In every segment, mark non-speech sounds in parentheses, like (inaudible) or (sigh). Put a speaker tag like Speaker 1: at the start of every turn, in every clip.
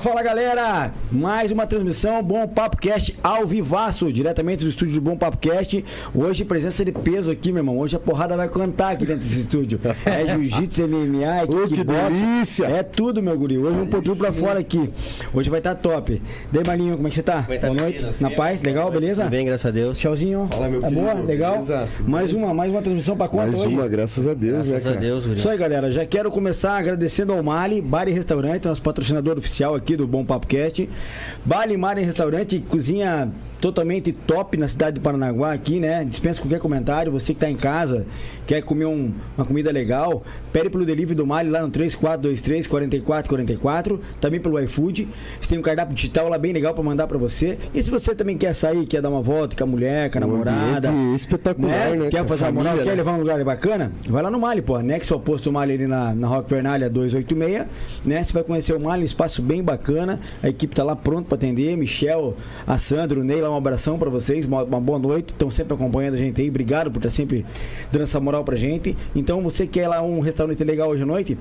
Speaker 1: fala galera! Mais uma transmissão Bom Papo Cast ao vivaço, diretamente do estúdio do Bom Papo Cast. Hoje presença de peso aqui, meu irmão. Hoje a porrada vai cantar aqui dentro desse estúdio. É jiu-jitsu, MMA, é
Speaker 2: (laughs) Ô, que
Speaker 1: kickbox,
Speaker 2: delícia!
Speaker 1: É tudo, meu guri. Hoje um pouquinho pra fora aqui. Hoje vai estar top. Daí, Malinho, como é que você tá?
Speaker 3: é que tá,
Speaker 1: Boa
Speaker 3: meu
Speaker 1: noite.
Speaker 3: querido?
Speaker 1: Na paz? Legal? Beleza?
Speaker 3: Tudo bem, graças a Deus.
Speaker 1: Tchauzinho.
Speaker 2: Fala, meu
Speaker 1: tá
Speaker 2: querido.
Speaker 1: boa? Legal?
Speaker 2: Beleza? Tudo
Speaker 1: Mais uma, mais uma transmissão pra conta
Speaker 2: Mais
Speaker 1: hoje?
Speaker 2: uma, graças a Deus,
Speaker 3: Graças
Speaker 2: né,
Speaker 3: a
Speaker 2: cara?
Speaker 3: Deus,
Speaker 1: Isso
Speaker 3: Gurião.
Speaker 1: aí, galera. Já quero começar agradecendo ao Mali, Bar e Restaurante, nosso patrocinador oficial aqui do Bom Papo Cast. Bali, Mar e Restaurante, cozinha totalmente top na cidade de Paranaguá aqui, né? Dispensa qualquer comentário. Você que tá em casa, quer comer um- uma comida legal, pede pelo delivery do Mali lá no 3423 4444, também pelo iFood. Você tem um cardápio digital lá bem legal pra mandar pra você. E se você também quer sair, quer dar uma volta com a mulher, com a
Speaker 2: Um
Speaker 1: namorada,
Speaker 2: ambiente espetacular, né,
Speaker 1: Quer
Speaker 2: cara?
Speaker 1: fazer a moral,
Speaker 2: Família,
Speaker 1: quer
Speaker 2: né?
Speaker 1: levar um lugar bacana? Vai lá no Mali, pô. Anexo ao posto Mali ali na, na Rock Vernalha 286, né? Você vai conhecer o Mali, um espaço bem bacana. A equipe tá lá pronto pra atender. Michel, a Sandro, o Ney, lá um abração pra vocês, uma, uma boa noite. Estão sempre acompanhando a gente aí. Obrigado por estar sempre dando essa moral pra gente. Então, você quer ir lá um restaurante legal hoje à noite?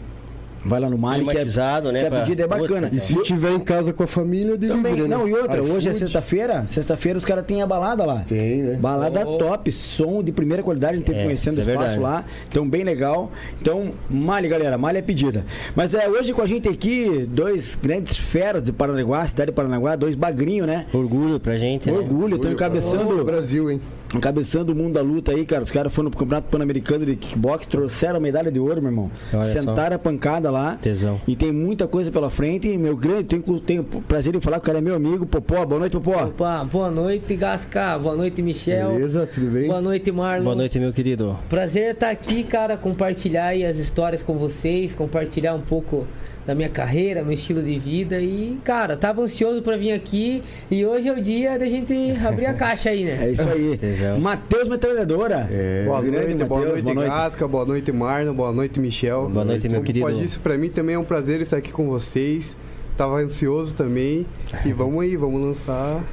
Speaker 1: Vai lá no Mali, que é,
Speaker 3: Climatizado, né,
Speaker 1: que a
Speaker 3: pra-
Speaker 1: pedida é bacana.
Speaker 2: E se tiver em casa com a família, delivery,
Speaker 1: Também,
Speaker 2: né?
Speaker 1: não, e outra,
Speaker 2: iFood.
Speaker 1: hoje é sexta-feira, sexta-feira os caras têm a balada lá.
Speaker 2: Tem, né?
Speaker 1: Balada
Speaker 3: Oh.
Speaker 1: top, som de primeira qualidade, a gente teve
Speaker 3: É,
Speaker 1: conhecendo o
Speaker 3: isso é
Speaker 1: espaço
Speaker 3: verdade.
Speaker 1: lá, então bem legal. Então, malha, galera, malha é pedida. Mas é, hoje com a gente aqui, dois grandes feras de Paranaguá, cidade de Paranaguá, dois bagrinho, né?
Speaker 3: Orgulho pra gente, né?
Speaker 1: Orgulho, estão
Speaker 2: Orgulho
Speaker 1: encabeçando,
Speaker 2: do Brasil, hein?
Speaker 1: encabeçando o mundo da luta aí, cara. Os caras foram pro Campeonato Pan-Americano de Kickbox, trouxeram a medalha de ouro, meu irmão.
Speaker 3: Olha só.
Speaker 1: Sentaram a pancada lá.
Speaker 3: Tesão.
Speaker 1: E tem muita coisa pela frente. Meu grande, tenho, tenho prazer em falar que o cara é meu amigo, Popó. Boa noite, Popó.
Speaker 4: Opa, boa noite, Gasca. Boa noite, Michel.
Speaker 2: Beleza, tudo bem?
Speaker 4: É Boa noite, Marlon.
Speaker 3: Boa noite, meu querido.
Speaker 4: Prazer estar aqui, cara, compartilhar aí as histórias com vocês, compartilhar um pouco da minha carreira, meu estilo de vida e, cara, tava ansioso pra vir aqui e hoje é o dia da gente abrir a caixa
Speaker 1: (laughs)
Speaker 4: aí,
Speaker 1: É
Speaker 4: né?
Speaker 1: isso aí.
Speaker 3: (laughs) Tesão.
Speaker 1: Matheus Metralhadora. É.
Speaker 5: Boa
Speaker 1: Grande
Speaker 5: noite, boa
Speaker 1: Matheus,
Speaker 5: noite,
Speaker 1: boa noite.
Speaker 5: Gasca, boa noite, Marno, boa noite, Michel.
Speaker 3: Boa noite, meu
Speaker 5: Como
Speaker 3: querido.
Speaker 5: Pode isso, pra mim também é um prazer estar aqui com vocês. Tava ansioso também. E vamos aí, vamos lançar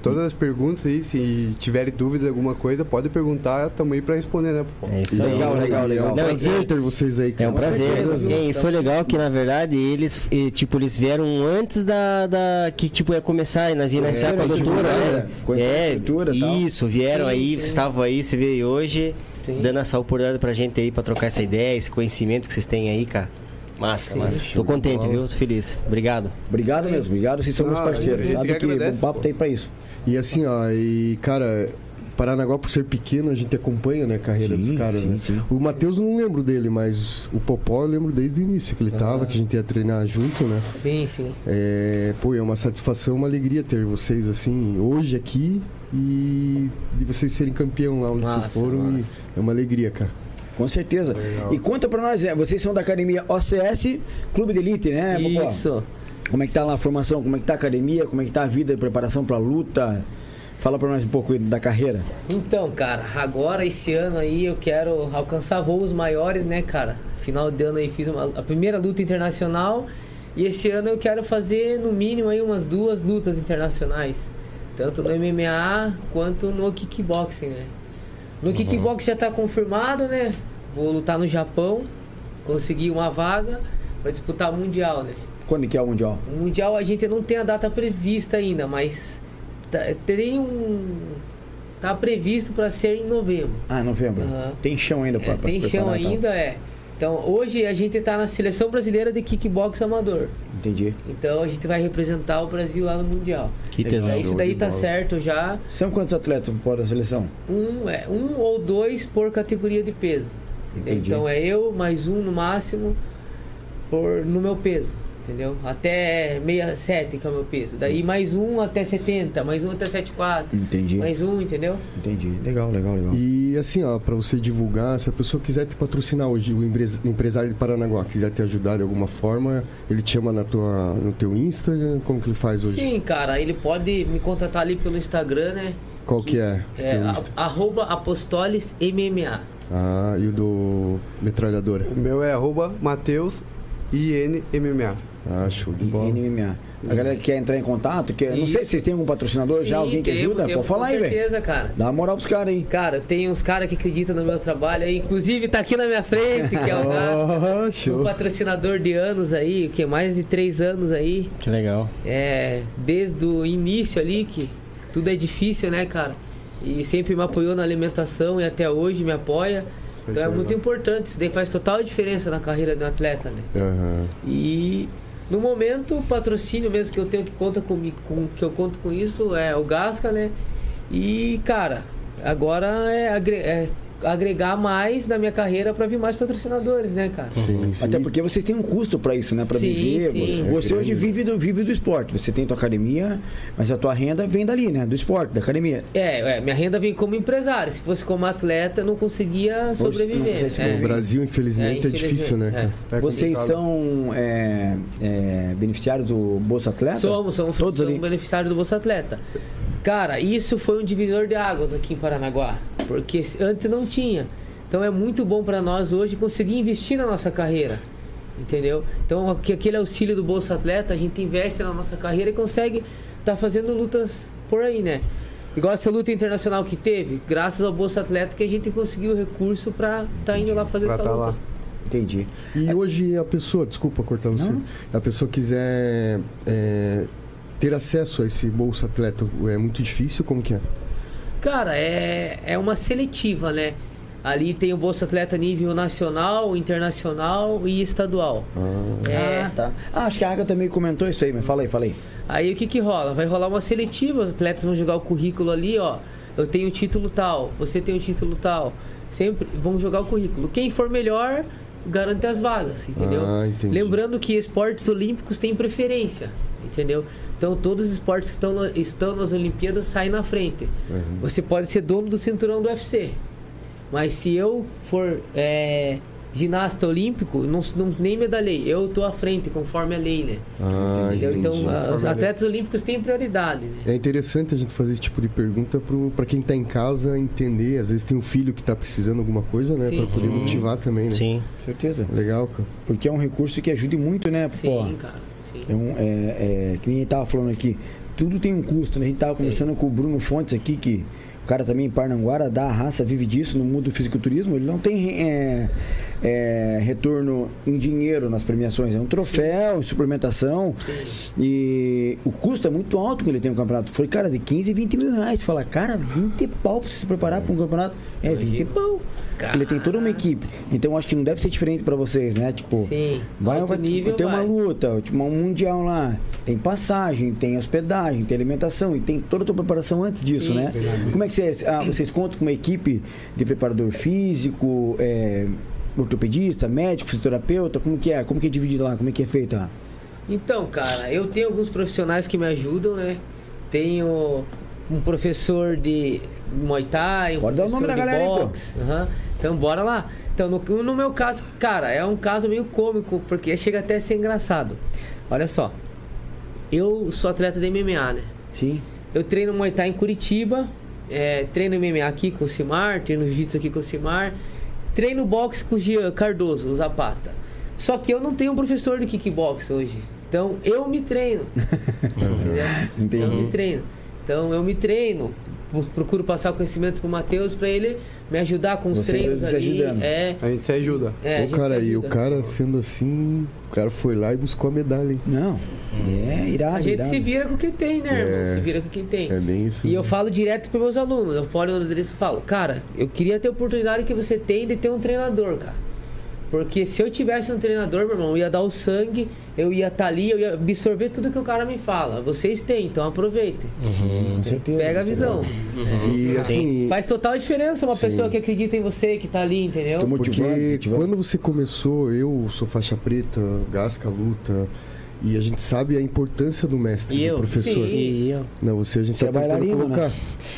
Speaker 5: todas as perguntas aí. Se tiverem dúvidas, alguma coisa, pode perguntar, tamo aí pra responder, né? pô?
Speaker 3: É isso aí.
Speaker 1: Legal, legal,
Speaker 2: É um
Speaker 1: legal.
Speaker 3: Não,
Speaker 2: prazer
Speaker 3: e-
Speaker 2: ter vocês aí, cara.
Speaker 3: É um prazer.
Speaker 1: certeza.
Speaker 3: E foi legal que, na verdade, eles, e, tipo, eles vieram antes da, da- que, tipo, ia começar, e nós ia nessa
Speaker 1: Conheceram a
Speaker 3: produtora,
Speaker 1: estrutura,
Speaker 3: né?
Speaker 1: conheceram a
Speaker 3: É,
Speaker 1: estrutura e tal.
Speaker 3: isso, vieram
Speaker 4: Sim,
Speaker 3: aí,
Speaker 4: sim.
Speaker 3: vocês estavam aí, você veio hoje,
Speaker 4: Sim.
Speaker 3: dando essa oportunidade pra gente aí, pra trocar essa ideia, esse conhecimento que vocês têm aí, cara. Massa, massa. Tô contente, viu? Tô feliz. Obrigado.
Speaker 1: Obrigado mesmo, obrigado. Vocês são meus
Speaker 5: Ah, a
Speaker 1: parceiros.
Speaker 5: gente
Speaker 1: Sabe que
Speaker 5: agradece,
Speaker 1: bom papo
Speaker 5: pô.
Speaker 1: tem pra isso.
Speaker 2: E assim, ó, e cara, Paranaguá por ser pequeno, a gente acompanha, né, a carreira
Speaker 1: Sim,
Speaker 2: dos caras,
Speaker 1: sim,
Speaker 2: né?
Speaker 1: sim.
Speaker 2: O Matheus eu não lembro dele, mas o Popó eu lembro desde o início que ele tava, que a gente ia treinar junto, né?
Speaker 4: Sim, sim.
Speaker 2: É, pô, é uma satisfação, uma alegria ter vocês assim hoje aqui e de vocês serem campeão lá onde
Speaker 4: Massa,
Speaker 2: vocês foram. e
Speaker 4: massa.
Speaker 2: é uma alegria, cara.
Speaker 1: Com certeza. E conta pra nós, é, vocês são da academia OCS, Clube de Elite, né, Popó?
Speaker 4: Isso.
Speaker 1: Como é que tá lá a formação? Como é que tá a academia? Como é que tá a vida de preparação pra luta? Fala pra nós um pouco da carreira.
Speaker 4: Então, cara, agora esse ano aí eu quero alcançar voos maiores, né, cara? Final de ano aí fiz uma- a primeira luta internacional e esse ano eu quero fazer no mínimo aí umas duas lutas internacionais, tanto no MMA quanto no kickboxing, né? No kickboxing já tá confirmado, né? Vou lutar no Japão, conseguir uma vaga pra disputar o mundial, né?
Speaker 1: Quando que é o Mundial?
Speaker 4: O Mundial a gente não tem a data prevista ainda, mas tá, tem um. Tá previsto para ser em novembro.
Speaker 1: Ah, novembro.
Speaker 4: Aham.
Speaker 1: Tem chão ainda pra,
Speaker 4: É,
Speaker 1: pra
Speaker 4: tem
Speaker 1: se
Speaker 4: chão
Speaker 1: preparar, então.
Speaker 4: ainda, é. Então hoje a gente tá na seleção brasileira de kickbox amador.
Speaker 1: Entendi.
Speaker 4: Então a gente vai representar o Brasil lá no Mundial.
Speaker 3: Que
Speaker 4: Então,
Speaker 3: tesão.
Speaker 4: isso daí tá certo já.
Speaker 1: São quantos atletas fora da seleção?
Speaker 4: Um, é, um ou dois por categoria de peso. entendeu?
Speaker 1: Entendi.
Speaker 4: Então é eu mais um no máximo por, no meu peso. Entendeu? Até 67, que é o meu peso. Daí mais um até 70, mais um até 74.
Speaker 1: Uhum. Entendi.
Speaker 4: Mais um, entendeu?
Speaker 1: Entendi. Legal, legal, legal.
Speaker 2: E assim, ó, pra você divulgar, se a pessoa quiser te patrocinar hoje, o empre- empresário de Paranaguá quiser te ajudar de alguma forma, ele te chama na tua, no teu Instagram, como que ele faz hoje?
Speaker 4: Sim, cara, ele pode me contatar ali pelo Instagram, né?
Speaker 2: Qual que é?
Speaker 4: É,
Speaker 2: teu
Speaker 4: a-
Speaker 2: Insta?
Speaker 4: arroba Apostoles MMA.
Speaker 2: Ah, e o do metralhadora.
Speaker 5: O meu é arroba Mateus INMMA.
Speaker 2: Ah, show de
Speaker 1: E
Speaker 2: bola.
Speaker 1: MMA. A galera que quer entrar em contato, quer... não sei
Speaker 4: Isso.
Speaker 1: se vocês têm algum patrocinador já,
Speaker 4: Sim,
Speaker 1: alguém que
Speaker 4: temos,
Speaker 1: ajuda?
Speaker 4: temos,
Speaker 1: Pode falar aí,
Speaker 4: Com
Speaker 1: velho.
Speaker 4: certeza, cara.
Speaker 1: Dá uma moral pros caras aí.
Speaker 4: Cara, tem uns caras que acreditam no meu trabalho aí. Inclusive, tá aqui na minha frente, que é
Speaker 1: (laughs)
Speaker 4: o Gasca.
Speaker 5: Ah,
Speaker 4: Um
Speaker 5: show.
Speaker 4: patrocinador de anos aí, o que? Mais de três anos aí.
Speaker 3: Que legal.
Speaker 4: É, desde o início ali, que tudo é difícil, né, cara? E sempre me apoiou na alimentação e até hoje me apoia.
Speaker 5: aí
Speaker 4: Então é
Speaker 5: que
Speaker 4: muito
Speaker 5: legal.
Speaker 4: importante, isso daí faz total diferença na carreira do atleta, né?
Speaker 2: Aham.
Speaker 4: E no momento, o patrocínio mesmo que eu tenho que conta comigo, com, que eu conto com isso é o Gasca, né? E cara, agora é, agre- é agregar mais na minha carreira pra vir mais patrocinadores, né, cara?
Speaker 2: Sim, sim.
Speaker 1: Até porque vocês têm um custo pra isso, né? Pra
Speaker 4: Sim,
Speaker 1: viver.
Speaker 4: sim.
Speaker 1: Você
Speaker 2: É
Speaker 1: hoje
Speaker 2: grande.
Speaker 1: vive do, vive do esporte. Você tem tua academia, mas a tua renda vem dali, né? Do esporte, da academia.
Speaker 4: É, é, minha renda vem como empresário. Se fosse como atleta, eu não conseguia sobreviver.
Speaker 1: não consegue
Speaker 4: né?
Speaker 1: sobreviver.
Speaker 2: O Brasil,
Speaker 4: É,
Speaker 2: infelizmente, é, difícil, né,
Speaker 4: infelizmente,
Speaker 2: cara?
Speaker 4: é.
Speaker 5: Tá
Speaker 1: Vocês
Speaker 5: complicado.
Speaker 1: são é, é, beneficiários do Bolsa Atleta?
Speaker 4: Somos, somos,
Speaker 1: Todos
Speaker 4: somos
Speaker 1: ali.
Speaker 4: beneficiários do Bolsa Atleta. Cara, isso foi um divisor de águas aqui em Paranaguá, porque se- antes não tinha. Então é muito bom para nós hoje conseguir investir na nossa carreira. Entendeu? Então aque- aquele auxílio do Bolsa Atleta, a gente investe na nossa carreira e consegue estar fazendo lutas por aí, né? Igual essa luta internacional que teve, graças ao Bolsa Atleta que a gente conseguiu o recurso para estar indo lá fazer
Speaker 5: Pra
Speaker 4: essa
Speaker 5: tá
Speaker 4: luta.
Speaker 5: lá.
Speaker 1: Entendi.
Speaker 2: E hoje a pessoa, desculpa cortar você, a pessoa quiser é, ter acesso a esse bolsa atleta é muito difícil, como que é?
Speaker 4: Cara, é, é uma seletiva, né? Ali tem o Bolsa Atleta nível nacional, internacional e estadual. É,
Speaker 1: Ah, tá. Ah, acho que a Aga também comentou isso aí, mas fala aí, fala aí.
Speaker 4: Aí o que que rola? Vai rolar uma seletiva, os atletas vão jogar o currículo ali, ó. Eu tenho o título tal, você tem o título tal. Sempre vão jogar o currículo. Quem for melhor, garante as vagas, entendeu?
Speaker 2: Ah, entendi.
Speaker 4: Lembrando que esportes olímpicos têm preferência, entendeu? Então todos os esportes que estão, na- estão nas Olimpíadas saem na frente.
Speaker 2: Uhum.
Speaker 4: Você pode ser dono do cinturão do UFC. Mas se eu for é, ginasta olímpico, não, não- nem medalhei, eu tô à frente, conforme a lei, né?
Speaker 2: Ah,
Speaker 4: Entendeu? Então,
Speaker 2: entendi.
Speaker 4: a- os atletas olímpicos têm prioridade, né?
Speaker 2: É interessante a gente fazer esse tipo de pergunta para quem tá em casa entender. Às vezes tem um filho que tá precisando de alguma coisa, né?
Speaker 4: Sim.
Speaker 2: Para poder motivar também, né?
Speaker 3: Sim.
Speaker 1: Certeza.
Speaker 2: Legal, cara.
Speaker 1: Porque é um recurso que ajude muito, né?
Speaker 4: Sim,
Speaker 1: pô?
Speaker 4: cara. Sim.
Speaker 1: É um, é, é, que nem a gente tava falando aqui, tudo tem um custo, né? A gente tava conversando com o Bruno Fontes aqui, que o cara também em Parnanguara, da raça, vive disso no mundo do fisiculturismo, ele não tem é, é, retorno em dinheiro nas premiações, é um troféu, em suplementação, e o custo é muito alto quando ele tem um campeonato. Foi, cara, de 15, 20 mil reais. Fala, cara, 20 pau pra você se preparar pra um campeonato, é 20 pau. Ele tem toda uma equipe, então acho que não deve ser diferente pra vocês, né? Tipo,
Speaker 4: Sim.
Speaker 1: Vai,
Speaker 4: Alto
Speaker 1: vai,
Speaker 4: nível,
Speaker 1: tem uma
Speaker 4: vai.
Speaker 1: luta, tipo, um mundial lá. Tem passagem, tem hospedagem, tem alimentação e tem toda a tua preparação antes disso,
Speaker 4: Sim,
Speaker 1: né?
Speaker 4: sim.
Speaker 1: Como é que vocês, ah, vocês contam com uma equipe de preparador físico, é, ortopedista, médico, fisioterapeuta? Como que é? Como que é dividido lá? Como é que é feita? lá?
Speaker 4: Então, cara, eu tenho alguns profissionais que me ajudam, né? Tenho um professor de Muay Thai, um
Speaker 1: Pode dar o nome
Speaker 4: professor
Speaker 1: da
Speaker 4: de
Speaker 1: galera aí, pô.
Speaker 4: boxe. Aham. Então, bora lá. Então, no, no meu caso, cara, é um caso meio cômico, porque chega até a ser engraçado. Olha só. Eu sou atleta de MMA, né?
Speaker 1: Sim.
Speaker 4: Eu treino Muay Thai em Curitiba, é, treino MMA aqui com o Simar, treino Jiu-Jitsu aqui com o Simar, treino boxe com o Jean Cardoso, o Zapata. Só que eu não tenho um professor de kickbox hoje. Então eu me treino. entendeu?
Speaker 1: Entendi.
Speaker 4: Eu me treino. Então eu me treino. pro- Procuro passar o conhecimento pro Matheus pra ele me ajudar com os
Speaker 1: Vocês
Speaker 4: treinos
Speaker 1: dois
Speaker 4: ali.
Speaker 1: se ajudando.
Speaker 4: É,
Speaker 5: A gente se ajuda.
Speaker 4: é, a
Speaker 2: o
Speaker 4: gente
Speaker 2: cara
Speaker 4: se
Speaker 2: aí, o
Speaker 4: ajuda.
Speaker 2: cara sendo assim, o cara foi lá e buscou a medalha, hein?
Speaker 1: Não. É irado.
Speaker 4: A gente
Speaker 1: irado.
Speaker 4: se vira com quem tem, né, irmão?
Speaker 2: É.
Speaker 4: Se vira com quem tem.
Speaker 2: É bem isso.
Speaker 4: E
Speaker 2: né?
Speaker 4: eu falo direto para meus alunos, eu falo no endereço e falo, cara, eu queria ter a oportunidade que você tem de ter um treinador, cara. Porque se eu tivesse um treinador, meu irmão, eu ia dar o sangue, eu ia estar ali, eu ia absorver tudo que o cara me fala. Vocês têm, então aproveitem.
Speaker 1: Com certeza.
Speaker 4: Uhum. Pega a visão.
Speaker 1: Uhum.
Speaker 2: E assim,
Speaker 4: Faz total diferença uma pessoa que acredita em você, que tá ali, entendeu?
Speaker 1: Tô
Speaker 2: Porque
Speaker 1: motivando, motivando.
Speaker 2: quando você começou, eu sou faixa preta, gasca luta, e a gente sabe a importância do mestre,
Speaker 3: E
Speaker 2: do
Speaker 3: eu?
Speaker 2: professor.
Speaker 4: Sim.
Speaker 3: E eu.
Speaker 2: Não, você a gente
Speaker 1: Você é
Speaker 2: tá tentando
Speaker 1: bailarino,
Speaker 2: colocar.
Speaker 1: né?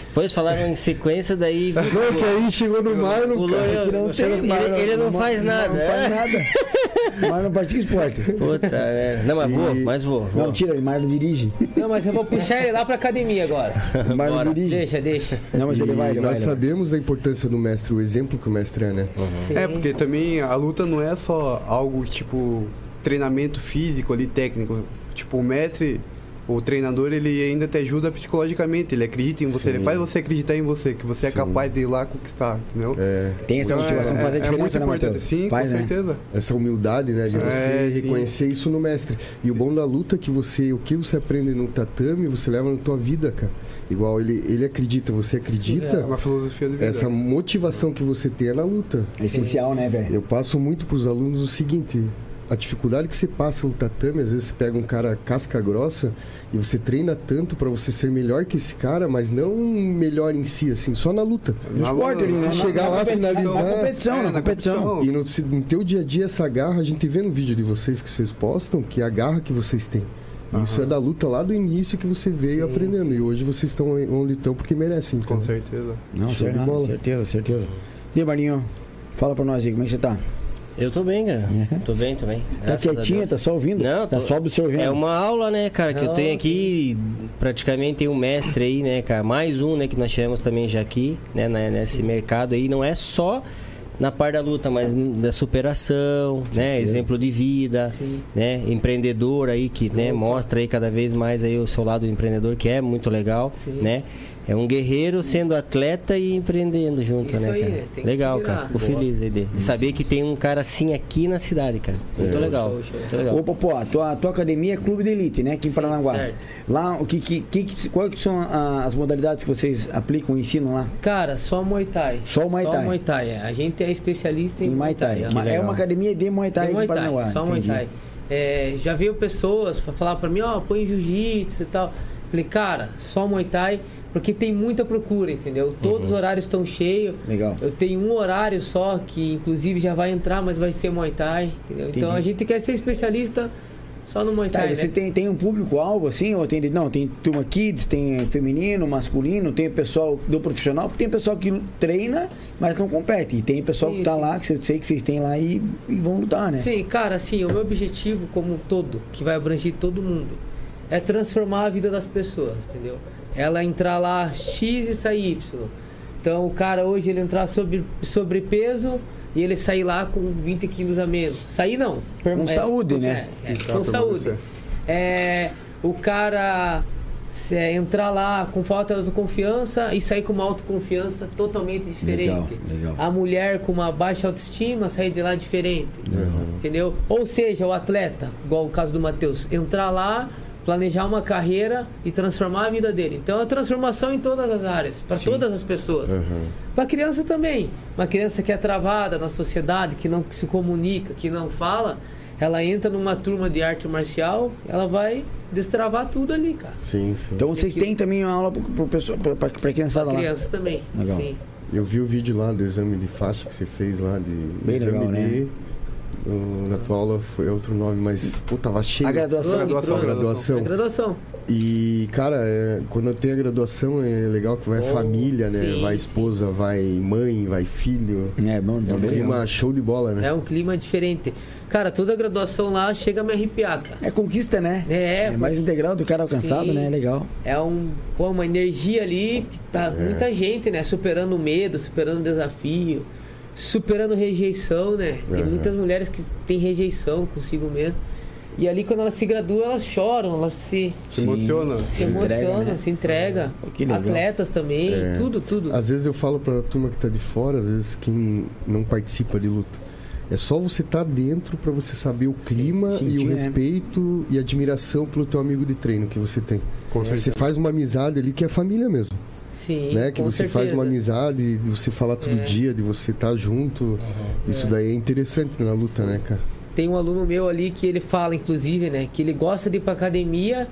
Speaker 3: Depois falaram em sequência, daí.
Speaker 2: Não, que aí chegou no mar, no
Speaker 3: Pulou,
Speaker 2: cara.
Speaker 3: eu-
Speaker 2: Não,
Speaker 3: ele- ele- ele não faz nada,
Speaker 1: Não
Speaker 3: é?
Speaker 1: faz nada.
Speaker 4: (laughs)
Speaker 1: Mas não pratica esporte.
Speaker 3: Puta, merda. Não, mas vou,
Speaker 2: E-
Speaker 3: mas vou. vou.
Speaker 1: Não, tira, mas não
Speaker 5: (laughs)
Speaker 1: dirige.
Speaker 4: Não, mas eu vou puxar ele lá pra academia agora.
Speaker 1: Mas não dirige.
Speaker 4: Deixa, deixa.
Speaker 1: Não, Ah, mas é ele
Speaker 2: E
Speaker 1: vai, ele vai.
Speaker 2: nós
Speaker 1: ele vai.
Speaker 2: sabemos da importância do mestre, o exemplo que o mestre é, né?
Speaker 4: Sim.
Speaker 5: É, porque também a luta não é só algo tipo treinamento físico ali, técnico. Tipo, o mestre, o treinador, ele ainda te ajuda psicologicamente. Ele acredita em você,
Speaker 2: Sim.
Speaker 5: ele faz você acreditar em você, que você
Speaker 2: Sim.
Speaker 5: é capaz de ir lá conquistar, entendeu?
Speaker 2: É,
Speaker 1: Tem essa
Speaker 5: Então,
Speaker 1: motivação
Speaker 5: é-
Speaker 1: fazer
Speaker 5: é- é
Speaker 1: diferença,
Speaker 5: muito
Speaker 1: né,
Speaker 5: importante.
Speaker 1: Matheus?
Speaker 5: Sim,
Speaker 1: Faz,
Speaker 5: com
Speaker 1: né?
Speaker 5: certeza.
Speaker 2: essa humildade, né? De
Speaker 5: É,
Speaker 2: você
Speaker 5: sim.
Speaker 2: reconhecer isso no mestre. E o bom da luta é que você, o que você aprende no tatame, você leva na tua vida, cara. Igual ele, ele acredita, você
Speaker 5: É
Speaker 2: acredita.
Speaker 5: uma filosofia de vida.
Speaker 2: essa é motivação que você tem é na luta.
Speaker 1: É essencial, né, velho?
Speaker 2: Eu passo muito para os alunos o seguinte: a dificuldade que você passa no tatame, às vezes você pega um cara casca grossa e você treina tanto para você ser melhor que esse cara, mas não um melhor em si, assim, só na luta.
Speaker 5: No esporte, ele
Speaker 1: Na-
Speaker 5: não
Speaker 1: na-
Speaker 2: chegar
Speaker 1: na
Speaker 2: lá,
Speaker 1: competi-
Speaker 2: finalizar.
Speaker 1: Na competição,
Speaker 5: É,
Speaker 1: na,
Speaker 5: na
Speaker 1: competição.
Speaker 5: competição.
Speaker 2: E no, se- no teu dia a dia, essa garra, a gente vê no vídeo de vocês que vocês postam, que é a garra que vocês têm. E Isso é da luta lá do início que você veio
Speaker 4: Sim,
Speaker 2: aprendendo. E hoje vocês estão onde estão porque merecem. Então.
Speaker 5: Com certeza.
Speaker 1: Não,
Speaker 2: Show de
Speaker 1: certeza,
Speaker 2: bola.
Speaker 1: certeza, certeza. E aí, Marinho, fala pra nós aí, como é que você tá?
Speaker 3: Eu tô bem, cara.
Speaker 1: É.
Speaker 3: Tô bem, tô bem.
Speaker 1: Tá
Speaker 3: Graças a
Speaker 1: quietinha,
Speaker 3: Deus.
Speaker 1: tá só ouvindo?
Speaker 3: Não,
Speaker 1: tá
Speaker 3: tô-
Speaker 1: só absorvendo.
Speaker 3: É uma aula, né, cara, que eu
Speaker 4: Não,
Speaker 3: tenho aqui, praticamente tem um mestre aí, né, cara, mais um, né, que nós chamamos também já aqui, né, na- nesse mercado aí, não é só na parte da luta, mas da superação, né, exemplo de vida,
Speaker 4: Sim.
Speaker 3: né, empreendedor aí que, né,
Speaker 4: Opa.
Speaker 3: mostra aí cada vez mais aí o seu lado empreendedor, que é muito legal,
Speaker 4: Sim.
Speaker 3: né, é um guerreiro sendo atleta e empreendendo junto,
Speaker 4: Isso
Speaker 3: né,
Speaker 4: aí,
Speaker 3: cara?
Speaker 4: né, tem que
Speaker 3: legal,
Speaker 4: se virar.
Speaker 3: cara. Fico
Speaker 4: Boa.
Speaker 3: feliz aí de de saber que tem um cara assim aqui na cidade, cara. Muito legal.
Speaker 4: show, show.
Speaker 3: Muito legal.
Speaker 1: Opa, pô, a tua, a tua academia é clube de elite, né? Aqui em
Speaker 4: Sim,
Speaker 1: Paranaguá.
Speaker 4: certo.
Speaker 1: Lá, o que, que, que, que- quais que são ah, as modalidades que vocês aplicam, ensinam lá?
Speaker 4: Cara, só Muay Thai.
Speaker 1: Só Muay Thai.
Speaker 4: Só Muay Thai, é. A gente é especialista em,
Speaker 1: Em Muay Thai.
Speaker 4: É
Speaker 1: Uma- É uma academia de Muay Thai
Speaker 4: Tem
Speaker 1: aqui
Speaker 4: Muay
Speaker 1: em
Speaker 4: Thai,
Speaker 1: Paranaguá.
Speaker 4: só Muay
Speaker 1: entendi.
Speaker 4: Thai. É, já veio pessoas fa- falar pra mim, ó, põe jiu-jitsu e tal. Falei, cara, só Muay Thai, porque tem muita procura, entendeu? Todos os horários estão cheios.
Speaker 1: Uhum. Legal.
Speaker 4: Eu tenho um horário só, que inclusive já vai entrar, mas vai ser Muay Thai, entendeu? Então
Speaker 1: Entendi.
Speaker 4: a gente quer ser especialista só no Muay
Speaker 1: Tá,
Speaker 4: Thai,
Speaker 1: e você
Speaker 4: né?
Speaker 1: tem, tem um público-alvo, assim, ou tem. Não, tem turma kids, tem feminino, masculino, tem pessoal do profissional, porque tem pessoal que treina, mas não compete. E tem pessoal
Speaker 4: Sim,
Speaker 1: que tá
Speaker 4: sim.
Speaker 1: lá, que eu sei que vocês têm lá e, e vão lutar, né?
Speaker 4: Sim, cara, assim, o meu objetivo como um todo, que vai abranger todo mundo, é transformar a vida das pessoas, entendeu? Ela entrar lá X e sair Y. Então, o cara hoje ele entrar sobre sobrepeso e ele sair lá com 20 quilos a menos. Sair não.
Speaker 1: Com saúde, né?
Speaker 4: É, é,
Speaker 5: Entrar
Speaker 4: com
Speaker 5: pra
Speaker 4: saúde.
Speaker 5: você.
Speaker 4: É, o cara se, é, entrar lá com falta de autoconfiança e sair com uma autoconfiança totalmente diferente.
Speaker 1: legal.
Speaker 4: A mulher com uma baixa autoestima sair de lá diferente.
Speaker 1: Uhum.
Speaker 4: Entendeu? Ou seja, o atleta, igual o caso do Matheus, entrar lá, planejar uma carreira e transformar a vida dele. Então é transformação em todas as áreas, para todas as pessoas.
Speaker 1: Uhum.
Speaker 4: Para criança também. Uma criança que é travada na sociedade, que não se comunica, que não fala, ela entra numa turma de arte marcial, ela vai destravar tudo ali, cara.
Speaker 2: Sim, sim.
Speaker 1: Então vocês têm também uma aula pro, pro pessoal, pra, pra, pra criançada
Speaker 4: Pra
Speaker 1: lá.
Speaker 4: criança também.
Speaker 1: Legal.
Speaker 4: Sim.
Speaker 2: Eu vi o vídeo lá do exame de faixa que você fez lá de
Speaker 1: Bem
Speaker 2: exame
Speaker 1: legal, né?
Speaker 2: de. do- na tua aula foi outro nome, mas pô, tava cheio.
Speaker 1: A graduação.
Speaker 5: Graduação,
Speaker 4: Pronto.
Speaker 2: graduação.
Speaker 4: É graduação.
Speaker 2: E, cara, é, quando tem a graduação é legal que vai
Speaker 4: Oh,
Speaker 2: família, né?
Speaker 4: sim,
Speaker 2: vai
Speaker 4: sim.
Speaker 2: esposa, vai mãe, vai filho.
Speaker 1: É, bom,
Speaker 2: É um
Speaker 1: também.
Speaker 2: clima show de bola, né?
Speaker 4: É um clima diferente. Cara, toda a graduação lá chega a me arrepiar, cara.
Speaker 1: É conquista, né?
Speaker 4: É,
Speaker 1: É mais integral do cara alcançado,
Speaker 4: Sim.
Speaker 1: né? Legal.
Speaker 4: é um, pô, uma energia ali que tá muita gente, né? Superando o medo, superando o desafio, superando rejeição, né? Tem
Speaker 2: Uhum.
Speaker 4: muitas mulheres que têm rejeição consigo mesmo. E ali quando elas se graduam, elas choram, elas se,
Speaker 5: Se emociona.
Speaker 4: se
Speaker 1: entrega,
Speaker 4: emocionam,
Speaker 1: né?
Speaker 4: se entrega.
Speaker 1: que legal.
Speaker 4: Atletas também,
Speaker 2: É.
Speaker 4: tudo, tudo.
Speaker 2: Às vezes eu falo pra turma que tá de fora, às vezes quem não participa de luta. É só você estar dentro pra você saber o clima e
Speaker 1: sentir,
Speaker 2: o
Speaker 1: né?
Speaker 2: respeito e admiração pelo teu amigo de treino que você tem.
Speaker 5: Com
Speaker 2: Você
Speaker 5: certeza.
Speaker 2: faz uma amizade ali que é família mesmo,
Speaker 4: Sim,
Speaker 2: né? Que
Speaker 4: com
Speaker 2: você
Speaker 4: certeza.
Speaker 2: faz uma amizade, de você falar todo
Speaker 4: É.
Speaker 2: dia, de você estar junto. Isso daí é interessante na luta, né, cara?
Speaker 4: Tem um aluno meu ali que ele fala, inclusive, né? Que ele gosta de ir pra academia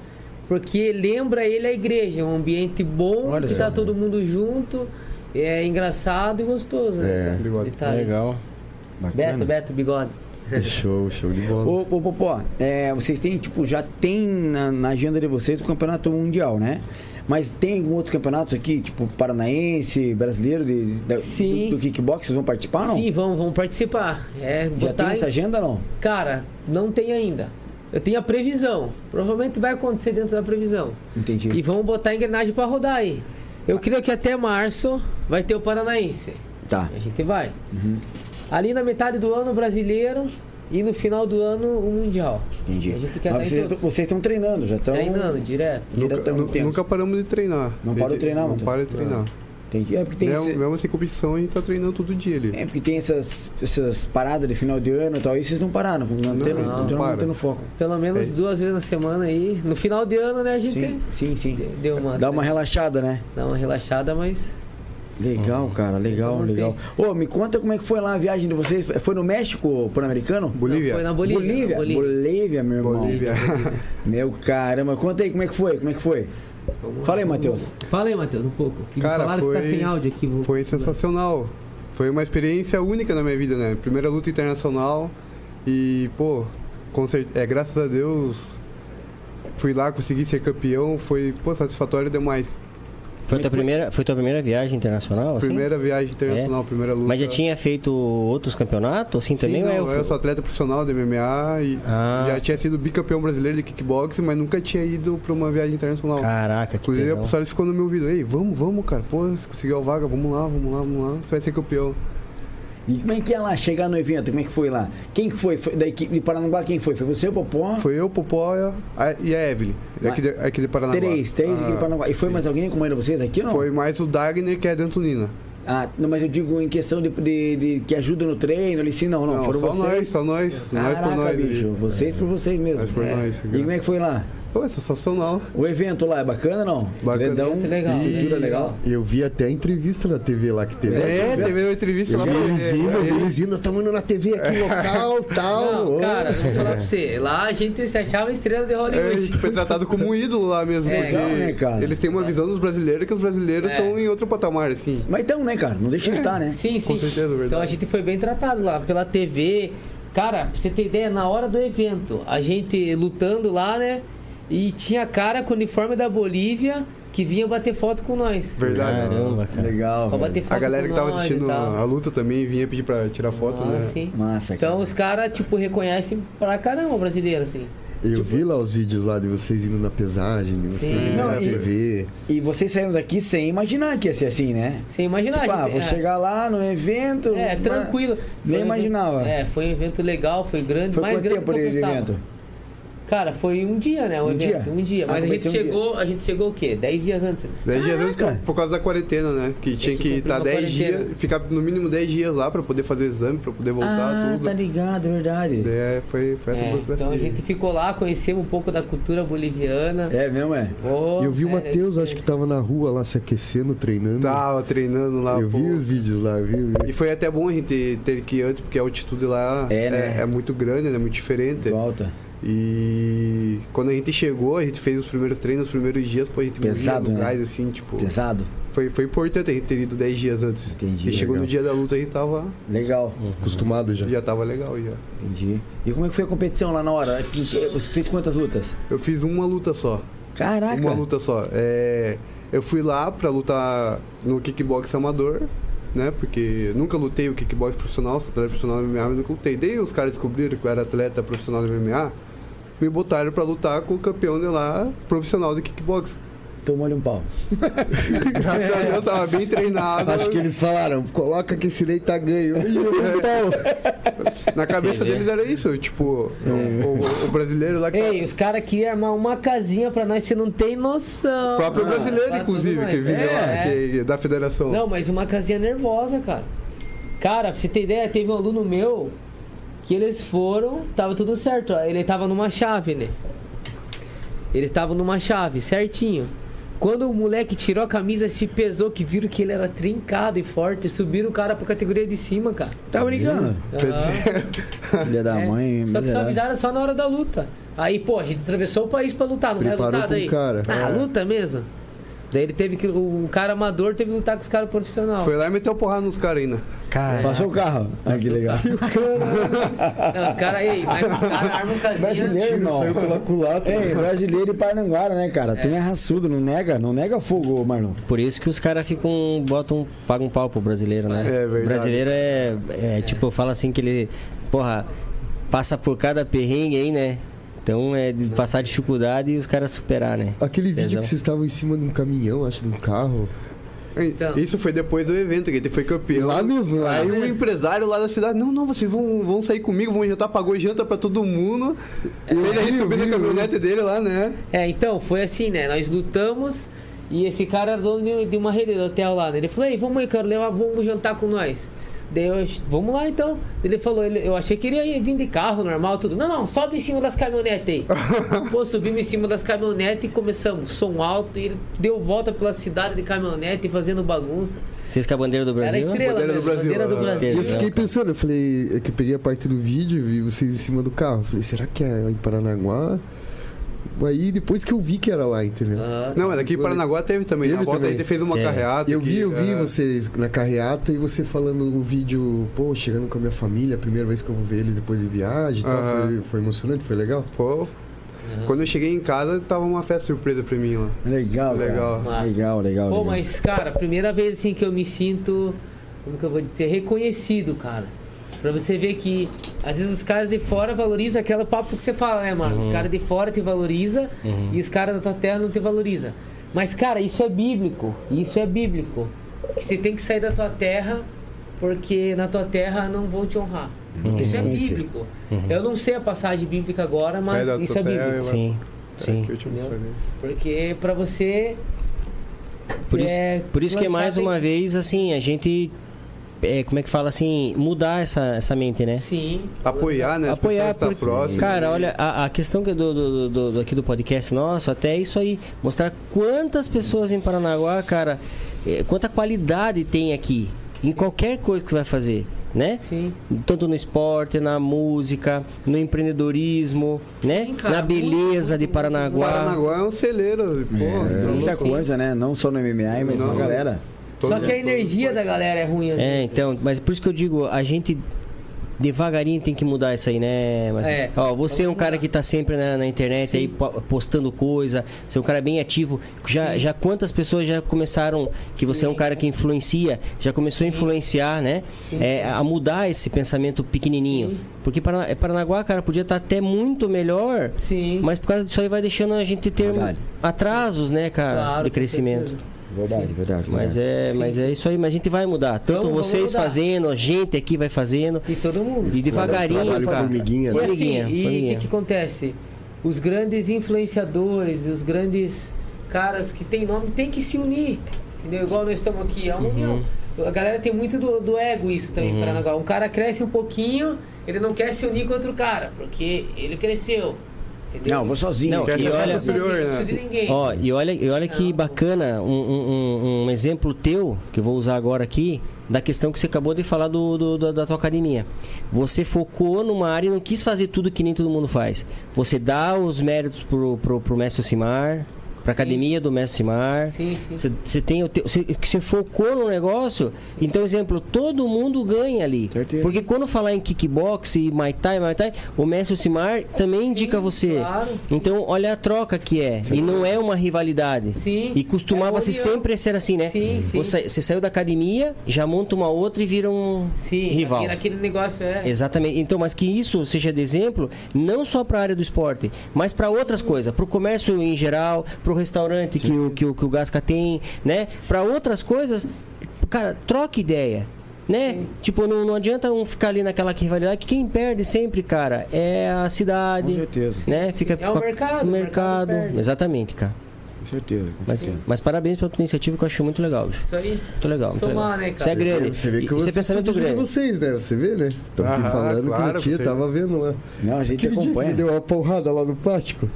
Speaker 4: porque lembra ele a igreja. É um ambiente bom,
Speaker 1: Olha
Speaker 4: que
Speaker 1: só.
Speaker 4: tá todo mundo junto. É engraçado e gostoso, né?
Speaker 2: É.
Speaker 4: De tá ali. Beto, Beto, bigode.
Speaker 2: (laughs) Show, show de bola.
Speaker 1: Ô, ô Popó, é, vocês têm, tipo, já tem na, na agenda de vocês o campeonato mundial, né? Mas tem algum outros campeonatos aqui, tipo paranaense, brasileiro, de, da-
Speaker 4: Sim.
Speaker 1: Do, do kickbox, vocês vão participar não?
Speaker 4: Sim, vamos, vamos participar. É,
Speaker 1: Já tem
Speaker 4: botar
Speaker 1: essa agenda não?
Speaker 4: Cara, não tem ainda. Eu tenho a previsão. Provavelmente vai acontecer dentro da previsão.
Speaker 1: Entendi.
Speaker 4: E vamos botar a engrenagem pra rodar aí. Eu creio que até março vai ter o Paranaense.
Speaker 1: Tá.
Speaker 4: A gente vai. Ali na metade do ano, o brasileiro. E no final do ano, o Mundial.
Speaker 1: Entendi.
Speaker 4: A gente quer
Speaker 1: Mas
Speaker 4: estar em
Speaker 1: vocês
Speaker 4: todos.
Speaker 1: vocês estão treinando, já estão.
Speaker 4: Treinando direto.
Speaker 1: Direto
Speaker 5: Nunca,
Speaker 1: há um
Speaker 5: nu-
Speaker 1: tempo.
Speaker 5: nunca paramos de treinar.
Speaker 1: Não para de
Speaker 5: Ele-
Speaker 1: treinar,
Speaker 5: Não
Speaker 1: Matheus.
Speaker 5: para de treinar.
Speaker 1: Entendi. É porque tem,
Speaker 5: Mesmo,
Speaker 1: esse-
Speaker 5: mesmo sem competição, a gente tá treinando todo dia ali.
Speaker 1: é porque tem essas, essas paradas de final de ano e tal, e vocês não pararam, mantendo,
Speaker 5: não
Speaker 1: continuam
Speaker 5: para.
Speaker 1: mantendo foco.
Speaker 4: Pelo menos
Speaker 5: É.
Speaker 4: duas vezes na semana aí. No final de ano, né, a gente
Speaker 1: Sim, sim, sim.
Speaker 4: de- deu uma,
Speaker 1: Dá uma relaxada, né?
Speaker 4: dá uma relaxada, mas
Speaker 5: Uhum.
Speaker 1: Legal, cara, legal,
Speaker 4: Então não
Speaker 1: legal. Ô, me conta como é que foi lá a viagem de vocês. Foi no México, Pan-Americano?
Speaker 5: Bolívia.
Speaker 4: Não, foi na Bolívia.
Speaker 1: Bolívia.
Speaker 4: na Bolívia.
Speaker 1: Bolívia, meu irmão.
Speaker 5: Bolívia. (laughs)
Speaker 1: Meu caramba, conta aí como é que foi, como é que foi? Fala aí, Matheus.
Speaker 6: Fala aí, Matheus, um pouco. Que me
Speaker 5: Cara,
Speaker 6: falaram que tá
Speaker 5: foi-
Speaker 6: sem áudio aqui. Vou...
Speaker 5: Foi sensacional. Foi uma experiência única na minha vida, né? Primeira luta internacional e, pô, com cer- é, graças a Deus fui lá, consegui ser campeão, foi, pô, satisfatório demais.
Speaker 3: Foi tua, primeira, foi tua primeira viagem internacional? Assim?
Speaker 5: Primeira viagem internacional, primeira luta.
Speaker 3: Mas já tinha feito outros campeonatos, assim,
Speaker 5: Sim,
Speaker 3: também?
Speaker 5: não,
Speaker 3: ou é
Speaker 5: eu,
Speaker 3: o-
Speaker 5: sou atleta profissional de MMA e
Speaker 3: Ah.
Speaker 5: já tinha sido bicampeão brasileiro de kickboxing, mas nunca tinha ido pra uma viagem internacional.
Speaker 3: Caraca, que
Speaker 5: Inclusive, a
Speaker 3: tesão.
Speaker 5: pessoa ficou no meu ouvido. Ei, vamos, vamos, cara. Pô, se conseguiu a vaga, vamos lá, vamos lá, vamos lá. Você vai ser campeão.
Speaker 1: E como é que é lá chegar no evento? Como é que foi lá? Quem que foi? Foi da equipe de Paranaguá quem foi? Foi você, o Popó?
Speaker 5: Foi eu, Popó e a- e a Evelyn, aqui de, aqui de Paranaguá.
Speaker 1: Três, três
Speaker 5: Ah,
Speaker 1: aqui de Paranaguá. E foi mais alguém acompanhando vocês aqui ou não?
Speaker 5: Foi mais o Dagner que é de Antonina.
Speaker 1: Ah, não, mas eu digo em questão de, de- de- que ajuda no treino, ali sim, não, não. foram
Speaker 5: só
Speaker 1: vocês.
Speaker 5: nós, só nós.
Speaker 1: Caraca,
Speaker 5: nós por nós.
Speaker 1: bicho. Vocês por vocês mesmo.
Speaker 5: Nós por
Speaker 1: É.
Speaker 5: nós,
Speaker 1: E como é que foi lá?
Speaker 5: Pô, é sensacional.
Speaker 1: O evento lá é bacana ou não?
Speaker 5: Bacana.
Speaker 1: Grandão,
Speaker 4: Evento é legal, né?
Speaker 1: estrutura
Speaker 4: evento
Speaker 1: é legal.
Speaker 4: legal.
Speaker 2: Eu vi até a entrevista na TV lá que teve.
Speaker 5: É, teve uma entrevista
Speaker 2: Eu
Speaker 5: lá
Speaker 2: vi
Speaker 5: pra-
Speaker 2: eles indo, eu vi
Speaker 5: é,
Speaker 2: eles indo, estamos indo na TV aqui local, tal.
Speaker 4: Não,
Speaker 2: ô.
Speaker 4: cara, vou falar pra você. Lá a gente se achava estrela de
Speaker 5: é, a
Speaker 4: Hollywood.
Speaker 5: gente foi tratado como um ídolo lá mesmo,
Speaker 4: É,
Speaker 5: porque
Speaker 1: legal, né, cara?
Speaker 5: eles têm uma visão dos brasileiros que os brasileiros
Speaker 4: É.
Speaker 5: estão em outro patamar, assim.
Speaker 1: Mas então, né, cara? Não deixa de estar, né?
Speaker 4: Sim, sim.
Speaker 5: certeza, é verdade.
Speaker 4: Então a gente foi bem tratado lá pela TV. Cara, pra você ter ideia, na hora do evento, a gente lutando lá, né? E tinha cara com o uniforme da Bolívia que vinha bater foto com nós.
Speaker 5: Verdade.
Speaker 3: Caramba, cara.
Speaker 1: Legal.
Speaker 4: Pra
Speaker 1: velho.
Speaker 4: bater foto
Speaker 5: A galera
Speaker 4: com
Speaker 5: que tava
Speaker 4: nós e
Speaker 5: assistindo
Speaker 4: tal.
Speaker 5: a luta também vinha pedir pra tirar foto,
Speaker 4: Ah,
Speaker 5: né?
Speaker 4: sim.
Speaker 1: Massa, cara.
Speaker 4: Então os caras, tipo, reconhecem pra caramba o brasileiro, assim.
Speaker 2: Eu vi lá os vídeos lá de vocês indo na pesagem, de vocês
Speaker 4: Sim.
Speaker 2: indo
Speaker 1: Não,
Speaker 2: na
Speaker 1: e-
Speaker 2: TV.
Speaker 1: E vocês saíram daqui sem imaginar que ia ser assim, né?
Speaker 4: Sem imaginar,
Speaker 1: Tipo,
Speaker 4: a gente-
Speaker 1: ah, vou
Speaker 4: é.
Speaker 1: chegar lá no evento.
Speaker 4: É,
Speaker 1: mas-
Speaker 4: tranquilo. Foi um
Speaker 1: Nem
Speaker 4: evento-
Speaker 1: imaginava.
Speaker 4: É, foi um evento legal, foi grande,
Speaker 1: Foi
Speaker 4: mais
Speaker 1: quanto
Speaker 4: grande
Speaker 1: tempo
Speaker 4: do que eu
Speaker 1: de
Speaker 4: pensava.
Speaker 1: evento?
Speaker 4: Cara, foi um dia, né? O
Speaker 1: Um
Speaker 4: evento,
Speaker 1: dia?
Speaker 4: um dia.
Speaker 1: Ah,
Speaker 4: Mas a
Speaker 1: vai
Speaker 4: gente
Speaker 1: ter um
Speaker 4: chegou, a gente chegou o quê? Dez dias antes. né?
Speaker 5: Dez dias antes,
Speaker 1: Caraca.
Speaker 5: por causa da quarentena, né? Que tinha
Speaker 4: que
Speaker 5: que
Speaker 4: cumprir
Speaker 5: estar
Speaker 4: uma
Speaker 5: 10
Speaker 4: quarentena.
Speaker 5: dias, ficar no mínimo 10 dias lá pra poder fazer exame, pra poder voltar,
Speaker 1: ah,
Speaker 5: tudo.
Speaker 1: tá ligado, é verdade.
Speaker 5: É, foi, foi assim. essa
Speaker 4: É,
Speaker 5: burocracia.
Speaker 4: então a gente ficou lá, conhecemos um pouco da cultura boliviana.
Speaker 1: É mesmo, é?
Speaker 4: Pô, é.
Speaker 2: eu vi o
Speaker 4: cara,
Speaker 2: Matheus, acho que tá tava na rua lá se aquecendo, treinando.
Speaker 5: Tava treinando lá,
Speaker 2: eu
Speaker 5: Tá, pô.
Speaker 2: vi os vídeos lá, eu vi. eu vi.
Speaker 5: E foi até bom a gente ter que ir antes, porque a altitude lá
Speaker 1: É, né?
Speaker 5: é muito grande, né? Muito diferente.
Speaker 1: Volta.
Speaker 5: E quando a gente chegou, a gente fez os primeiros treinos, os primeiros dias, pô, a gente
Speaker 1: Pesado,
Speaker 5: morria
Speaker 1: né?
Speaker 5: no gás, assim, tipo...
Speaker 1: Pesado.
Speaker 5: Foi, foi importante a gente ter ido 10 dias antes.
Speaker 1: Entendi,
Speaker 5: E chegou
Speaker 1: legal.
Speaker 5: no dia da luta, a gente tava...
Speaker 1: Legal.
Speaker 4: Hum.
Speaker 2: Acostumado já.
Speaker 5: Já tava legal, já.
Speaker 1: Entendi. E como é que foi a competição lá na hora? Você fez quantas lutas?
Speaker 5: Eu fiz uma luta só.
Speaker 1: Caraca.
Speaker 5: Uma luta só. É, eu fui lá pra lutar no kickbox amador, né? Porque nunca lutei o kickbox profissional, sou atleta profissional de MMA, mas nunca lutei. Daí os caras descobriram que eu era atleta profissional de MMA, me botaram pra lutar com o campeão de lá, profissional de kickbox.
Speaker 1: Tomou-lhe um pau.
Speaker 5: Graças a Deus, (laughs) eu tava bem treinado.
Speaker 2: Acho que eles falaram, coloca que esse daí tá ganho.
Speaker 5: É. Na cabeça deles era isso, tipo, o, o- o brasileiro lá que tá
Speaker 4: Ei, os caras queriam armar uma casinha pra nós, você não tem noção.
Speaker 5: O próprio
Speaker 4: Ah,
Speaker 5: brasileiro,
Speaker 4: pra
Speaker 5: inclusive,
Speaker 4: tudo
Speaker 5: que
Speaker 4: nós.
Speaker 5: vive
Speaker 4: É,
Speaker 5: lá,
Speaker 4: é.
Speaker 5: que- da federação.
Speaker 4: Não, mas uma casinha nervosa, cara. Cara, pra você ter ideia, teve um aluno meu que eles foram, tava tudo certo. ó, Ele tava numa chave, né? Eles estavam numa chave, certinho. Quando o moleque tirou a camisa, se pesou, que viram que ele era trincado e forte, subiram o cara pra categoria de cima, cara.
Speaker 1: Tá brincando? Filha da
Speaker 4: É.
Speaker 1: mãe.
Speaker 4: Só que só
Speaker 1: miserável.
Speaker 4: avisaram só na hora da luta. Aí, pô, a gente atravessou o país pra lutar, não vai
Speaker 2: Preparou
Speaker 4: lutar
Speaker 2: pro
Speaker 4: daí.
Speaker 2: cara. É.
Speaker 4: Ah, luta mesmo. Daí ele teve que. Um cara amador teve que lutar com os caras profissionais.
Speaker 5: (laughs) Foi lá e meteu porrada nos caras ainda.
Speaker 3: Cara,
Speaker 1: Passou o carro. Ah, que legal.
Speaker 4: Não, os caras aí, mas os um caras armam casinha.
Speaker 1: Brasileiro,
Speaker 2: Tiro
Speaker 1: irmão.
Speaker 2: saiu pela né? culatra.
Speaker 1: Ei, brasileiro e Parnanguara, né, cara? Tem
Speaker 3: É.
Speaker 1: a raçudo, não nega, não nega fogo, Marlon.
Speaker 3: por isso que os caras ficam, botam, pagam um pau pro brasileiro, né?
Speaker 5: É verdade.
Speaker 3: O brasileiro é, é, tipo, fala assim que ele, porra, passa por cada perrengue aí, né? Então é de passar dificuldade e os caras superar, né?
Speaker 5: Ah.
Speaker 2: Aquele vídeo
Speaker 3: Pesão.
Speaker 2: que vocês estavam em cima de um caminhão, acho, de um carro.
Speaker 4: Então.
Speaker 5: Isso foi depois do evento, que ele foi campeão.
Speaker 2: Lá mesmo, lá.
Speaker 5: Aí o
Speaker 4: mesmo.
Speaker 5: empresário lá da cidade, não, não, vocês vão, vão sair comigo, vão jantar, pagou janta pra todo mundo. ele aí
Speaker 2: vi,
Speaker 5: subindo a
Speaker 2: vi,
Speaker 5: caminhonete dele lá, né?
Speaker 4: É, então, foi assim, né? Nós lutamos e esse cara era dono de- de uma rede de hotel lá, né? Ele falou, ei, vamos aí, cara, levar, vamos jantar com nós. Daí eu, vamos lá então. Ele falou, ele- eu achei que ele ia vir de carro normal, tudo. Não, não, sobe em cima das caminhonetes aí. Pô, subimos em cima das caminhonetes e começamos. Som alto, e ele deu volta pela cidade de caminhonete fazendo bagunça.
Speaker 3: Vocês com a bandeira do Brasil?
Speaker 4: Era estrela,
Speaker 5: Bandeira do
Speaker 4: mesmo,
Speaker 5: Brasil,
Speaker 4: bandeira do
Speaker 5: né?
Speaker 4: Brasil.
Speaker 2: E eu
Speaker 3: Exato.
Speaker 2: fiquei pensando, eu falei, é que eu peguei a parte do vídeo e vi vocês em cima do carro. Eu falei, será que é em Paranaguá? Aí depois que eu vi que era lá, entendeu?
Speaker 4: Ah,
Speaker 5: Não, mas aqui em Paranaguá teve também.
Speaker 2: Teve
Speaker 5: na volta
Speaker 2: também.
Speaker 5: aí ele fez uma
Speaker 3: Teve.
Speaker 5: carreata.
Speaker 2: Eu
Speaker 5: que,
Speaker 2: vi, eu vi
Speaker 5: é,
Speaker 2: vocês na carreata e você falando no vídeo, pô, chegando com a minha família, a primeira vez que eu vou ver eles depois de viagem e tal.
Speaker 5: Aham.
Speaker 2: Foi, foi emocionante, foi legal.
Speaker 5: Pô, quando eu cheguei em casa, tava uma festa surpresa pra mim lá.
Speaker 1: Legal, cara.
Speaker 5: Legal.
Speaker 4: Massa.
Speaker 1: Legal,
Speaker 3: Tá
Speaker 1: legal.
Speaker 4: Pô,
Speaker 1: legal.
Speaker 4: mas, cara, primeira vez assim que eu me sinto, como que eu vou dizer, reconhecido, cara. Pra você ver que, às vezes, os caras de fora valorizam aquele papo que você fala, né, mano?
Speaker 3: Uhum.
Speaker 4: Os caras de fora te valorizam e os caras da tua terra não te valorizam. Mas, cara, isso é bíblico. Isso é bíblico. Que você tem que sair da tua terra porque na tua terra não vão te honrar.
Speaker 3: Uhum.
Speaker 4: Isso é
Speaker 1: Reconhecer.
Speaker 4: bíblico. Eu não sei a passagem bíblica agora,
Speaker 5: Sai
Speaker 4: mas
Speaker 5: da
Speaker 4: isso
Speaker 5: tua
Speaker 4: é
Speaker 5: terra
Speaker 4: bíblico.
Speaker 5: e vai-
Speaker 3: Sim, sim.
Speaker 5: É, que eu te
Speaker 4: Entendeu?
Speaker 5: mostrei.
Speaker 4: Porque pra você
Speaker 3: Por isso,
Speaker 4: É,
Speaker 3: por isso que
Speaker 4: lançar
Speaker 3: mais uma
Speaker 4: bem-
Speaker 3: vez, assim, a gente. é, como é que fala assim? Mudar essa, essa mente, né?
Speaker 4: Sim.
Speaker 5: Apoiar, né? As
Speaker 3: Apoiar
Speaker 5: pessoas
Speaker 3: porque-
Speaker 5: tá próximo.
Speaker 3: Cara, olha, a, a questão que do, do, do- do- aqui do podcast nosso, até é isso aí, mostrar quantas pessoas em Paranaguá, cara, eh, quanta qualidade tem aqui, em qualquer coisa que você vai fazer, né?
Speaker 4: Sim.
Speaker 3: Tanto no esporte, na música, no empreendedorismo,
Speaker 4: Sim,
Speaker 3: né?
Speaker 4: cara,
Speaker 3: na beleza
Speaker 4: muito,
Speaker 3: de
Speaker 4: muito,
Speaker 3: Paranaguá.
Speaker 5: Paranaguá é um celeiro. Pô,
Speaker 1: É,
Speaker 5: são
Speaker 1: muita
Speaker 5: loucos.
Speaker 1: coisa, né? Não só no MMA, mas
Speaker 5: Não.
Speaker 1: uma galera.
Speaker 5: Todo
Speaker 4: Só
Speaker 5: mundo-
Speaker 4: que a energia da galera é ruim às
Speaker 3: É,
Speaker 4: vezes.
Speaker 3: então, mas por isso que eu digo, a gente devagarinho tem que mudar isso aí, né? Marquinhos?
Speaker 4: É,
Speaker 3: Ó, você é um
Speaker 4: vamos
Speaker 3: cara
Speaker 4: mudar.
Speaker 3: que tá sempre na, na internet aí po- postando coisa, você é um cara bem ativo, já, já quantas pessoas já começaram, que você é um
Speaker 4: Sim.
Speaker 3: cara que influencia, já começou a influenciar, né?
Speaker 4: Sim,
Speaker 3: É,
Speaker 4: sim.
Speaker 3: a mudar esse pensamento pequenininho.
Speaker 4: Sim.
Speaker 3: Porque Parana- é, Paranaguá, cara, podia estar até muito melhor,
Speaker 4: Sim.
Speaker 3: mas por causa disso aí vai deixando a gente ter um
Speaker 1: Verdade.
Speaker 3: atrasos, né, cara,
Speaker 4: Claro,
Speaker 3: de
Speaker 4: com
Speaker 3: crescimento.
Speaker 4: certeza.
Speaker 1: Verdade, verdade.
Speaker 3: Mas é,
Speaker 4: Né? Sim,
Speaker 3: mas
Speaker 4: sim. Então,
Speaker 3: é isso aí, mas a gente vai mudar. Tanto
Speaker 4: Vamos, vamos
Speaker 3: vocês
Speaker 4: mudar.
Speaker 3: fazendo, a gente aqui vai fazendo.
Speaker 4: E todo mundo.
Speaker 3: E devagarinho,
Speaker 2: Trabalho
Speaker 3: cara.
Speaker 2: formiguinha,
Speaker 4: E
Speaker 2: né?
Speaker 4: assim,
Speaker 3: Formiguinha,
Speaker 4: e o que,
Speaker 3: formiguinha.
Speaker 4: que acontece? Os grandes influenciadores, os grandes caras que têm nome têm que se unir. Entendeu? Igual nós estamos aqui, é
Speaker 3: Uhum.
Speaker 4: uma união. A galera tem muito do, do ego isso também em Paranaguá. Um cara cresce um pouquinho, ele não quer se unir com outro cara, porque ele cresceu. Entendeu?
Speaker 1: Não, vou sozinho.
Speaker 3: Não,
Speaker 1: Quer
Speaker 3: e
Speaker 1: saber?
Speaker 3: olha-
Speaker 4: Sozinho,
Speaker 5: superior,
Speaker 4: não precisa
Speaker 5: né?
Speaker 4: de ninguém.
Speaker 3: Ó, e olha, e olha que
Speaker 4: Não.
Speaker 3: bacana um, um- um- um exemplo teu, que eu vou usar agora aqui, da questão que você acabou de falar do, do- da, da tua academia. Você focou numa área e não quis fazer tudo que nem todo mundo faz. Você dá os méritos pro, pro, pro mestre Simar, pra
Speaker 4: Sim.
Speaker 3: academia do mestre Simar.
Speaker 4: Sim, sim.
Speaker 3: Você você tem o teu, você, que você focou no negócio, então exemplo, todo mundo ganha ali.
Speaker 1: Certeza.
Speaker 3: Porque quando falar em kickbox e Muay Thai, Muay Thai, o mestre Simar também indica você.
Speaker 4: claro.
Speaker 3: Então, olha a troca que é. E não é uma rivalidade.
Speaker 4: Sim.
Speaker 3: E costumava-se
Speaker 4: É uma união.
Speaker 3: sempre ser assim, né?
Speaker 4: Sim, sim.
Speaker 3: Você, você saiu da academia, já monta uma outra e vira um
Speaker 4: Sim,
Speaker 3: rival.
Speaker 4: aquele- aquele negócio é.
Speaker 3: Exatamente. Então, mas que isso seja de exemplo, não só para a área do esporte, mas para outras coisas, para o comércio em geral, para o restaurante que o, que, o, que o Gasca tem, né? Para outras coisas, cara, troca ideia. Né? Tipo, não, não adianta um ficar ali naquela rivalidade, que quem perde sempre, cara, é a cidade.
Speaker 1: Com certeza.
Speaker 3: Né? Fica
Speaker 4: É o
Speaker 3: com a-
Speaker 4: mercado,
Speaker 3: o
Speaker 4: o mercado
Speaker 3: mercado.
Speaker 4: perde.
Speaker 3: Exatamente, cara.
Speaker 1: Com certeza. com
Speaker 3: Mas,
Speaker 1: certeza.
Speaker 3: mas parabéns pela tua iniciativa que eu achei muito legal, bicho.
Speaker 4: Isso aí.
Speaker 3: Muito legal. Muito
Speaker 4: Somar,
Speaker 3: legal.
Speaker 4: né, cara?
Speaker 3: Isso é grande.
Speaker 2: Você vê que
Speaker 3: Isso
Speaker 2: eu
Speaker 3: é
Speaker 2: assisto
Speaker 3: pensamento
Speaker 2: vídeo de
Speaker 3: grande.
Speaker 2: vocês, né? Você vê, né? Tô aqui
Speaker 5: Aham,
Speaker 2: falando que
Speaker 5: Ah, claro,
Speaker 2: a tia
Speaker 5: você-
Speaker 2: tava vendo lá.
Speaker 1: Não, a gente
Speaker 2: Aquele dia que
Speaker 1: acompanha.
Speaker 2: deu uma porrada lá no plástico.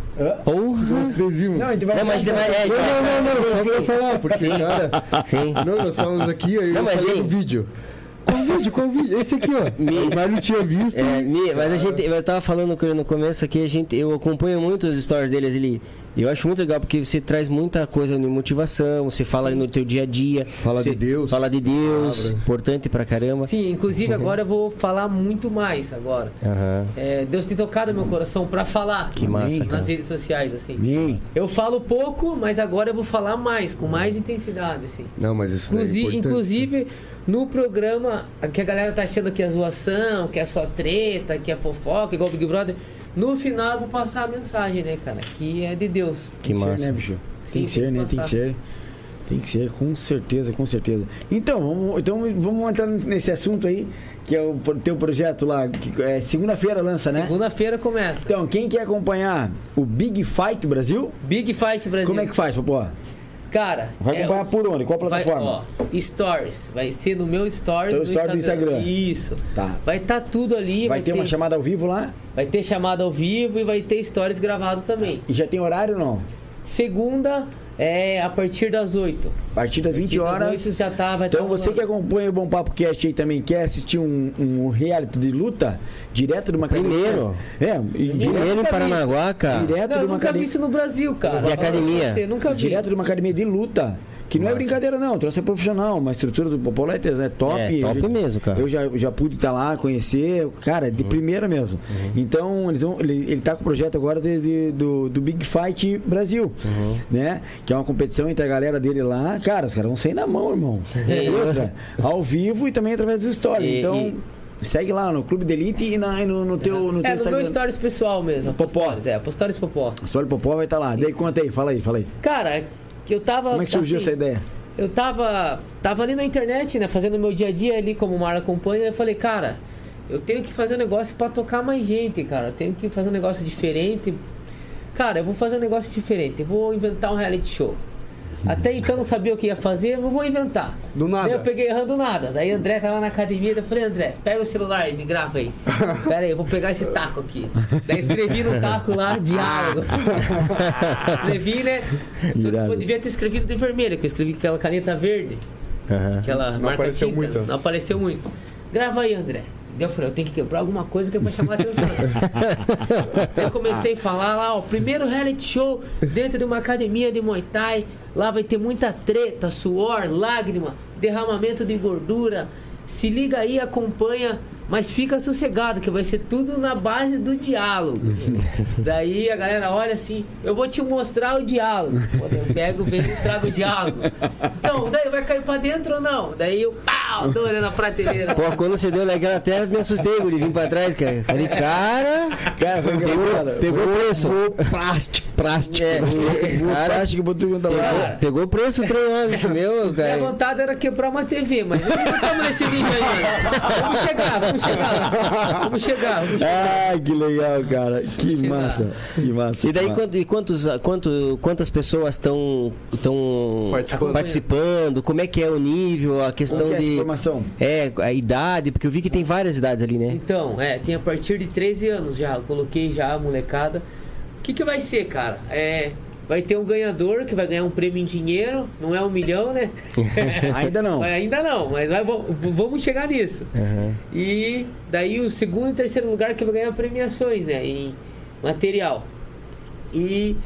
Speaker 3: Porra!
Speaker 2: Nós três vimos.
Speaker 1: Não, a gente vai.
Speaker 3: Não, mas vai. é,
Speaker 2: Não, não, não,
Speaker 3: sim,
Speaker 2: não, só pra eu
Speaker 3: sim.
Speaker 2: falar, porque, cara.
Speaker 3: Sim.
Speaker 2: Não, nós estávamos aqui, aí
Speaker 3: Não,
Speaker 2: eu
Speaker 3: mas
Speaker 2: falei
Speaker 3: hein?
Speaker 2: do vídeo. Qual vídeo? Qual vídeo? Esse aqui, ó. O Mário tinha visto.
Speaker 3: É,
Speaker 2: e-
Speaker 3: Mi, mas a gente, eu tava falando que no começo aqui, a gente, eu acompanho muito os stories deles ali. Eu acho muito legal porque você traz muita coisa de motivação, você fala ali no teu dia a dia.
Speaker 2: Fala
Speaker 3: você
Speaker 2: de Deus.
Speaker 3: Fala de Deus,
Speaker 2: Palavra.
Speaker 3: importante pra caramba.
Speaker 4: Sim, inclusive agora eu vou falar muito mais agora.
Speaker 3: Aham.
Speaker 4: É, Deus tem tocado meu coração pra falar.
Speaker 3: Que massa,
Speaker 4: Nas
Speaker 3: cara.
Speaker 4: redes sociais, assim.
Speaker 1: Mim.
Speaker 4: Eu falo pouco, mas agora eu vou falar mais, com mais intensidade, assim.
Speaker 2: Não, mas isso
Speaker 4: Inclusi-
Speaker 2: não é importante.
Speaker 4: inclusive, no programa, a- que a galera tá achando que é zoação, que é só treta, que é fofoca, igual Big Brother. No final eu vou passar a mensagem, né, cara? Que é de Deus.
Speaker 3: Que
Speaker 1: Tem ser,
Speaker 3: massa.
Speaker 1: né, bicho?
Speaker 4: Sim,
Speaker 1: Tem que ser, né? Tem que
Speaker 4: passar.
Speaker 1: ser. Tem Tem que ser, com certeza, com certeza. Então, vamos, então, vamos entrar nesse assunto aí, que é o pro- teu projeto lá. que é Segunda-feira lança, né?
Speaker 4: Segunda-feira começa.
Speaker 1: Então, quem quer acompanhar o Big Fight Brasil,
Speaker 4: Big Fight Brasil.
Speaker 1: como é que faz, Popó?
Speaker 4: Cara,
Speaker 1: Vai
Speaker 4: é,
Speaker 1: acompanhar por onde? Qual
Speaker 4: vai-
Speaker 1: plataforma?
Speaker 4: ó, stories. Vai ser no meu stories
Speaker 1: Teu
Speaker 4: do
Speaker 1: story do Instagram.
Speaker 4: Instagram. Isso.
Speaker 1: Tá.
Speaker 4: Vai estar tudo ali.
Speaker 1: Vai ter uma chamada ao vivo lá?
Speaker 4: Vai ter chamada ao vivo e vai ter stories gravados também.
Speaker 1: E já tem horário ou não?
Speaker 4: Segunda é a partir das 8.
Speaker 1: A partir das 20 horas.
Speaker 4: 8 já tá, vai
Speaker 1: Então
Speaker 4: tá
Speaker 1: você
Speaker 4: rolando.
Speaker 1: que acompanha o Bom Papo Cast aí também quer assistir um, um reality de luta direto de uma
Speaker 3: Primeiro.
Speaker 1: academia. É, e direto,
Speaker 3: Dinheiro em
Speaker 4: nunca vi
Speaker 3: Paranaguá, cara.
Speaker 1: é direto
Speaker 4: Não,
Speaker 1: de
Speaker 4: eu
Speaker 1: uma
Speaker 4: nunca vi
Speaker 1: academia.
Speaker 4: isso no Brasil, cara.
Speaker 3: De academia.
Speaker 4: Eu nunca vi.
Speaker 1: Direto de uma academia de luta. Que não é brincadeira, não. Trouxe é profissional. Uma estrutura do Popolo é tes- é top.
Speaker 3: É, top
Speaker 1: Eu-
Speaker 3: mesmo, cara.
Speaker 1: Eu já, já pude estar lá, conhecer. Cara,
Speaker 4: Uhum.
Speaker 1: de primeira mesmo. Então, eles vão- ele, ele tá com o projeto agora de- de- do, do Big Fight Brasil.
Speaker 4: Uhum.
Speaker 1: Né? Que é uma competição entre a galera dele lá. Cara, os caras vão sair na mão,
Speaker 4: (laughs)
Speaker 1: irmão. E outra, ao vivo e também através dos stories.
Speaker 3: E-
Speaker 1: então, segue lá no Clube de Elite e, na- e no, no teu, no teu
Speaker 4: É, no meu
Speaker 1: Instagram.
Speaker 4: stories pessoal mesmo.
Speaker 1: Popó.
Speaker 4: Stories, é, Stories Popó.
Speaker 1: Story Popó vai estar lá. Daí conta aí, fala aí, fala aí.
Speaker 4: Cara, que eu tava.
Speaker 1: Como é que surgiu
Speaker 4: assim,
Speaker 1: essa ideia?
Speaker 4: Eu tava, tava ali na internet, né? Fazendo meu dia a dia ali, como o Mara acompanha. Eu falei, cara, eu tenho que fazer um negócio pra tocar mais gente, cara. Eu tenho que fazer um negócio diferente. Cara, eu vou fazer um negócio diferente. Eu vou inventar um reality show. Até então eu não sabia o que ia fazer, mas vou inventar.
Speaker 5: Do nada.
Speaker 4: Daí eu peguei errando nada. Daí o André tava na academia, daí eu falei, André, pega o celular e me grava aí. Pera aí, eu vou pegar esse taco aqui. Daí escrevi no taco lá, diálogo. escrevi, né? Só que
Speaker 1: Irado.
Speaker 4: eu devia ter escrevido de vermelho, que eu escrevi com aquela caneta verde.
Speaker 3: Aham.
Speaker 4: Aquela marca
Speaker 5: apareceu
Speaker 4: tinta,
Speaker 5: muito.
Speaker 4: Não apareceu muito. Grava aí, André. Daí eu falei, eu tenho que quebrar alguma coisa que é pra chamar a atenção. Daí eu comecei a falar lá, ó, primeiro reality show dentro de uma academia de Muay Thai. Lá vai ter muita treta, suor, lágrima, derramamento de gordura. Se liga aí, acompanha, mas fica sossegado, que vai ser tudo na base do diálogo. Daí a galera olha assim, eu vou te mostrar o diálogo. Pô, daí Eu pego, venho e trago o diálogo. Então, daí vai cair pra dentro ou não? Daí eu, pau, dou olhando na prateleira.
Speaker 3: Pô, quando você deu legal até me assustei, Guri, vim pra trás, cara. Falei, cara.
Speaker 1: Cara, foi engraçado.
Speaker 3: Pegou o preço.
Speaker 1: Plástico, plástico.
Speaker 3: É, cara,
Speaker 1: Plástico, botou conta
Speaker 4: Cara.
Speaker 1: lá.
Speaker 3: pegou o preço o trem lá, bicho meu,
Speaker 4: Minha
Speaker 3: cara.
Speaker 4: vontade era quebrar uma TV, mas não estamos nesse nível ainda. Vamos chegar, vamos chegar lá. Vamos chegar, vamos chegar.
Speaker 1: Ah, que legal, cara. Que
Speaker 4: Sei lá.
Speaker 1: massa. Que massa.
Speaker 3: E
Speaker 1: que
Speaker 3: daí
Speaker 1: massa.
Speaker 3: quanto- e quantos, quanto, quantas pessoas estão tão
Speaker 5: Participando.
Speaker 3: participando? Como é que é o nível, a
Speaker 1: Como
Speaker 3: questão
Speaker 1: que é essa
Speaker 3: de
Speaker 1: informação?
Speaker 3: é a idade, porque eu vi que tem várias idades ali, né?
Speaker 4: Então, é, tem a partir de 13 anos já. Eu coloquei já a molecada. O que, que vai ser, cara? É, vai ter um ganhador que vai ganhar um prêmio em dinheiro. Não é um milhão, né?
Speaker 1: Ainda não.
Speaker 4: Mas ainda não, mas vai- v- vamos chegar nisso. E daí o segundo e terceiro lugar que vai ganhar premiações, né? Em material. E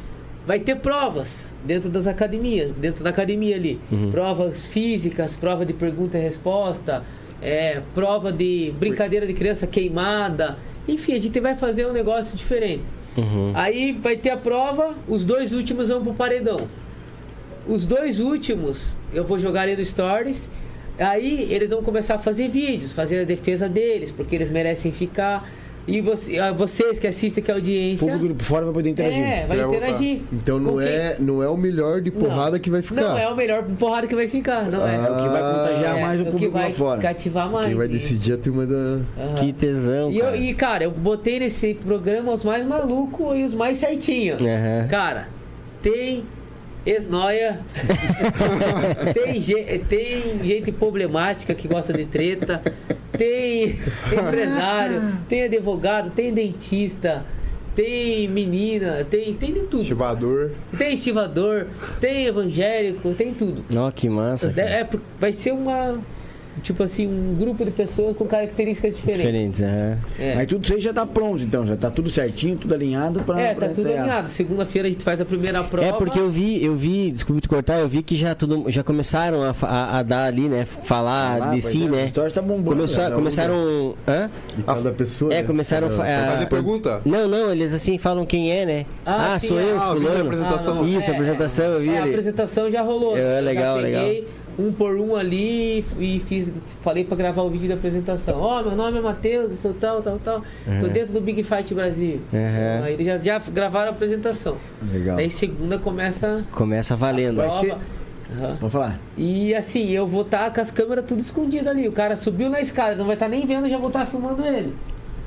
Speaker 4: vai ter provas dentro das academias, dentro da academia ali.
Speaker 1: Uhum.
Speaker 4: Provas físicas, prova de pergunta e resposta, é, prova de brincadeira de criança queimada. Enfim, a gente vai fazer um negócio diferente.
Speaker 1: Uhum.
Speaker 4: Aí vai ter a prova, os dois últimos vão pro paredão. Os dois últimos eu vou jogar ali no Stories. Aí eles vão começar a fazer vídeos, fazer a defesa deles, porque eles merecem ficar. E você- ah, vocês que assistem, que a
Speaker 1: O
Speaker 4: audiência.
Speaker 1: público por fora vai poder interagir.
Speaker 4: É, vai
Speaker 5: Vai voltar.
Speaker 4: interagir.
Speaker 2: Então não
Speaker 4: Com quem-
Speaker 2: é, não é o melhor de porrada
Speaker 4: Não.
Speaker 2: que vai ficar. Ah,
Speaker 4: Não, é o melhor porrada que vai ficar, não é?
Speaker 1: É o que vai contagiar
Speaker 4: É,
Speaker 1: mais o
Speaker 4: que
Speaker 1: público
Speaker 4: vai
Speaker 1: lá fora.
Speaker 4: Cativar mais.
Speaker 2: Quem vai
Speaker 4: né?
Speaker 2: decidir é a turma da.
Speaker 4: Aham.
Speaker 3: Que tesão,
Speaker 4: E, eu-
Speaker 3: cara.
Speaker 4: e, cara, eu botei nesse programa os mais malucos e os mais certinhos.
Speaker 1: É.
Speaker 3: Aham.
Speaker 4: Cara, tem esnoia, tem, ge- tem gente problemática que gosta de treta, tem empresário, tem advogado, tem dentista, tem menina, tem, tem de tudo.
Speaker 5: Chivador.
Speaker 4: Tem estivador, tem evangélico, tem tudo.
Speaker 3: Ó, que massa.
Speaker 1: Então,
Speaker 4: De-
Speaker 3: cara.
Speaker 4: É, por- vai ser uma. Tipo assim, um grupo de pessoas com características
Speaker 1: né?
Speaker 4: diferentes.
Speaker 3: Diferentes, aham.
Speaker 4: É.
Speaker 1: Mas tudo isso aí já tá pronto, então. Já tá tudo certinho, tudo alinhado pra.
Speaker 4: É,
Speaker 1: pra
Speaker 4: tá tudo
Speaker 1: estrear.
Speaker 4: alinhado. Segunda-feira a gente faz a primeira prova.
Speaker 3: É porque eu vi, eu vi, desculpa te cortar, eu vi que já, tudo, já começaram a, fa- a- a dar ali, né? Falar
Speaker 1: Ah,
Speaker 3: de
Speaker 1: pois
Speaker 3: si,
Speaker 1: é, A
Speaker 3: né?
Speaker 1: história tá bombando.
Speaker 3: Começou,
Speaker 1: né?
Speaker 3: a- começaram. Hã?
Speaker 2: E cada pessoa.
Speaker 3: É,
Speaker 2: né?
Speaker 3: começaram a fa-
Speaker 2: Cada-
Speaker 5: Fazer
Speaker 3: Ah,
Speaker 5: pergunta?
Speaker 3: Não, não, eles assim falam quem é, né?
Speaker 4: Ah,
Speaker 3: Ah,
Speaker 4: sim,
Speaker 3: sou
Speaker 4: é.
Speaker 3: eu,
Speaker 5: Ah, eu vi a
Speaker 3: fulano.
Speaker 5: apresentação.
Speaker 4: Ah, não,
Speaker 3: Isso,
Speaker 4: é,
Speaker 3: apresentação, eu vi
Speaker 4: é, A
Speaker 3: ali.
Speaker 4: apresentação já rolou.
Speaker 3: É,
Speaker 4: Eu já
Speaker 3: legal,
Speaker 4: peguei Um por um ali e fiz, falei pra gravar o vídeo da apresentação. Ó, meu nome é Matheus, eu sou tal, tal, tal. Tô dentro do Big Fight Brasil. Então,
Speaker 3: Aham.
Speaker 4: Aí eles já, já gravaram a apresentação.
Speaker 1: Legal.
Speaker 4: Daí segunda começa
Speaker 3: Começa valendo.
Speaker 4: a
Speaker 1: Vai ser-
Speaker 4: prova. Aham.
Speaker 1: Pode falar.
Speaker 4: E assim, eu vou estar com as câmeras tudo escondidas ali. O cara subiu na escada, não vai estar nem vendo, eu já vou estar filmando ele.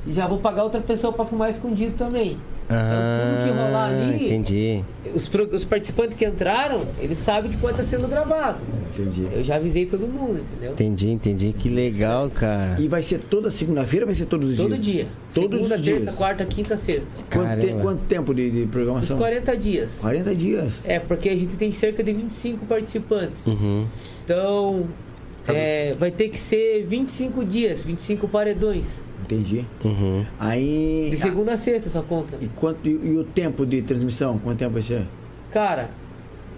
Speaker 4: E já vou pagar outra pessoa pra filmar escondido também. tá tudo que rolar ali-
Speaker 3: Ah, Entendi.
Speaker 4: Os, pro- os participantes que entraram, eles sabem que pode estar sendo gravado.
Speaker 1: Entendi.
Speaker 4: Eu já avisei todo mundo, entendeu?
Speaker 3: Entendi, entendi.
Speaker 4: é
Speaker 3: Que legal, cara.
Speaker 1: E vai ser toda segunda-feira ou vai ser todos os
Speaker 4: Todo
Speaker 1: dias?
Speaker 4: dia.
Speaker 1: Todos
Speaker 4: Segunda,
Speaker 1: os
Speaker 4: terça,
Speaker 1: dias.
Speaker 4: quarta, quinta, sexta.
Speaker 1: Quanto, te-
Speaker 3: Caramba.
Speaker 1: quanto tempo de, de
Speaker 4: Os
Speaker 1: programação?
Speaker 4: 40 dias.
Speaker 1: 40 dias.
Speaker 4: É, porque a gente tem cerca de 25 participantes.
Speaker 3: Uhum.
Speaker 4: Então, é, vai ter que ser 25 dias, 25 paredões.
Speaker 1: Entendi.
Speaker 3: Uhum.
Speaker 1: Aí. ah,
Speaker 4: De segunda a sexta só conta.
Speaker 1: E, quanto, e, e o tempo de transmissão? Quanto tempo vai ser?
Speaker 4: Cara,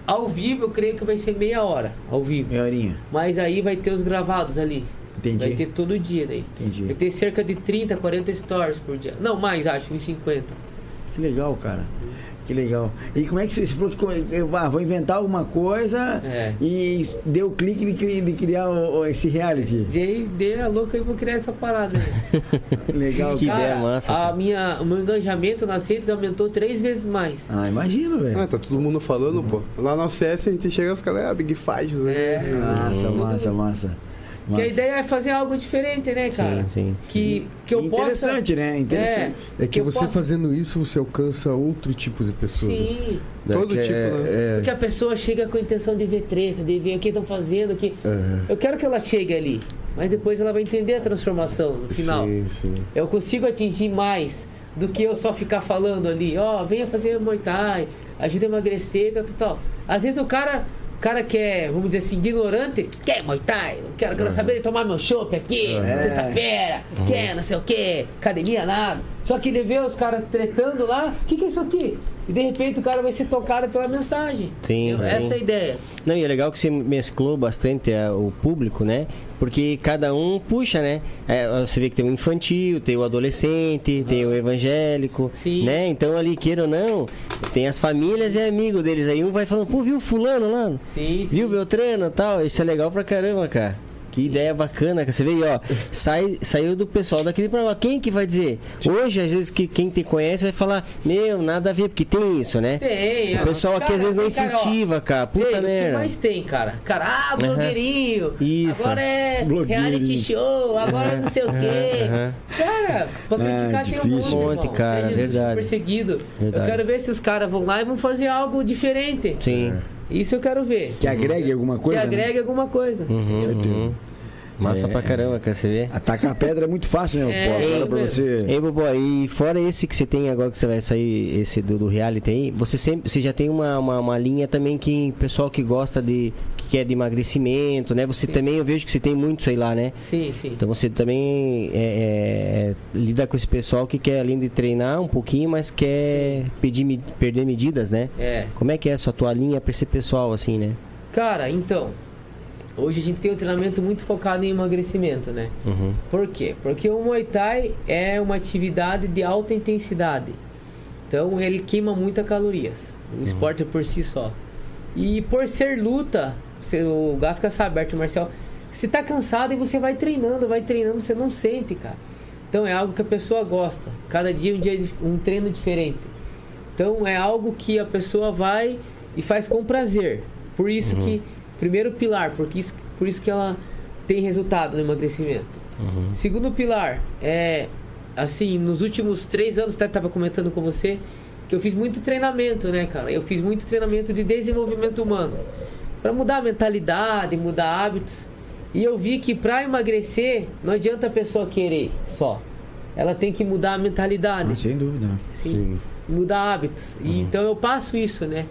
Speaker 4: ao vivo eu creio que vai ser meia hora, ao vivo.
Speaker 1: Meia horinha.
Speaker 4: Mas aí vai ter os gravados ali.
Speaker 1: É. Entendi.
Speaker 4: Vai ter todo dia daí.
Speaker 1: Entendi.
Speaker 4: Vai ter cerca de 30, 40 stories por dia. Não, mais acho, uns 50.
Speaker 1: Que legal, cara. Que legal. E como é que você você falou que co- eu, ah, vou inventar alguma coisa
Speaker 4: É.
Speaker 1: e deu o clique de, cri- de criar o- o- esse reality?
Speaker 4: E aí, dei a louca e vou criar essa parada. aí.
Speaker 1: Legal.
Speaker 3: (laughs) Que
Speaker 1: cara.
Speaker 3: ideia massa,
Speaker 4: A
Speaker 3: cara.
Speaker 4: minha, o meu engajamento nas redes aumentou três vezes mais.
Speaker 1: Ah, imagino,
Speaker 5: Ah,
Speaker 1: velho.
Speaker 5: tá todo mundo falando, pô. Lá na CS a gente chega os caras, ah, Big Fight, né?
Speaker 4: É.
Speaker 1: Massa,
Speaker 4: Tudo-
Speaker 1: massa, massa.
Speaker 4: Que a
Speaker 1: Massa.
Speaker 4: ideia é fazer algo diferente, né, cara?
Speaker 3: Sim, sim.
Speaker 4: Que, que eu possa.
Speaker 1: Interessante, né? Interessante.
Speaker 2: É que
Speaker 4: eu
Speaker 2: você
Speaker 4: possa-
Speaker 2: fazendo isso, você alcança outro tipo de pessoas. né?
Speaker 4: É, Sim.
Speaker 2: Né?
Speaker 5: Todo
Speaker 2: Que
Speaker 5: tipo,
Speaker 2: é,
Speaker 5: né?
Speaker 4: Porque a pessoa chega com a intenção de ver treta, de ver o que estão fazendo. Que...
Speaker 2: é, aham.
Speaker 4: Eu quero que ela chegue ali, mas depois ela vai entender a transformação no final.
Speaker 2: Sim, sim.
Speaker 4: Eu consigo atingir mais do que eu só ficar falando ali, ó, venha fazer Muay Thai, ajuda a emagrecer, tal, tal, tal. Às vezes o cara, o cara que é, vamos dizer assim, ignorante, quer Muay Thai, não quero, quero saber de tomar meu chopp aqui, sexta-feira, quer não sei o quê, academia, nada. Só que ele vê os caras tretando lá, o que, que é isso aqui? E de repente o cara vai ser tocado pela mensagem.
Speaker 3: Sim,
Speaker 4: Eu-
Speaker 3: sim.
Speaker 4: Essa é a ideia.
Speaker 3: Não, e é legal que você mesclou bastante é, o público, né? Porque cada um puxa, né? É, você vê que tem o infantil, tem o adolescente, tem o evangélico,
Speaker 4: Sim.
Speaker 3: né? Então ali, queira ou não, tem as famílias e amigos deles. Aí um vai falando, pô, viu fulano lá?
Speaker 4: Sim, sim.
Speaker 3: Viu Beltrano e tal? Isso é legal pra caramba, cara. Que ideia bacana, cara. Você vê aí, ó. Sai, saiu do pessoal daquele programa. Quem que vai dizer? Hoje, às vezes, que quem te conhece vai falar, meu, nada a ver, porque tem isso, né?
Speaker 4: Tem,
Speaker 3: O pessoal aqui às vezes não incentiva, cara. Puta
Speaker 4: Tem, o que
Speaker 3: merda.
Speaker 4: mais tem, cara? Cara, ah, blogueirinho.
Speaker 3: Isso.
Speaker 4: Agora é reality show, agora não sei o quê. Cara, pra criticar tem um monte,
Speaker 1: difícil.
Speaker 4: irmão.
Speaker 3: Ah, Monte, cara,
Speaker 4: Tem Jesus
Speaker 3: verdade.
Speaker 4: Perseguido.
Speaker 3: Verdade.
Speaker 4: Eu quero ver se os caras vão lá e vão fazer algo diferente.
Speaker 3: Sim. é
Speaker 4: Isso eu quero ver.
Speaker 1: Que agregue alguma coisa.
Speaker 4: que
Speaker 1: né?
Speaker 4: agregue alguma coisa.
Speaker 3: Uhum,
Speaker 1: certeza.
Speaker 3: uhum. Massa
Speaker 1: É.
Speaker 3: pra caramba, cara. Você vê?
Speaker 1: Atacar a pedra é muito fácil, né?
Speaker 4: É,
Speaker 1: Pô, agora
Speaker 4: isso
Speaker 1: pra
Speaker 4: mesmo. É.
Speaker 1: você.
Speaker 3: Ei, Bobó, e fora esse que você tem agora que você vai sair, esse do, do reality aí, você sempre você já tem uma, uma, uma linha também que pessoal que gosta de. que quer de emagrecimento, né? Você também, eu vejo que você tem muito, sei lá, né?
Speaker 4: Sim, sim.
Speaker 3: Então você também é, é, é, lida com esse pessoal que quer, além de treinar um pouquinho, mas quer pedir, me- perder medidas, né?
Speaker 4: É.
Speaker 3: Como é que é a sua tua linha pra esse pessoal, assim, né?
Speaker 4: Cara, então. Hoje a gente tem um treinamento muito focado em emagrecimento, né?
Speaker 3: Uhum.
Speaker 4: Por quê? Porque o Muay Thai é uma atividade de alta intensidade. Então ele queima muitas calorias. O esporte por si só. E por ser luta, você, o Gasca sabe, Berto Marcel, você tá cansado e você vai treinando, vai treinando, você não sente, cara. Então é algo que a pessoa gosta. Cada dia um dia dif- um treino diferente. Então é algo que a pessoa vai e faz com prazer. Por isso que primeiro pilar, porque isso, por isso que ela tem resultado no emagrecimento. Segundo pilar é assim nos últimos três anos até estava comentando com você que eu fiz muito treinamento, né, cara? Eu fiz muito treinamento de desenvolvimento humano para mudar a mentalidade, mudar hábitos. E eu vi que para emagrecer não adianta a pessoa querer só. Ela tem que mudar a mentalidade
Speaker 1: Ah, sem dúvida.
Speaker 4: sim. mudar hábitos. E, então eu passo isso, né?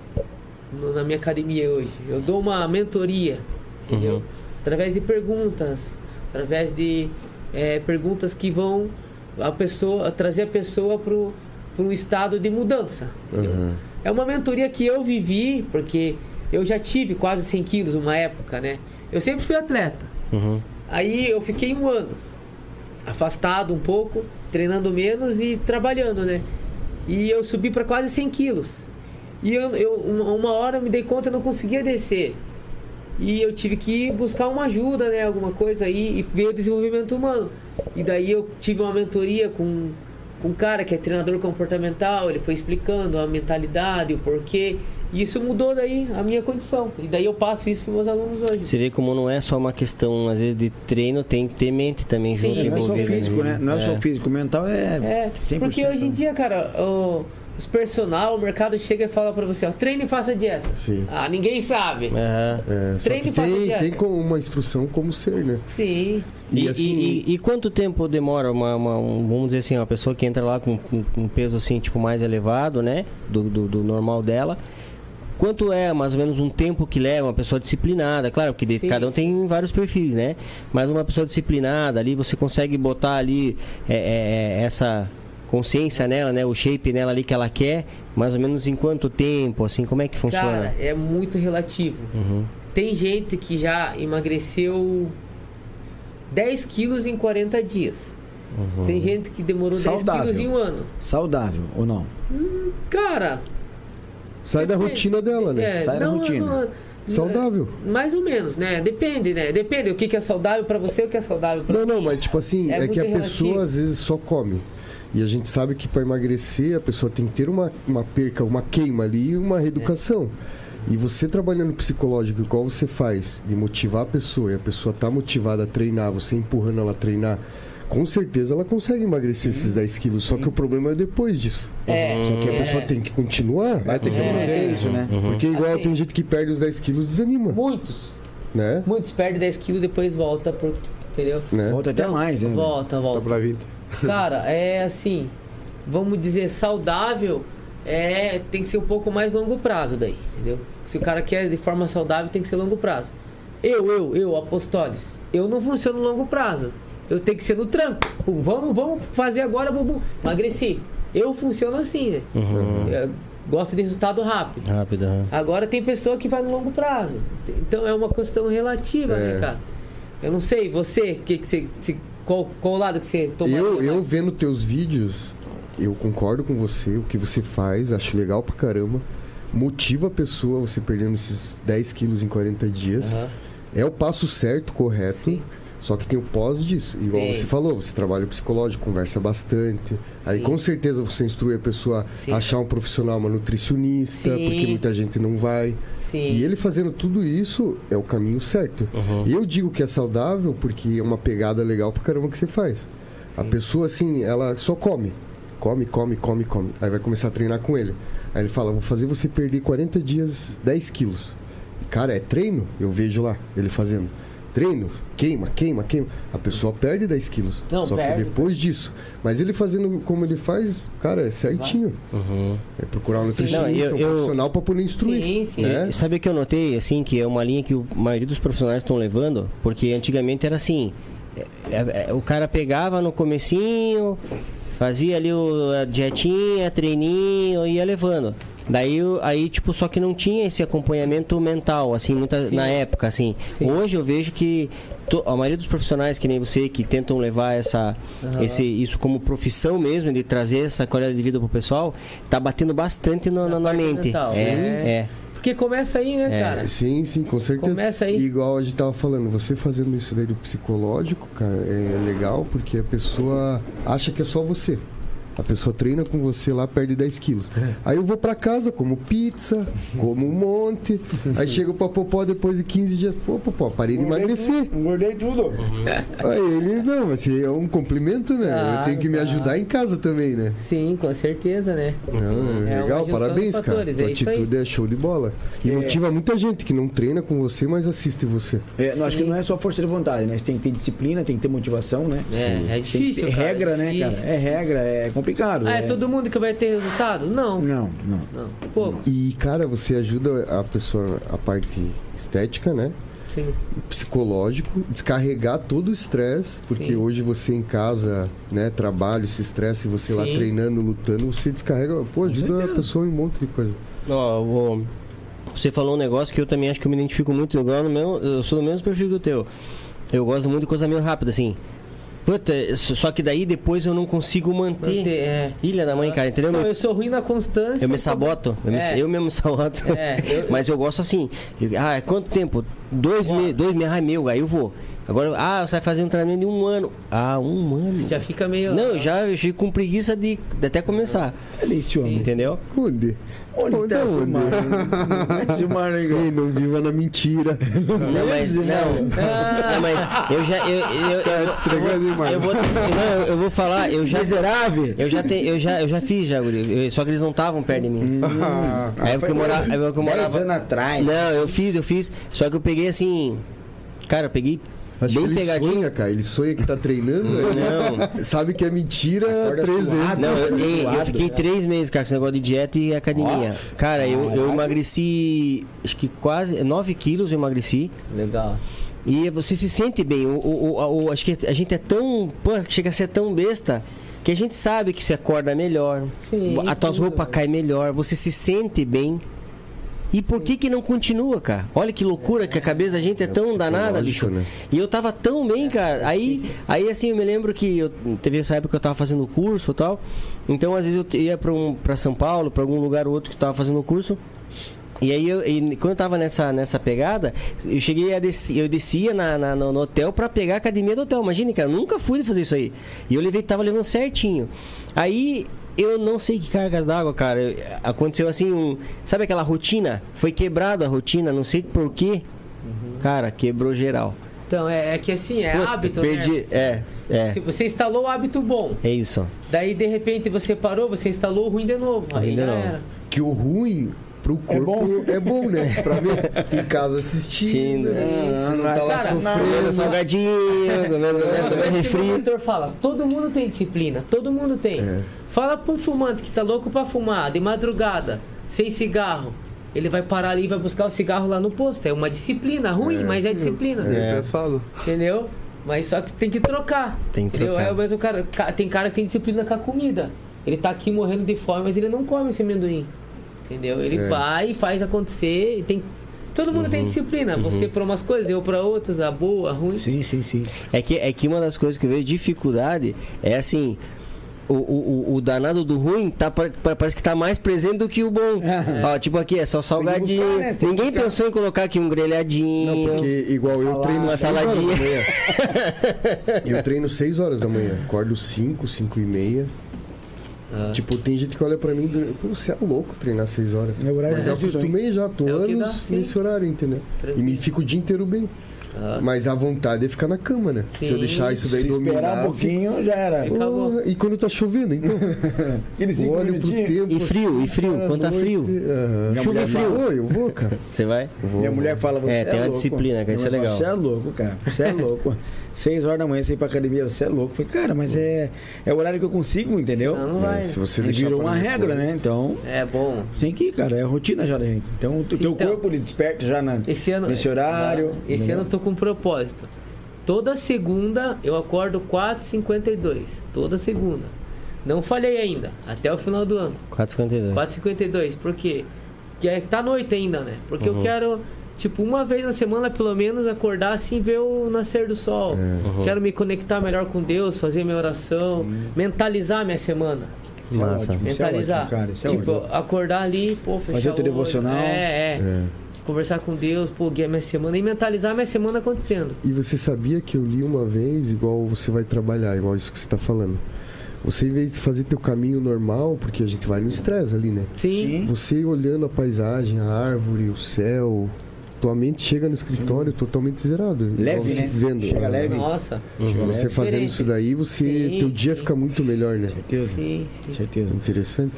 Speaker 4: no- na minha academia hoje. Eu dou uma mentoria, entendeu? Através de perguntas, através de eh, perguntas que vão a pessoa trazer a pessoa para um estado de mudança. entendeu? É uma mentoria que eu vivi, porque eu já tive quase 100 quilos uma época, né? Eu sempre fui atleta. Aí eu fiquei um ano afastado um pouco, treinando menos e trabalhando, né? E eu subi para quase 100 quilos. E eu, eu- uma, uma hora eu me dei conta eu não conseguia descer. E eu tive que buscar uma ajuda, né? Alguma coisa aí. E veio o desenvolvimento humano. E daí eu tive uma mentoria com, um cara que é treinador comportamental, ele foi explicando a mentalidade, o porquê. E isso mudou daí a minha condição. E daí eu passo isso para meus alunos hoje.
Speaker 3: Você vê como não é só uma questão, às vezes, de treino, tem que ter mente também
Speaker 4: Sim,
Speaker 3: junto
Speaker 4: não é
Speaker 1: Não é só
Speaker 3: envolvida,
Speaker 1: físico, né? Não é, só
Speaker 3: É.
Speaker 1: físico, mental é.
Speaker 4: É, porque hoje em dia, cara, o- os personal, o mercado chega e fala pra você, ó, treine e faça dieta.
Speaker 2: Sim.
Speaker 4: Ah, ninguém sabe.
Speaker 3: Aham.
Speaker 2: É, só
Speaker 4: Treine
Speaker 2: que
Speaker 4: e faça
Speaker 2: tem,
Speaker 4: dieta.
Speaker 2: tem como uma instrução como ser, né?
Speaker 4: Sim.
Speaker 2: E,
Speaker 3: E,
Speaker 2: assim,
Speaker 3: e- e- e quanto tempo demora uma, uma- um- vamos dizer assim, uma pessoa que entra lá com, com- com um peso assim, tipo, mais elevado, né? Do, do- do normal dela. Quanto é mais ou menos um tempo que leva uma pessoa disciplinada? Claro, porque de-
Speaker 4: Sim,
Speaker 3: cada um
Speaker 4: sim.
Speaker 3: tem vários perfis, né? Mas uma pessoa disciplinada ali, você consegue botar ali é, é, é, essa consciência nela, né? O shape nela ali que ela quer, mais ou menos em quanto tempo, assim, como é que funciona?
Speaker 4: Cara, é muito relativo. Tem gente que já emagreceu 10 quilos em 40 dias. Tem gente que demorou 10
Speaker 1: Saudável.
Speaker 4: quilos em um ano.
Speaker 1: Saudável ou não?
Speaker 4: Cara,
Speaker 2: sai da rotina dela, né?
Speaker 4: é,
Speaker 1: Sai da
Speaker 4: não,
Speaker 1: rotina.
Speaker 4: não- é,
Speaker 2: Saudável.
Speaker 4: Mais ou menos, né? Depende, né? Depende o que, que é saudável pra você e o que é saudável pra
Speaker 2: Não, não, mas tipo assim,
Speaker 4: É
Speaker 2: é,
Speaker 4: muito
Speaker 2: que a
Speaker 4: relativo.
Speaker 2: pessoa às vezes só come. E a gente sabe que para emagrecer a pessoa tem que ter uma, uma perca, uma queima ali e uma reeducação. E você trabalhando psicológico, igual você faz, de motivar a pessoa, e a pessoa tá motivada a treinar, você empurrando ela a treinar, com certeza ela consegue emagrecer esses 10 quilos. Só que o problema é depois disso.
Speaker 4: É,
Speaker 2: Só que a
Speaker 4: é.
Speaker 2: pessoa tem que continuar.
Speaker 5: Vai ter que
Speaker 4: É.
Speaker 5: manter
Speaker 1: É
Speaker 5: isso.
Speaker 1: isso, né?
Speaker 2: Porque igual
Speaker 4: Assim.
Speaker 2: tem gente que perde os 10 quilos e desanima,
Speaker 4: Muitos.
Speaker 2: né?
Speaker 4: Muitos perdem 10 quilos e depois volta, por, entendeu?
Speaker 2: né?
Speaker 1: Volta até mais, né?
Speaker 4: Então, Volta,
Speaker 5: Tá
Speaker 4: volta.
Speaker 5: pra vida.
Speaker 4: Cara, é assim, vamos dizer, saudável é tem que ser um pouco mais longo prazo daí, entendeu? Se o cara quer de forma saudável, tem que ser longo prazo. Eu, eu, eu, Apostoles, eu não funciono no longo prazo. Eu tenho que ser no tranco. Pum, vamos, vamos fazer agora, bumbum. Emagreci. Eu funciono assim, né? Eu gosto de resultado rápido.
Speaker 3: Rápido. aham.
Speaker 4: Agora tem pessoa que vai no longo prazo. Então é uma questão relativa,
Speaker 2: É.
Speaker 4: né, cara? Eu não sei, você, que que você, se- qual, qual lado que você tomou?
Speaker 2: Eu, eu vendo teus vídeos, eu concordo com você, o que você faz, acho legal pra caramba. Motiva a pessoa você perdendo esses 10 quilos em 40 dias.
Speaker 4: Aham.
Speaker 2: É o passo certo, correto.
Speaker 4: Sim.
Speaker 2: Só que tem o pós disso. Igual
Speaker 4: Tem.
Speaker 2: você falou, você trabalha o psicológico, conversa bastante. Aí
Speaker 4: Sim.
Speaker 2: com certeza você instrui a pessoa
Speaker 4: Sim.
Speaker 2: a achar um profissional, uma nutricionista,
Speaker 4: Sim.
Speaker 2: porque muita gente não vai.
Speaker 4: Sim. Uhum.
Speaker 2: E ele fazendo tudo isso é o caminho certo. E eu digo que é saudável porque é uma pegada legal pra caramba que você faz. A pessoa, assim, ela só come. Come, come, come, come. Aí vai começar a treinar com ele. Aí ele fala: Vou fazer você perder 40 dias 10 quilos. Cara, é treino? Eu vejo lá ele fazendo. Treino, queima, queima, queima. A pessoa perde 10 quilos.
Speaker 4: Não,
Speaker 2: só
Speaker 4: perde.
Speaker 2: que depois disso. Mas ele fazendo como ele faz, cara, é certinho.
Speaker 4: Uhum.
Speaker 2: É procurar um nutricionista,
Speaker 3: Não, eu-
Speaker 2: um
Speaker 3: eu-
Speaker 2: profissional pra poder instruir.
Speaker 4: Sim, sim.
Speaker 2: né?
Speaker 3: E sabe o que eu notei, assim, que é uma linha que o maioria dos profissionais estão levando? Porque antigamente era assim, é- é- é, o cara pegava no comecinho, fazia ali o, a dietinha, treininho, ia levando. Daí, o- aí, tipo, só que não tinha esse acompanhamento mental, assim, muita,
Speaker 4: Sim.
Speaker 3: na época, assim. Hoje eu vejo que to- a maioria dos profissionais, que nem você, que tentam levar essa, esse, isso como profissão mesmo, de trazer essa qualidade de vida pro pessoal, tá batendo bastante no- na, na
Speaker 4: parte
Speaker 3: mente.
Speaker 4: mental.
Speaker 3: É,
Speaker 4: Sim.
Speaker 3: é.
Speaker 4: Porque começa aí, né,
Speaker 3: É.
Speaker 4: cara?
Speaker 2: Sim, sim, com certeza.
Speaker 4: Começa aí.
Speaker 2: Igual a gente tava falando, você fazendo isso daí do psicológico, cara, é legal porque a pessoa acha que é só você. A pessoa treina com você lá, perde 10 quilos. Aí eu vou pra casa, como pizza, como um monte. Aí chega o Popopó depois de 15 dias. Pô, Popó, parei de emagrecer.
Speaker 1: Engordei tudo.
Speaker 2: Aí ele, não, mas é um cumprimento, né? eu
Speaker 4: Claro,
Speaker 2: tenho que me
Speaker 4: claro.
Speaker 2: ajudar em casa também, né?
Speaker 4: Sim, com certeza, né?
Speaker 2: Ah,
Speaker 4: É uma
Speaker 2: legal,
Speaker 4: junção
Speaker 2: parabéns,
Speaker 4: dos
Speaker 2: cara.
Speaker 4: fatores,
Speaker 2: Tua
Speaker 4: é isso aí.
Speaker 2: atitude é show de bola. E motiva muita gente que não treina com você, mas assiste você.
Speaker 1: É, não, acho que não é só força de vontade, né? Você tem que ter disciplina, tem que ter motivação, né?
Speaker 4: É, é
Speaker 1: Tem que ter
Speaker 4: difícil. cara,
Speaker 1: regra, né,
Speaker 4: difícil.
Speaker 1: cara? É regra, é complicado.
Speaker 4: Ah, é todo mundo que vai ter resultado? Não.
Speaker 1: Não, não.
Speaker 4: Não. Poucos.
Speaker 2: E, cara, você ajuda a pessoa, a parte estética, né?
Speaker 4: Sim.
Speaker 2: Psicológico, descarregar todo o estresse, porque
Speaker 4: Sim.
Speaker 2: hoje você em casa, né, trabalha, se estresse, você lá
Speaker 4: Sim.
Speaker 2: treinando, lutando, você descarrega, pô, ajuda a
Speaker 1: certeza.
Speaker 2: pessoa em um monte de coisa.
Speaker 3: Ó, eu vou- você falou um negócio que eu também acho que eu me identifico muito igual no meu, eu sou do mesmo perfil que o teu. Eu gosto muito de coisa meio rápida assim. Puta, só só que daí depois eu não consigo manter.
Speaker 4: Manter, é.
Speaker 3: Ilha da mãe, cara, entendeu?
Speaker 4: Não,
Speaker 3: Meu-
Speaker 4: eu sou ruim na constância.
Speaker 3: eu me saboto, eu, me,
Speaker 4: É.
Speaker 3: eu mesmo saboto.
Speaker 4: É,
Speaker 3: (laughs)
Speaker 4: eu-
Speaker 3: Mas eu gosto assim. eu- ah, quanto tempo? Dois meses, dois meses, ai ah, meu, aí eu vou. Agora, ah, você vai fazer um treinamento de um ano. Ah, um ano?
Speaker 4: Você já fica meio.
Speaker 3: Não, eu já eu fico com preguiça de, de até começar.
Speaker 1: Deliciona.
Speaker 3: Entendeu?
Speaker 2: Onde?
Speaker 1: Onde tá
Speaker 2: Onde?
Speaker 1: esse mar? Esse mar,
Speaker 2: (laughs)
Speaker 1: negão.
Speaker 2: Ei, não viva na mentira.
Speaker 3: Não, mas, não.
Speaker 4: Ah,
Speaker 3: Não, mas eu já. Eu, eu, eu,
Speaker 5: entregando, hein,
Speaker 3: eu,
Speaker 5: mano?
Speaker 3: eu vou, não, eu vou falar, eu já.
Speaker 1: Miserável.
Speaker 3: Eu já, te, eu já, eu já fiz, já, guri. Eu- só que eles não estavam perto de mim.
Speaker 5: Ah,
Speaker 3: Aí eu que eu morava. Aí é eu que eu
Speaker 1: Dez
Speaker 3: morava
Speaker 1: anos atrás.
Speaker 3: não, eu fiz, eu fiz. Só que eu peguei assim. Cara, eu peguei
Speaker 2: Acho
Speaker 3: bem
Speaker 2: que ele
Speaker 3: pegadinho.
Speaker 2: sonha, cara. Ele sonha que tá treinando. Ele sabe que é mentira
Speaker 1: Acorda
Speaker 2: três
Speaker 1: suado.
Speaker 2: vezes.
Speaker 3: Não, eu, ei, eu
Speaker 1: Suado.
Speaker 3: fiquei três meses, cara, com esse negócio de dieta e academia. Cara, eu, eu emagreci, acho que quase 9 quilos eu emagreci.
Speaker 4: Legal.
Speaker 3: E você se sente bem. O, o- o- o- acho que a gente é tão. Pô, chega a ser tão besta que a gente sabe que você acorda melhor.
Speaker 4: Sim,
Speaker 3: a tua
Speaker 4: tudo,
Speaker 3: roupa
Speaker 4: velho.
Speaker 3: cai melhor. Você se sente bem. E por que que não continua, cara? Olha que loucura que a cabeça da gente é, tão danada, bicho.
Speaker 2: psicológico, né?
Speaker 3: E eu tava tão
Speaker 4: É,
Speaker 3: bem, cara. Aí, aí assim, eu me lembro que eu, teve essa época que eu tava fazendo curso e tal. Então, às vezes eu ia pra, um, pra São Paulo, pra algum lugar ou outro que eu tava fazendo curso. E aí, eu, e quando eu tava nessa, nessa pegada, eu cheguei a desci, eu descia na, na- no, no hotel pra pegar a academia do hotel. Imagina, cara, eu nunca fui de fazer isso aí. E eu levei, tava levando certinho. Aí, eu não sei que cargas d'água, cara. eu- Aconteceu assim, um, sabe aquela rotina? Foi quebrado a rotina, não sei por quê. Cara, quebrou geral.
Speaker 4: Então, é, é que assim, Uhum. é
Speaker 3: Pô,
Speaker 4: hábito, né?
Speaker 3: perdi, É, é.
Speaker 4: Se você instalou o hábito bom,
Speaker 3: É isso.
Speaker 4: daí de repente você parou, você instalou o ruim de novo. Aí
Speaker 3: Ruim de
Speaker 4: já
Speaker 3: novo.
Speaker 4: era.
Speaker 2: Que o ruim pro corpo é
Speaker 1: (laughs)
Speaker 2: bom, né? Pra mim, em casa assistindo.
Speaker 3: Sim, né?
Speaker 4: Uhum.
Speaker 2: Você não tá lá
Speaker 4: Cara,
Speaker 2: sofrendo.
Speaker 3: Comendo salgadinho, comendo, né,
Speaker 4: (laughs) Mas
Speaker 3: comendo
Speaker 4: que O
Speaker 3: refri.
Speaker 4: monitor fala, todo mundo tem disciplina, todo mundo tem.
Speaker 2: É.
Speaker 4: Fala pra um fumante que tá louco pra fumar, de madrugada, sem cigarro. Ele vai parar ali e vai buscar o cigarro lá no posto. É uma disciplina ruim, mas é disciplina.
Speaker 5: é engraçado.
Speaker 4: Entendeu? Mas só que tem que trocar.
Speaker 3: Tem que
Speaker 4: entendeu?
Speaker 3: trocar.
Speaker 4: É o mesmo cara, ca- tem cara que tem disciplina com a comida. Ele tá aqui morrendo de fome, mas ele não come esse amendoim. Entendeu? Ele vai, faz acontecer e tem. Todo mundo tem disciplina. Você pra umas coisas, eu pra outras, a boa, a ruim.
Speaker 1: Sim, sim, sim.
Speaker 3: É que, é que uma das coisas que eu vejo dificuldade é assim. O, o, o- o danado do ruim tá, pa- pa- parece que tá mais presente do que o bom. Ó, tipo aqui, é só salgadinho.
Speaker 1: buscar, né? Tem que
Speaker 3: Ninguém
Speaker 1: buscar.
Speaker 3: pensou em colocar aqui um grelhadinho.
Speaker 2: Porque igual eu
Speaker 1: Salada.
Speaker 2: treino
Speaker 3: Uma
Speaker 2: seis horas
Speaker 3: saladinha.
Speaker 2: da manhã.
Speaker 4: (laughs)
Speaker 2: Eu treino 6 horas da manhã. Acordo 5, 5 e meia.
Speaker 4: Ah.
Speaker 2: Tipo, tem gente que olha pra mim e diz, "Pô, você é louco treinar 6 horas.
Speaker 1: Meu horário
Speaker 2: Mas
Speaker 1: é
Speaker 2: eu
Speaker 1: justo, hein?
Speaker 2: acostumei já, tô
Speaker 4: É o que dá,
Speaker 2: anos
Speaker 4: sim.
Speaker 2: nesse horário, entendeu? E
Speaker 4: Tranquilo. Ah.
Speaker 2: me fico o dia inteiro bem. Mas a vontade é ficar na cama, né? Se eu
Speaker 4: Sim.
Speaker 2: deixar isso daí
Speaker 1: Se esperar
Speaker 2: dominar.
Speaker 1: um pouquinho, já era.
Speaker 4: Fica- Acabou.
Speaker 2: Porra, E quando tá chovendo, então?
Speaker 1: Aquele
Speaker 2: Eu
Speaker 1: cinco
Speaker 2: olho pro
Speaker 1: minutinhos.
Speaker 2: tempo.
Speaker 3: E frio, e frio,
Speaker 2: cara,
Speaker 3: quando tá
Speaker 2: noite,
Speaker 3: frio.
Speaker 2: aham.
Speaker 1: Minha
Speaker 3: Chuva
Speaker 1: mulher
Speaker 3: e frio.
Speaker 2: Pô, eu vou, cara.
Speaker 3: Você vai?
Speaker 1: Minha mulher fala, você é,
Speaker 3: É, tem uma
Speaker 1: louco.
Speaker 3: disciplina, cara, isso é
Speaker 1: Minha mulher
Speaker 3: legal.
Speaker 1: Fala, você é louco, cara. Você é
Speaker 3: (laughs)
Speaker 1: louco. Seis horas da manhã, você ir pra academia, você é louco. Eu Falei, cara, mas é, é o horário que eu consigo, entendeu? É,
Speaker 4: Não, não vai.
Speaker 2: Se
Speaker 4: né?
Speaker 2: você
Speaker 1: E
Speaker 2: deixar
Speaker 1: virou
Speaker 2: É. pra
Speaker 1: uma
Speaker 2: depois.
Speaker 1: regra, né? Então,
Speaker 4: É bom.
Speaker 1: tem que ir, cara. É a rotina já da gente. Então, o
Speaker 4: Sim,
Speaker 1: teu
Speaker 4: então.
Speaker 1: corpo, ele desperta já na,
Speaker 4: Esse ano.
Speaker 1: nesse horário.
Speaker 4: Exato. Esse ano eu tô com um propósito. Toda segunda eu acordo 4h52. Toda segunda. Não falhei ainda, até o final do ano.
Speaker 1: É.
Speaker 3: 4,52.
Speaker 4: 4,52. Por quê? Que é, tá noite ainda, né? Porque
Speaker 1: Uhum.
Speaker 4: eu quero, tipo, uma vez na semana, pelo menos, acordar assim, ver o nascer do sol.
Speaker 1: É.
Speaker 4: Quero me conectar melhor com Deus, fazer minha oração, mentalizar minha semana.
Speaker 1: Isso é
Speaker 3: Massa.
Speaker 1: ótimo, isso é
Speaker 4: tá mentalizar.
Speaker 1: ótimo, cara. Isso é
Speaker 4: tipo,
Speaker 1: ótimo.
Speaker 4: acordar ali, pô, fechar
Speaker 1: Fazer o teu
Speaker 4: olho.
Speaker 1: devocional.
Speaker 4: É, é. Conversar com Deus, pô, guiar minha semana e mentalizar minha semana acontecendo.
Speaker 2: E você sabia que eu li uma vez, igual você vai trabalhar, igual isso que você tá falando. Você, em vez de fazer teu caminho normal, porque a gente vai no estresse ali, né?
Speaker 4: Sim.
Speaker 1: Sim.
Speaker 2: Você olhando a paisagem, a árvore, o céu, tua mente chega no escritório totalmente zerada. Igual
Speaker 1: Leve,
Speaker 2: você
Speaker 1: né?
Speaker 2: Vendo,
Speaker 1: Chega
Speaker 2: ah,
Speaker 1: leve.
Speaker 4: Nossa.
Speaker 2: Você fazendo
Speaker 4: Diferente.
Speaker 2: isso daí, você
Speaker 4: Sim,
Speaker 2: teu dia
Speaker 4: sim.
Speaker 2: fica muito melhor, né?
Speaker 1: Certeza,
Speaker 4: Sim, sim.
Speaker 1: certeza.
Speaker 2: Interessante.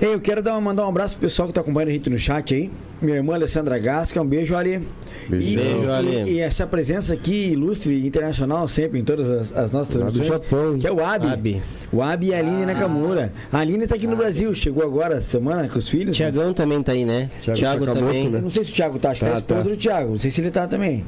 Speaker 1: Ei, eu quero dar uma- mandar um abraço pro pessoal que tá acompanhando a gente no chat aí. Minha irmã Alessandra Gasca, um beijo ali. E,
Speaker 2: Beijão.
Speaker 3: Beijo, Ali.
Speaker 1: e- e essa presença aqui, ilustre, internacional, sempre, em todas as, as nossas
Speaker 2: Lá do
Speaker 1: transmissões,
Speaker 2: Japão.
Speaker 1: que é o Abi.
Speaker 3: Abi.
Speaker 1: O Abi e a
Speaker 4: Ah.
Speaker 1: Aline Nakamura. A Aline tá aqui no Brasil, chegou agora, semana, com os filhos.
Speaker 3: Tiagão também tá aí, né?
Speaker 2: Thiago
Speaker 3: Tiago
Speaker 2: Sakamoto,
Speaker 3: também.
Speaker 1: Eu
Speaker 2: né?
Speaker 1: Não sei se o Thiago tá, acho que tá,
Speaker 2: Tá,
Speaker 1: a esposa
Speaker 2: tá.
Speaker 1: do Thiago. Não sei se ele tá também.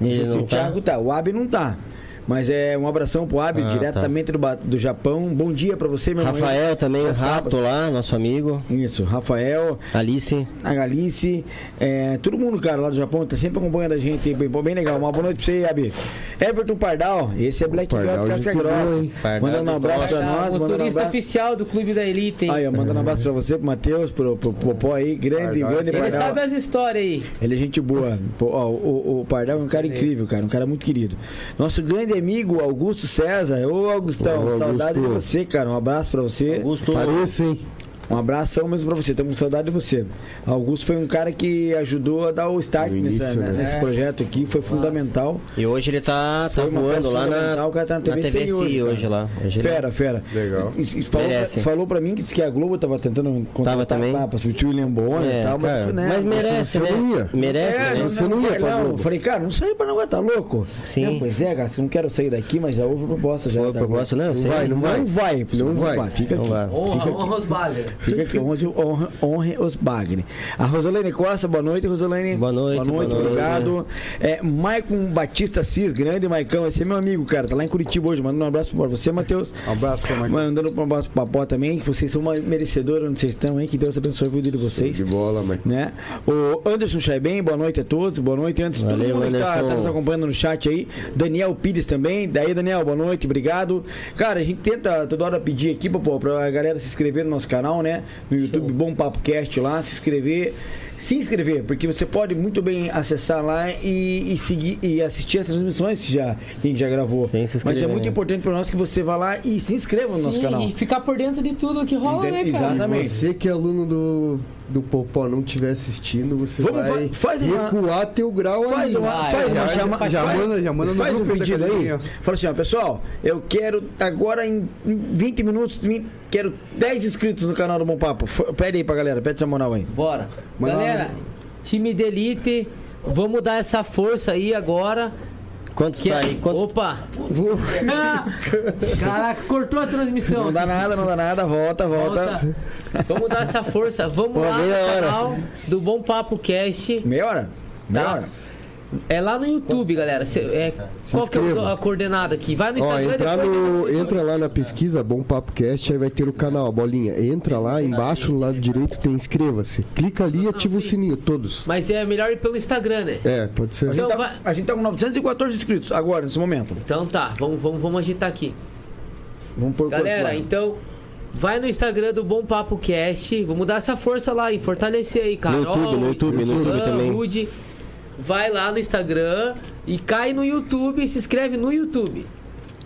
Speaker 1: Não
Speaker 3: Ele
Speaker 1: sei se
Speaker 3: não
Speaker 1: o
Speaker 3: tá.
Speaker 1: Thiago tá. O Abi não tá. Mas é um abração pro Abel,
Speaker 3: Ah,
Speaker 1: diretamente do, Ba- do Japão. Bom dia pra você, meu irmão.
Speaker 3: Rafael também,
Speaker 1: É
Speaker 3: o Rato
Speaker 1: sábado.
Speaker 3: lá, nosso amigo.
Speaker 1: Isso, Rafael,
Speaker 3: Alice.
Speaker 1: a Galice, é, todo mundo, cara, lá do Japão, tá sempre acompanhando a gente. Bem, bem legal. Uma boa noite pra você, Abi. Everton Pardal, esse é Black
Speaker 2: Pardal,
Speaker 1: God Casca
Speaker 2: gente boa,
Speaker 1: Grossa.
Speaker 2: hein?
Speaker 3: Pardal
Speaker 1: Mandando um
Speaker 3: dos
Speaker 1: abraço pra
Speaker 4: Ah,
Speaker 1: nós, mandando um
Speaker 4: motorista
Speaker 1: abraço.
Speaker 4: oficial do Clube da Elite, hein?
Speaker 1: Aí, ó, mandando um abraço pra você, pro Matheus, pro, pro Popó aí, grande,
Speaker 5: Pardal,
Speaker 1: grande
Speaker 5: ele
Speaker 4: Ele
Speaker 1: Pardal.
Speaker 4: sabe as histórias aí.
Speaker 1: Ele é gente boa. Pô, ó, o, o Pardal é um cara incrível, cara. Um cara muito querido. Nosso grande amigo Augusto César. Ô, Augustão,
Speaker 2: Ô, Augusto.
Speaker 1: saudade de você, cara. Um abraço pra você.
Speaker 3: Augusto.
Speaker 2: Pareça, hein?
Speaker 1: Um abração mesmo pra você. Estamos com saudade de você. Augusto foi um cara que ajudou a dar o start
Speaker 2: No início,
Speaker 1: nessa-
Speaker 2: né?
Speaker 1: nesse
Speaker 4: É.
Speaker 1: projeto aqui. Foi fundamental.
Speaker 3: E hoje ele tá, tá
Speaker 1: Foi uma peça
Speaker 3: voando lá na,
Speaker 1: fundamental, o cara tá na
Speaker 3: na
Speaker 1: TVC
Speaker 3: TVC hoje,
Speaker 1: hoje, cara.
Speaker 3: lá. Hoje ele- é
Speaker 1: Fera, fera.
Speaker 5: Legal.
Speaker 1: E- e falou, pra,
Speaker 3: Merece.
Speaker 1: falou pra mim que, disse que a Globo tava tentando contratar
Speaker 3: também.
Speaker 1: lá pra substituir o William Bonner
Speaker 3: É,
Speaker 1: e tal, mas,
Speaker 3: cara,
Speaker 1: né,
Speaker 3: mas merece,
Speaker 2: você não
Speaker 3: né?
Speaker 2: ia.
Speaker 3: Merece,
Speaker 1: É,
Speaker 3: né?
Speaker 1: não,
Speaker 2: Você não ia
Speaker 1: quer,
Speaker 2: pra
Speaker 1: não.
Speaker 2: Globo.
Speaker 1: Falei, cara, não sai pra Naguá, tá louco?
Speaker 3: Sim.
Speaker 1: Não, pois é, cara, você não quero sair daqui, mas já houve proposta. Já
Speaker 3: Foi
Speaker 1: da
Speaker 3: proposta, não, eu sei.
Speaker 1: Globo.
Speaker 2: vai,
Speaker 1: Não
Speaker 2: não
Speaker 1: vai. pessoal,
Speaker 2: Não vai.
Speaker 1: Fica
Speaker 3: Então
Speaker 1: aqui.
Speaker 3: vai.
Speaker 4: Honra, honra os Baller.
Speaker 1: (laughs) Fica aqui, onde honra, honre os Bagre. A Rosolene Costa, boa noite, Rosolene.
Speaker 3: Boa noite,
Speaker 1: Boa noite,
Speaker 3: boa noite.
Speaker 1: obrigado. É, Maicon Batista Cis, grande Maicão, esse é meu amigo, cara, tá lá em Curitiba hoje. Manda um abraço pra você, Matheus.
Speaker 5: Um abraço pra Marcos.
Speaker 1: Mandando um abraço pro Papó também, que vocês são uma merecedora onde vocês estão, hein? Que Deus abençoe o vida de vocês
Speaker 2: De bola, Marcão.
Speaker 1: né? O Anderson Chaibem, boa noite a todos, boa noite antes todo
Speaker 3: Valeu,
Speaker 1: mundo que tá,
Speaker 3: Anderson.
Speaker 1: tá nos acompanhando no chat aí. Daniel Pires também, daí Daniel, boa noite, obrigado. Cara, a gente tenta toda hora pedir aqui pô, pra galera se inscrever no nosso canal, né? No YouTube Bom Papo Cast lá, se inscrever, se inscrever, porque você pode muito bem acessar lá e, e seguir e assistir as transmissões que já que a gente já gravou.
Speaker 3: Sim,
Speaker 1: Mas
Speaker 3: se
Speaker 1: é
Speaker 3: inscrever,
Speaker 1: muito
Speaker 3: né?
Speaker 1: importante para nós que você vá lá e se inscreva no nosso
Speaker 4: Sim,
Speaker 1: canal.
Speaker 4: e ficar por dentro de tudo que rola,
Speaker 1: Entende-
Speaker 4: né, cara?
Speaker 1: Exato. Exatamente.
Speaker 2: E você que é aluno do, do Popó não estiver assistindo, você
Speaker 1: Vamos,
Speaker 2: vai
Speaker 1: fa- faz uma-
Speaker 2: recuar teu grau
Speaker 1: Faz
Speaker 2: aí.
Speaker 1: uma,
Speaker 4: Ah,
Speaker 1: faz
Speaker 4: é,
Speaker 1: uma
Speaker 4: já-
Speaker 1: chama,
Speaker 5: já
Speaker 1: faz-
Speaker 5: manda- já manda no
Speaker 1: faz um
Speaker 5: grupo da
Speaker 1: pedido aí.
Speaker 5: academia.
Speaker 1: Fala assim, ó, pessoal, eu quero agora em em 20 minutos, vim- quero 10 inscritos no canal do Bom Papo. F- Pede aí pra galera, pede essa moral aí.
Speaker 4: Bora.
Speaker 5: Manda lá.
Speaker 4: Galera, time de Elite, vamos dar essa força aí agora.
Speaker 3: Quantos
Speaker 4: Que
Speaker 3: tá
Speaker 4: é-
Speaker 3: aí?
Speaker 1: (laughs)
Speaker 3: Quantos...
Speaker 4: Opa! (laughs) Caraca, cortou a transmissão.
Speaker 1: Não dá nada, não dá nada, volta, volta.
Speaker 4: Volta. Vamos dar essa força. Vamos lá
Speaker 3: meia
Speaker 4: no
Speaker 3: hora.
Speaker 4: canal do Bom Papo Cast.
Speaker 1: Meia hora? Meia
Speaker 4: Tá.
Speaker 1: hora.
Speaker 4: É lá no YouTube, galera. Cê- é, qual que é o-
Speaker 2: inscreva.
Speaker 4: a coordenada aqui? Vai no
Speaker 2: Ó,
Speaker 4: Instagram
Speaker 2: entrar
Speaker 4: depois.
Speaker 2: no, entra lá na pesquisa Bom Papo Cast, aí vai ter o canal, a bolinha. Entra lá, embaixo no lado direito tem inscreva-se. Clica ali e ativa o
Speaker 4: sim.
Speaker 2: sininho, todos.
Speaker 4: Mas é melhor ir pelo Instagram, né?
Speaker 2: É, pode
Speaker 1: A
Speaker 2: ser.
Speaker 1: gente,
Speaker 4: Então
Speaker 1: tá,
Speaker 4: vai-
Speaker 1: a gente tá com 914 inscritos agora, nesse momento.
Speaker 4: Então tá, vamos, vamos, vamos agitar aqui.
Speaker 1: Vamos por
Speaker 4: Galera, então vai no Instagram do Bom Papo Cast. Vamos dar essa força lá e fortalecer aí, Carol.
Speaker 3: YouTube, no YouTube, no
Speaker 4: Ivan,
Speaker 3: YouTube também.
Speaker 4: Rude. Vai lá no Instagram e cai no YouTube, se inscreve no YouTube.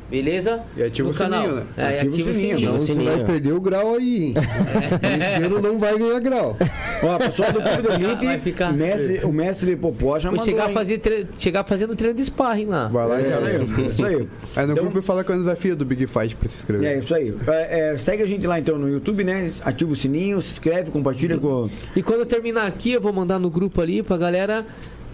Speaker 4: Beleza?
Speaker 5: E ativa
Speaker 4: no
Speaker 5: o
Speaker 4: canal.
Speaker 5: sininho, né?
Speaker 4: É, e ativa, o sininho.
Speaker 2: Não, Então, você
Speaker 3: sininho.
Speaker 2: vai perder o grau
Speaker 1: (laughs)
Speaker 2: aí, hein? Esse ano não vai ganhar grau.
Speaker 1: Ó, pessoal do Clube da Elite,
Speaker 4: Vai ficar.
Speaker 1: mestre- o mestre Popó já
Speaker 4: Vou
Speaker 1: mandou.
Speaker 4: chegar, a
Speaker 1: hein?
Speaker 4: fazer tre- chegar fazendo treino de sparring lá.
Speaker 5: Vai lá,
Speaker 1: É,
Speaker 5: galera.
Speaker 1: isso aí. Isso aí.
Speaker 5: Aí no
Speaker 1: Então-
Speaker 5: grupo fala com o desafio do Big Fight pra se inscrever.
Speaker 1: É isso aí. É, é, segue a gente lá então no YouTube, né? Ativa o sininho, se inscreve, compartilha com.
Speaker 4: E quando eu terminar aqui, eu vou mandar no grupo ali pra galera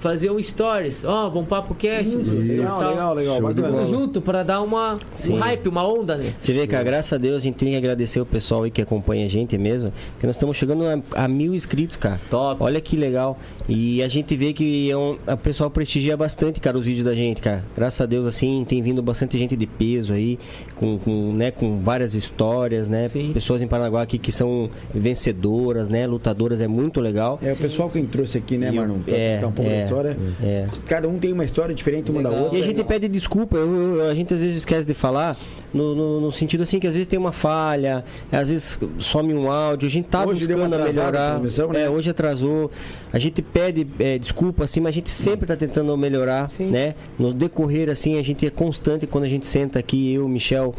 Speaker 4: fazer um stories. Ó, bom papo cast.
Speaker 1: Legal,
Speaker 4: tal.
Speaker 1: legal, legal.
Speaker 2: Show de
Speaker 1: bacana.
Speaker 4: Tamo
Speaker 2: bola.
Speaker 4: junto pra dar uma um hype, uma onda, né?
Speaker 3: Você vê que, ah, graças a Deus, a gente tem que agradecer o pessoal aí que acompanha a gente mesmo. Porque nós estamos chegando a, a mil inscritos, cara.
Speaker 4: Top.
Speaker 3: Olha que legal. E a gente vê que é um, a pessoal prestigia bastante, cara, os vídeos da gente, cara. Graças a Deus, assim, tem vindo bastante gente de peso aí, com, com, né, com várias histórias, né?
Speaker 4: Sim.
Speaker 3: Pessoas em Paranaguá aqui que são vencedoras, né? Lutadoras, é muito legal.
Speaker 1: É o pessoal que trouxe aqui, né,
Speaker 3: E o-
Speaker 1: Marlon? Pra
Speaker 3: é,
Speaker 1: contar um pouco
Speaker 3: é,
Speaker 1: da história.
Speaker 3: é.
Speaker 1: Cada um tem uma história diferente uma da
Speaker 4: Legal.
Speaker 1: outra.
Speaker 3: E a gente pede desculpa, eu- eu- a gente às vezes esquece de falar, no, no- no sentido assim que às vezes tem uma falha, às vezes some um áudio, a gente tá
Speaker 1: Hoje deu uma
Speaker 3: buscando
Speaker 1: atrasada a
Speaker 3: melhorar.
Speaker 1: transmissão, né?
Speaker 3: É, hoje atrasou. A gente pede é, desculpa, assim, mas a gente sempre tá tentando melhorar,
Speaker 4: Sim.
Speaker 3: né? No decorrer, assim, a gente é constante quando a gente senta aqui, eu, o Michel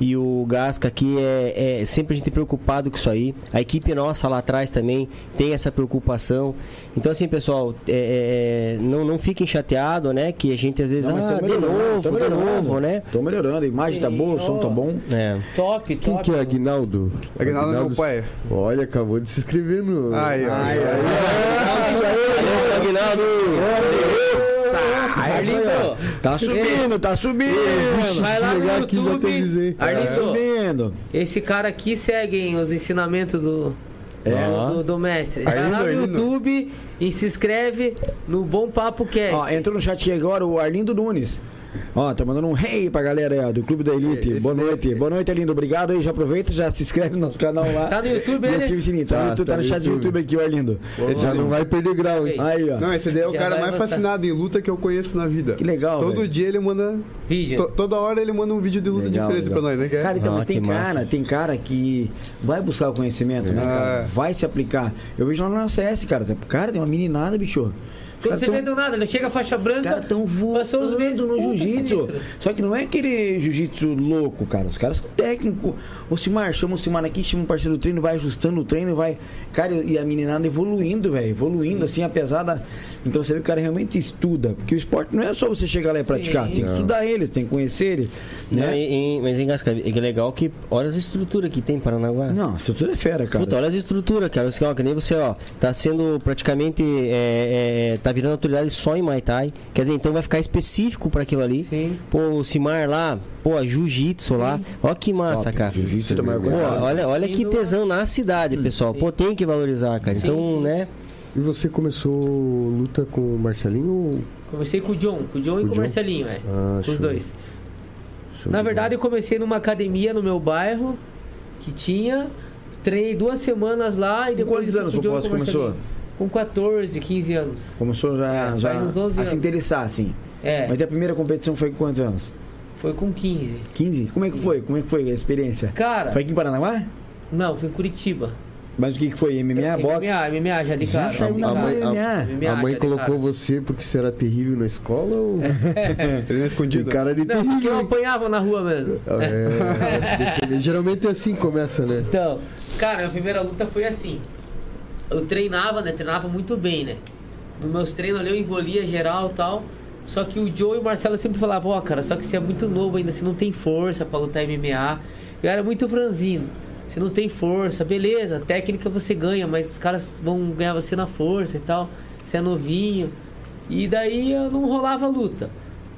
Speaker 3: e o Gasca aqui, é, é sempre a gente preocupado com isso aí. A equipe nossa lá atrás também tem essa preocupação. Então, assim, pessoal, é, é, não, não fiquem chateados, né? Que a gente às vezes
Speaker 1: Não, mas
Speaker 3: ah,
Speaker 1: tô
Speaker 3: de
Speaker 1: melhorando, tô
Speaker 3: novo, de
Speaker 1: melhorando.
Speaker 3: novo, né?
Speaker 1: Tô melhorando, a imagem tá boa, o som tá bom.
Speaker 3: É.
Speaker 4: Top, top.
Speaker 2: Quem que é Aguinaldo?
Speaker 5: Aguinaldo é meu pai.
Speaker 2: Olha, acabou de se inscrever no.
Speaker 5: Aí, ó.
Speaker 4: Arlindo,
Speaker 1: Ah, é Tá subindo, tá subindo.
Speaker 4: vai lá no
Speaker 2: chegar aqui, já te
Speaker 4: YouTube.
Speaker 2: avisei.
Speaker 1: Tá
Speaker 2: É.
Speaker 4: Arlindo,
Speaker 1: subindo.
Speaker 4: esse cara aqui segue hein, os ensinamentos do.
Speaker 2: É.
Speaker 4: do- do, do mestre. Vai lá no
Speaker 5: Arlindo, Arlindo.
Speaker 4: YouTube e se inscreve no Bom Papo Cast.
Speaker 1: Ó, entrou no chat aqui agora o Arlindo Nunes. Ó, tá mandando um hey pra galera aí, ó, do Clube da Elite.
Speaker 5: Esse
Speaker 1: Boa
Speaker 5: daí. é
Speaker 1: noite. Boa noite, lindo. Obrigado aí. Já aproveita, já se inscreve no nosso canal lá.
Speaker 4: Tá no YouTube,
Speaker 1: E
Speaker 4: né?
Speaker 1: ativa o sininho. Tá, no
Speaker 2: Tá,
Speaker 1: YouTube, tá
Speaker 2: tá
Speaker 1: no
Speaker 2: no
Speaker 1: chat do
Speaker 2: YouTube.
Speaker 1: YouTube aqui, ó, lindo.
Speaker 5: Boa,
Speaker 2: Já
Speaker 5: mano.
Speaker 2: não vai perder grau, hein?
Speaker 1: Aí, ó.
Speaker 5: Não, esse daí é o
Speaker 4: Já
Speaker 5: cara
Speaker 4: vai
Speaker 5: mais
Speaker 4: avançar.
Speaker 5: fascinado em luta que eu conheço na vida.
Speaker 1: Que legal,
Speaker 5: Todo
Speaker 1: velho.
Speaker 5: dia ele manda.
Speaker 4: Vídeo.
Speaker 5: to- toda hora ele manda um vídeo de luta
Speaker 1: Legal,
Speaker 5: diferente
Speaker 1: legal.
Speaker 5: pra nós, né?
Speaker 1: Cara,
Speaker 5: Cara?
Speaker 1: então,
Speaker 3: Ah,
Speaker 1: mas tem
Speaker 3: que
Speaker 1: cara,
Speaker 3: massa.
Speaker 1: tem cara que vai buscar o conhecimento, né, cara?
Speaker 5: É.
Speaker 1: Vai se aplicar. Eu vejo lá no CS, cara. Cara, tem uma meninada, bicho. Os
Speaker 4: Quando
Speaker 1: caras
Speaker 4: você
Speaker 1: tão-
Speaker 4: vê do nada, ele chega a faixa
Speaker 1: Os
Speaker 4: branca,
Speaker 1: caras estão
Speaker 4: passou uns meses
Speaker 1: voando no
Speaker 4: puta,
Speaker 1: jiu-jitsu.
Speaker 4: é sinistro.
Speaker 1: Só que não é aquele jiu-jitsu louco, cara. Os caras são técnicos. O Simar, chama o Simar aqui, chama um parceiro do treino, vai ajustando o treino, vai. Cara, e a meninada evoluindo, velho. Evoluindo, assim, a pesada. Então você vê que o cara realmente estuda. Porque o esporte não é só você chegar lá e praticar. Você tem que estudar ele, você tem que conhecer ele.
Speaker 3: Não,
Speaker 1: Né?
Speaker 3: e- e- mas em Cascavel, é que é legal que olha as estruturas que tem em Paranaguá.
Speaker 1: Não, a estrutura é fera, cara.
Speaker 3: Puta, olha as estruturas, cara. Você, ó, que nem você, ó, tá sendo praticamente. É, é, tá virando autoridade só em Muay Thai. Quer dizer, então vai ficar específico pra aquilo ali.
Speaker 4: Sim.
Speaker 3: Pô, o Simar lá, pô, a Jiu-Jitsu lá. Ó que massa, cara.
Speaker 2: Jiu-jitsu
Speaker 1: Tomar
Speaker 3: Pô,
Speaker 2: também.
Speaker 1: cuidado.
Speaker 3: olha, olha
Speaker 4: Sim,
Speaker 3: que
Speaker 4: do-
Speaker 3: tesão na cidade, pessoal. Pô, tem que valorizar, cara.
Speaker 4: Sim,
Speaker 3: Então,
Speaker 4: sim.
Speaker 3: né?
Speaker 2: E você começou luta com o Marcelinho? ou-
Speaker 4: Comecei com o John, com o John
Speaker 2: Com o
Speaker 4: e com o
Speaker 2: John?
Speaker 4: Marcelinho, é.
Speaker 2: Ah,
Speaker 4: com os
Speaker 2: show.
Speaker 4: dois.
Speaker 2: Show
Speaker 4: Na
Speaker 2: de
Speaker 4: verdade, eu comecei numa academia no meu bairro, que tinha. Treinei duas semanas lá e
Speaker 1: Com
Speaker 4: depois.
Speaker 1: quantos
Speaker 4: fui
Speaker 1: anos
Speaker 4: com
Speaker 1: o
Speaker 4: John e
Speaker 1: Boss
Speaker 4: com o
Speaker 1: começou?
Speaker 4: Marcelinho. Com 14, 15 anos.
Speaker 1: Começou já,
Speaker 4: É,
Speaker 1: já
Speaker 4: faz uns 11
Speaker 1: a se
Speaker 4: anos.
Speaker 1: interessar, assim.
Speaker 4: É,
Speaker 1: Mas é- a primeira competição foi com quantos anos?
Speaker 4: foi com 15.
Speaker 1: 15? Como é que foi? Como é que foi a experiência?
Speaker 4: Cara,
Speaker 1: Foi aqui em Paranaguá?
Speaker 4: não, foi em Curitiba.
Speaker 1: Mas o que, que foi? MMA, É boxe?
Speaker 4: MMA, MMA já de
Speaker 1: Já
Speaker 4: cara.
Speaker 1: saiu na
Speaker 2: a mãe-
Speaker 1: mãe,
Speaker 2: a-
Speaker 1: MMA.
Speaker 2: A mãe
Speaker 4: cara,
Speaker 2: colocou
Speaker 4: cara.
Speaker 2: você porque você era terrível na escola
Speaker 4: (laughs)
Speaker 2: ou
Speaker 5: Treino
Speaker 2: de
Speaker 5: escondido.
Speaker 2: cara de
Speaker 4: Não,
Speaker 2: terrível?
Speaker 1: (laughs)
Speaker 4: porque é eu apanhava na rua mesmo.
Speaker 2: É, se defender. Geralmente é assim que começa, né?
Speaker 4: Então, cara, a primeira luta foi assim. Eu treinava, né? Treinava muito bem, né? Nos meus treinos ali eu engolia geral e tal. Só que o Joe e o Marcelo sempre falavam, ó, cara, só que você é muito novo ainda, você não tem força pra lutar MMA. Eu era muito franzino. Você não tem força, beleza, técnica você ganha, mas os caras vão ganhar você na força e tal. Você é novinho. E daí eu não rolava a luta.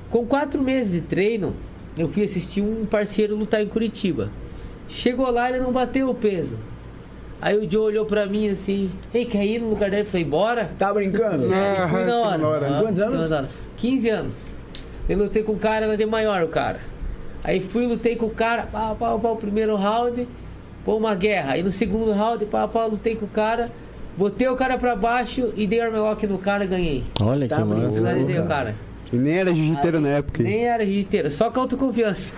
Speaker 4: Com quatro meses de treino, eu fui assistir um parceiro lutar em Curitiba. Chegou lá, ele não bateu o peso. Aí o Joe olhou pra mim assim, ei, quer ir no lugar dele? Eu falei, bora.
Speaker 1: Tá brincando?
Speaker 4: Aí fui na
Speaker 5: Ah,
Speaker 4: hora.
Speaker 5: na hora.
Speaker 4: Ah,
Speaker 1: Quantos
Speaker 4: fui na
Speaker 1: anos?
Speaker 4: hora. 15 anos. Eu lutei com o cara, ela tem maior o cara. Aí fui, lutei com o cara, pá, pá, pá, o primeiro round, pô, uma guerra. Aí no segundo round, pá, pá, lutei com o cara, botei o cara pra baixo e dei armlock no cara e ganhei.
Speaker 3: Olha
Speaker 1: Tá
Speaker 3: que
Speaker 1: brincando.
Speaker 3: massa.
Speaker 4: Finalizei o cara.
Speaker 5: E nem era
Speaker 1: Ah,
Speaker 5: jiu-jiteiro na época. hein?
Speaker 4: Nem era jiu-jiteiro, só com autoconfiança.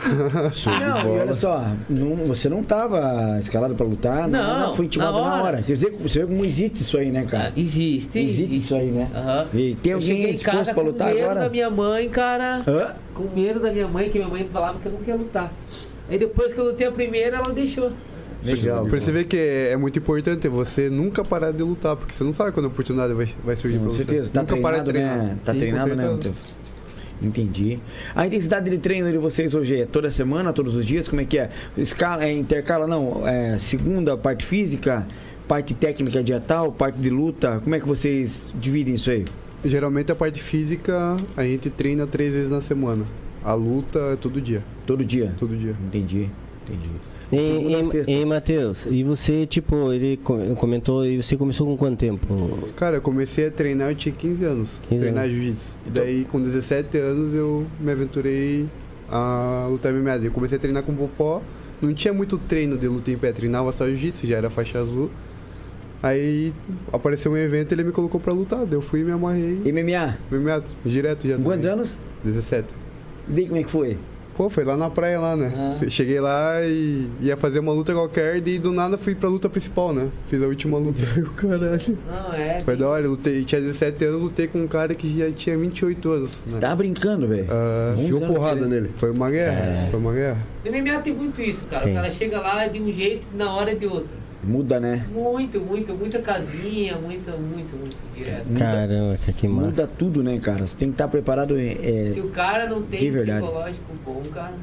Speaker 1: não, e olha só, não- você não tava escalado pra lutar, não,
Speaker 4: Não,
Speaker 1: foi intimado
Speaker 4: na
Speaker 1: na hora.
Speaker 4: hora.
Speaker 1: Quer dizer, você vê como existe isso aí, né, cara?
Speaker 4: Existe,
Speaker 1: Existe isso aí, né?
Speaker 4: Aham.
Speaker 1: E tem
Speaker 4: Eu
Speaker 1: alguém
Speaker 4: cheguei em
Speaker 1: disposto
Speaker 4: casa
Speaker 1: pra
Speaker 4: com
Speaker 1: lutar
Speaker 4: medo
Speaker 1: agora?
Speaker 4: da minha mãe, cara.
Speaker 1: Hã?
Speaker 4: Com medo da minha mãe, que minha mãe falava que eu não queria lutar. Aí depois que eu lutei a primeira, ela deixou.
Speaker 1: Legal.
Speaker 5: Pra você ver que é é muito importante você nunca parar de lutar, porque você não sabe quando a oportunidade vai, vai surgir
Speaker 1: Com
Speaker 5: pra você.
Speaker 1: certeza, tá
Speaker 5: nunca parar
Speaker 1: treinado,
Speaker 5: de treinar.
Speaker 1: né? Tá
Speaker 5: Sim, com
Speaker 1: treinado, né,
Speaker 5: certeza.
Speaker 1: Matheus? Entendi. A intensidade de treino de vocês hoje é toda semana, todos os dias? Como é que é? Escala, é intercala, não? É, segunda, parte física, parte técnica de tal, parte de luta. Como é que vocês dividem isso aí?
Speaker 5: Geralmente a parte física a gente treina três vezes na semana. A luta é todo dia.
Speaker 1: Todo dia?
Speaker 5: Todo dia.
Speaker 1: Entendi, entendi. Segunda a
Speaker 3: E,
Speaker 1: sexta.
Speaker 3: e, Matheus, e você, tipo, ele co- comentou, e você começou com quanto tempo?
Speaker 5: Cara, eu comecei a treinar, eu tinha 15 anos.
Speaker 3: 15
Speaker 5: treinar
Speaker 3: anos.
Speaker 5: jiu-jitsu. E daí, com 17 anos, eu me aventurei a lutar MMA. Eu comecei a treinar com popó. Não tinha muito treino de luta em pé, treinava só jiu-jitsu, já era faixa azul. Aí apareceu um evento, ele me colocou pra lutar. Daí eu fui e me amarrei.
Speaker 1: MMA,
Speaker 5: MMA, direto já.
Speaker 1: com quantos
Speaker 5: também.
Speaker 1: anos?
Speaker 5: 17.
Speaker 1: E daí como é que foi?
Speaker 5: Pô, foi lá na praia lá, né?
Speaker 4: Ah.
Speaker 5: Fe- Cheguei lá e ia fazer uma luta qualquer, e do nada fui pra luta principal, né? Fiz a
Speaker 1: (laughs)
Speaker 5: última luta. Caralho.
Speaker 4: Não, é.
Speaker 5: Foi da hora, eu lutei, tinha 17 anos, lutei com um cara que já tinha 28 anos. Né?
Speaker 1: Você tá brincando, velho?
Speaker 5: Ah,
Speaker 1: Uns
Speaker 2: É. Enfiou
Speaker 1: anos É.
Speaker 2: porrada
Speaker 1: três.
Speaker 2: nele.
Speaker 5: foi uma guerra,
Speaker 3: Caralho.
Speaker 5: foi uma guerra.
Speaker 4: No MMA tem muito isso, cara.
Speaker 3: Tem.
Speaker 4: O cara chega lá de um jeito, na hora é de outro.
Speaker 1: Muda, né?
Speaker 4: Muito, muito, muita casinha, muito, muito, muito direto.
Speaker 3: Caramba, cara, que massa.
Speaker 1: Muda tudo, né, cara? Você tem que estar preparado. é, é,
Speaker 4: Se o cara não
Speaker 1: De
Speaker 4: tem
Speaker 1: verdade.
Speaker 4: psicológico bom, cara.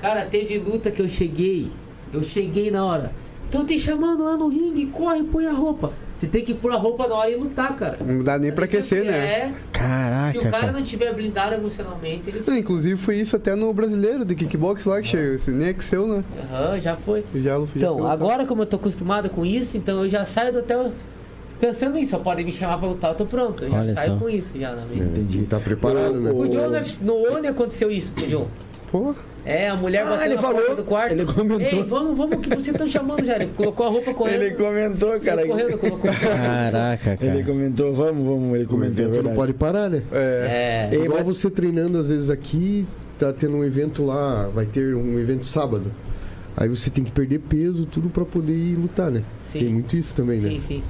Speaker 4: Cara, teve luta que eu cheguei. Eu cheguei na hora. Estão te chamando lá no ringue, corre, põe a roupa. Você tem que pôr a roupa na hora e lutar, cara.
Speaker 5: Não dá nem pra aquecer, né?
Speaker 4: É.
Speaker 3: Caraca,
Speaker 4: Se o cara
Speaker 3: Ah, cara.
Speaker 4: não tiver blindado emocionalmente, ele.
Speaker 5: Não, Inclusive foi isso até no brasileiro de kickbox lá que
Speaker 1: É.
Speaker 5: chegou, assim, nem aqueceu, né?
Speaker 4: Aham, já foi.
Speaker 5: E Já, já foi
Speaker 4: Então,
Speaker 5: lutar.
Speaker 4: agora como eu tô acostumado com isso, então eu já saio do hotel. pensando nisso, ó, podem me chamar pra lutar, eu tô pronto. Eu já
Speaker 3: Olha
Speaker 4: saio
Speaker 3: só.
Speaker 4: com isso já na mente.
Speaker 2: Entendi. Tem que tá preparado, né?
Speaker 4: Com O John no FC no ONI aconteceu isso, com o John.
Speaker 5: Pô,
Speaker 4: É, a mulher
Speaker 1: Ah,
Speaker 4: bateu
Speaker 1: ele
Speaker 4: na
Speaker 1: falou,
Speaker 4: porta do quarto.
Speaker 1: ele comentou.
Speaker 4: Ei, vamos, vamos, que vocês estão chamando já. Ele colocou a roupa correndo.
Speaker 1: Ele comentou,
Speaker 4: Saiu
Speaker 1: cara.
Speaker 4: correndo,
Speaker 1: (laughs)
Speaker 4: colocou.
Speaker 3: Caraca, cara.
Speaker 1: Ele comentou, vamos, vamos, ele
Speaker 2: O
Speaker 1: comentou. é
Speaker 2: evento não
Speaker 1: verdade.
Speaker 2: pode parar, né?
Speaker 5: é.
Speaker 4: É.
Speaker 1: Ei,
Speaker 2: Igual
Speaker 1: mas-
Speaker 2: você treinando, às vezes, aqui, tá tendo um evento lá, vai ter um evento sábado. Aí você tem que perder peso, tudo pra poder ir lutar, né?
Speaker 4: Sim.
Speaker 2: Tem muito isso também,
Speaker 4: Sim,
Speaker 2: né?
Speaker 4: sim.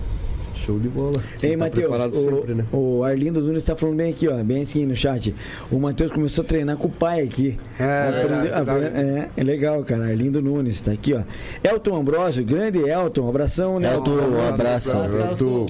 Speaker 2: Show de bola. Tem
Speaker 1: Ei,
Speaker 2: que tá preparado
Speaker 1: Matheus, o,
Speaker 2: sempre, né?
Speaker 1: o Arlindo Nunes tá falando bem aqui, ó, bem assim no chat. O Matheus começou a treinar com o pai aqui.
Speaker 5: É,
Speaker 1: Aprende-
Speaker 5: verdade,
Speaker 1: apre-
Speaker 5: verdade.
Speaker 1: é, é legal, cara. Arlindo Nunes tá aqui, ó. Elton Ambrosio, grande Elton, abração, né?
Speaker 3: Elton, um abraço.
Speaker 4: abraço.
Speaker 2: Eu tô-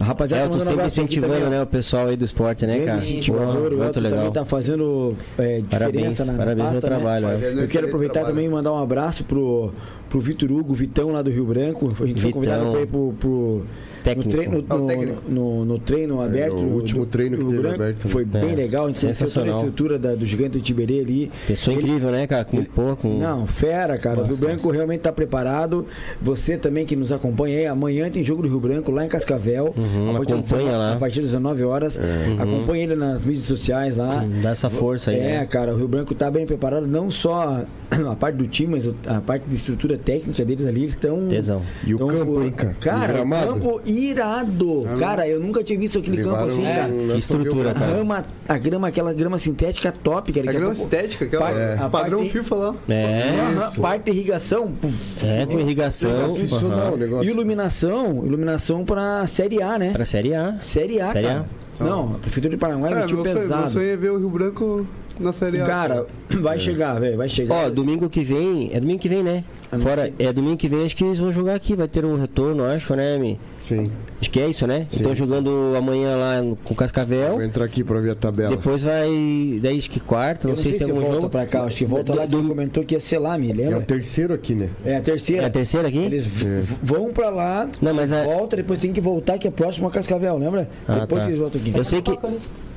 Speaker 1: A Rapaziada,
Speaker 3: Elton
Speaker 1: mandando
Speaker 3: É, sempre
Speaker 1: um abraço aqui
Speaker 3: incentivando
Speaker 1: também, ó.
Speaker 3: né, o pessoal aí do esporte, né,
Speaker 1: Grande
Speaker 3: cara?
Speaker 1: incentivador,
Speaker 3: Pô,
Speaker 1: o Elton
Speaker 3: muito legal.
Speaker 1: também tá fazendo é,
Speaker 3: Parabéns,
Speaker 1: diferença na, na
Speaker 3: parabéns pelo
Speaker 1: pasta, né?
Speaker 3: trabalho. ó.
Speaker 2: É,
Speaker 1: Eu
Speaker 5: Fazendo
Speaker 1: quero
Speaker 5: excelente
Speaker 1: aproveitar
Speaker 5: trabalho.
Speaker 1: também e mandar um abraço pro, pro Vitor Hugo, Vitão lá do Rio Branco. A gente foi
Speaker 3: Vitão.
Speaker 1: convidado pra ir pro. pro
Speaker 3: Técnico.
Speaker 1: No treino,
Speaker 2: É
Speaker 5: Ah, o
Speaker 1: no-
Speaker 5: técnico.
Speaker 1: no- no treino aberto.
Speaker 2: o
Speaker 1: do-
Speaker 2: último
Speaker 1: do-
Speaker 2: treino que
Speaker 1: do
Speaker 2: teve
Speaker 1: Branco.
Speaker 2: aberto, né?
Speaker 1: Foi bem
Speaker 3: É.
Speaker 1: legal. A gente conheceu toda a
Speaker 3: Sensacional.
Speaker 1: estrutura da- do gigante do Tiberê ali.
Speaker 3: Pessoa incrível, né, cara? Com pô, com...
Speaker 1: Não, fera, cara. o Rio Branco realmente tá preparado. Você também que nos acompanha aí. Amanhã tem jogo do Rio Branco lá em Cascavel.
Speaker 3: Uhum,
Speaker 1: a partir de
Speaker 3: acompanha lá. Uhum.
Speaker 1: A partir das 19 horas. Acompanha ele nas mídias sociais lá.
Speaker 3: Dá essa força aí,
Speaker 1: É,
Speaker 3: né?
Speaker 1: cara, o Rio Branco tá bem preparado, não só (clears throat) a parte do time, mas a parte da estrutura técnica deles ali, eles estão.
Speaker 3: Tesão.
Speaker 2: E o
Speaker 1: tão
Speaker 2: campo,
Speaker 1: voando.
Speaker 2: hein, cara? O
Speaker 1: Cara, o
Speaker 2: gramado? Ah,
Speaker 1: campo irado. Cara, eu nunca tinha visto aquele campo assim,
Speaker 2: Levaram
Speaker 1: cara.
Speaker 2: um-
Speaker 3: Que estrutura,
Speaker 1: A
Speaker 3: cara.
Speaker 1: grama, a grama, aquela grama sintética top, cara.
Speaker 5: É
Speaker 1: Daqui a
Speaker 5: grama
Speaker 1: pouco-
Speaker 5: sintética, aquela.
Speaker 1: É. A
Speaker 5: Padrão
Speaker 1: parte-
Speaker 5: FIFA lá.
Speaker 3: É,
Speaker 1: Aham,
Speaker 2: Isso.
Speaker 1: parte de irrigação, puf,
Speaker 3: é com irrigação.
Speaker 2: Profissional
Speaker 3: aham.
Speaker 2: o negócio.
Speaker 1: iluminação, iluminação pra Série A, né?
Speaker 3: Pra Série A.
Speaker 1: Série A,
Speaker 3: Série A.
Speaker 1: cara. Não, a Prefeitura de Paraná
Speaker 5: É,
Speaker 1: é,
Speaker 5: meu,
Speaker 1: time
Speaker 5: sonho, meu
Speaker 1: pesado.
Speaker 5: sonho é ver o Rio Branco na Série A.
Speaker 1: Cara,
Speaker 3: É.
Speaker 1: vai chegar, velho, vai chegar.
Speaker 3: Ó, domingo que vem, é domingo que vem, né?
Speaker 1: Eu não
Speaker 3: Fora,
Speaker 1: sei.
Speaker 3: é domingo que vem, acho que eles vão jogar aqui, vai ter um retorno, acho, né, Mi?
Speaker 2: Sim.
Speaker 3: Acho que é isso, né? Estão jogando amanhã lá no- com o Cascavel.
Speaker 2: Vou entrar aqui pra ver a tabela.
Speaker 3: Depois vai. Daí acho que quarta,
Speaker 1: Eu
Speaker 3: não, sei, se tem algum
Speaker 1: volta
Speaker 3: jogo.
Speaker 1: pra cá, acho que volta lá,
Speaker 3: Do-
Speaker 1: ele comentou que ia ser lá, me
Speaker 2: É
Speaker 1: lembra?
Speaker 2: o terceiro aqui, né?
Speaker 1: É a
Speaker 3: É
Speaker 1: terceira.
Speaker 3: a terceira aqui?
Speaker 1: Eles v-
Speaker 2: É.
Speaker 1: v- vão pra lá,
Speaker 3: Não, mas é, a-
Speaker 1: volta, depois tem que voltar que é próximo a Cascavel, lembra?
Speaker 3: Ah,
Speaker 1: depois
Speaker 3: tá.
Speaker 1: eles voltam aqui.
Speaker 3: Eu sei que.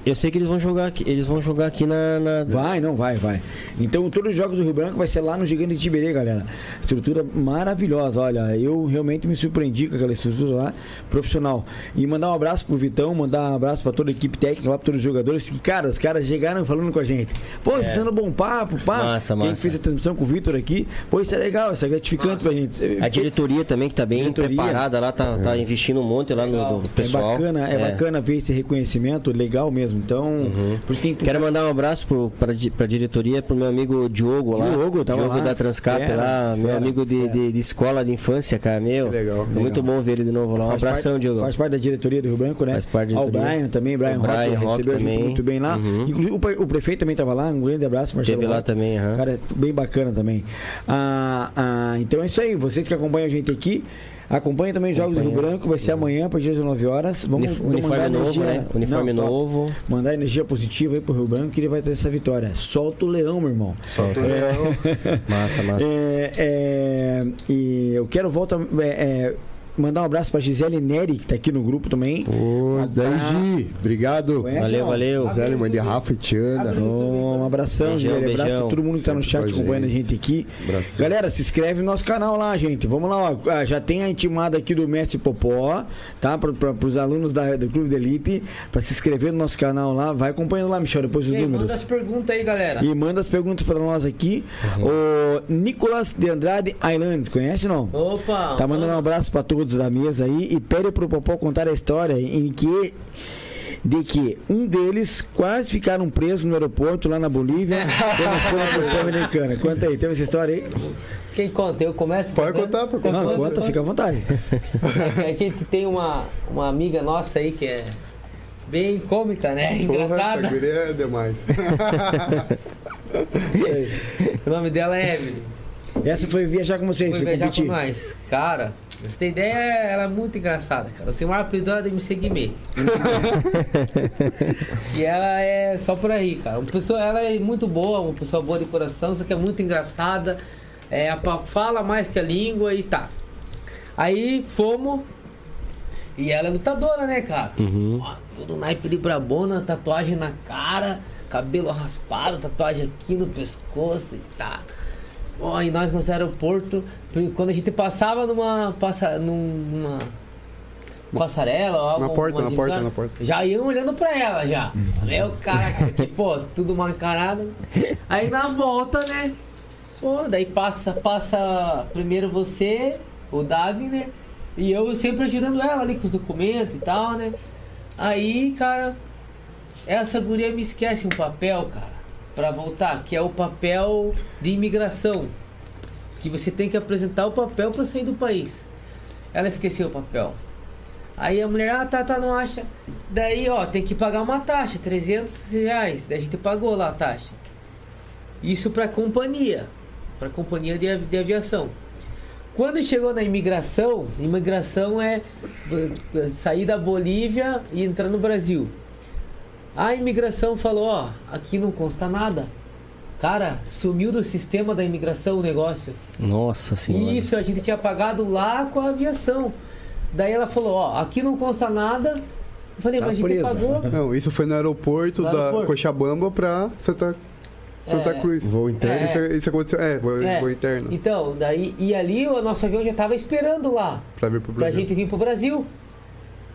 Speaker 3: Eu sei que eles vão jogar aqui. Eles vão jogar aqui na. na-
Speaker 1: Vai, não vai, vai. Então todos os jogos do Rio Branco vai ser lá no Gigante de Tiberê, galera. Estrutura maravilhosa, olha. Eu realmente me surpreendi com aquela estrutura lá, profissional. E mandar um abraço pro Vitão, mandar um abraço pra toda a equipe técnica, lá pra todos os jogadores. Que, cara, os caras chegaram falando com a gente. Pô, vocês sendo bom papo, papo.
Speaker 3: É. Massa,
Speaker 1: Quem
Speaker 3: massa.
Speaker 1: fez a transmissão com o Vitor aqui. Pô, isso é legal, isso é gratificante pra gente.
Speaker 3: A diretoria também, que tá bem
Speaker 1: Diretoria.
Speaker 3: preparada lá, tá, tá investindo um monte lá no, no
Speaker 1: É
Speaker 3: pessoal.
Speaker 1: bacana, é, bacana ver esse reconhecimento, legal mesmo. Então, por isso tem que
Speaker 3: Quero mandar um abraço pro, pra, di- pra diretoria, pro meu amigo Diogo lá.
Speaker 1: Diogo, tava lá.
Speaker 3: da Transcap
Speaker 1: Fera,
Speaker 3: lá, meu
Speaker 1: fera,
Speaker 3: amigo de, de, de escola de infância, cara, meu.
Speaker 5: legal.
Speaker 3: É Muito bom ver ele de novo lá. Um
Speaker 1: Faz
Speaker 3: abração,
Speaker 1: parte,
Speaker 3: Diogo.
Speaker 1: Faz parte da diretoria do Rio Branco, né?
Speaker 3: Faz parte da
Speaker 1: Ao
Speaker 3: diretoria.
Speaker 1: Brian também, Brian,
Speaker 3: O Brian
Speaker 1: Rock,
Speaker 3: Rock
Speaker 1: recebeu a gente
Speaker 3: também.
Speaker 1: muito bem lá.
Speaker 3: Uhum.
Speaker 1: Inclusive, o, pre- o prefeito também estava lá, um grande abraço, Marcelo.
Speaker 3: Teve lá
Speaker 1: Rock.
Speaker 3: também, aham.
Speaker 1: Cara, bem bacana também. Ah, ah, então é isso aí, vocês que acompanham a gente aqui, acompanhem também os Jogos do Rio Branco, vai ser amanhã, a partir das 9 horas. Vamos
Speaker 3: Unif-
Speaker 1: vamos
Speaker 3: uniforme
Speaker 1: mandar
Speaker 3: novo, né? Uniforme
Speaker 1: Não, tá. top.
Speaker 3: novo.
Speaker 1: Mandar energia positiva aí pro Rio Branco que ele vai ter essa vitória. Solta o leão, meu irmão.
Speaker 3: Solta o
Speaker 1: (laughs)
Speaker 3: leão. Massa, massa.
Speaker 1: É, é, e eu quero voltar, é, é, mandar um abraço pra Gisele Neri, que tá aqui no grupo também.
Speaker 2: Ô, daí, Gi. Obrigado.
Speaker 1: Conhece?
Speaker 3: Ah, tá. Valeu,
Speaker 1: ó.
Speaker 3: valeu.
Speaker 2: Zé, mãe de Rafa e Tiana.
Speaker 1: Um abração,
Speaker 3: Beijão,
Speaker 1: Gisele. Abraço
Speaker 3: beijão.
Speaker 1: a todo mundo que tá no
Speaker 2: Sempre
Speaker 1: chat
Speaker 2: com a
Speaker 1: acompanhando a
Speaker 2: gente.
Speaker 1: gente aqui.
Speaker 2: Abração.
Speaker 1: Galera, se inscreve no nosso canal lá, gente. Vamos lá, ó. Ah, Já tem a intimada aqui do Mestre Popó, tá? Para os alunos da, do Clube de Elite, pra se inscrever no nosso canal lá. Vai acompanhando lá, Michel, depois os
Speaker 4: Ei,
Speaker 1: números.
Speaker 4: manda as perguntas aí, galera. (laughs)
Speaker 1: E manda as perguntas pra nós aqui.
Speaker 4: Uhum.
Speaker 1: O Nicolas de Andrade Islands, conhece não?
Speaker 4: Opa!
Speaker 1: Tá mandando um abraço pra todos da mesa aí e pede pro Popó contar a história em que de que um deles quase ficaram presos no aeroporto lá na
Speaker 4: (laughs)
Speaker 1: Bolívia quando foram pro Pan-Americana. Conta aí, teve essa história aí?
Speaker 4: Quem conta? Eu começo? (laughs)
Speaker 5: Pode
Speaker 4: contando?
Speaker 5: contar, pode
Speaker 4: Quer
Speaker 1: Não,
Speaker 4: contar?
Speaker 1: conta, fica à vontade.
Speaker 4: A gente tem uma, uma amiga nossa aí que é bem cômica, né? Engraçada.
Speaker 5: Porra, essa guria é demais.
Speaker 4: O nome dela é Evelyn.
Speaker 1: Essa foi viajar com vocês,
Speaker 4: Fui
Speaker 1: foi
Speaker 4: viajar com
Speaker 1: competir.
Speaker 4: nós. Cara, pra você ter ideia, ela é muito engraçada, cara. O maior apelido dela é de me seguir E ela é só por aí, cara. Uma pessoa, ela é muito boa, uma pessoa boa de coração, só que é muito engraçada. É, a pa- fala mais que a língua e tá. Aí fomos. E ela é lutadora, né, cara?
Speaker 5: Uhum.
Speaker 4: Ó, Todo naipe de brabona, tatuagem na cara, cabelo raspado, tatuagem aqui no pescoço e tá. Ó, e nós nos aeroporto, quando a gente passava numa. Passa, numa passarela ou algo.
Speaker 5: Na porta,
Speaker 4: alguma
Speaker 5: na porta,
Speaker 4: divisória,
Speaker 5: na porta.
Speaker 4: Já iam olhando pra ela já. Aí o cara que, pô, tudo mancarado. Aí na volta, né? Pô, daí passa, passa primeiro você, o Dagner, e eu sempre ajudando ela ali com os documentos e tal, né? Aí, cara, essa guria me esquece um papel, cara, pra voltar, que é o papel de imigração. Que você tem que apresentar o papel pra sair do país. Ela esqueceu o papel. Aí a mulher, ah, tá, tá, não acha. Daí, ó, tem que pagar uma taxa, 300 reais. Daí a gente pagou lá a taxa. Isso pra companhia, pra companhia de, avi- de aviação. Quando chegou na imigração, imigração é eh, sair da Bolívia e entrar no Brasil. A imigração falou, ó, aqui não consta nada. Cara, sumiu do sistema da imigração o negócio.
Speaker 3: Nossa senhora.
Speaker 4: Isso, a gente tinha pagado lá com a aviação. Daí ela falou, ó, aqui não consta nada. Eu falei,
Speaker 1: Tá
Speaker 4: mas a gente
Speaker 1: presa.
Speaker 4: pagou.
Speaker 1: (laughs)
Speaker 5: Não, isso foi no aeroporto
Speaker 4: No
Speaker 5: da
Speaker 4: aeroporto.
Speaker 5: Cochabamba pra Santa, Santa
Speaker 4: É.
Speaker 5: Cruz.
Speaker 2: Voo interno.
Speaker 5: Isso, isso aconteceu. É, voo,
Speaker 4: É.
Speaker 5: voo interno.
Speaker 4: Então, daí, e ali o nosso avião já tava esperando lá.
Speaker 5: Pra vir pro
Speaker 4: pra
Speaker 5: Brasil.
Speaker 4: Então, gente vir pro Brasil.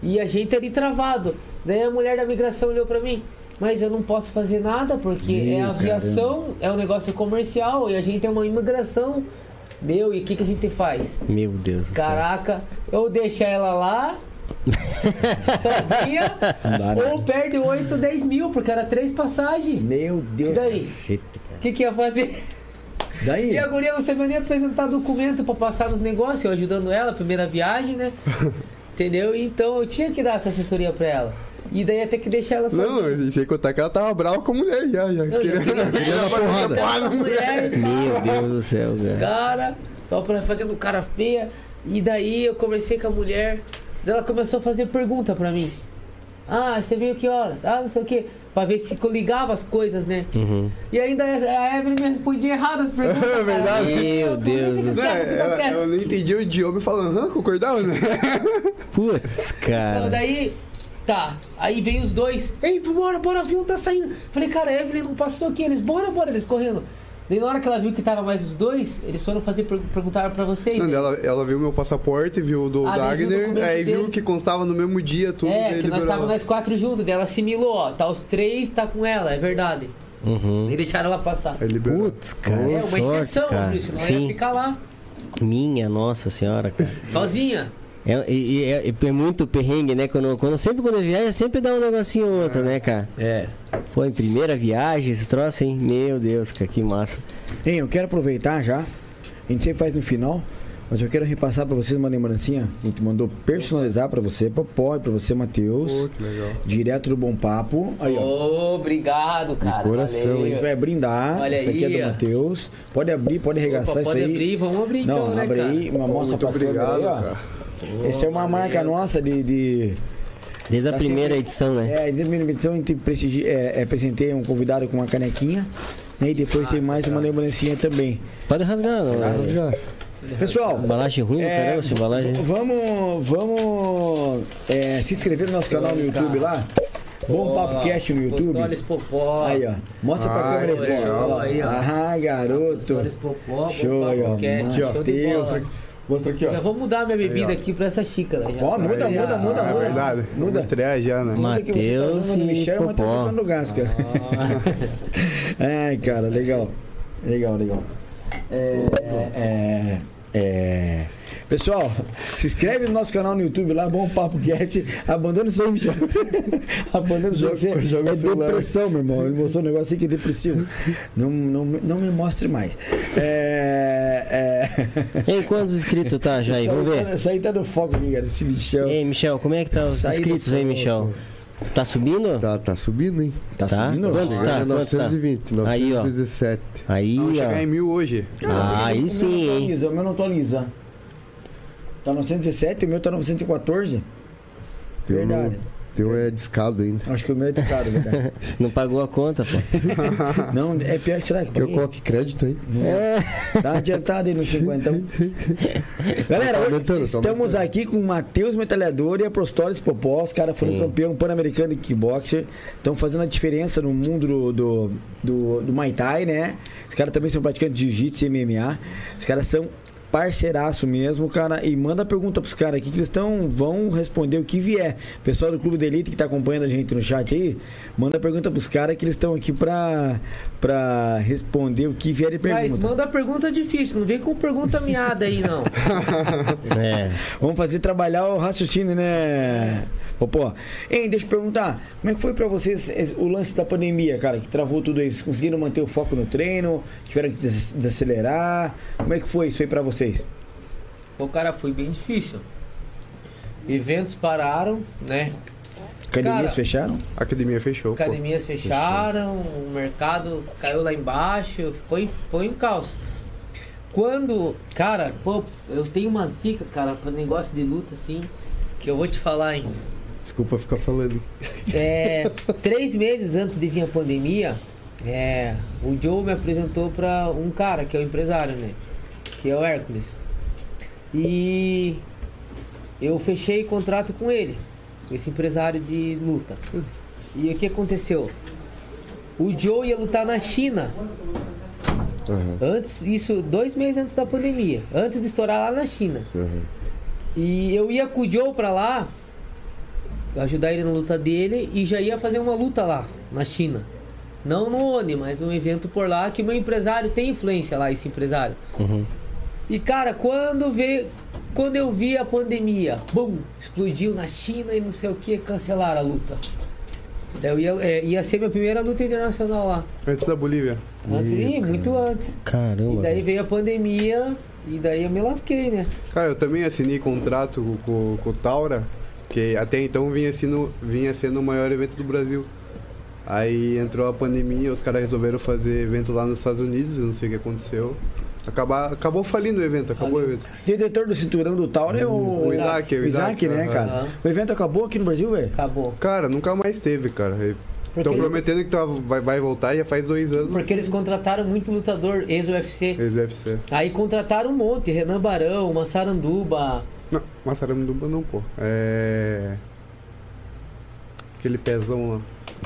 Speaker 4: E a gente ali travado. Daí a mulher da migração olhou pra mim, mas eu não posso fazer nada porque é
Speaker 1: Meu
Speaker 4: aviação, é um negócio comercial e a gente é uma imigração. Meu, e o que, que a gente faz?
Speaker 3: Meu Deus do céu.
Speaker 4: Caraca, ou deixa ela lá, sozinha,
Speaker 1: Não dá, né?
Speaker 4: ou perde 8, 10 mil, porque era três passagens.
Speaker 1: Meu Deus.
Speaker 4: E daí?
Speaker 3: Cacete, cara.
Speaker 4: O que, que ia fazer?
Speaker 1: Daí?
Speaker 4: E a guria não sabia nem apresentar documento pra passar nos negócios, eu ajudando ela, primeira viagem,
Speaker 5: (laughs)
Speaker 4: né? Entendeu? Então eu tinha que dar essa assessoria pra ela. E daí ia ter que deixar ela sozinha.
Speaker 5: Não, e sem contar que ela tava brava com a mulher já. já
Speaker 4: já
Speaker 5: queria-
Speaker 4: queria-
Speaker 2: Ele era porrada.
Speaker 4: Ela, mulher,
Speaker 3: Meu Deus do céu, cara.
Speaker 4: cara, só pra fazendo cara feia. E daí eu conversei com a mulher, daí ela começou a fazer pergunta pra mim. Ah, você veio que horas? Ah, não sei o quê. Pra ver se ligava as coisas, né?
Speaker 3: Uhum.
Speaker 4: E ainda a Evelyn me respondia errado as perguntas.
Speaker 5: (laughs) É
Speaker 4: cara.
Speaker 5: verdade.
Speaker 3: Meu Deus do
Speaker 5: Não,
Speaker 3: céu. É,
Speaker 4: Sabe, fica
Speaker 5: É, ela-
Speaker 4: quieto.
Speaker 5: eu não entendi o idioma e falando, hã, concordava, né?
Speaker 4: (laughs)
Speaker 1: É.
Speaker 3: Putz,
Speaker 4: Não,
Speaker 3: cara.
Speaker 4: daí. Tá, aí vem os dois. Ei, bora, bora, o avião tá saindo. Falei, cara, a Evelyn não passou aqui. Eles, bora, bora, eles correndo. Daí na hora que ela viu que tava mais os dois, eles foram fazer, per- perguntaram pra vocês.
Speaker 5: Não,
Speaker 4: né?
Speaker 5: ela, ela viu meu passaporte, viu o do
Speaker 4: Ah, daí viu o
Speaker 5: Dagner,
Speaker 4: documento
Speaker 5: aí viu
Speaker 4: deles.
Speaker 5: que constava no mesmo dia tudo.
Speaker 4: é,
Speaker 5: daí
Speaker 4: que nós
Speaker 5: liberou
Speaker 4: tava
Speaker 5: ela.
Speaker 4: nós quatro juntos, daí ela assimilou, ó. Tá os três, tá com ela, é verdade.
Speaker 3: Uhum.
Speaker 4: E deixaram ela passar.
Speaker 5: Aí liberou.
Speaker 3: Putz, cara.
Speaker 4: é uma exceção,
Speaker 3: sorte, cara.
Speaker 4: Bruno,
Speaker 1: é
Speaker 4: senão ela ia
Speaker 3: Sim.
Speaker 4: ficar lá,
Speaker 3: Minha nossa senhora, cara.
Speaker 4: sozinha.
Speaker 3: É, e- e é, é muito perrengue, né? Quando, quando- sempre quando eu viajo, sempre dá um negocinho ou outro, né, cara?
Speaker 1: É.
Speaker 3: Foi em primeira viagem esse troço, hein? Meu Deus, cara, que massa.
Speaker 1: Hein, eu quero aproveitar já. A gente sempre faz no final, mas eu quero repassar pra vocês uma lembrancinha. A gente mandou personalizar pra você, Popó, e pra você, Matheus.
Speaker 5: Pô, que legal.
Speaker 1: Direto do Bom Papo. Aí, ó.
Speaker 4: obrigado, cara.
Speaker 1: Coração, a gente vai brindar.
Speaker 4: Olha
Speaker 1: Essa aqui é
Speaker 4: aí,
Speaker 1: do
Speaker 4: ó.
Speaker 1: Matheus. Pode abrir, pode arregaçar
Speaker 4: Opa,
Speaker 1: isso
Speaker 4: pode
Speaker 1: aí.
Speaker 4: abrir, vamos abrir
Speaker 1: Não,
Speaker 4: então, né,
Speaker 1: abre
Speaker 4: cara?
Speaker 1: aí, uma mostra
Speaker 5: Muito
Speaker 1: pra câmera
Speaker 5: obrigado,
Speaker 1: aí, ó.
Speaker 5: cara.
Speaker 1: Essa é uma marca nossa de. de
Speaker 3: Desde a
Speaker 1: Tá
Speaker 3: primeira
Speaker 1: sempre-
Speaker 3: edição, né?
Speaker 1: é, de primeira edição, a gente prestigi- é, é, presenteia um convidado com uma canequinha. Né? E depois tem mais uma lembrancinha também.
Speaker 3: Pode rasgar, não. né?
Speaker 1: Pessoal,
Speaker 3: Embalagem ruim,
Speaker 1: É,
Speaker 3: caramba, essa embalagem.
Speaker 1: v- Vamos, vamos é, se inscrever no nosso canal no YouTube lá. Bom Papocast no YouTube.
Speaker 4: Postores Popó.
Speaker 1: Aí, ó. Mostra pra
Speaker 5: Ah,
Speaker 1: câmera
Speaker 5: que
Speaker 1: aí, pô.
Speaker 5: legal.
Speaker 1: Ó.
Speaker 4: Aí, ó.
Speaker 1: Ah, garoto.
Speaker 4: Postores Popó,
Speaker 1: Show aí, ó.
Speaker 4: Podcast,
Speaker 1: Aqui, ó.
Speaker 4: show de bola.
Speaker 2: Mostra aqui,
Speaker 4: Já
Speaker 2: ó.
Speaker 4: vou mudar minha bebida
Speaker 5: Aí, ó.
Speaker 4: aqui pra essa xícara. Já.
Speaker 1: Ó, muda,
Speaker 4: Aí,
Speaker 1: muda,
Speaker 4: ó.
Speaker 1: muda,
Speaker 5: Ah, é
Speaker 1: muda.
Speaker 5: verdade. Vamos
Speaker 1: Muda.
Speaker 5: estrear já, né?
Speaker 3: Mas-
Speaker 1: Muda que você tá
Speaker 3: Mateus
Speaker 1: usando o
Speaker 3: e
Speaker 1: Michel, Matheus tá
Speaker 3: Popó. Ah.
Speaker 1: usando o gás, cara. (laughs) Ai, cara, legal. Legal, legal. É, é, é. Pessoal, se inscreve no nosso canal no YouTube lá, Bom Papo Cast. Abandona isso aí, Michel. (laughs) Abandona isso aí. que
Speaker 5: Joga-
Speaker 1: você-
Speaker 5: joga
Speaker 1: É
Speaker 5: o celular.
Speaker 1: depressão, meu irmão. Ele mostrou um negócio aqui que é depressivo. Não, não, não me mostre mais. É, é.
Speaker 3: Ei, quantos inscritos
Speaker 1: (laughs)
Speaker 3: tá, Jair?
Speaker 1: Isso aí
Speaker 3: Vamos
Speaker 1: tá-
Speaker 3: ver.
Speaker 1: Isso aí tá no foco aqui, cara. Esse Michel.
Speaker 3: Ei, Michel, como é que tá os
Speaker 1: Sai né? do
Speaker 3: inscritos aí,
Speaker 1: fogo. assim.
Speaker 3: Michel? Tá subindo?
Speaker 2: Tá, tá subindo, hein?
Speaker 1: Tá, subindo?
Speaker 3: Quantos
Speaker 2: Olha,
Speaker 3: tá? Quantos tá?
Speaker 2: 920,
Speaker 3: Aí, ó.
Speaker 2: 917.
Speaker 3: Aí,
Speaker 5: Vamos chegar em
Speaker 3: ó.
Speaker 5: mil hoje.
Speaker 3: Ah,
Speaker 1: o meu
Speaker 3: aí
Speaker 1: não
Speaker 3: sim, hein?
Speaker 1: atualiza, O meu não atualiza. Tá 917, o meu tá 914.
Speaker 2: Teu, não,
Speaker 1: Verdade.
Speaker 2: teu é discado ainda.
Speaker 1: Acho que o meu é
Speaker 3: (laughs)
Speaker 1: descado, verdade.
Speaker 3: Não pagou a conta, pô.
Speaker 1: Não, é pior que será que
Speaker 2: Que eu coloque crédito aí.
Speaker 1: Tá adiantado aí no 50. Galera,
Speaker 2: Tá
Speaker 1: hoje
Speaker 2: aumentando, tá
Speaker 1: estamos
Speaker 2: aumentando.
Speaker 1: aqui com o Matheus Metralhador e a Prostolis Popó. Os caras foram
Speaker 3: Sim.
Speaker 1: campeão pan-americano de kickboxer. Estão fazendo a diferença no mundo do, do, do, do Muay Thai, né? Os caras também são praticantes de jiu-jitsu e MMA. Os caras são parceiraço mesmo, cara. E manda pergunta pros caras aqui que eles tão, vão responder o que vier. Pessoal do Clube da Elite que tá acompanhando a gente no chat aí, manda pergunta pros caras que eles estão aqui pra, pra responder o que vier de pergunta.
Speaker 4: Mas manda pergunta difícil, não vem com pergunta miada aí, não. (laughs)
Speaker 3: É.
Speaker 1: Vamos fazer trabalhar o raciocínio, né? Popó. Hein, deixa eu perguntar, como é que foi pra vocês es- o lance da pandemia, cara, que travou tudo isso? Conseguiram manter o foco no treino? Tiveram que des- desacelerar? Como é que foi isso aí pra vocês?
Speaker 4: Pô, cara, foi bem difícil. Eventos pararam, né?
Speaker 1: Academias
Speaker 4: Cara,
Speaker 1: fecharam?
Speaker 5: A academia fechou. pô.
Speaker 4: Academias fecharam, o mercado caiu lá embaixo, ficou em, ficou em caos. Quando, cara, pô, eu tenho uma zica, cara, pra negócio de luta, assim, que eu vou te falar, hein?
Speaker 2: Desculpa ficar falando.
Speaker 4: É, três meses antes de vir a pandemia, é, o Joe me apresentou pra um cara que é o empresário, né? Que é o Hércules. E eu fechei contrato com ele, esse empresário de luta. E o que aconteceu? O Joe ia lutar na China.
Speaker 2: Aham,
Speaker 4: Antes, isso dois meses antes da pandemia. Antes de estourar lá na China.
Speaker 2: aham.
Speaker 4: E eu ia com o Joe pra lá, ajudar ele na luta dele, e já ia fazer uma luta lá, na China. Não no ONI, mas um evento por lá que meu empresário tem influência lá, esse empresário. E cara, quando veio. Quando eu vi a pandemia, bum, explodiu na China e não sei o que, cancelaram a luta. Daí eu ia, é, ia ser minha primeira luta internacional lá.
Speaker 5: Antes da Bolívia.
Speaker 4: Antes, ih, muito antes. E
Speaker 3: Caramba.
Speaker 4: daí
Speaker 3: velho.
Speaker 4: veio a pandemia e daí eu me lasquei, né?
Speaker 5: Cara, eu também assinei contrato co- co- com, o Taura, que até então vinha sendo, vinha sendo o maior evento do Brasil. Aí entrou a pandemia, os caras resolveram fazer evento lá nos Estados Unidos, eu não sei o que aconteceu. Acabar, acabou falindo o evento, acabou o evento.
Speaker 1: Diretor do cinturão do Tauro é o,
Speaker 5: o Isaac,
Speaker 1: o
Speaker 5: o Isaac,
Speaker 1: Isaac, né,
Speaker 5: aham.
Speaker 1: cara?
Speaker 4: Aham.
Speaker 1: O evento acabou aqui no Brasil, velho?
Speaker 4: Acabou.
Speaker 5: Cara, nunca mais teve, cara. Estão
Speaker 4: eles-
Speaker 5: prometendo que tá- vai, vai voltar já faz dois anos.
Speaker 4: Porque eles contrataram muito lutador ex-UFC.
Speaker 5: Eles devem ser.
Speaker 4: Aí contrataram um monte, Renan Barão, Massaranduba.
Speaker 5: Não, Massaranduba não, um pô. É. Aquele pezão lá.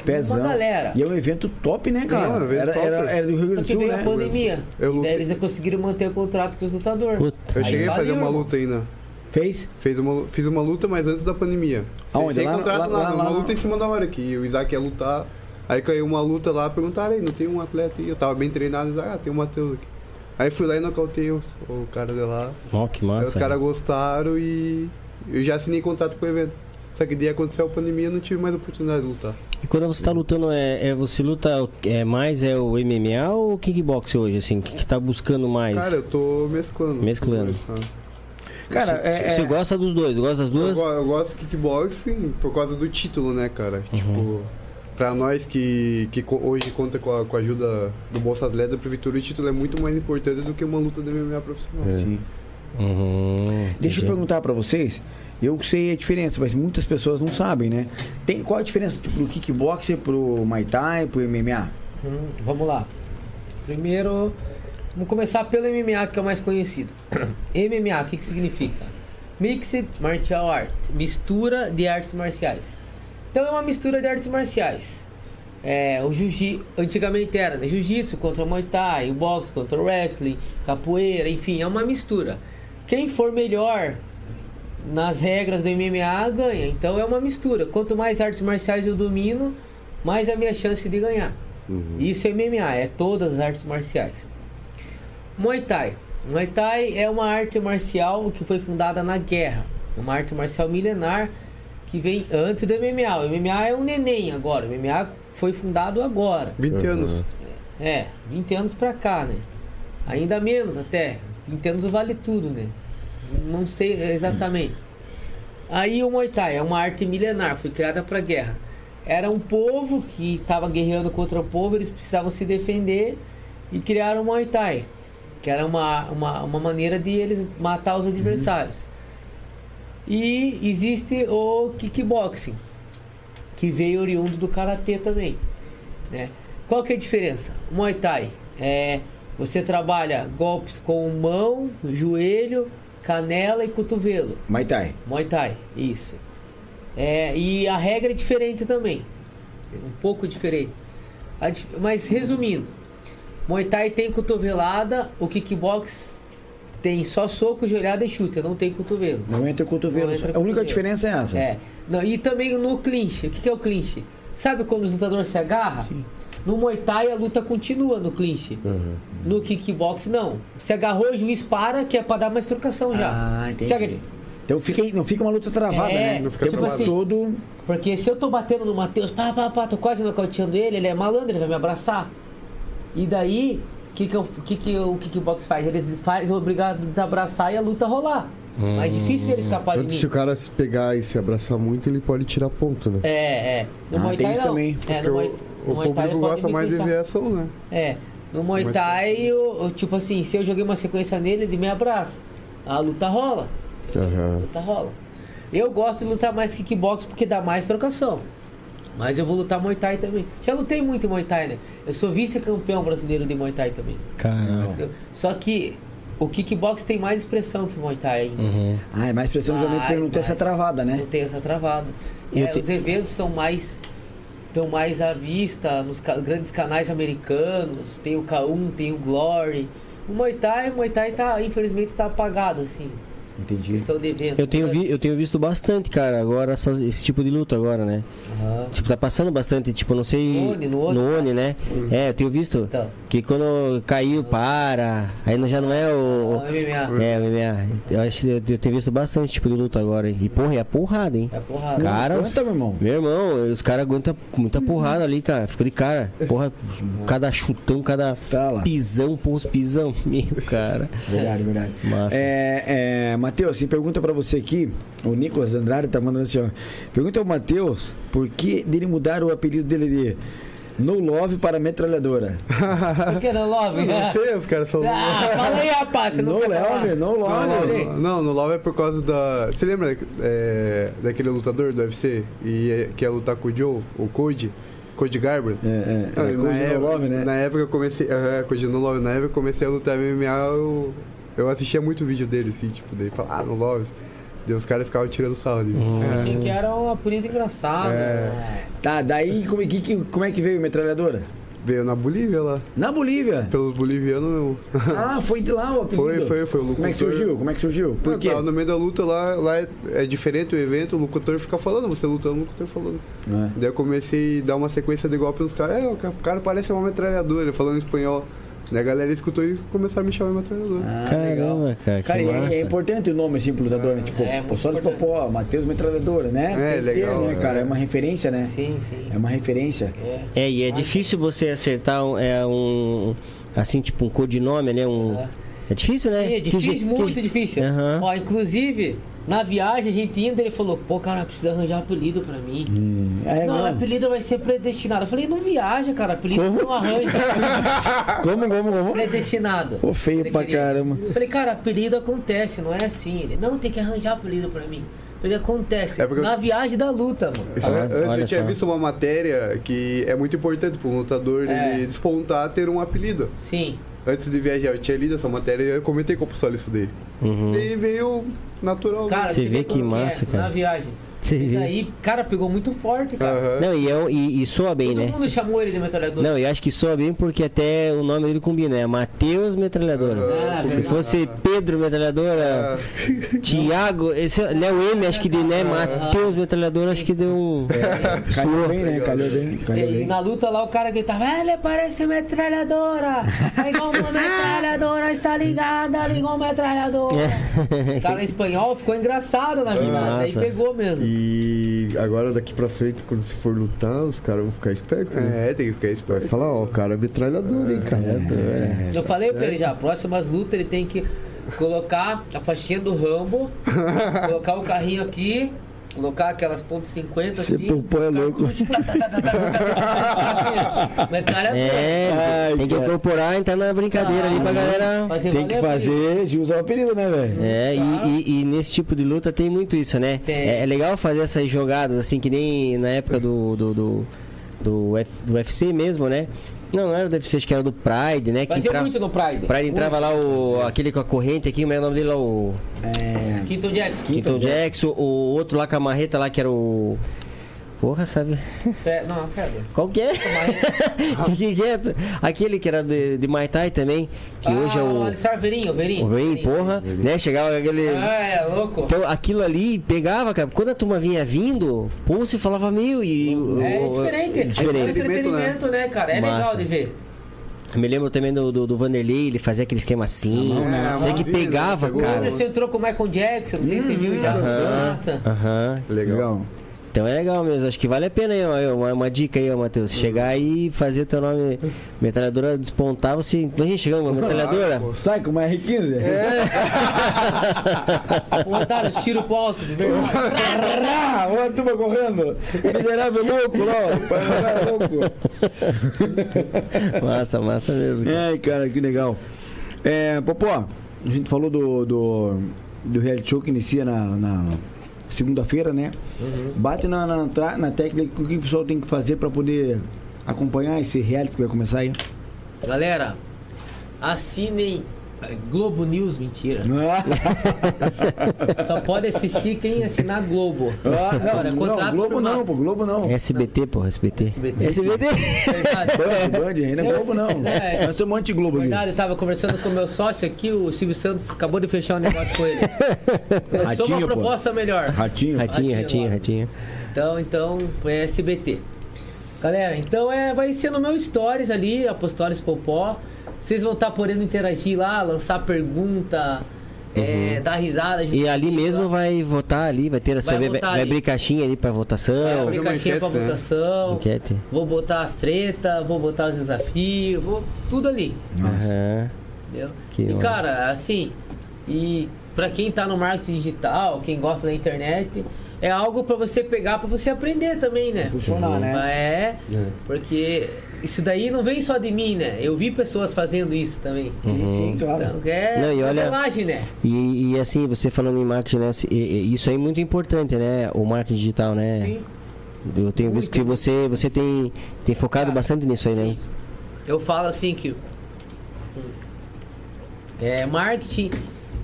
Speaker 1: Pezão.
Speaker 4: Uma galera.
Speaker 1: E é um evento top, né, cara?
Speaker 5: Não, é um evento
Speaker 1: era,
Speaker 5: top.
Speaker 1: era- era do Rio
Speaker 4: Só
Speaker 1: Grande do
Speaker 4: que
Speaker 1: Sul,
Speaker 4: veio
Speaker 1: né?
Speaker 4: a pandemia.
Speaker 5: Eu
Speaker 4: e daí
Speaker 5: lutei-
Speaker 4: eles não conseguiram manter o contrato com os lutadores.
Speaker 3: Puta.
Speaker 5: Eu
Speaker 4: Aí
Speaker 5: cheguei a fazer
Speaker 4: faliu,
Speaker 5: uma
Speaker 4: irmão.
Speaker 5: luta ainda.
Speaker 1: Fez?
Speaker 5: Fez uma, fiz uma luta, mas antes da pandemia. Sem-
Speaker 1: Aonde?
Speaker 5: Sem
Speaker 1: Lá-
Speaker 5: contrato
Speaker 1: lá-
Speaker 5: nada,
Speaker 1: lá-
Speaker 5: uma
Speaker 1: lá-
Speaker 5: luta em cima da hora que o Isaac ia lutar. Aí caiu uma luta lá, perguntaram aí, não tem um atleta aí? Eu tava bem treinado, Isaac, ah, tem o Matheus aqui. Aí fui lá e nocautei o, o cara de lá.
Speaker 3: Ó, que
Speaker 5: aí os
Speaker 3: massa.
Speaker 5: caras gostaram e eu já assinei contrato com o evento. Só que daí aconteceu a pandemia e não tive mais oportunidade de lutar.
Speaker 3: E quando você tá lutando, é, é- você luta é, mais é o MMA ou o kickbox hoje, assim? O que, que tá buscando
Speaker 1: É
Speaker 3: mais?
Speaker 5: Cara, eu tô mesclando. Uhum.
Speaker 3: Mesclando.
Speaker 1: Cara, é,
Speaker 3: Você
Speaker 1: é-
Speaker 3: gosta dos dois? Gosta das
Speaker 5: Eu,
Speaker 3: duas?
Speaker 5: go- eu gosto de kickboxing por causa do título, né, cara? Tipo, pra nós que, que co- hoje conta com a, com a ajuda do Bolsa Atleta da Prefeitura, o título é muito mais importante do que uma luta de MMA profissional.
Speaker 1: Sim.
Speaker 3: Uhum,
Speaker 1: Deixa eu
Speaker 3: entendi.
Speaker 1: perguntar pra vocês. Eu sei a diferença, mas muitas pessoas não sabem, né? Tem qual a diferença tipo, do kickboxer pro Muay Thai, pro MMA?
Speaker 4: Hum, vamos lá. Primeiro, vamos começar pelo MMA, que é o mais conhecido. (clears throat) MMA, o que, que significa? Mixed Martial Arts, mistura de artes marciais. Então é uma mistura de artes marciais. É, o jiu antigamente era né? jiu-jitsu contra Muay Thai, o boxe contra o wrestling, capoeira, enfim, é uma mistura. Quem for melhor nas regras do MMA ganha. Então é uma mistura. Quanto mais artes marciais eu domino, mais é a minha chance de ganhar. Isso é MMA, é todas as artes marciais. Muay Thai. Muay Thai é uma arte marcial que foi fundada na guerra. É Uma arte marcial milenar que vem antes do MMA. O MMA é um neném agora. O MMA foi fundado agora.
Speaker 5: 20 anos.
Speaker 4: É, 20 anos pra cá, né? Ainda menos até. 20 anos vale tudo, né? Não sei exatamente. Aí o Muay Thai é uma arte milenar, foi criada pra guerra. Era um povo que estava guerreando contra o povo, eles precisavam se defender e criaram o Muay Thai, que era uma, uma, uma maneira de eles matar os adversários. E existe o kickboxing, que veio oriundo do karatê também né? Qual que é a diferença? Muay Thai é você trabalha golpes com mão, joelho, canela e cotovelo.
Speaker 1: Muay Thai.
Speaker 4: Muay Thai, isso. É, e a regra é diferente também. Um pouco diferente. A dif- Mas resumindo, Muay Thai tem cotovelada, o kickbox tem só soco, joelhada e chute, não tem cotovelo.
Speaker 1: Não entra o cotovelo.
Speaker 4: Não entra
Speaker 1: a única
Speaker 4: cotovelo.
Speaker 1: diferença é essa.
Speaker 4: É. Não, e também no clinch. O que, que é o clinch? Sabe quando os lutadores se agarram? No Muay Thai a luta continua no clinch.
Speaker 1: Uhum.
Speaker 4: No kickbox não. Se agarrou, o juiz para, que é pra dar mais trocação já.
Speaker 1: Ah, entendi.
Speaker 4: Se aga-
Speaker 1: Então fica, não fica uma luta travada,
Speaker 4: É,
Speaker 1: né? Não fica
Speaker 4: tipo
Speaker 1: travada.
Speaker 4: assim,
Speaker 1: todo.
Speaker 4: Porque se eu tô batendo no Matheus, pá, pá, pá, tô quase nocauteando ele, ele é malandro, ele vai me abraçar. E daí, o que, que, eu- que, que o kickbox faz? Eles fazem obrigado a desabraçar e a luta rolar. Mais
Speaker 1: Hum,
Speaker 4: difícil dele escapar
Speaker 2: Tanto
Speaker 4: de mim.
Speaker 2: se o cara se pegar e se abraçar muito, ele pode tirar ponto, né?
Speaker 4: É, é. No
Speaker 1: Ah,
Speaker 4: Muay
Speaker 1: tem
Speaker 4: Thai
Speaker 1: isso
Speaker 4: não.
Speaker 1: também,
Speaker 4: É,
Speaker 5: Porque
Speaker 4: no Muay,
Speaker 5: o,
Speaker 4: no
Speaker 5: o
Speaker 4: Muay Thai
Speaker 5: público
Speaker 4: pode
Speaker 5: gosta
Speaker 4: me
Speaker 5: mais de
Speaker 4: clichar.
Speaker 5: ver ação, né?
Speaker 4: É. No Muay
Speaker 5: Mas-
Speaker 4: Thai, eu, eu, tipo assim, se eu joguei uma sequência nele, ele me abraça. A luta rola. A
Speaker 2: Aham.
Speaker 4: luta rola. Eu gosto de lutar mais kickbox porque dá mais trocação. Mas eu vou lutar Muay Thai também. Já lutei muito em Muay Thai, né? Eu sou vice-campeão brasileiro de Muay Thai também.
Speaker 3: Caramba.
Speaker 4: Eu- Só que o kickbox tem mais expressão que o Muay Thai ainda.
Speaker 3: Uhum.
Speaker 1: Ah, é mais pressão já vem
Speaker 4: Mais,
Speaker 1: porque não tem essa
Speaker 4: mais.
Speaker 1: travada,
Speaker 4: Não
Speaker 1: né?
Speaker 4: tem essa travada.
Speaker 3: E
Speaker 4: É,
Speaker 3: eu te-
Speaker 4: Os eventos são mais estão mais à vista nos ca- grandes canais americanos. Tem o K1, tem o Glory. O Muay Thai, o Muay Thai tá, infelizmente tá apagado assim.
Speaker 1: Entendi.
Speaker 4: Questão de eventos.
Speaker 3: Eu tenho, vi-
Speaker 4: Mas-
Speaker 3: eu tenho visto bastante, cara, agora essas- esse tipo de luta agora, né?
Speaker 4: Aham.
Speaker 3: Tipo, tá passando bastante, tipo, não sei.
Speaker 4: No Oni, no Oni. Uhum.
Speaker 3: né? É, eu tenho visto.
Speaker 4: Então.
Speaker 3: Que quando caiu, para. Aí não- já não é o.
Speaker 4: Não, MMA.
Speaker 3: É, MMA. Eu, acho, eu, eu tenho visto bastante tipo de luta agora. hein? E porra, é a porrada, hein?
Speaker 4: É porrada.
Speaker 3: Cara,
Speaker 1: Não aguenta, então, meu irmão.
Speaker 3: meu irmão, os caras aguentam muita porrada ali, cara. Fica de cara. Porra, cada chutão, cada
Speaker 1: Tá lá.
Speaker 3: pisão, porra, os pisão (laughs) mesmo, cara.
Speaker 1: Verdade, verdade.
Speaker 3: Massa.
Speaker 1: É, é, Matheus, tem pergunta pra você aqui. O Nicolas Andrade tá mandando assim, ó. Pergunta ao Matheus por que dele mudar o apelido dele de No Love para
Speaker 5: (laughs)
Speaker 1: metralhadora.
Speaker 4: Por que não love?
Speaker 5: Não (laughs) sei, os caras
Speaker 4: (laughs)
Speaker 5: são.
Speaker 4: Ah, fala aí, rapaz. Você não
Speaker 1: No
Speaker 4: quer
Speaker 1: Love,
Speaker 4: falar?
Speaker 1: No Love.
Speaker 4: sei.
Speaker 5: Não, no LOL é por causa da. Você lembra é, daquele lutador do UFC? E é- que ia lutar com o Joe, o Cody? Cody Garber?
Speaker 1: É, é,
Speaker 5: Ah,
Speaker 1: é, coisa
Speaker 5: época-
Speaker 1: no Love, né?
Speaker 5: Na época eu comecei. É, Cody no Love, na época eu comecei a lutar MMA, eu, eu assistia muito vídeo dele, assim, tipo, daí falava, ah, no Love. Daí os caras ficavam tirando sal ali. É.
Speaker 4: Achei que era um apelido engraçado.
Speaker 3: É.
Speaker 4: né?
Speaker 1: Tá, daí como é que- que, como é que veio metralhadora?
Speaker 5: Veio na Bolívia lá.
Speaker 1: Na Bolívia.
Speaker 5: Pelos bolivianos. eu-
Speaker 1: Ah, foi de lá o apelido.
Speaker 5: Foi, foi, foi. O
Speaker 1: Como é que
Speaker 5: locutor-
Speaker 1: surgiu? Como é que surgiu? Por
Speaker 5: (laughs) Ah,
Speaker 1: quê?
Speaker 5: tá, no meio da luta lá, lá é, é diferente o evento, o locutor fica falando, você lutando, o locutor falando.
Speaker 1: É.
Speaker 5: Daí eu comecei a dar uma sequência de golpe nos caras. É, o ca- o cara parece uma metralhadora, falando em espanhol. Daí a galera escutou e começaram a me chamar de metralhadora.
Speaker 1: Ah, legal.
Speaker 3: Caramba, cara. Que
Speaker 1: Cara, e é-
Speaker 3: massa.
Speaker 1: é, importante o nome assim pro lutador, né? Tipo,
Speaker 4: É, muito
Speaker 1: é, só de
Speaker 4: importante.
Speaker 1: Popó, Matheus Metralhadora, né?
Speaker 5: É,
Speaker 1: Tem que ter,
Speaker 5: legal,
Speaker 1: né,
Speaker 5: é.
Speaker 1: cara? É uma referência, né?
Speaker 4: Sim, sim.
Speaker 1: É uma referência.
Speaker 4: É.
Speaker 3: É, e é difícil você acertar um, é, um. Assim, tipo, um codinome, né? Um...
Speaker 4: É.
Speaker 3: É difícil, né?
Speaker 4: Sim, é difícil,
Speaker 3: Que-
Speaker 4: muito
Speaker 3: que-
Speaker 4: difícil.
Speaker 3: Aham.
Speaker 4: Ó, inclusive, na viagem, a gente indo, ele falou, pô, cara, precisa arranjar apelido pra mim.
Speaker 3: Hum.
Speaker 1: É,
Speaker 4: não,
Speaker 1: mano.
Speaker 4: apelido vai ser predestinado. Eu falei, não viaja, cara, apelido não
Speaker 3: (laughs)
Speaker 4: arranja. é
Speaker 1: Como, como, como?
Speaker 4: predestinado.
Speaker 1: Pô, feio
Speaker 4: Ele
Speaker 1: pra caramba.
Speaker 4: Eu Falei, cara, apelido acontece, não é assim. Ele, não, tem que arranjar apelido pra mim. Ele acontece.
Speaker 5: É porque eu-
Speaker 4: Na viagem da luta, mano.
Speaker 5: An-
Speaker 3: Olha-
Speaker 5: Antes
Speaker 3: olha
Speaker 5: eu tinha
Speaker 3: só.
Speaker 5: visto uma matéria que é muito importante para um lutador
Speaker 4: É.
Speaker 5: ele despontar ter um apelido.
Speaker 4: Sim.
Speaker 5: Antes de viajar, eu tinha lido essa matéria e eu comentei com o pessoal isso daí.
Speaker 3: Uhum.
Speaker 5: E veio natural.
Speaker 4: Cara,
Speaker 3: Você vê que
Speaker 4: como
Speaker 3: massa,
Speaker 4: é,
Speaker 3: cara.
Speaker 4: Na viagem.
Speaker 3: Você
Speaker 4: e
Speaker 3: vê.
Speaker 4: daí, cara, pegou muito forte, cara.
Speaker 5: Aham.
Speaker 3: Não, e, é, e, e soa bem,
Speaker 4: Todo
Speaker 3: né?
Speaker 4: mundo chamou ele de metralhador.
Speaker 3: Não, eu acho que soa bem porque até o nome dele combina, é Matheus Metralhadora.
Speaker 4: Ah,
Speaker 3: Se
Speaker 4: verdade.
Speaker 3: fosse Pedro
Speaker 1: Ah.
Speaker 3: Metralhadora, Tiago, esse né, o M acho que deu, né? Matheus Metralhadora, acho que deu um.
Speaker 1: Calhou
Speaker 3: Suou.
Speaker 1: bem, né? Calhou bem. Calhou
Speaker 4: E
Speaker 1: bem.
Speaker 4: na luta lá o cara gritava, ele parece metralhadora, é igual uma metralhadora, está ligada, ligou uma metralhadora. O cara em espanhol ficou engraçado na final, aí
Speaker 3: Massa.
Speaker 4: pegou mesmo.
Speaker 2: E agora daqui pra frente, quando se for lutar, os caras vão ficar espertos, né?
Speaker 5: É, tem que ficar
Speaker 2: Vai
Speaker 5: esperto.
Speaker 2: falar, ó, o cara é metralhador, hein, cara. É,
Speaker 4: Eu falei pra ele já, próximas lutas ele tem que colocar a faixinha do Rambo, colocar o carrinho aqui, colocar aquelas pontos 50
Speaker 1: Esse
Speaker 4: assim. (laughs)
Speaker 1: popô é louco.
Speaker 4: assim, Metralhadora.
Speaker 3: É,
Speaker 1: Ai,
Speaker 3: tem que
Speaker 1: cara. Ah.
Speaker 3: incorporar, entrar na brincadeira ali pra galera.
Speaker 4: Fazer
Speaker 1: Tem que
Speaker 4: valer a pena.
Speaker 1: fazer de usar o apelido, né, velho?
Speaker 3: É, e, e- e nesse tipo de luta tem muito isso, né?
Speaker 4: Tá. Tem.
Speaker 3: É, é legal fazer essas jogadas, assim, que nem na época do. do, do, do F- do UFC mesmo, né? Não, não era do UFC, acho que era do Pride, né? Que
Speaker 4: Fazia
Speaker 3: entra-
Speaker 4: muito no Pride.
Speaker 3: Pride entrava lá o. aquele com a corrente aqui, como é o nome dele lá? O.
Speaker 4: Quinto Jackson.
Speaker 3: Quinton Jackson, o outro lá com a marreta lá que era o. Porra, sabe? (laughs)
Speaker 4: Fe... Não, a Fedor.
Speaker 3: Qual que é? (laughs) que, que que é? Aquele que era de, de Mai Tai também, que hoje é
Speaker 4: Ah,
Speaker 3: o.
Speaker 4: Alistar Verinho, Verinho.
Speaker 3: O Vem, porra, né? Chegava aquele.
Speaker 4: Ah, é louco.
Speaker 3: Então aquilo ali pegava, cara. Quando a turma vinha vindo, pô, você falava meio e.
Speaker 4: É
Speaker 3: o-
Speaker 4: diferente.
Speaker 3: é
Speaker 4: É um
Speaker 3: diferente.
Speaker 4: entretenimento, né, cara? É
Speaker 3: Massa.
Speaker 4: legal de ver.
Speaker 3: Eu Me lembro também do, do, do Vanderlei, ele fazia aquele esquema assim.
Speaker 5: mão,
Speaker 4: É,
Speaker 5: né?
Speaker 3: Você
Speaker 5: A
Speaker 3: que
Speaker 5: mãozinha,
Speaker 3: pegava,
Speaker 5: né? Pegou.
Speaker 3: cara.
Speaker 4: Anderson entrou com o Michael Jackson, não sei se você viu já. Nossa.
Speaker 3: Aham.
Speaker 5: É Legal.
Speaker 3: Então é legal mesmo, acho que vale a pena aí, ó, uma, uma dica aí, ó, Matheus. Chegar aí e fazer o teu nome metralhadora despontar, você. Imagina chegando uma metralhadora.
Speaker 1: Sai com uma R15?
Speaker 4: É.
Speaker 1: (laughs)
Speaker 4: Botaram os tiros pro alto, de verdade.
Speaker 1: Rá, olha a turma correndo. Miserável louco, lá. ó. louco.
Speaker 3: Massa, massa mesmo.
Speaker 5: É.
Speaker 3: cara.
Speaker 1: Ai, cara, que legal. É, Popó, a gente falou do, do, do reality show que inicia na, na segunda-feira, né?
Speaker 4: Uhum.
Speaker 1: Bate na, na, tra- na técnica o que o pessoal tem que fazer pra poder acompanhar esse reality que vai começar
Speaker 4: (laughs)
Speaker 1: aí.
Speaker 4: Galera, assinem eh, Globo News, mentira. Só pode assistir quem assinar Globo.
Speaker 1: Ah, não, não,
Speaker 4: Agora, é contrato
Speaker 1: Globo
Speaker 4: firmado. É.
Speaker 1: não, pô, Globo não.
Speaker 3: SBT, porra, SBT.
Speaker 4: SBT. Verdade.
Speaker 1: Band, Band, ainda é Globo não.
Speaker 4: É.
Speaker 1: Nós somos anti-Globo aqui.
Speaker 4: Verdade, eu tava conversando com o meu sócio aqui, o Silvio Santos acabou de fechar um negócio com ele. Só
Speaker 1: Ratinho,
Speaker 4: uma
Speaker 1: pô.
Speaker 4: proposta melhor.
Speaker 1: Ratinho.
Speaker 3: Ratinho,
Speaker 4: Ratinho
Speaker 3: ratinho,
Speaker 4: lá.
Speaker 3: ratinho.
Speaker 4: Então, então, é SBT. Galera, então é, vai ser no meu Stories ali, Apostores Popó. Vocês vão estar podendo interagir lá, lançar pergunta, é, dar risada.
Speaker 3: Uhum. E
Speaker 4: gente.
Speaker 3: ali mesmo vai votar ali, vai ter essa. Vai, vai
Speaker 4: votar ali. É,
Speaker 3: abrir caixinha ali pra
Speaker 4: Vai
Speaker 3: votação.
Speaker 4: abrir
Speaker 5: fazer uma
Speaker 4: caixinha pra
Speaker 5: enquete, né?
Speaker 4: votação.
Speaker 3: Enquete.
Speaker 4: Vou botar as tretas, vou botar os desafios, vou tudo ali.
Speaker 3: Aham.
Speaker 4: Entendeu?
Speaker 3: Que
Speaker 4: e
Speaker 3: massa.
Speaker 4: cara, assim, e pra quem tá no marketing digital, quem gosta da internet, é algo pra você pegar, pra você aprender também, né?
Speaker 3: Uhum.
Speaker 1: Funcionar, né?
Speaker 4: É, porque isso daí não vem só de mim, né? Eu vi pessoas fazendo isso também.
Speaker 1: Sim, claro.
Speaker 4: Então, é
Speaker 3: Uhum. Não, e olha-
Speaker 4: modelagem, né?
Speaker 3: E, e assim, você falando em marketing, né, se- e- e- isso aí é muito importante, né? O marketing digital, né?
Speaker 4: Sim.
Speaker 3: Eu tenho visto que você, você tem, tem focado
Speaker 4: Cara,
Speaker 3: bastante nisso aí, né?
Speaker 4: Sim. Eu falo assim que é, marketing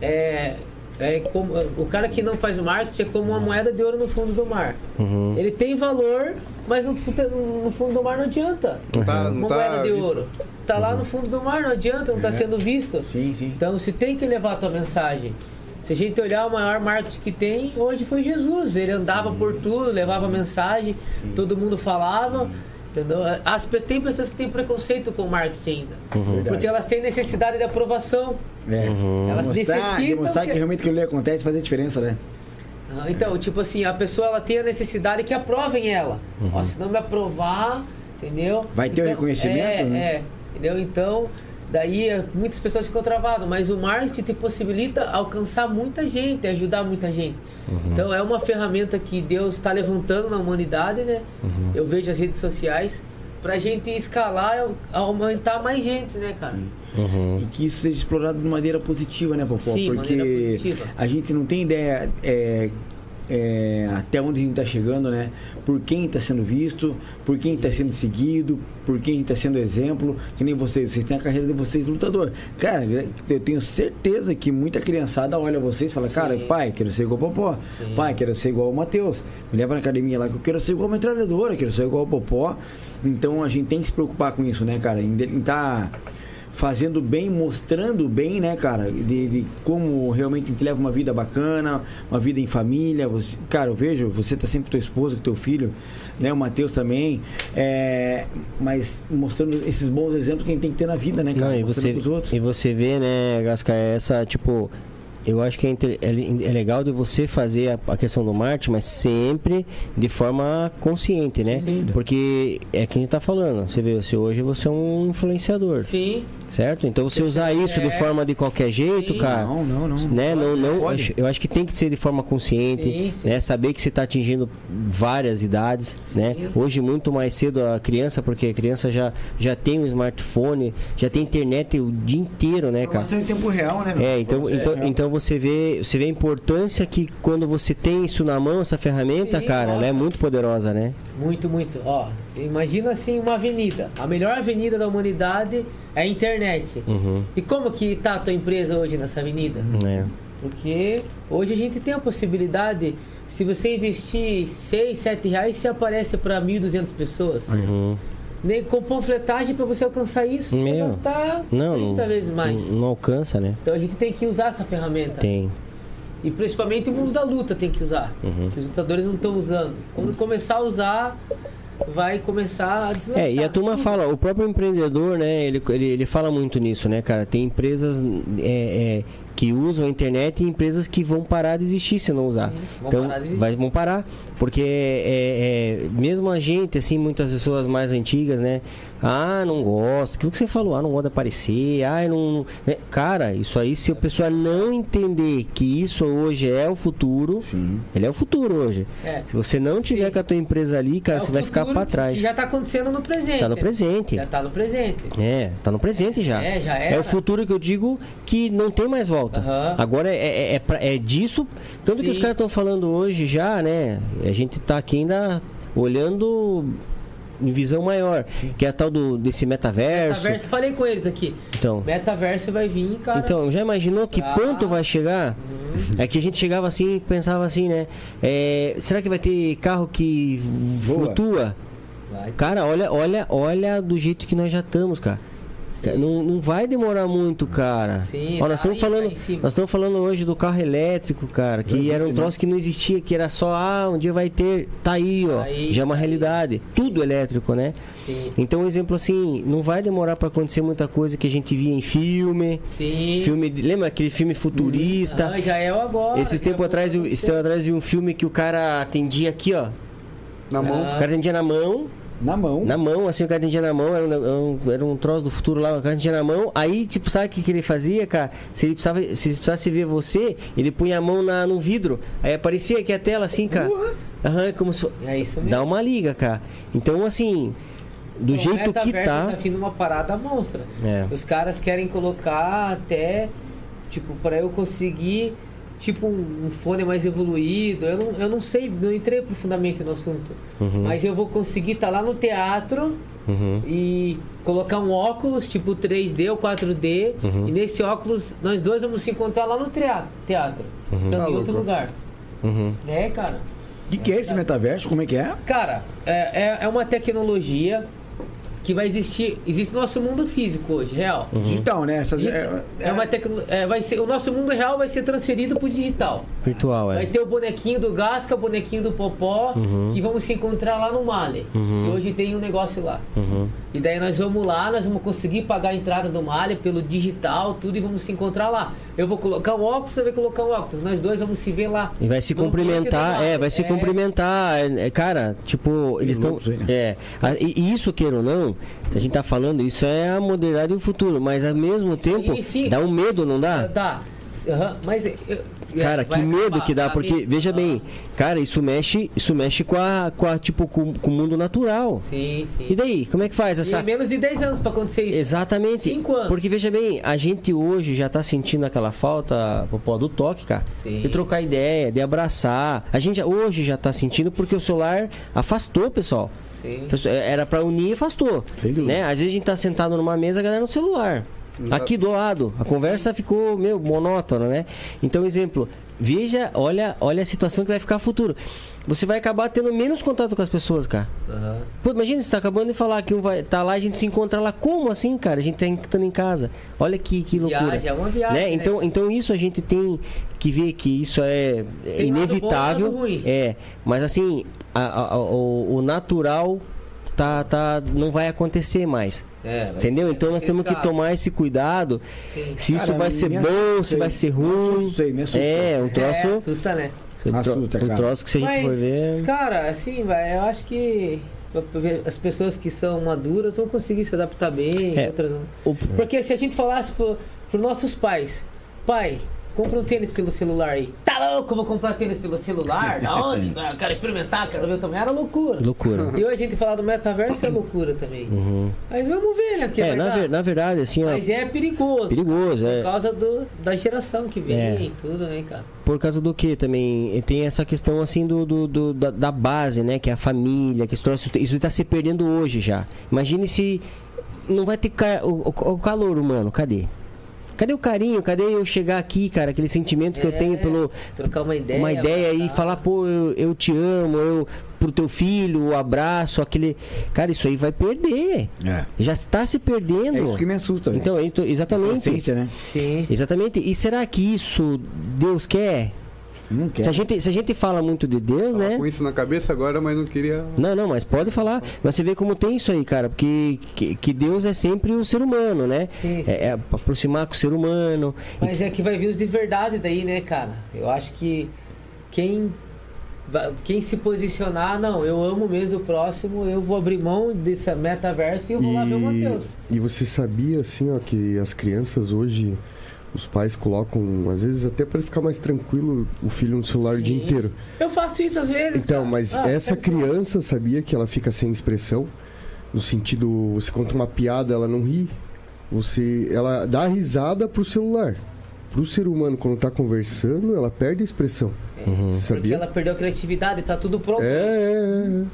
Speaker 4: é, é como, o cara que não faz o marketing é como uma moeda de ouro no fundo do mar.
Speaker 5: Uhum.
Speaker 4: Ele tem valor, mas no, fundo- no fundo do mar não adianta.
Speaker 5: Não tá, É.
Speaker 4: Uma
Speaker 5: não
Speaker 4: moeda
Speaker 5: tá
Speaker 4: de
Speaker 5: isso.
Speaker 4: ouro. Tá lá no fundo do mar, não adianta, não tá sendo visto.
Speaker 1: Sim, sim.
Speaker 4: Então você tem que levar a tua mensagem. Se a gente olhar o maior marketing que tem, hoje foi Jesus. Ele andava por tudo, levava mensagem, todo mundo falava. Entendeu? As, pe- tem pessoas que têm preconceito com marketing ainda. Porque elas têm necessidade de aprovação.
Speaker 1: É.
Speaker 4: Elas
Speaker 1: Mostrar,
Speaker 4: necessitam
Speaker 1: demonstrar que...
Speaker 4: que-
Speaker 1: realmente aquilo ali acontece faz a diferença, né?
Speaker 4: Ah, Então, tipo assim, a pessoa ela tem a necessidade que aprovem ela. Ó, se não me aprovar, entendeu?
Speaker 1: Uhum. Vai ter o
Speaker 4: Então,
Speaker 1: reconhecimento,
Speaker 4: é,
Speaker 1: né?
Speaker 4: É, entendeu? Então, daí eh, muitas pessoas ficam travadas, mas o marketing te possibilita alcançar muita gente, ajudar muita gente.
Speaker 1: Uhum.
Speaker 4: Então, é uma ferramenta que Deus está levantando na humanidade, né?
Speaker 1: Uhum.
Speaker 4: Eu vejo as redes sociais pra gente escalar, e aumentar mais gente, né, cara?
Speaker 1: E que isso seja explorado de maneira positiva, né, Popó?
Speaker 4: Sim,
Speaker 1: Porque
Speaker 4: maneira positiva.
Speaker 1: a gente não tem ideia é, é, até onde a gente está chegando, né? Por quem está sendo visto, por quem está sendo seguido, por quem está sendo exemplo. Que nem vocês, vocês têm a carreira de vocês lutador. Cara, eu tenho certeza que muita criançada olha vocês e fala, cara,
Speaker 4: Sim.
Speaker 1: pai, quero ser igual ao Popó.
Speaker 4: Sim.
Speaker 1: Pai, quero ser igual ao Matheus. Me leva na academia lá que eu quero ser igual a metralhadora, quero ser igual ao Popó. Então a gente tem que se preocupar com isso, né, cara? Em tá estar fazendo bem, mostrando bem, né, cara? De, de como realmente a gente leva uma vida bacana, uma vida em família. Você- cara, eu vejo, você tá sempre com tua esposa, com teu filho, né? O Matheus também. É, mas mostrando esses bons exemplos que a gente tem que ter na vida, né, cara?
Speaker 3: Não, e
Speaker 1: mostrando
Speaker 3: você,
Speaker 1: pros outros.
Speaker 3: e você vê, né, Gasca, essa, tipo, eu acho que é, inte- é le- é legal de você fazer a, a questão do marketing, mas sempre de forma consciente, né? Porque é que a gente tá falando, você vê, se hoje você é um influenciador,
Speaker 4: Sim,
Speaker 3: certo? Então você usar isso de
Speaker 4: é.
Speaker 3: forma de qualquer jeito,
Speaker 4: Sim.
Speaker 3: cara.
Speaker 1: Não, não, não.
Speaker 3: Né? Não, não,
Speaker 1: Pode.
Speaker 3: acho- eu acho que tem que ser de forma consciente,
Speaker 4: Sim, sim.
Speaker 3: né? Saber que você está atingindo várias idades, né? Hoje muito mais cedo a criança, porque a criança já já tem um smartphone, já tem internet o dia inteiro, né, cara?
Speaker 1: Informação em tempo real, né? meu?
Speaker 3: É, então,
Speaker 1: Informação em
Speaker 3: então,
Speaker 1: tempo real.
Speaker 3: então você vê, você vê a importância que quando você tem isso na mão, essa ferramenta,
Speaker 4: Sim,
Speaker 3: cara, ela é
Speaker 4: nossa.
Speaker 3: muito poderosa, né?
Speaker 4: Muito, muito. Ó, imagina assim uma avenida. A melhor avenida da
Speaker 3: Uhum.
Speaker 4: humanidade é a internet. E como que tá a tua empresa hoje nessa avenida?
Speaker 3: É.
Speaker 4: Porque hoje a gente tem a possibilidade, se você investir 6, 7 reais, você aparece para 1.200 pessoas.
Speaker 3: Uhum.
Speaker 4: Nem com panfletagem para você alcançar isso, você
Speaker 3: Meu.
Speaker 4: vai gastar
Speaker 3: Não,
Speaker 4: 30
Speaker 3: não-
Speaker 4: vezes mais.
Speaker 3: Não, não alcança, né?
Speaker 4: Então a gente tem que usar essa ferramenta.
Speaker 3: Tem.
Speaker 4: E principalmente o mundo da luta tem que usar. Que os lutadores não estão usando. Quando começar a usar, vai começar a deslanchar.
Speaker 3: É, e a turma fala, o próprio empreendedor, né, ele, ele, ele fala muito nisso, né, cara? Tem empresas é, é, que usam a internet e empresas que vão parar de existir se não usar.
Speaker 4: Sim, vão
Speaker 3: então,
Speaker 4: parar de existir.
Speaker 3: vai, vão parar. Porque é, é, mesmo a gente, assim, muitas pessoas mais antigas, né? Ah, não gosto. Aquilo que você falou, ah, não gosto de aparecer, ah, eu não. né? Cara, isso aí, se a pessoa não entender que isso hoje é o futuro,
Speaker 1: Sim.
Speaker 3: ele é o futuro hoje.
Speaker 4: É.
Speaker 3: Se você não tiver
Speaker 4: Sim.
Speaker 3: com a tua empresa ali, cara,
Speaker 4: É o
Speaker 3: você vai ficar
Speaker 4: futuro
Speaker 3: pra trás.
Speaker 4: Que já tá acontecendo no presente.
Speaker 3: Tá no
Speaker 4: né?
Speaker 3: presente.
Speaker 4: Já tá no presente.
Speaker 3: É, tá no presente já.
Speaker 4: É, já era.
Speaker 3: É o futuro que eu digo que não tem mais volta.
Speaker 4: Aham.
Speaker 3: Agora é, é, é, pra- é disso. Tanto
Speaker 4: Sim.
Speaker 3: que os caras estão falando hoje já, né? A gente tá aqui ainda olhando em visão maior, que é a tal do, desse metaverso.
Speaker 4: Metaverso, falei com eles aqui.
Speaker 3: Então.
Speaker 4: Metaverso vai vir, cara.
Speaker 3: Então, já imaginou que
Speaker 4: Tá. Uhum.
Speaker 3: ponto vai chegar? É que a gente chegava assim e pensava assim, né? É, será que vai ter carro que
Speaker 1: Voa.
Speaker 3: flutua?
Speaker 4: Vai.
Speaker 3: Cara, olha, olha, olha do jeito que nós já estamos, cara. Cara, Não, não vai demorar muito, cara.
Speaker 4: Sim,
Speaker 3: Ó,
Speaker 4: tá
Speaker 3: nós estamos
Speaker 4: aí,
Speaker 3: falando,
Speaker 4: tá em cima.
Speaker 3: nós estamos falando hoje do carro elétrico, cara, que era um troço que não existia, que era só ah, um dia vai ter, tá aí, ó,
Speaker 4: Tá aí,
Speaker 3: já é uma
Speaker 4: tá aí.
Speaker 3: realidade. Tudo elétrico, né?
Speaker 4: Sim.
Speaker 3: Então, um exemplo assim, não vai demorar pra acontecer muita coisa que a gente via em filme,
Speaker 4: Sim.
Speaker 3: filme, de- lembra aquele filme futurista?
Speaker 4: Ah, já é o agora.
Speaker 3: Esses
Speaker 4: já
Speaker 3: tempos
Speaker 4: é o
Speaker 3: atrás, eu-
Speaker 4: agora.
Speaker 3: esse tempo atrás eu vi um filme que o cara atendia aqui, ó.
Speaker 4: Ah,
Speaker 5: Na mão.
Speaker 3: O cara atendia na mão,
Speaker 1: Na mão.
Speaker 3: na mão, assim, o cara tinha na mão, era um, era um- era um troço do futuro lá, o cara tinha na mão. Aí, tipo, sabe o que, que ele fazia, cara? Se ele, precisava, se ele precisasse ver você, ele punha a mão na, no vidro. Aí aparecia aqui a tela, assim, cara. Aham, é como se fo-
Speaker 4: É isso mesmo.
Speaker 3: Dá uma liga, cara. Então, assim, do
Speaker 4: Então,
Speaker 3: jeito que
Speaker 4: metaverso
Speaker 3: tá.
Speaker 4: tá vindo uma parada monstra.
Speaker 3: É.
Speaker 4: Os caras querem colocar até, tipo, pra eu conseguir, tipo, um um fone mais evoluído. Eu não, eu não sei, não entrei profundamente no assunto.
Speaker 3: Uhum.
Speaker 4: Mas eu vou conseguir estar lá no teatro e colocar um óculos, tipo 3D ou 4D.
Speaker 3: Uhum.
Speaker 4: E nesse óculos, nós dois vamos se encontrar lá no teatro. teatro
Speaker 3: Uhum.
Speaker 4: Então, em outro lugar. Né, cara?
Speaker 1: O que, que é esse metaverso? Como é que é?
Speaker 3: Uhum.
Speaker 4: Cara, é, é, é uma tecnologia que vai existir. Existe no nosso mundo físico hoje, real.
Speaker 3: Uhum.
Speaker 1: Digital, né? Essas,
Speaker 4: Digi-
Speaker 1: é,
Speaker 4: É uma tecno- é, vai ser, o nosso mundo real vai ser transferido pro digital.
Speaker 3: Virtual,
Speaker 4: Vai
Speaker 3: é. Uhum.
Speaker 4: ter o bonequinho do Gasca, o bonequinho do Popó, que vamos se encontrar lá no Male. Que hoje tem um negócio lá.
Speaker 3: Uhum.
Speaker 4: E daí nós vamos lá, nós vamos conseguir pagar a entrada do Male pelo digital, tudo, e vamos se encontrar lá. Eu vou colocar um óculos, você vai colocar um óculos. Nós dois vamos se ver lá.
Speaker 3: E vai se
Speaker 4: No
Speaker 3: cumprimentar,
Speaker 4: ambiente do
Speaker 3: é, vai se
Speaker 4: Male.
Speaker 3: cumprimentar. é, é, Cara, tipo, eles estão.
Speaker 1: louco isso aí, né?
Speaker 3: É. a- E e isso, queira ou não, se a gente tá falando, isso é a modernidade e o futuro. Mas ao mesmo tempo,
Speaker 4: sim.
Speaker 3: dá um medo, não dá?
Speaker 4: Tá. Aham, Mas. eu- eu-
Speaker 3: Cara,
Speaker 4: É, vai
Speaker 3: que medo
Speaker 4: acabar,
Speaker 3: que dá,
Speaker 4: vai
Speaker 3: porque,
Speaker 4: vir.
Speaker 3: veja
Speaker 4: Ah,
Speaker 3: bem, cara, isso mexe, isso mexe com a, com a tipo, com, com o mundo natural.
Speaker 4: Ah, Sim, sim.
Speaker 3: E daí, como é que faz
Speaker 4: E é
Speaker 3: essa...
Speaker 4: menos de 10 anos pra acontecer isso.
Speaker 3: Exatamente.
Speaker 4: Cinco anos.
Speaker 3: Porque, veja bem, a gente hoje já tá sentindo aquela falta, popó, do toque, cara.
Speaker 4: Sim.
Speaker 3: De trocar ideia, de abraçar. A gente já- hoje já tá sentindo porque o celular afastou, pessoal.
Speaker 4: Sim.
Speaker 3: Pessoa- é, Era pra unir e afastou. Né? Às vezes a gente tá sentado numa mesa, a galera no celular. Aqui do lado. A conversa ficou, meu, monótona, né? Então, exemplo, veja, olha, olha a situação que vai ficar futuro. Você vai acabar tendo menos contato com as pessoas, cara.
Speaker 4: Aham.
Speaker 3: Pô, imagina, você tá acabando de falar que um vai, tá lá, a gente se encontra lá. Como assim, cara? A gente tá estando em casa. Olha que, que loucura.
Speaker 4: Viagem, é uma viagem,
Speaker 3: Né?
Speaker 4: né?
Speaker 3: Então, então isso a gente tem que ver que isso é, é
Speaker 4: Tem lado
Speaker 3: inevitável.
Speaker 4: bom e lado ruim.
Speaker 3: É, mas assim, a- a- a- o, o natural tá, tá, não vai acontecer mais.
Speaker 4: É, vai
Speaker 3: entendeu?
Speaker 4: ser-
Speaker 3: Então
Speaker 4: vai
Speaker 3: nós
Speaker 4: ser
Speaker 3: temos que
Speaker 4: escasso.
Speaker 3: tomar esse cuidado.
Speaker 4: Sim.
Speaker 3: Se isso
Speaker 1: Cara,
Speaker 3: vai
Speaker 1: me
Speaker 3: ser
Speaker 1: assusta
Speaker 3: bom,
Speaker 1: aí.
Speaker 3: se vai ser
Speaker 1: Me
Speaker 3: ruim.
Speaker 1: assusta aí, me assusta.
Speaker 3: É, um
Speaker 4: É,
Speaker 3: troço.
Speaker 4: assusta, né?
Speaker 1: Assusta,
Speaker 3: um
Speaker 1: cara.
Speaker 3: troço que se a gente
Speaker 4: Mas,
Speaker 3: for ver.
Speaker 4: cara, assim, vai, eu acho que as pessoas que são maduras vão conseguir se adaptar bem,
Speaker 3: É.
Speaker 4: outras não.
Speaker 3: O-
Speaker 4: Porque se a gente falasse pro, pros nossos pais, pai, compra um tênis pelo celular aí. Tá louco, eu vou comprar tênis pelo celular? Da onde? Ah, Eu quero experimentar, quero ver também. Era loucura.
Speaker 3: Loucura. Uhum.
Speaker 4: E hoje a gente falar do metaverso é loucura também. Mas vamos ver, né? o que
Speaker 3: É,
Speaker 4: vai
Speaker 3: na,
Speaker 4: dar.
Speaker 3: ver- na verdade, assim, ó,
Speaker 4: Mas é perigoso.
Speaker 3: perigoso,
Speaker 4: Por
Speaker 3: é.
Speaker 4: causa do, da geração que vem
Speaker 3: É.
Speaker 4: e tudo, né, cara?
Speaker 3: Por causa do que também? E Tem essa questão assim do, do- do- da, da base, né? Que é a família, que esse troço- isso está se perdendo hoje já. Imagine se não vai ter ca- o, o- o calor humano, cadê? Cadê o carinho? Cadê eu chegar aqui, cara? Aquele sentimento que eu
Speaker 4: É,
Speaker 3: tenho pelo
Speaker 4: Trocar uma ideia.
Speaker 3: uma ideia e
Speaker 4: tá?
Speaker 3: falar, pô, eu, eu te amo, eu pro teu filho, o abraço, aquele. Cara, isso aí vai perder.
Speaker 1: É.
Speaker 3: Já está se
Speaker 1: É
Speaker 3: perdendo.
Speaker 1: isso que me assusta. velho.
Speaker 3: então, então,
Speaker 1: essa
Speaker 3: exatamente.
Speaker 1: essência, né?
Speaker 4: Sim.
Speaker 3: Exatamente. E será que isso Deus quer?
Speaker 1: Não quer.
Speaker 3: Se, a gente, se a gente fala muito de Deus,
Speaker 5: Tava
Speaker 3: né?
Speaker 5: com isso na cabeça agora, mas não queria.
Speaker 3: Não, não, mas pode falar. Mas você vê como tem isso aí, cara. Porque que, que Deus é sempre o ser humano, né?
Speaker 4: Sim, sim.
Speaker 3: É, é aproximar com o ser humano.
Speaker 4: Mas é que vai vir os de verdade daí, né, cara? Eu acho que quem va- quem se posicionar, não, eu amo mesmo o próximo, eu vou abrir mão dessa metaverso e eu vou lá ver o Matheus.
Speaker 2: e você sabia, assim, ó, que as crianças hoje, os pais colocam, às vezes até para ficar mais tranquilo, o filho no celular o dia
Speaker 4: Sim.
Speaker 2: inteiro.
Speaker 4: Eu faço isso às vezes.
Speaker 2: Então,
Speaker 4: cara.
Speaker 2: mas
Speaker 4: Ah,
Speaker 2: essa
Speaker 4: quer dizer,
Speaker 2: criança sabia que ela fica sem expressão? No sentido, você conta uma piada, ela não ri. Você, ela dá risada pro celular. Pro ser humano, quando tá conversando, ela perde a expressão. Você
Speaker 4: É, Porque
Speaker 2: uhum, sabia?
Speaker 4: ela perdeu a criatividade, tá tudo pronto.
Speaker 2: É, é, é.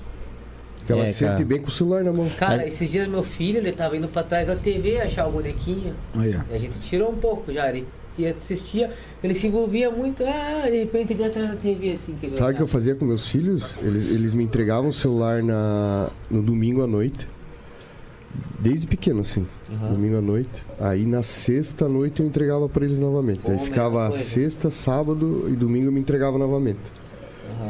Speaker 2: Que Ela
Speaker 3: É,
Speaker 2: se sente
Speaker 3: cara.
Speaker 2: bem com o celular na mão.
Speaker 4: Cara, esses dias meu filho, ele tava indo pra trás da TV achar o bonequinho.
Speaker 1: Aí, ó.
Speaker 4: E a gente tirou um pouco já, ele ele assistia, ele se envolvia muito, ah, de repente ele ia atrás da TV assim. Que ele
Speaker 2: Sabe o que eu
Speaker 4: olhava.
Speaker 2: fazia com meus filhos? Eles, eles me entregavam o celular na, no domingo à noite. Desde pequeno, assim.
Speaker 4: Aham.
Speaker 2: Domingo à noite. Aí na sexta à noite eu entregava pra eles novamente.
Speaker 4: Bom,
Speaker 2: Aí ficava
Speaker 4: mesma coisa.
Speaker 2: sexta, sábado e domingo eu me entregava novamente.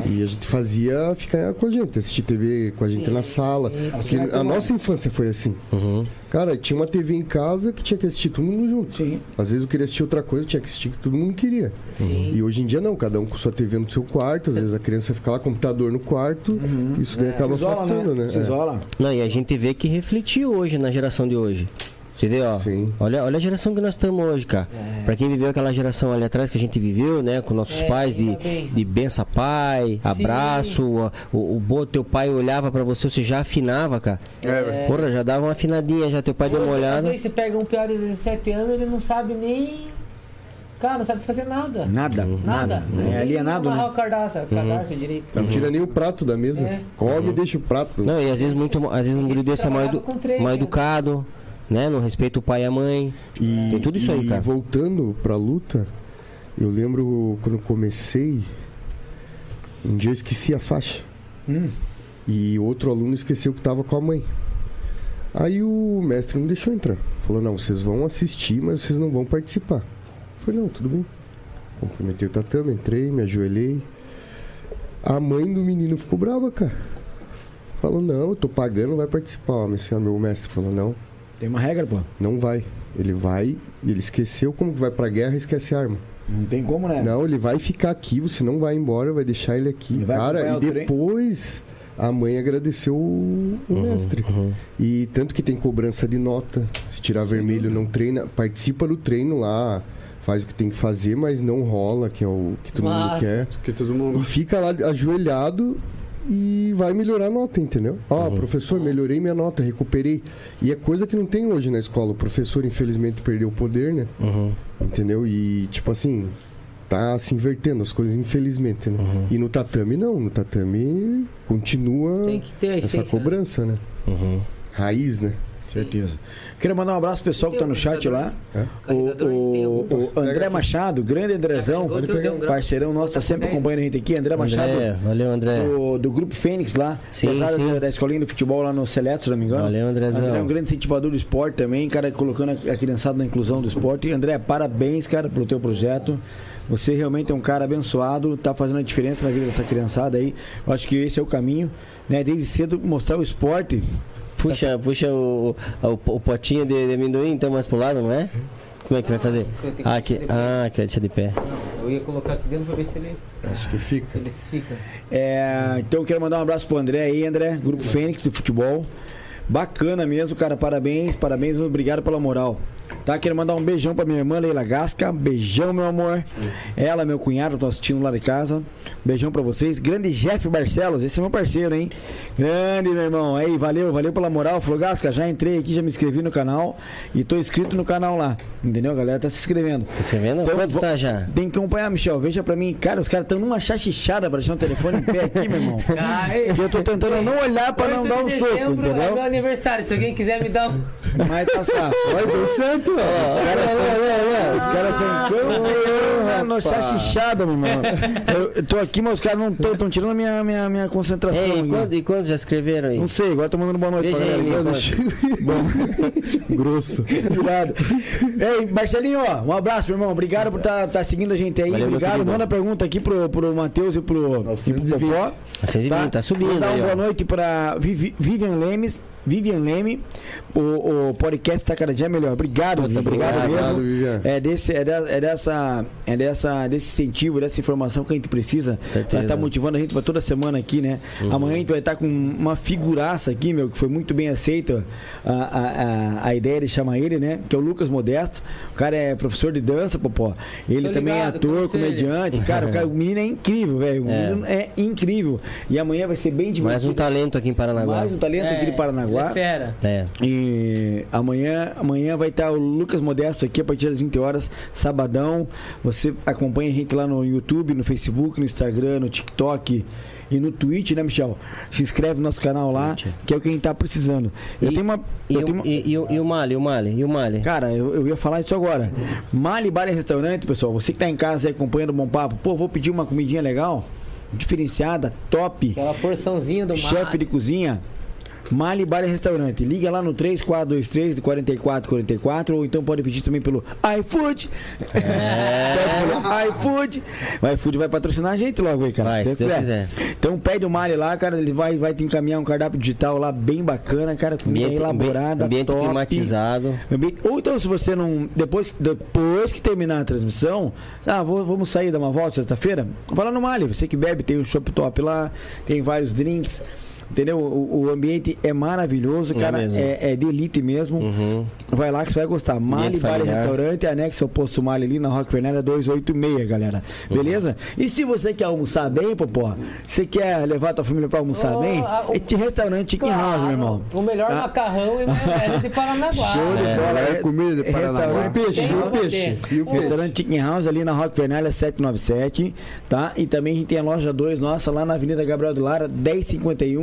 Speaker 2: E a gente fazia ficar com a gente, assistir TV com a gente
Speaker 4: Sim,
Speaker 2: na sala.
Speaker 4: sim, sim.
Speaker 2: Porque a nossa infância foi assim.
Speaker 4: Uhum.
Speaker 2: Cara, tinha uma TV em casa que tinha que assistir todo mundo junto.
Speaker 1: Sim.
Speaker 2: Às vezes eu queria assistir outra coisa, eu tinha que assistir que todo mundo queria. Uhum.
Speaker 4: Sim.
Speaker 2: E hoje em dia não, cada um com sua TV no seu quarto, às vezes a criança fica lá, computador no quarto,
Speaker 4: Uhum.
Speaker 2: isso
Speaker 4: É.
Speaker 2: daí acaba afastando, né?
Speaker 1: Se
Speaker 2: É.
Speaker 1: isola.
Speaker 3: Não, e a gente vê que refletiu hoje na geração de hoje. Você vê, ó.
Speaker 2: Sim.
Speaker 3: Olha, olha a geração que nós estamos hoje, cara. Pra quem viveu aquela geração ali atrás que a gente viveu, né? Com nossos
Speaker 4: É,
Speaker 3: pais, de,
Speaker 4: ainda bem.
Speaker 3: de benção pai, abraço, o, o, o bom teu pai olhava pra você, você já afinava, cara.
Speaker 5: É, velho.
Speaker 3: Porra, já dava uma afinadinha, já teu pai deu uma
Speaker 4: Às
Speaker 3: olhada.
Speaker 4: vezes você pega um pior de 17 anos, ele não sabe nem. Cara, não sabe fazer nada.
Speaker 1: Nada.
Speaker 4: Nada. Uhum.
Speaker 1: Nada. É alienado,
Speaker 4: Amarrar
Speaker 1: né? Então,
Speaker 4: o cardápio, o cardápio direito.
Speaker 2: É. Não tira nem o prato da mesa.
Speaker 4: É.
Speaker 2: Come e deixa o prato. né?
Speaker 3: Não, e às vezes muito, às vezes um guri desse é mal, edu-
Speaker 4: Trabalhava com três,
Speaker 3: mal
Speaker 4: né?
Speaker 3: educado, né? Não respeita o pai e a mãe.
Speaker 2: E,
Speaker 3: Tem tudo isso aí,
Speaker 2: e
Speaker 3: cara.
Speaker 2: voltando pra luta, eu lembro quando eu comecei, um dia eu esqueci a faixa.
Speaker 1: Hum.
Speaker 2: E outro aluno esqueceu que tava com a mãe. Aí o mestre não deixou entrar. Falou, não, vocês vão assistir, mas vocês não vão participar. Eu falei, não, tudo bem. Cumprimentei o tatame, entrei, me ajoelhei. A mãe do menino ficou brava, cara. Falou, não, eu tô pagando, não vai participar. Ó, mas assim, ó, meu mestre falou, não,
Speaker 1: Tem uma regra, pô.
Speaker 2: não vai. Ele vai, ele esqueceu como que vai pra guerra e esquece a arma.
Speaker 1: Não tem como, né?
Speaker 2: Não, ele vai ficar aqui, você não vai embora, vai deixar ele aqui.
Speaker 1: Ele vai
Speaker 2: cara,
Speaker 1: acompanhar
Speaker 2: e
Speaker 1: o trem.
Speaker 2: depois a mãe agradeceu o,
Speaker 3: Uhum.
Speaker 2: o
Speaker 1: Uhum.
Speaker 2: mestre. E tanto que tem cobrança de nota. Se tirar vermelho, não treina. Participa do treino lá, faz o que tem que fazer, mas não rola, que é o que todo mundo
Speaker 4: Nossa.
Speaker 2: quer.
Speaker 5: Que todo
Speaker 2: E
Speaker 5: mundo.
Speaker 2: fica lá ajoelhado e vai melhorar a nota, entendeu? Ó, professor, melhorei minha nota, recuperei. E é coisa que não tem hoje na escola. O professor, infelizmente, perdeu o poder, né?
Speaker 3: Uhum.
Speaker 2: Entendeu? E, tipo assim, tá se invertendo as coisas, infelizmente, né? E no tatame, não. No tatame, continua
Speaker 4: Tem que ter a
Speaker 2: essa
Speaker 4: essência, né?
Speaker 2: cobrança, né?
Speaker 3: Uhum.
Speaker 2: Raiz, né?
Speaker 1: Certeza. Quero mandar um abraço pro pessoal que tá no chat lá. O,
Speaker 4: Carregador, a gente tem
Speaker 1: o-
Speaker 4: algum?
Speaker 1: o André Machado, grande Andrezão,
Speaker 4: Pode pegar.
Speaker 1: parceirão nosso, tá sempre acompanhando a gente aqui. André Machado,
Speaker 3: André, valeu, André.
Speaker 1: do, do Grupo Fênix lá,
Speaker 3: Sim,
Speaker 1: pesada
Speaker 3: sim.
Speaker 1: Da, da escolinha do futebol lá no Seleto, se não me engano.
Speaker 3: Valeu, Andrezão.
Speaker 1: André é um grande incentivador do esporte também, cara, colocando a, a criançada na inclusão do esporte. E, André, parabéns, cara, pelo teu projeto. Você realmente é um cara abençoado, tá fazendo a diferença na vida dessa criançada aí. Eu acho que esse é o caminho, né? Desde cedo mostrar o esporte.
Speaker 3: Puxa, puxa o, o, o potinho de, de amendoim, então mais pro lado, não é? Como é que vai fazer?
Speaker 4: eu tenho que
Speaker 3: Ah, que,
Speaker 4: deixar de pé.
Speaker 3: ah, que vai deixar de pé.
Speaker 4: Não, eu ia colocar aqui dentro pra ver se ele,
Speaker 2: Acho que fica.
Speaker 4: se ele fica.
Speaker 1: É, então eu quero mandar um abraço pro André aí, André, Grupo Fênix de Futebol. Bacana mesmo, cara. Parabéns, parabéns, obrigado pela moral. Tá, quero mandar um beijão pra minha irmã Leila Gasca. Beijão, meu amor. Ela, meu cunhado, estão assistindo lá de casa. Beijão pra vocês. Grande Jeff Barcelos, esse é meu parceiro, hein? Grande, meu irmão. Aí, valeu, valeu pela moral. Falou, Gasca, já entrei aqui, já me inscrevi no canal e tô inscrito no canal lá. Entendeu? A galera tá se inscrevendo.
Speaker 3: Tá se vendo?
Speaker 1: Então,
Speaker 3: Quanto
Speaker 1: vou-
Speaker 3: tá já?
Speaker 1: Tem que acompanhar, Michel. Veja pra mim. Cara, os caras estão numa chachichada pra deixar o telefone em pé aqui, meu irmão. E eu tô
Speaker 4: (laughs)
Speaker 1: tentando não olhar (laughs) pra não
Speaker 4: 8
Speaker 1: dar
Speaker 4: É. de
Speaker 1: um soco,
Speaker 4: dezembro é meu
Speaker 1: entendeu? (laughs)
Speaker 4: aniversário, se alguém quiser me dar um.
Speaker 1: Mas tá certo. É,
Speaker 2: Olha, deu certo, ó.
Speaker 1: Os caras são- caras sem cama, no chachichado, meu irmão. Eu, eu tô aqui, mas os caras não estão tirando a minha, minha, minha concentração.
Speaker 3: É, e,
Speaker 1: aqui.
Speaker 3: quanto, e quantos já escreveram aí?
Speaker 1: Não sei, agora tô mandando boa noite
Speaker 3: Veja
Speaker 1: pra
Speaker 3: aí,
Speaker 1: galera.
Speaker 3: meu
Speaker 2: (laughs) Grosso.
Speaker 1: Irado. Ei, Marcelinho, ó, um abraço, meu irmão. Obrigado por estar seguindo a gente aí.
Speaker 7: Valeu, meu
Speaker 1: Obrigado.
Speaker 7: querido.
Speaker 1: Manda pergunta aqui pro, pro Matheus e pro, e pro
Speaker 2: 920.
Speaker 1: Popó.
Speaker 3: 620, tá subindo
Speaker 1: Mandar
Speaker 3: aí,
Speaker 1: uma
Speaker 3: ó.
Speaker 1: boa noite pra Vivi- Vivian Lemes. Vivian Leme, o, o podcast tá cada dia melhor. Obrigado, Vivian. Obrigado,
Speaker 2: obrigado,
Speaker 1: mesmo.
Speaker 2: Vivian.
Speaker 1: É, desse, é, da- é dessa, é dessa, desse incentivo, dessa informação que a gente precisa.
Speaker 3: Certeza. Uhum.
Speaker 1: Ela tá motivando a gente pra toda semana aqui, né? Amanhã a gente vai estar com uma figuraça aqui, meu, que foi muito bem aceita a, a, a, a ideia de chamar ele, né? Que é o Lucas Modesto. O cara é professor de dança, popó. Ele
Speaker 4: Tô
Speaker 1: também é
Speaker 4: ligado,
Speaker 1: ator,
Speaker 4: conheci ele.
Speaker 1: comediante. Cara, o cara, o menino é incrível, velho. O
Speaker 3: É.
Speaker 1: menino é incrível. E amanhã vai ser bem
Speaker 3: Mais
Speaker 1: divertido.
Speaker 3: um talento aqui em Paranaguá.
Speaker 1: Mais um talento aqui de Paranaguá.
Speaker 4: ele É fera.
Speaker 3: É.
Speaker 1: E amanhã, amanhã vai estar o Lucas Modesto aqui a partir das 20 horas, sabadão. Você acompanha a gente lá no YouTube, no Facebook, no Instagram, no TikTok e no Twitch, né, Michel? Se inscreve no nosso canal lá, que é o que a gente tá precisando. Eu
Speaker 3: E-
Speaker 1: tenho uma.
Speaker 3: E,
Speaker 1: eu
Speaker 3: o-
Speaker 1: tenho uma-
Speaker 3: e, e o- e o Mali, o Mali, e
Speaker 1: (laughs)
Speaker 3: o Mali?
Speaker 1: Cara, eu, eu ia falar isso agora. Mali Bar e Restaurante, pessoal. Você que tá em casa aí acompanhando o Bom Papo, pô, vou pedir uma comidinha legal, diferenciada, top
Speaker 4: Aquela porçãozinha é do
Speaker 1: chefe de cozinha, Mali Bar e Restaurante. Liga lá no 3423 4444 ou então pode pedir também pelo iFood. (laughs)
Speaker 3: É.
Speaker 1: É. pelo iFood. O iFood vai patrocinar a gente logo aí, cara.
Speaker 3: Vai, se Deus quiser.
Speaker 1: Então pede o Mali lá, cara, ele vai, vai te encaminhar um cardápio digital lá bem bacana, cara, comida elaborada,
Speaker 3: ambiente
Speaker 1: top.
Speaker 3: climatizado.
Speaker 1: Ambi- Ou então, se você não. Depois, depois que terminar a transmissão, ah, vou- vamos sair dar uma volta sexta-feira? Vai lá no Mali, você que bebe, tem o Shop Top lá, tem vários drinks. Entendeu? O, o ambiente é maravilhoso, cara.
Speaker 3: mesmo.
Speaker 1: É, é de elite mesmo.
Speaker 3: Uhum.
Speaker 1: Vai lá que você vai gostar. Mali
Speaker 3: Ambiente
Speaker 1: Bar e
Speaker 3: familiar.
Speaker 1: Restaurante, anexo ao posto Mali ali na Rock Fernanda 286, galera.
Speaker 3: Uhum.
Speaker 1: Beleza? E se você quer almoçar bem, Popó, você quer levar tua família pra almoçar
Speaker 4: Oh,
Speaker 1: bem,
Speaker 4: ah, o-
Speaker 1: é de restaurante Chicken House, meu irmão.
Speaker 4: O melhor
Speaker 1: Tá?
Speaker 4: macarrão e maionese
Speaker 1: (laughs)
Speaker 4: de Paranaguá.
Speaker 1: Show de
Speaker 3: É,
Speaker 1: bola. um
Speaker 2: melhor
Speaker 1: é-
Speaker 2: comida de Paranaguá.
Speaker 1: restaurante-
Speaker 2: E o
Speaker 4: Tem
Speaker 2: E o
Speaker 4: que
Speaker 2: peixe?
Speaker 4: ter.
Speaker 2: E o
Speaker 1: O Restaurante Chicken House ali na Rock Vernalha 797, tá? E também a gente tem a loja 2 nossa lá na Avenida Gabriel de Lara 1051.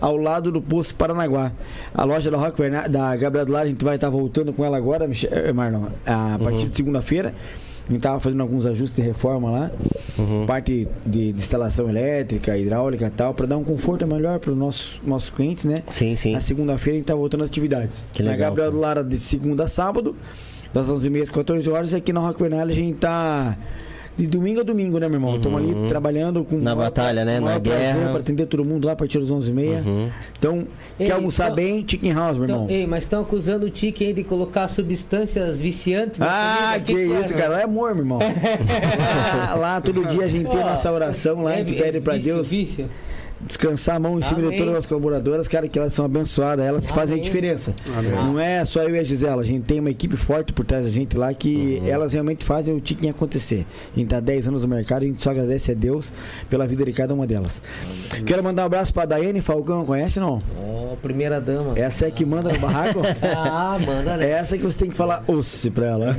Speaker 1: Ao lado do posto Paranaguá. A loja da Rock Vernalha, da Gabriel de Lara, a gente vai estar voltando com ela agora, Mich- eh, Marlon, a partir de segunda-feira. A gente tava fazendo alguns ajustes de reforma lá, parte de, de instalação elétrica, hidráulica e tal, para dar um conforto melhor para os nossos, nossos clientes, né?
Speaker 3: Sim, sim.
Speaker 1: Na segunda-feira a gente tá voltando às atividades.
Speaker 3: Que
Speaker 1: na
Speaker 3: legal,
Speaker 1: Gabriel
Speaker 3: cara.
Speaker 1: Lara de segunda a sábado, das 11h30 às 14 horas, e aqui na Rock Bernalha a gente tá de domingo a domingo, né, meu irmão? Estamos ali trabalhando com.
Speaker 3: Uhum. Na batalha, né?
Speaker 1: com o
Speaker 3: Na
Speaker 1: maior prazer
Speaker 3: guerra. Uhum.
Speaker 1: Pra atender todo mundo lá a partir das 11h30. Então,
Speaker 4: Ei,
Speaker 1: quer almoçar
Speaker 4: então-
Speaker 1: bem? Chicken House, meu
Speaker 4: Então,
Speaker 1: irmão.
Speaker 4: ei, mas estão acusando o Tique aí de colocar substâncias viciantes na
Speaker 1: Ah,
Speaker 4: comida.
Speaker 1: que,
Speaker 4: é,
Speaker 1: isso,
Speaker 4: né?
Speaker 1: cara. É amor, meu irmão.
Speaker 4: (laughs)
Speaker 1: lá, lá todo dia a gente tem
Speaker 4: Ó,
Speaker 1: nossa oração lá, a
Speaker 4: É,
Speaker 1: gente
Speaker 4: é
Speaker 1: pede pra
Speaker 4: vício,
Speaker 1: Deus
Speaker 4: vício.
Speaker 1: descansar a mão em cima de
Speaker 4: Amém.
Speaker 1: todas as colaboradoras, cara, que elas são abençoadas, elas que fazem a
Speaker 4: Amém.
Speaker 1: diferença. Não é só eu e a Gisela, a gente tem uma equipe forte por trás da gente lá que elas realmente fazem o Tiquinho acontecer. A gente tá há 10 anos no mercado, a gente só agradece a Deus pela vida de cada uma delas. Quero mandar um abraço pra Daiane Falcão, conhece não?
Speaker 4: Ó, primeira dama.
Speaker 1: Essa é a que manda no barraco.
Speaker 4: Ah, manda,
Speaker 1: É
Speaker 4: né?
Speaker 1: essa que você tem que falar osse pra ela.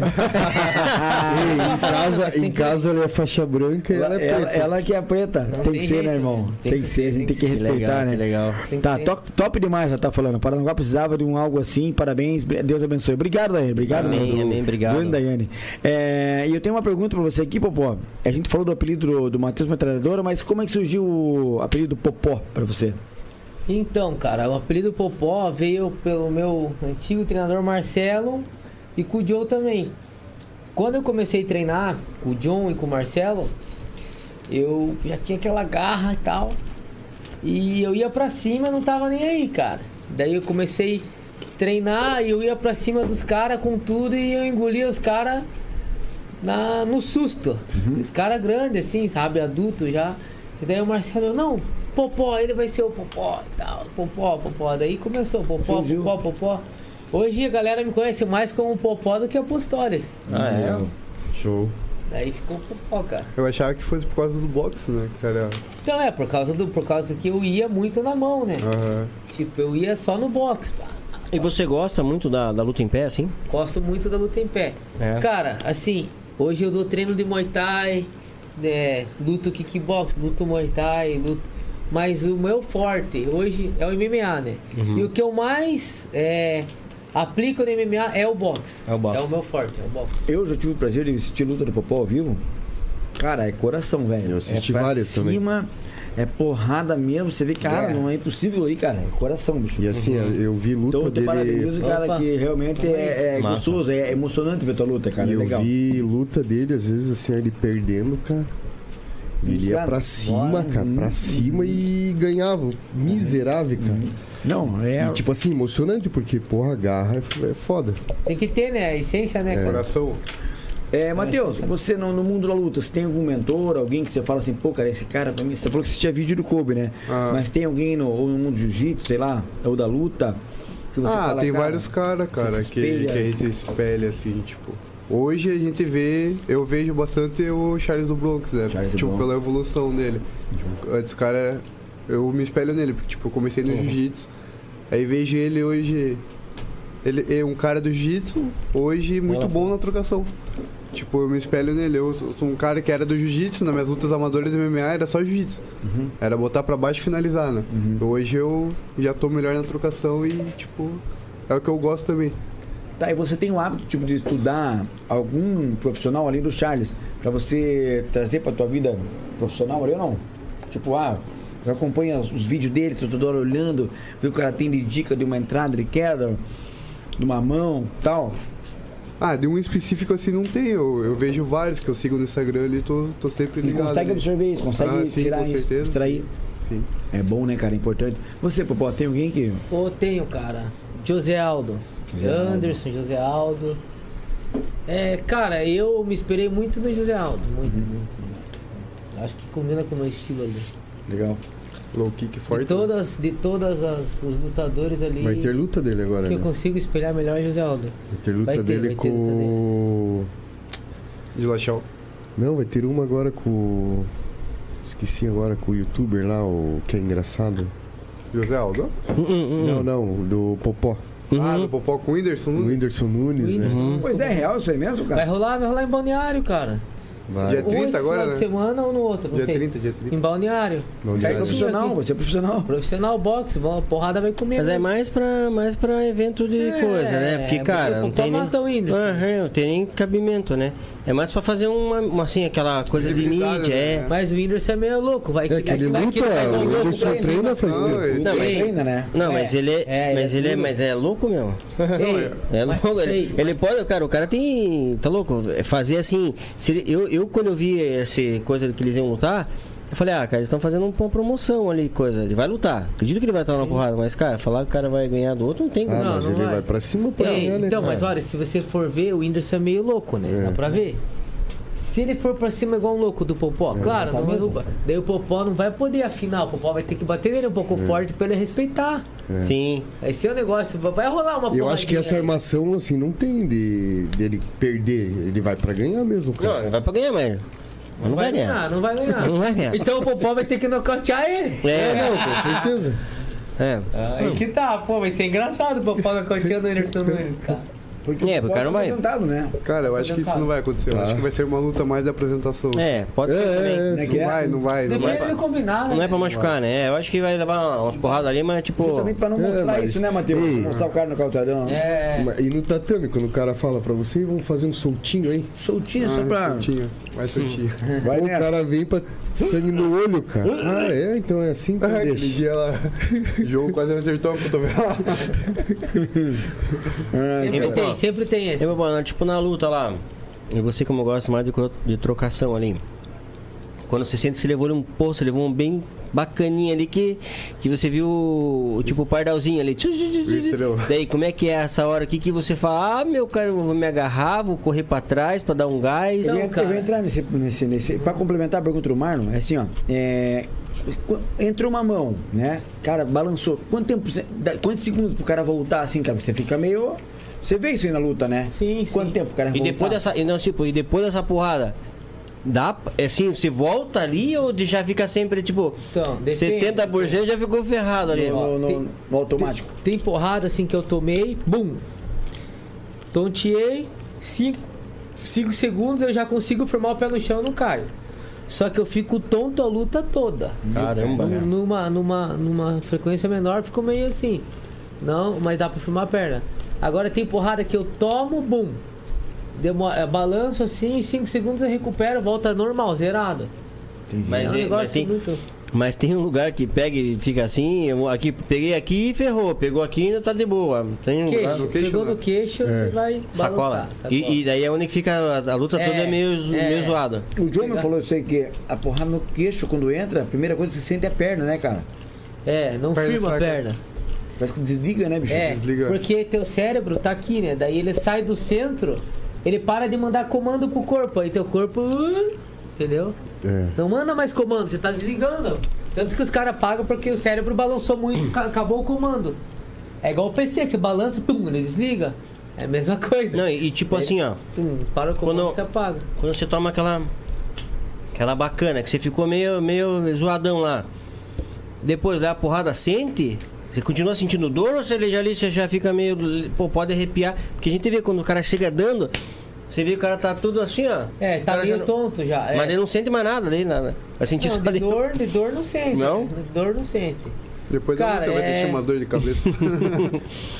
Speaker 2: em casa, em casa ela é faixa branca e ela é preta.
Speaker 1: Ela, ela que é preta. tem que
Speaker 4: tem
Speaker 1: ser,
Speaker 4: jeito,
Speaker 1: né, irmão?
Speaker 4: né?
Speaker 1: Tem, que ser, a gente tem que,
Speaker 3: Que
Speaker 1: respeitar,
Speaker 3: legal,
Speaker 1: né?
Speaker 3: que legal.
Speaker 4: Tem que
Speaker 1: Tá,
Speaker 4: ter.
Speaker 1: top, top demais ela tá falando. Paranaguá precisava de um algo assim, parabéns, Deus abençoe. Obrigado, Daiane. Obrigado,
Speaker 3: Amém,
Speaker 1: mesmo.
Speaker 3: amém, obrigado.
Speaker 1: Grande Daiane. É, e eu tenho uma pergunta pra você aqui, Popó. A gente falou do apelido do, do Matheus Metralhadora, mas como é que surgiu o apelido Popó pra você?
Speaker 4: Então, cara, o apelido Popó veio pelo meu antigo treinador Marcelo e com o Joe também. Quando eu comecei a treinar com o John e com o Marcelo, eu já tinha aquela garra e tal. E eu ia pra cima, não tava nem aí, cara. Daí eu comecei a treinar e eu ia pra cima dos caras com tudo e eu engolia os caras na- no susto. Os caras grandes, assim, sabe? Adulto já. E daí o Marcelo, não, Popó, ele vai ser o Popó e tal. Popó, Popó. Daí começou, Popó,
Speaker 1: Surgiu.
Speaker 4: Popó, Popó. Hoje a galera me conhece mais como Popó do que Apostores.
Speaker 3: Ah, é?
Speaker 2: Show.
Speaker 4: Daí ficou Popó, cara.
Speaker 5: Eu achava que fosse por causa do boxe, né? Que era.
Speaker 4: Então é, por causa do. Por causa que eu ia muito na mão, né?
Speaker 5: Aham.
Speaker 4: Tipo, eu ia só no box, pá.
Speaker 3: E você gosta muito da, da luta em pé, assim?
Speaker 4: Gosto muito da luta em pé.
Speaker 3: É.
Speaker 4: Cara, assim, hoje eu dou treino de Muay Thai, né, luto kickbox, luto Muay Thai, luto...
Speaker 3: Uhum.
Speaker 4: mas o meu forte hoje é o MMA, né? E o que eu mais é, Aplico no MMA é o boxe.
Speaker 3: É o boxe.
Speaker 4: É o meu forte, é o boxe.
Speaker 1: Eu já tive o prazer de assistir luta do Popó ao vivo. Cara, é coração, velho.
Speaker 2: Eu assisti
Speaker 1: é pra
Speaker 2: várias também.
Speaker 1: cima, É porrada mesmo. Você vê, cara,
Speaker 3: É.
Speaker 1: não é impossível aí, cara. É coração, bicho.
Speaker 2: E assim, eu vi luta
Speaker 1: Então eu te
Speaker 2: dele.
Speaker 1: parabenizo, cara,
Speaker 4: Opa.
Speaker 1: que realmente é, é
Speaker 3: Massa.
Speaker 1: gostoso, é emocionante ver tua luta, cara.
Speaker 2: E
Speaker 1: é
Speaker 2: eu
Speaker 1: legal.
Speaker 2: vi luta dele, às vezes, assim, ele perdendo, cara. Ele ia
Speaker 1: Cara, né?
Speaker 2: pra cima,
Speaker 1: bora.
Speaker 2: cara, pra cima e ganhava. Miserável, cara.
Speaker 1: Não, é.
Speaker 2: E, tipo assim, emocionante, porque, porra, a garra é f- é foda.
Speaker 4: Tem que ter, né? A essência,
Speaker 5: É.
Speaker 4: né, cara?
Speaker 5: Coração.
Speaker 1: É, Matheus, você no, no mundo da luta, você tem algum mentor, alguém que você fala assim, pô, cara, esse cara pra mim, você falou que assistia vídeo do Kobe, né?
Speaker 5: Ah.
Speaker 1: Mas tem alguém no, ou no mundo do jiu-jitsu, sei lá, ou da luta, que você
Speaker 5: ah,
Speaker 1: fala,
Speaker 5: tem
Speaker 1: cara,
Speaker 5: vários caras,
Speaker 1: você
Speaker 5: cara,
Speaker 1: se
Speaker 5: que, é
Speaker 1: espelha.
Speaker 5: que aí se espelha, assim, tipo. Hoje a gente vê, eu vejo bastante o Charles do Bronx, né?
Speaker 1: Charles do
Speaker 5: tipo,
Speaker 1: Bronx.
Speaker 5: pela evolução dele. Tipo, antes o cara. Eu me espelho nele, porque tipo, eu comecei
Speaker 1: Uhum.
Speaker 5: no jiu-jitsu. Aí vejo ele hoje. Ele é um cara do jiu-jitsu, hoje muito bom na trocação. Tipo, eu me espelho nele. Eu sou sou um cara que era do jiu-jitsu, nas minhas lutas amadoras de MMA era só jiu-jitsu.
Speaker 1: Uhum.
Speaker 5: Era botar pra baixo e finalizar, né? Hoje eu já tô melhor na trocação e, tipo, é o que eu gosto também.
Speaker 1: Tá, e você tem o hábito, tipo, de estudar algum profissional além do Charles, pra você trazer pra tua vida profissional ali ou não? Tipo, ah, eu acompanho os os vídeos dele, tô toda hora olhando, vê o cara tem de dica de uma entrada de queda, de uma mão, tal.
Speaker 5: Ah, de um específico assim não tem. Eu, eu vejo vários que eu sigo no Instagram ali, tô, tô sempre
Speaker 1: E
Speaker 5: ligado.
Speaker 1: consegue
Speaker 5: né?
Speaker 1: absorver isso, consegue
Speaker 5: Ah, sim,
Speaker 1: tirar
Speaker 5: com
Speaker 1: isso,
Speaker 5: certeza,
Speaker 1: extrair.
Speaker 5: Sim.
Speaker 1: É bom, né, cara? É importante. Você, Popó, tem alguém que.
Speaker 4: Pô, tenho, cara. José Aldo.
Speaker 1: José Aldo.
Speaker 4: Anderson, José Aldo. É, cara, eu me esperei muito no José Aldo. Muito,
Speaker 3: Uhum.
Speaker 4: muito, muito. Acho que combina com o meu estilo ali.
Speaker 1: Legal.
Speaker 5: Low kick
Speaker 4: De
Speaker 5: forte.
Speaker 4: todas, de todas as os lutadores ali.
Speaker 2: né? Vai ter luta dele agora,
Speaker 4: que
Speaker 2: né?
Speaker 4: eu consigo espelhar melhor é José Aldo.
Speaker 2: Vai ter luta
Speaker 4: Vai ter,
Speaker 2: dele
Speaker 4: vai
Speaker 2: com.
Speaker 4: ter luta
Speaker 5: né? De Lachal.
Speaker 2: Não, vai ter uma agora com. o- Esqueci agora com o youtuber lá, o que é engraçado.
Speaker 5: José Aldo.
Speaker 2: Não, não, do Popó.
Speaker 4: Uhum.
Speaker 5: Ah, do Popó com o Whindersson.
Speaker 2: O
Speaker 5: Nunes.
Speaker 2: Whindersson Nunes, né?
Speaker 1: Pois é, é real isso aí mesmo,
Speaker 5: Tá.
Speaker 4: Vai
Speaker 1: cara?
Speaker 4: rolar, vai rolar em balneário, cara.
Speaker 2: Vai.
Speaker 5: Dia
Speaker 4: Ou
Speaker 5: 30
Speaker 4: esse
Speaker 5: agora,
Speaker 4: final de
Speaker 5: né?
Speaker 4: semana ou no outro, não
Speaker 5: Dia
Speaker 4: sei.
Speaker 5: 30, dia 30.
Speaker 4: Em balneário.
Speaker 2: Vamos
Speaker 1: Você é
Speaker 4: Vai.
Speaker 2: dizer.
Speaker 1: profissional, você é profissional.
Speaker 4: Profissional boxe, bom, a porrada vai comer.
Speaker 3: Mas é
Speaker 4: mesmo.
Speaker 3: mais pra, mais pra evento de
Speaker 4: É,
Speaker 3: coisa, né? Porque,
Speaker 4: porque
Speaker 3: cara, não
Speaker 4: Popó
Speaker 3: tem nem...
Speaker 4: mata o Whindersson.
Speaker 3: Aham, não tem nem cabimento, né? É mais pra fazer uma, uma, assim, aquela coisa de
Speaker 5: Visibilidade,
Speaker 3: mídia,
Speaker 5: né?
Speaker 3: é.
Speaker 4: Mas o Whindersson é meio louco, vai
Speaker 2: É que ele
Speaker 4: vai
Speaker 2: luta,
Speaker 4: vai dar um
Speaker 2: o
Speaker 4: louco pra
Speaker 2: Whindersson
Speaker 4: ele.
Speaker 2: treina é faz
Speaker 5: Não,
Speaker 2: tempo.
Speaker 5: Ah, ele-
Speaker 3: Não, mas-
Speaker 1: Ainda, né?
Speaker 3: Não,
Speaker 4: É,
Speaker 3: mas ele é,
Speaker 4: é,
Speaker 3: mas
Speaker 4: ele
Speaker 3: ele
Speaker 4: é
Speaker 3: é,
Speaker 4: duro.
Speaker 3: mas é louco
Speaker 4: (laughs)
Speaker 3: mesmo.
Speaker 4: Ei,
Speaker 3: É
Speaker 4: mas-
Speaker 3: louco, ele,
Speaker 4: ei,
Speaker 3: ele pode, cara, o cara tem, tá louco, É fazer assim, se ele- eu, eu quando eu vi essa coisa que eles iam lutar, eu falei, ah, cara, eles estão fazendo uma promoção ali, coisa, ele vai lutar, acredito que ele vai estar na porrada, mas, cara, falar que o cara vai ganhar do outro, não tem como.
Speaker 2: Ah,
Speaker 4: Não,
Speaker 2: mas
Speaker 4: não
Speaker 2: ele
Speaker 4: vai.
Speaker 2: vai pra cima ou pra
Speaker 4: Ei,
Speaker 2: lá, né,
Speaker 4: então, mas
Speaker 2: cara?
Speaker 4: olha, se você for ver, o Whindersson é meio louco, né? Dá pra ver? Se ele for pra cima igual um louco do Popó,
Speaker 2: É,
Speaker 4: claro, não derruba. Daí o Popó não vai poder afinar, o Popó vai ter que bater nele um pouco
Speaker 2: É.
Speaker 4: forte pra ele respeitar.
Speaker 3: Sim,
Speaker 4: Esse é o negócio, vai rolar uma
Speaker 2: Eu acho que
Speaker 4: porradinha né?
Speaker 2: essa
Speaker 4: aí.
Speaker 2: armação, assim, não tem de dele perder. Ele vai pra ganhar mesmo,
Speaker 3: não, é- ele
Speaker 2: cara.
Speaker 3: vai pra ganhar, mas mas não vai ganhar.
Speaker 4: não vai ganhar.
Speaker 3: Não vai ganhar.
Speaker 4: Então o Popó vai ter que nocautear ele.
Speaker 2: É,
Speaker 3: É,
Speaker 2: não, com certeza.
Speaker 3: é.
Speaker 4: Aí que tá, pô, vai ser engraçado o Popó nocauteando o Anderson Nunes, cara.
Speaker 1: Porque
Speaker 3: É, porque o cara não vai.
Speaker 1: apresentado, né?
Speaker 5: Cara, eu acho que isso não vai acontecer. Eu
Speaker 2: Tá.
Speaker 5: acho que vai ser uma luta mais de apresentação.
Speaker 3: É, pode
Speaker 2: É,
Speaker 3: ser também.
Speaker 1: Né,
Speaker 2: é, é.
Speaker 1: que é
Speaker 5: Não vai,
Speaker 1: assim,
Speaker 5: não vai, não vai.
Speaker 4: Depende do combinado.
Speaker 3: Não é
Speaker 4: né?
Speaker 3: pra machucar, né? Eu acho que vai levar umas porradas ali, mas tipo.
Speaker 1: Justamente pra não
Speaker 2: É,
Speaker 1: mostrar
Speaker 2: mas-
Speaker 1: isso, né, Matheus?
Speaker 2: Ei.
Speaker 1: Mostrar o cara no calçadão.
Speaker 4: É.
Speaker 2: Mas- E no tatame, quando o cara fala pra você, vamos fazer um soltinho aí.
Speaker 1: Soltinho, só
Speaker 5: Ah,
Speaker 1: é pra.
Speaker 5: soltinho.
Speaker 4: Uhum.
Speaker 5: É. Vai soltinho.
Speaker 1: Vai
Speaker 2: Ou o
Speaker 1: nessa.
Speaker 2: cara vem pra sangue no olho, cara. Ah, é? Então é assim que eu
Speaker 5: Aquele
Speaker 2: deixo.
Speaker 5: dia ela. O (laughs) jogo quase acertou a cotovela.
Speaker 4: (laughs) Sempre
Speaker 3: É.
Speaker 4: tem, sempre tem esse.
Speaker 3: É, meu mano, tipo na luta lá. Eu vou ser como eu gosto mais de, co- de trocação ali. Quando você sente, você levou ali um pô, você levou um bem bacaninha ali que, que você viu o- tipo o pardalzinho ali. Tchu, tchu, tchu, tchu, tchu.
Speaker 5: Estrela.
Speaker 3: Daí, como é que é essa hora aqui que você fala, ah, meu cara, eu vou me agarrar, vou correr pra trás pra dar um gás.
Speaker 1: Eu
Speaker 4: Então,
Speaker 1: ia- eu
Speaker 4: cara.
Speaker 1: ia entrar nesse, nesse, nesse. Pra complementar a pergunta do Marlon, é assim, ó. é, qu- entrou uma mão, né? Cara, balançou. Quanto tempo. você- dá- Quantos segundos pro cara voltar assim, cara? Você fica meio. Você vê isso aí na luta, né?
Speaker 4: Sim, sim.
Speaker 1: Quanto tempo o cara
Speaker 3: E
Speaker 1: voltar?
Speaker 3: depois dessa, e não, tipo, e depois dessa porrada, dá, é assim, você volta ali ou de- já fica sempre tipo
Speaker 4: Então, depende.
Speaker 3: 70% já ficou ferrado ali.
Speaker 1: No, no-
Speaker 4: Tem-
Speaker 1: no automático.
Speaker 4: Tem porrada assim que eu tomei, bum! Tonteei, 5 segundos eu já consigo firmar o pé no chão e não caio. Só que eu fico tonto a luta toda.
Speaker 3: Caramba,
Speaker 4: Num-
Speaker 3: né?
Speaker 4: Numa, numa, numa frequência menor, ficou meio assim. Não, mas dá pra firmar a perna. Agora tem porrada que eu tomo, bum. Demo- eh, balanço assim, em 5 segundos eu recupero, volta normal, zerado.
Speaker 3: Mas,
Speaker 4: É um
Speaker 3: é-
Speaker 4: negócio
Speaker 3: mas tem,
Speaker 4: muito.
Speaker 3: mas tem um lugar que pega e fica assim, eu aqui, peguei aqui e ferrou, pegou aqui e ainda tá de boa. Tem um lugar.
Speaker 4: Queixo,
Speaker 5: no queixo,
Speaker 4: pegou
Speaker 5: né?
Speaker 4: no queixo, você vai
Speaker 3: É. Sacola.
Speaker 4: balançar.
Speaker 3: E, e daí é onde que fica a, a luta
Speaker 4: É,
Speaker 3: toda é meio, zo-
Speaker 4: é.
Speaker 3: meio zoada.
Speaker 4: Se
Speaker 1: O Johnny
Speaker 4: pegar-
Speaker 1: falou isso aí que a porrada no queixo quando entra, a primeira coisa que você sente é a perna, né, cara?
Speaker 4: É, não
Speaker 5: Perna
Speaker 4: firma a
Speaker 5: fraca.
Speaker 4: perna.
Speaker 1: Parece que desliga, né, bicho?
Speaker 4: É,
Speaker 5: desliga.
Speaker 4: porque teu cérebro tá aqui, né? Daí ele sai do centro, ele para de mandar comando pro corpo, aí teu corpo. uh, Entendeu?
Speaker 2: É.
Speaker 4: Não manda mais comando, você tá desligando. Tanto que os caras pagam porque o cérebro balançou muito, ca- acabou o comando. É igual o PC, você balança, pum, ele desliga. É a mesma coisa.
Speaker 3: Não, e, e
Speaker 4: É.
Speaker 3: tipo assim, ó,
Speaker 4: Pum, para o comando,
Speaker 3: Quando-
Speaker 4: você apaga.
Speaker 3: quando você toma aquela. Aquela bacana, que você ficou meio, meio zoadão lá. Depois da porrada sente? Você continua sentindo dor ou você já ali você já fica meio. Pô, pode arrepiar. Porque a gente vê quando o cara chega dando, você vê que o cara tá tudo assim, ó.
Speaker 4: É,
Speaker 3: O
Speaker 4: tá
Speaker 3: cara já
Speaker 4: meio
Speaker 3: não-
Speaker 4: tonto já. é.
Speaker 3: Mas ele não sente mais nada ali, nada. Vai sentir
Speaker 4: Não,
Speaker 3: só
Speaker 4: de
Speaker 3: ali.
Speaker 4: dor, de dor não sente.
Speaker 3: Não?
Speaker 4: De dor não sente.
Speaker 5: Depois
Speaker 4: Cara,
Speaker 5: da luta vai
Speaker 4: é-
Speaker 5: sentir uma dor de
Speaker 4: (laughs)
Speaker 5: cabeça.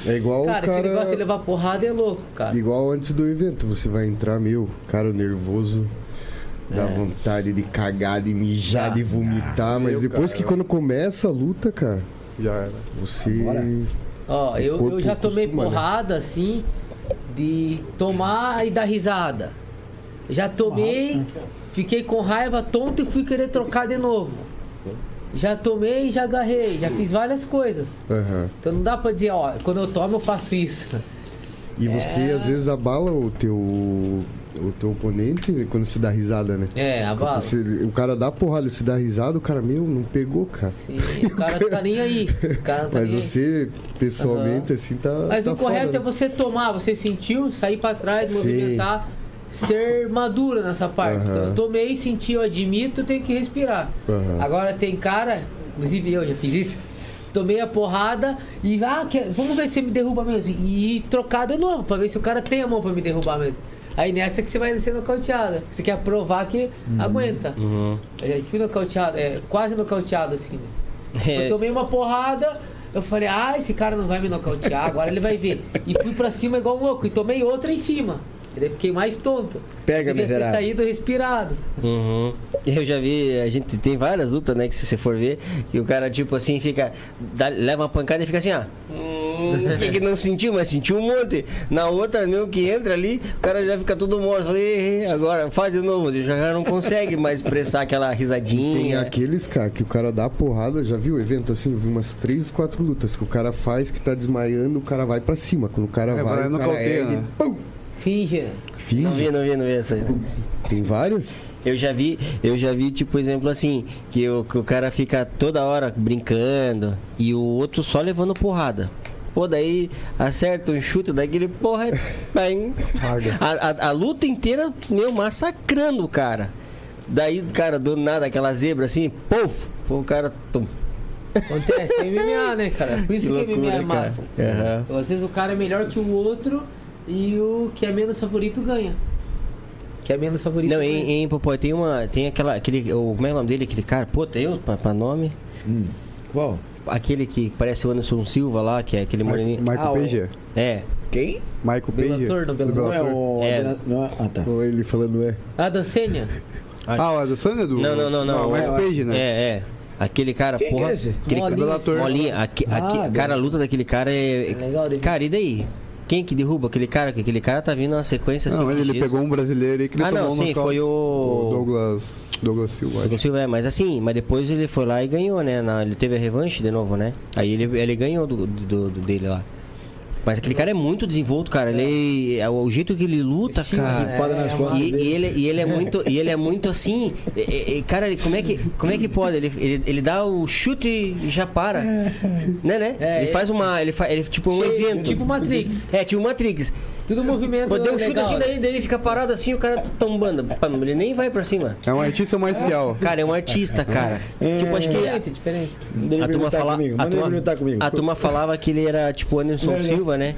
Speaker 2: É igual
Speaker 4: Cara,
Speaker 2: o cara...
Speaker 4: esse negócio de levar porrada é louco, cara.
Speaker 2: Igual antes do evento, você vai entrar, meu, cara nervoso, dá
Speaker 4: É.
Speaker 2: vontade de cagar, de
Speaker 4: Ah,
Speaker 2: mijar, de vomitar, mas
Speaker 5: Meu,
Speaker 2: depois
Speaker 5: cara.
Speaker 2: que quando começa a luta, cara,
Speaker 5: Já era.
Speaker 2: você.
Speaker 1: Agora?
Speaker 4: Ó, eu, eu
Speaker 2: É corpo
Speaker 4: já tomei
Speaker 2: costuma, né?
Speaker 4: porrada, assim, de tomar e dar risada. Já tomei, fiquei com raiva tonto e fui querer trocar de novo. Já tomei e já agarrei, já fiz várias coisas.
Speaker 2: Aham.
Speaker 4: Então não dá pra dizer, ó, quando eu tomo eu faço isso.
Speaker 2: E
Speaker 4: É.
Speaker 2: você às vezes abala o teu. o teu oponente quando se dá risada, né?
Speaker 4: É, a bala.
Speaker 2: Você, o cara dá porrada, se dá risada, o cara, meu, não pegou, cara.
Speaker 4: Sim, o cara não tá nem aí. O cara não tá
Speaker 2: Mas
Speaker 4: nem aí.
Speaker 2: você, pessoalmente, assim, tá.
Speaker 4: Mas
Speaker 2: tá
Speaker 4: o correto
Speaker 2: foda,
Speaker 4: é
Speaker 2: né?
Speaker 4: você tomar, você sentiu, sair pra trás,
Speaker 2: Sim.
Speaker 4: movimentar, ser madura nessa parte.
Speaker 2: Aham.
Speaker 4: Então, eu tomei, senti, eu admito, tenho que respirar.
Speaker 2: Aham.
Speaker 4: Agora tem cara, inclusive eu já fiz isso. Tomei a porrada e ah, que- vamos ver se você me derruba mesmo. E, trocar de novo, pra ver se o cara tem a mão pra me derrubar mesmo. Aí nessa que você vai ser nocauteado. Você quer provar que
Speaker 2: Uhum.
Speaker 4: aguenta.
Speaker 3: Uhum,
Speaker 4: Eu já fui nocauteado, é, quase nocauteado assim, né? Eu
Speaker 3: É,
Speaker 4: tomei uma porrada, eu falei, ah, esse cara não vai me nocautear, agora ele vai ver. E fui pra cima igual um louco, e tomei outra em cima. E daí fiquei mais tonto.
Speaker 1: Pega,
Speaker 4: Devia ter
Speaker 1: miserável.
Speaker 4: saído respirado.
Speaker 3: Uhum. Eu já vi, a gente tem várias lutas, né? Que se você for ver, que o cara, tipo assim, fica. dá- leva uma pancada e fica assim, ó. (laughs) Hum, que, que não sentiu, mas sentiu um monte. Na outra, meu que entra ali, o cara já fica todo morto. Falei, "Ei, ei, agora faz de novo. O cara não consegue mais (laughs) expressar aquela
Speaker 2: Tem
Speaker 3: risadinha.
Speaker 2: aqueles, cara, que o cara dá porrada, já viu o evento assim? Eu vi umas três, quatro lutas que o cara faz que tá desmaiando, o cara vai pra cima. Quando o cara
Speaker 5: É,
Speaker 2: vai,
Speaker 5: vai
Speaker 2: o
Speaker 5: no
Speaker 2: cara
Speaker 5: caldeira,
Speaker 2: ergue,
Speaker 5: né?
Speaker 2: pum!
Speaker 4: Finge, né?
Speaker 3: Não
Speaker 2: Finge.
Speaker 3: vi, não vi, não vi essa.
Speaker 2: Tem várias?
Speaker 3: Eu já vi, eu já vi, tipo, exemplo assim, que o, que o cara fica toda hora brincando e o outro só levando porrada. Pô, daí acerta um chute daquele, porra, bem. A, a- a luta inteira, meu, massacrando o cara. Daí, cara, do nada, aquela zebra assim, puf, foi o cara. Tum.
Speaker 4: Acontece, é MMA, né, cara?
Speaker 3: (laughs)
Speaker 4: Por isso que, MMA é
Speaker 3: loucura, cara.
Speaker 4: massa.
Speaker 3: Aham.
Speaker 4: Então, às vezes o cara é melhor que o outro e o que é menos favorito ganha. Que é menos favorito
Speaker 3: Não,
Speaker 4: ganha.
Speaker 3: em, em Popó, tem uma. Tem aquela. Aquele, o, como é o nome dele? Aquele cara? Pô, tem outro pra, pra nome?
Speaker 1: Qual?
Speaker 3: Aquele que parece o Anderson Silva lá, que é aquele moreninho.
Speaker 5: Michael
Speaker 1: Ah, o-
Speaker 5: Page.
Speaker 3: É,
Speaker 1: Quem?
Speaker 5: Michael Page.
Speaker 4: Bellator, não, Bellator.
Speaker 1: Não é o.
Speaker 3: É.
Speaker 1: Não é- Ah, tá.
Speaker 2: Ou ele falando, é.
Speaker 4: A Dancenia?
Speaker 5: Ah, o Adesanya é do...
Speaker 3: Não, não, não, não.
Speaker 5: o Michael
Speaker 1: É,
Speaker 5: Page, né?
Speaker 3: É, é. Aquele cara,
Speaker 1: Quem que
Speaker 3: porra.
Speaker 1: é esse?
Speaker 3: Aquele
Speaker 4: Molinha,
Speaker 3: Bellator.
Speaker 4: assim.
Speaker 3: Molinha. aque-
Speaker 1: Ah,
Speaker 3: aque-
Speaker 1: bem.
Speaker 3: cara, a luta daquele cara é.
Speaker 4: É legal de ver.
Speaker 3: Cara, e daí? Quem que derruba aquele cara? Que aquele cara tá vindo na sequência assim.
Speaker 5: Não, ele,
Speaker 3: de
Speaker 5: ele
Speaker 3: giz.
Speaker 5: pegou um brasileiro aí que ele
Speaker 3: Ah,
Speaker 5: tomou
Speaker 3: não,
Speaker 5: um
Speaker 3: sim,
Speaker 5: nocaute.
Speaker 3: foi
Speaker 5: O
Speaker 3: o.
Speaker 5: Douglas, Douglas Silva.
Speaker 3: Douglas Silva, é, mas assim, mas depois ele foi lá e ganhou, né? Na- ele teve a revanche de novo, né? Aí ele, ele ganhou do, do- do- dele lá. Mas aquele cara é muito desenvolto, cara. Ele, é o jeito que ele luta,
Speaker 4: Estilo,
Speaker 3: Tá, cara.
Speaker 4: né?
Speaker 1: Espada nas
Speaker 4: É,
Speaker 1: costas.
Speaker 3: E,
Speaker 1: dele.
Speaker 3: e ele, e ele é muito e ele é muito assim e- e- e, cara ele- como é que como é que pode ele, ele, ele dá o chute e
Speaker 1: (laughs)
Speaker 3: já para né né
Speaker 4: É,
Speaker 3: ele faz uma ele faz ele tipo um
Speaker 4: Cheio,
Speaker 3: evento
Speaker 4: Tipo Matrix.
Speaker 3: é tipo Matrix
Speaker 4: Tudo movimento
Speaker 3: Pô, deu um chute
Speaker 4: legal,
Speaker 3: assim
Speaker 4: né?
Speaker 3: daí, daí ele fica parado assim o cara tombando Pam, ele nem vai pra cima
Speaker 5: É um artista marcial.
Speaker 3: cara é um artista cara tipo acho que
Speaker 4: Diferente, É, diferente.
Speaker 1: É, Deixa ele
Speaker 3: a turma,
Speaker 1: lutar
Speaker 3: fala,
Speaker 1: comigo.
Speaker 3: a,
Speaker 1: Manda ele
Speaker 3: turma,
Speaker 1: lutar comigo.
Speaker 3: a turma falava que ele era tipo Anderson Silva, né?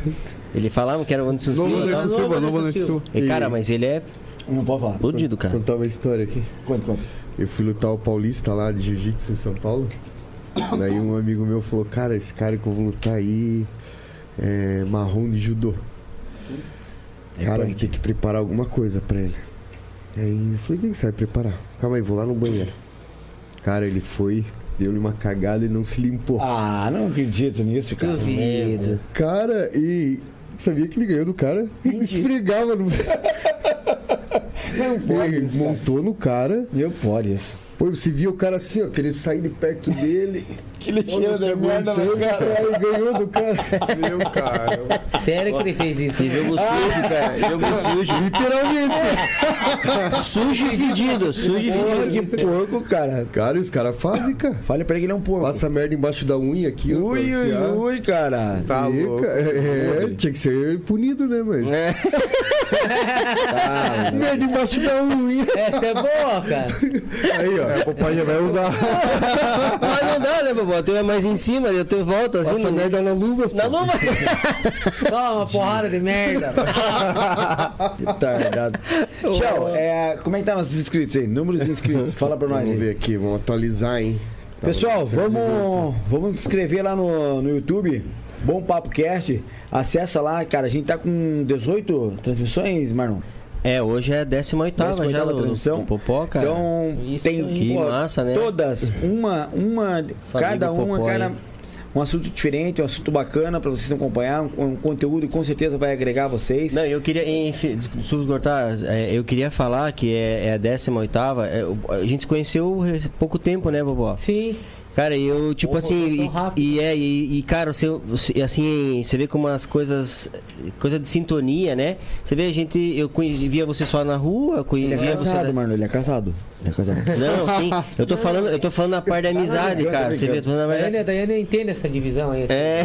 Speaker 3: Ele falava que era o Anderson
Speaker 5: Novo
Speaker 3: Silva. e
Speaker 5: Anderson
Speaker 3: tal.
Speaker 5: Silva, novo
Speaker 4: Anderson
Speaker 5: Anderson Silva.
Speaker 3: E, cara, mas ele é
Speaker 1: Não pode falar.
Speaker 3: explodido, cara.
Speaker 2: Contar uma história aqui.
Speaker 1: Quanto, quanto?
Speaker 2: Eu fui lutar o Paulista lá de Jiu-Jitsu em São Paulo. Daí um amigo meu falou, cara, esse cara que eu vou lutar aí. é, marrom de judô.
Speaker 1: É
Speaker 2: Cara,
Speaker 1: punk.
Speaker 2: tem que preparar alguma coisa pra ele. Aí eu falei, quem sabe preparar? Calma aí, vou lá no banheiro. Cara, ele foi, deu-lhe uma cagada e não se limpou.
Speaker 1: Ah, é. não acredito nisso, cara.
Speaker 4: Duvido.
Speaker 2: Cara, e. Sabia que ele ganhou do cara? Ele
Speaker 1: (laughs)
Speaker 2: esfregava no.
Speaker 1: Não pode
Speaker 2: Ele
Speaker 1: isso, cara.
Speaker 2: montou no cara.
Speaker 1: Não pode isso.
Speaker 2: Pô, você via o cara assim, ó, querer sair de perto dele.
Speaker 1: Que
Speaker 2: Pô, não se aguentando, cara. Ele ganhou do cara.
Speaker 5: Meu, cara.
Speaker 4: Sério que ele fez isso?
Speaker 3: E jogo
Speaker 4: Ah,
Speaker 3: sujo, cara. Jogo sujo.
Speaker 2: Literalmente.
Speaker 3: Sujo e fedido. Sujo e
Speaker 1: Porra,
Speaker 3: fedido.
Speaker 1: que porco, cara.
Speaker 2: Cara, os caras fazem, cara.
Speaker 1: Fale pra ele que ele é um porco.
Speaker 2: Passa merda embaixo da unha aqui, ó. pra
Speaker 1: ui, ui,
Speaker 2: enfiar.
Speaker 1: ui, cara.
Speaker 5: Tá
Speaker 2: E,
Speaker 5: louco.
Speaker 2: cara, é, tinha que ser punido, né? Mas.
Speaker 3: É.
Speaker 1: Ah, não.
Speaker 2: Merda embaixo da unha.
Speaker 4: Essa é boa, cara.
Speaker 2: Aí, ó.
Speaker 1: É.
Speaker 5: O pai já vai usar.
Speaker 3: Mas não dá, né, Bobó? Tu é mais em cima, eu tô em volta, assim.
Speaker 2: Passa
Speaker 3: não-
Speaker 2: merda na luva.
Speaker 3: Na luva.
Speaker 4: Toma, uma porrada de merda.
Speaker 1: Retardado. Tchau, é, como é que tá nossos inscritos aí? Números de inscritos, fala pra nós
Speaker 2: Vamos
Speaker 1: aí.
Speaker 2: ver aqui, vamos atualizar, hein? Tá,
Speaker 1: Pessoal,
Speaker 2: 990.
Speaker 1: vamos, vamos se inscrever lá no, no YouTube. Bom Papo Cast. Acessa lá, cara. A gente tá com 18 transmissões, Marlon.
Speaker 3: É, hoje é 18 já
Speaker 1: 18ª
Speaker 3: do,
Speaker 1: transmissão.
Speaker 3: do Popó, cara.
Speaker 1: Então,
Speaker 4: Isso
Speaker 1: tem
Speaker 4: aí.
Speaker 3: Que massa, né?
Speaker 1: todas, uma, uma,
Speaker 3: Só
Speaker 1: cada
Speaker 3: liga o
Speaker 1: uma,
Speaker 3: Popó,
Speaker 1: cara,
Speaker 3: hein?
Speaker 1: um assunto diferente, um assunto bacana pra vocês acompanhar, um, um conteúdo que com certeza vai agregar vocês.
Speaker 3: Não, eu queria, enfim, desculpa cortar, é, eu queria falar que é, é a 18ª, é, o- a gente se conheceu há pouco tempo, né, Bobó?
Speaker 4: Sim.
Speaker 3: Cara, eu, tipo
Speaker 4: Porra, foi tão
Speaker 3: assim,
Speaker 4: rápido.
Speaker 3: e, e é, e, e, cara, você, você- assim, você vê como as coisas, coisa de sintonia, né? Você vê a gente, eu conhe- via você só na rua, eu conhe-
Speaker 1: Ele é
Speaker 3: via você...
Speaker 1: casado,
Speaker 3: na-
Speaker 1: Marlon, ele é casado. Ele é
Speaker 3: (laughs)
Speaker 1: casado.
Speaker 3: Não, sim, eu tô falando, eu tô falando na parte da
Speaker 4: Tá
Speaker 3: amizade, cara, você vê, eu tô falando na
Speaker 4: A
Speaker 3: parte da-
Speaker 4: Daiane, a Daiane entende essa divisão aí. assim.
Speaker 3: É.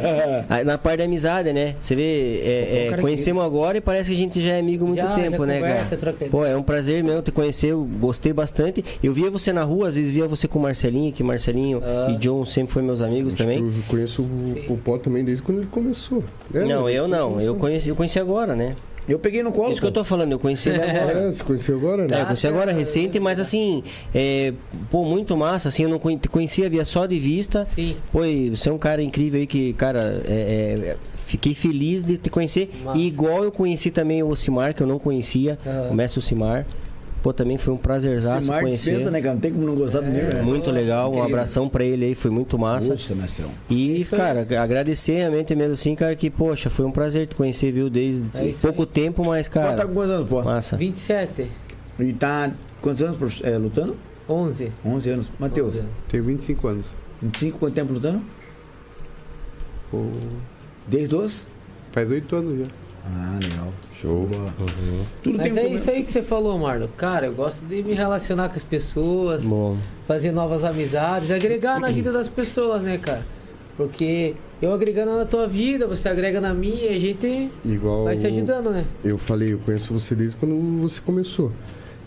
Speaker 3: (laughs) Aí, Na parte da amizade, né? Você vê, é, é, conhecemos agora e parece que a gente já é amigo há muito
Speaker 4: Já-
Speaker 3: tempo,
Speaker 4: já
Speaker 3: né,
Speaker 4: conversa, tá
Speaker 3: cara?
Speaker 4: troca-
Speaker 3: Pô, é um prazer mesmo te conhecer, eu gostei bastante. Eu via você na rua, às vezes via você com o Marcelinho, que Marcelinho
Speaker 4: Ah.
Speaker 3: e John sempre foram meus amigos também.
Speaker 2: Eu conheço
Speaker 4: Sim.
Speaker 2: o Popó também desde quando ele começou. É,
Speaker 4: um
Speaker 3: Não,
Speaker 2: né?
Speaker 3: eu não, eu
Speaker 2: Começou.
Speaker 3: conheci, eu conheci agora, né?
Speaker 1: Eu peguei no colo.
Speaker 3: Isso que eu
Speaker 1: cara.
Speaker 3: tô falando, eu conheci ele agora.
Speaker 4: (laughs)
Speaker 2: É, você conheceu agora,
Speaker 3: É,
Speaker 2: né?
Speaker 3: eu conheci agora recente, mas assim, é, pô, muito massa, assim, eu não conhe- te conhecia, via só de vista.
Speaker 4: Sim.
Speaker 3: Pô, e você é um cara incrível aí que, cara, é, é, é, fiquei feliz de te conhecer.
Speaker 4: Massa.
Speaker 3: E igual eu conheci também o Ocimar, que eu não conhecia,
Speaker 4: Aham.
Speaker 3: o mestre Ocimar. Pô, também foi um prazerzaço
Speaker 1: Esse Marcos
Speaker 3: conhecer.
Speaker 1: pensa, né, cara? Não tem como não gostar do negro, né?
Speaker 3: Muito legal, um
Speaker 1: Incrível.
Speaker 3: abração pra ele aí, foi muito massa.
Speaker 1: Nossa, mestrão.
Speaker 3: E,
Speaker 4: Isso aí.
Speaker 3: cara, agradecer realmente mesmo assim, cara, que, poxa, foi um prazer te conhecer, viu, desde
Speaker 4: É isso
Speaker 3: pouco
Speaker 4: aí.
Speaker 3: tempo, mas,
Speaker 1: Pô, tá
Speaker 3: cara,
Speaker 1: com quantos anos, pô?
Speaker 3: massa.
Speaker 4: 27,
Speaker 1: E tá quantos anos prof- é, lutando?
Speaker 4: 11.
Speaker 1: 11 anos. Matheus,
Speaker 4: 11.
Speaker 5: Tenho 25 anos.
Speaker 1: 25, quanto tempo lutando?
Speaker 5: Pô,
Speaker 1: Desde os?
Speaker 5: faz 8 anos já.
Speaker 1: Ah, legal.
Speaker 2: Show.
Speaker 1: Boa. Tudo tem
Speaker 4: Mas
Speaker 1: um
Speaker 4: é
Speaker 1: começo.
Speaker 4: isso aí que você falou, Marlon. Cara, eu gosto de me relacionar com as pessoas,
Speaker 3: Bom,
Speaker 4: fazer novas amizades, agregar na vida das pessoas, né, cara? Porque eu agregando na tua vida, você agrega na minha, a gente
Speaker 2: Igual.
Speaker 4: vai se ajudando, né?
Speaker 2: Eu falei, eu conheço você desde quando você começou.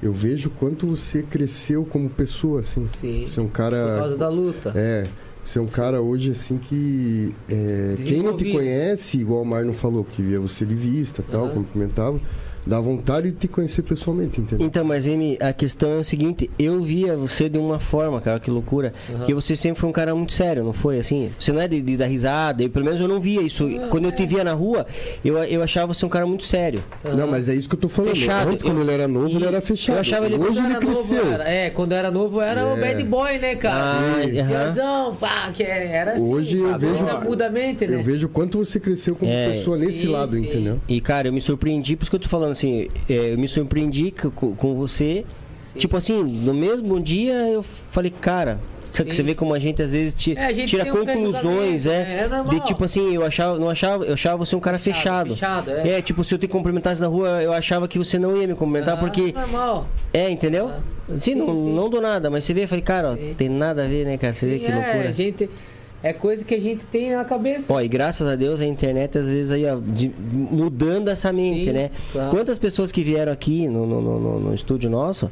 Speaker 2: Eu vejo quanto você cresceu como pessoa, assim.
Speaker 4: Sim.
Speaker 2: Você é um
Speaker 4: Por
Speaker 2: cara.
Speaker 4: causa da luta.
Speaker 2: É. Você é um cara hoje, assim, que. é, quem não te
Speaker 4: Desenvolvido.
Speaker 2: conhece, igual o Marlon falou, que via você de vista e tal,
Speaker 4: Aham.
Speaker 2: como comentava, dá vontade de te conhecer pessoalmente, entendeu?
Speaker 3: Então, mas Amy, a questão é o seguinte, eu via você de uma forma, cara, que loucura, que você sempre foi um cara muito sério, não foi assim? Você não é de, de dar risada, eu, pelo menos eu não via isso. Quando eu te via na rua, eu, eu achava você um cara muito sério.
Speaker 2: Não, mas é isso que eu tô falando.
Speaker 3: Fechado.
Speaker 2: Antes, quando ele era novo, ele era fechado.
Speaker 3: Eu achava ele-
Speaker 2: Hoje
Speaker 4: Quando eu
Speaker 2: ele
Speaker 4: era
Speaker 2: cresceu.
Speaker 4: Novo, eu era, é, quando eu era novo eu era o bad boy, né, cara?
Speaker 3: Sim. Ah, aham.
Speaker 4: Piazão, pá, que era assim.
Speaker 2: Hoje eu
Speaker 4: a coisa
Speaker 2: vejo-
Speaker 4: muda a mente, né?
Speaker 2: Eu vejo o quanto você cresceu como
Speaker 3: É,
Speaker 2: pessoa nesse
Speaker 4: sim,
Speaker 2: lado,
Speaker 4: sim.
Speaker 2: entendeu?
Speaker 3: E, cara, eu me surpreendi, por isso que eu tô falando assim, é, eu me surpreendi co- co- com, você. Tipo assim, no mesmo dia eu falei, cara. sabe que
Speaker 4: Sim,
Speaker 3: você vê
Speaker 4: sim.
Speaker 3: como a gente às vezes ti-
Speaker 4: É, a gente
Speaker 3: tira
Speaker 4: tem um
Speaker 3: conclusões,
Speaker 4: pré-julgamento, né?
Speaker 3: é,
Speaker 4: É normal.
Speaker 3: de tipo assim, eu achava, não achava, eu achava você um cara fechado.
Speaker 4: fechado, é.
Speaker 3: é. tipo, se eu te cumprimentasse na rua, eu achava que você não ia me cumprimentar
Speaker 4: Ah,
Speaker 3: porque
Speaker 4: Normal.
Speaker 3: é, entendeu?
Speaker 4: Ah.
Speaker 3: Sim,
Speaker 4: Sim,
Speaker 3: não,
Speaker 4: sim.
Speaker 3: não do nada, mas você vê, eu falei, cara, ó,
Speaker 4: Sim.
Speaker 3: tem nada a ver, né, cara? Você vê
Speaker 4: Sim,
Speaker 3: que
Speaker 4: É, a
Speaker 3: loucura.
Speaker 4: gente, é coisa que a gente tem na cabeça.
Speaker 3: Ó, e graças a Deus a internet às vezes aí, ó, de- mudando essa mente,
Speaker 4: Sim,
Speaker 3: né?
Speaker 4: claro.
Speaker 3: Quantas pessoas que vieram aqui no, no, no- no- no estúdio nosso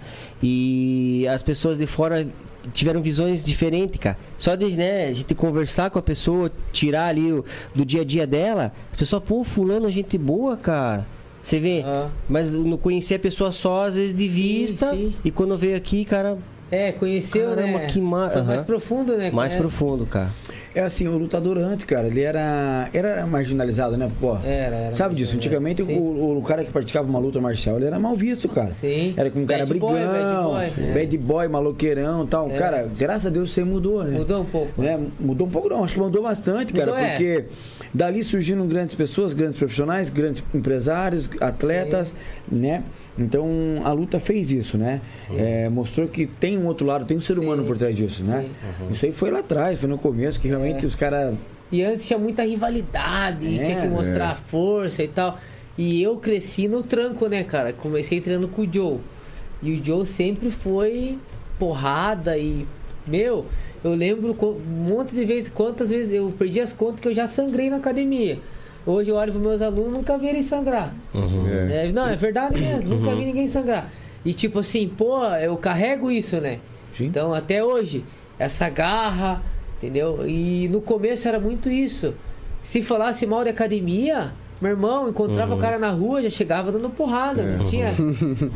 Speaker 3: e as pessoas de fora tiveram visões diferentes, cara. Só de, né, a gente conversar com a pessoa, tirar ali o- do dia a dia dela, as pessoas, pô, fulano, é gente boa, cara. Você vê,
Speaker 4: Ah.
Speaker 3: mas não conhecia a pessoa só às vezes de vista
Speaker 4: sim.
Speaker 3: e quando veio aqui, cara,
Speaker 4: É, conheceu,
Speaker 3: Caramba,
Speaker 4: né?
Speaker 3: que ma-
Speaker 4: Foi
Speaker 3: Aham.
Speaker 4: mais profundo, né?
Speaker 3: mais
Speaker 4: É.
Speaker 3: profundo, cara.
Speaker 1: É assim, o lutador antes, cara, ele era, era marginalizado, né, pô?
Speaker 4: Era, era
Speaker 1: Sabe disso? Antigamente
Speaker 4: marginalizado,
Speaker 1: o, o, cara que praticava uma luta marcial, ele era mal visto, cara.
Speaker 4: Sim.
Speaker 1: Era com um cara
Speaker 4: Bad boy,
Speaker 1: brigão, bad boy,
Speaker 4: bad boy. É.
Speaker 1: maloqueirão e tal.
Speaker 4: É.
Speaker 1: Cara, graças a Deus você mudou, né?
Speaker 4: Mudou um pouco.
Speaker 1: Né? Mudou um pouco não, acho que mudou bastante, cara,
Speaker 4: Mudou, é.
Speaker 1: porque dali surgiram grandes pessoas, grandes profissionais, grandes empresários, atletas, né? Então a luta fez isso, né? É, mostrou que tem um outro lado, tem um ser humano por trás disso, né?
Speaker 4: Uhum.
Speaker 1: Isso aí foi lá atrás, foi no começo, que
Speaker 4: É.
Speaker 1: realmente os caras.
Speaker 4: E antes tinha muita rivalidade,
Speaker 1: É,
Speaker 4: tinha que mostrar a força e tal. E eu cresci no tranco, né, cara? Comecei treinando com o Joe. E o Joe sempre foi porrada e. Meu, eu lembro co- um monte de vezes, quantas vezes eu perdi as contas que eu já sangrei na academia. Hoje eu olho para meus alunos nunca vi eles sangrar.
Speaker 2: É.
Speaker 4: É, não, é verdade mesmo, nunca vi ninguém sangrar. E tipo assim, pô, eu carrego isso, né?
Speaker 1: Sim.
Speaker 4: Então até hoje, essa garra, entendeu? E no começo era muito isso. Se falasse mal de academia, meu irmão
Speaker 2: Uhum.
Speaker 4: encontrava o cara na rua, já chegava dando porrada. Não
Speaker 2: (laughs)
Speaker 4: tinha essa.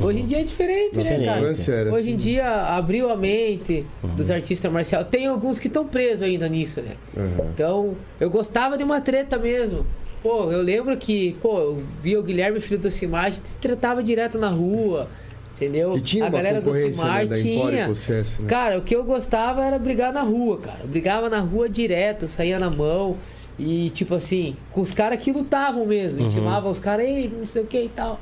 Speaker 4: Hoje em dia é diferente,
Speaker 2: É. Nossa
Speaker 4: né, cara?
Speaker 2: infância era
Speaker 4: Hoje
Speaker 2: assim. Uhum.
Speaker 4: em dia abriu a mente dos artistas marciais. Tem alguns que estão presos ainda nisso, né?
Speaker 2: Aham.
Speaker 4: Então, eu gostava de uma treta mesmo. Pô, eu lembro que, pô, eu via o Guilherme Filho do Simar, a gente se tretava direto na rua, entendeu?
Speaker 2: Que tinha
Speaker 4: a
Speaker 2: uma
Speaker 4: galera do
Speaker 2: concorrência
Speaker 4: Simar
Speaker 2: né, da Empório
Speaker 4: tinha.
Speaker 2: e Cess, né?
Speaker 4: Cara, o que eu gostava era brigar na rua, cara. Eu brigava na rua direto, saía na mão. E, tipo assim, com os caras que lutavam mesmo.
Speaker 5: Uhum.
Speaker 4: Intimavam os caras, ei, não sei o que e tal.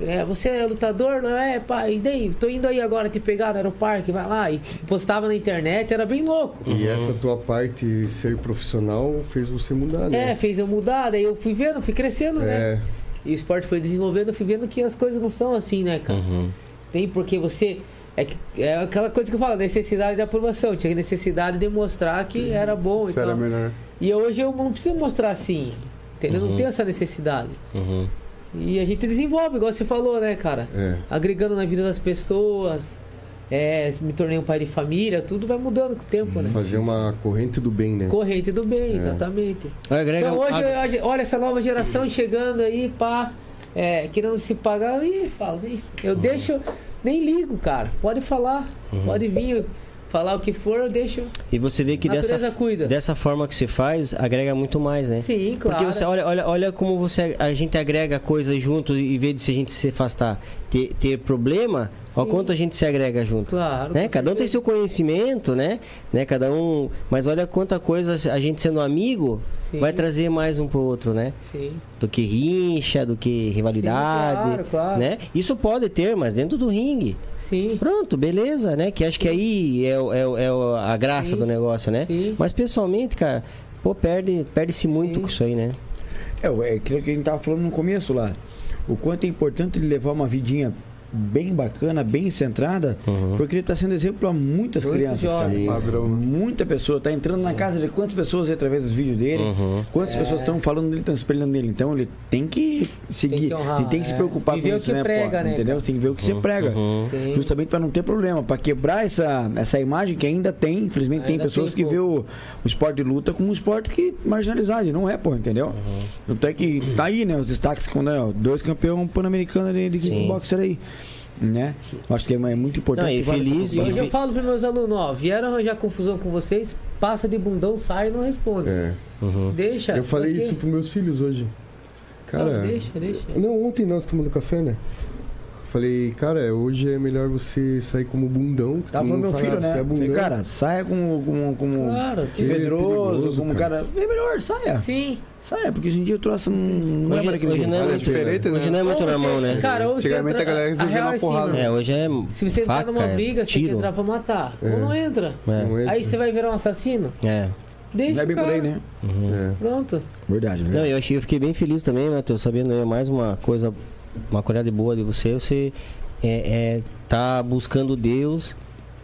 Speaker 4: É, você é lutador, não é? Pá, e daí? Tô indo aí agora te pegar no aeroparque, vai lá. E postava na internet, era bem louco.
Speaker 2: E essa tua parte ser profissional fez você mudar,
Speaker 5: Uhum.
Speaker 2: né? É.
Speaker 4: É, fez eu mudar, daí eu fui vendo, fui crescendo,
Speaker 5: É.
Speaker 4: né? E o esporte foi desenvolvendo, eu fui vendo que as coisas não são assim, né, cara?
Speaker 5: Uhum.
Speaker 4: Tem porque você. É, que- é aquela coisa que eu falo, necessidade de aprovação. Tinha necessidade de mostrar que era bom e
Speaker 5: Isso era
Speaker 4: tal.
Speaker 5: melhor.
Speaker 4: E hoje eu não preciso mostrar assim, entendeu? Não tenho essa necessidade. E a gente desenvolve, igual você falou, né, cara?
Speaker 2: É.
Speaker 4: Agregando na vida das pessoas, é, me tornei um pai de família, tudo vai mudando com o tempo, né?
Speaker 2: Fazer um uma corrente do bem, né?
Speaker 4: Corrente do bem, exatamente.
Speaker 3: Agrega,
Speaker 4: Então hoje,
Speaker 3: ag-
Speaker 4: hoje, olha essa nova geração chegando aí, pá, é, querendo se pagar. Ih, falo, ih, eu deixo, nem ligo, cara. Pode falar, pode vir, falar o que for, eu deixo.
Speaker 3: E você vê que
Speaker 4: Natureza
Speaker 3: dessa,
Speaker 4: cuida.
Speaker 3: dessa forma que você faz, agrega muito mais, né?
Speaker 4: Sim, claro.
Speaker 3: Porque você olha, olha, olha como você a gente agrega coisas junto e vê de se a gente se afastar, ter, ter problema, ó
Speaker 4: Sim.
Speaker 3: quanto a gente se agrega junto.
Speaker 4: Claro,
Speaker 3: Né?
Speaker 4: com
Speaker 3: Cada um tem
Speaker 4: certeza.
Speaker 3: seu conhecimento, né? né? Cada um, mas olha quanta coisa a gente sendo amigo
Speaker 4: Sim.
Speaker 3: vai trazer mais um pro outro, né?
Speaker 4: Sim.
Speaker 3: do que rincha, do que rivalidade,
Speaker 4: claro, claro.
Speaker 3: né? Isso pode ter, mas dentro do ringue.
Speaker 4: Sim.
Speaker 3: Pronto, beleza, né? Que acho que aí é, o- é o- é o- a graça
Speaker 4: Sim,
Speaker 3: do negócio, né?
Speaker 4: sim.
Speaker 3: Mas pessoalmente, cara, pô, perde, perde-se muito com isso aí, né?
Speaker 1: É, é aquilo que a gente tava falando no começo lá. O quanto é importante ele levar uma vidinha bem bacana, bem centrada, porque ele tá sendo exemplo a muitas
Speaker 4: Uhum. Muitos
Speaker 1: crianças. cara.
Speaker 4: jovens.
Speaker 5: Padrão.
Speaker 1: Muita pessoa tá entrando na casa de quantas pessoas aí através dos vídeos dele,
Speaker 3: Uhum.
Speaker 4: É.
Speaker 1: quantas pessoas estão falando dele, estão espelhando nele. Então ele tem que seguir,
Speaker 4: Tem que honrar,
Speaker 1: ele tem que se
Speaker 4: é.
Speaker 1: preocupar
Speaker 4: E
Speaker 1: com
Speaker 4: ver o
Speaker 1: isso,
Speaker 4: que
Speaker 1: né,
Speaker 4: prega,
Speaker 1: pô?
Speaker 4: né,
Speaker 1: Entendeu? Você tem que ver o que você
Speaker 3: Uhum.
Speaker 1: prega.
Speaker 4: Sim.
Speaker 1: Justamente para não ter problema, para quebrar essa, essa imagem que ainda tem, infelizmente tem
Speaker 4: Ainda
Speaker 1: pessoas
Speaker 4: tem,
Speaker 1: que
Speaker 4: pô.
Speaker 1: vê o, o esporte de luta como um esporte que marginalizado, e não é, pô, entendeu?
Speaker 3: Uhum.
Speaker 1: Tanto é que tá aí, né, os destaques quando é, ó, dois campeão pan-americano de, de
Speaker 3: Sim.
Speaker 1: kickboxer aí, né? Eu acho que é, é muito importante.
Speaker 3: Não, e
Speaker 1: que vale essa
Speaker 3: feliz-
Speaker 4: E
Speaker 1: confusão.
Speaker 4: hoje eu falo pros meus alunos, ó, vieram arranjar confusão com vocês, passa de bundão, sai e não responde.
Speaker 2: É.
Speaker 4: Deixa.
Speaker 2: Eu falei
Speaker 4: porque-
Speaker 2: isso pros meus filhos hoje. Cara,
Speaker 4: Não, deixa, deixa.
Speaker 2: Não, ontem nós tomando café, né? Falei, cara, hoje é melhor você sair como bundão. Que
Speaker 1: Tava falando
Speaker 2: todo mundo
Speaker 1: meu
Speaker 2: fala,
Speaker 1: filho,
Speaker 2: "Ah,
Speaker 1: né?
Speaker 2: Você é
Speaker 1: Falei,
Speaker 2: bundão.
Speaker 1: cara, saia como, como, como
Speaker 4: Claro, que-
Speaker 1: um medroso,
Speaker 2: perigoso,
Speaker 1: como cara.
Speaker 2: cara.
Speaker 1: É melhor, saia.
Speaker 4: Sim.
Speaker 1: Saia, porque hoje em dia eu trouxe um. Não é
Speaker 3: Hoje-
Speaker 1: para aquele
Speaker 3: hoje
Speaker 1: jeito.
Speaker 3: não é
Speaker 5: Olha,
Speaker 3: muito-
Speaker 5: diferente, né?
Speaker 3: Hoje não é muito
Speaker 4: Ou
Speaker 3: na
Speaker 4: você-
Speaker 3: mão, né?
Speaker 4: Cara, ou você
Speaker 5: Antigamente
Speaker 4: entra,
Speaker 5: a galera
Speaker 4: a
Speaker 5: resolvia
Speaker 4: real
Speaker 5: na
Speaker 4: é assim,
Speaker 5: porrada.
Speaker 4: mano.
Speaker 3: É, hoje é
Speaker 4: Se você
Speaker 3: faca,
Speaker 4: entrar numa
Speaker 3: é
Speaker 4: briga, você tem que
Speaker 3: tiro.
Speaker 4: entrar pra matar. Ou não entra.
Speaker 2: Não é?
Speaker 4: Aí você vai virar um assassino?
Speaker 3: É, é.
Speaker 4: Deixa.
Speaker 1: Não é bem por
Speaker 4: cara.
Speaker 1: aí, né?
Speaker 2: É.
Speaker 4: Pronto.
Speaker 1: Verdade,
Speaker 3: Não,
Speaker 1: verdade.
Speaker 3: eu achei, eu fiquei bem feliz também, Matheus, sabendo aí mais uma coisa, uma colher de boa de você, você é, é, tá buscando Deus,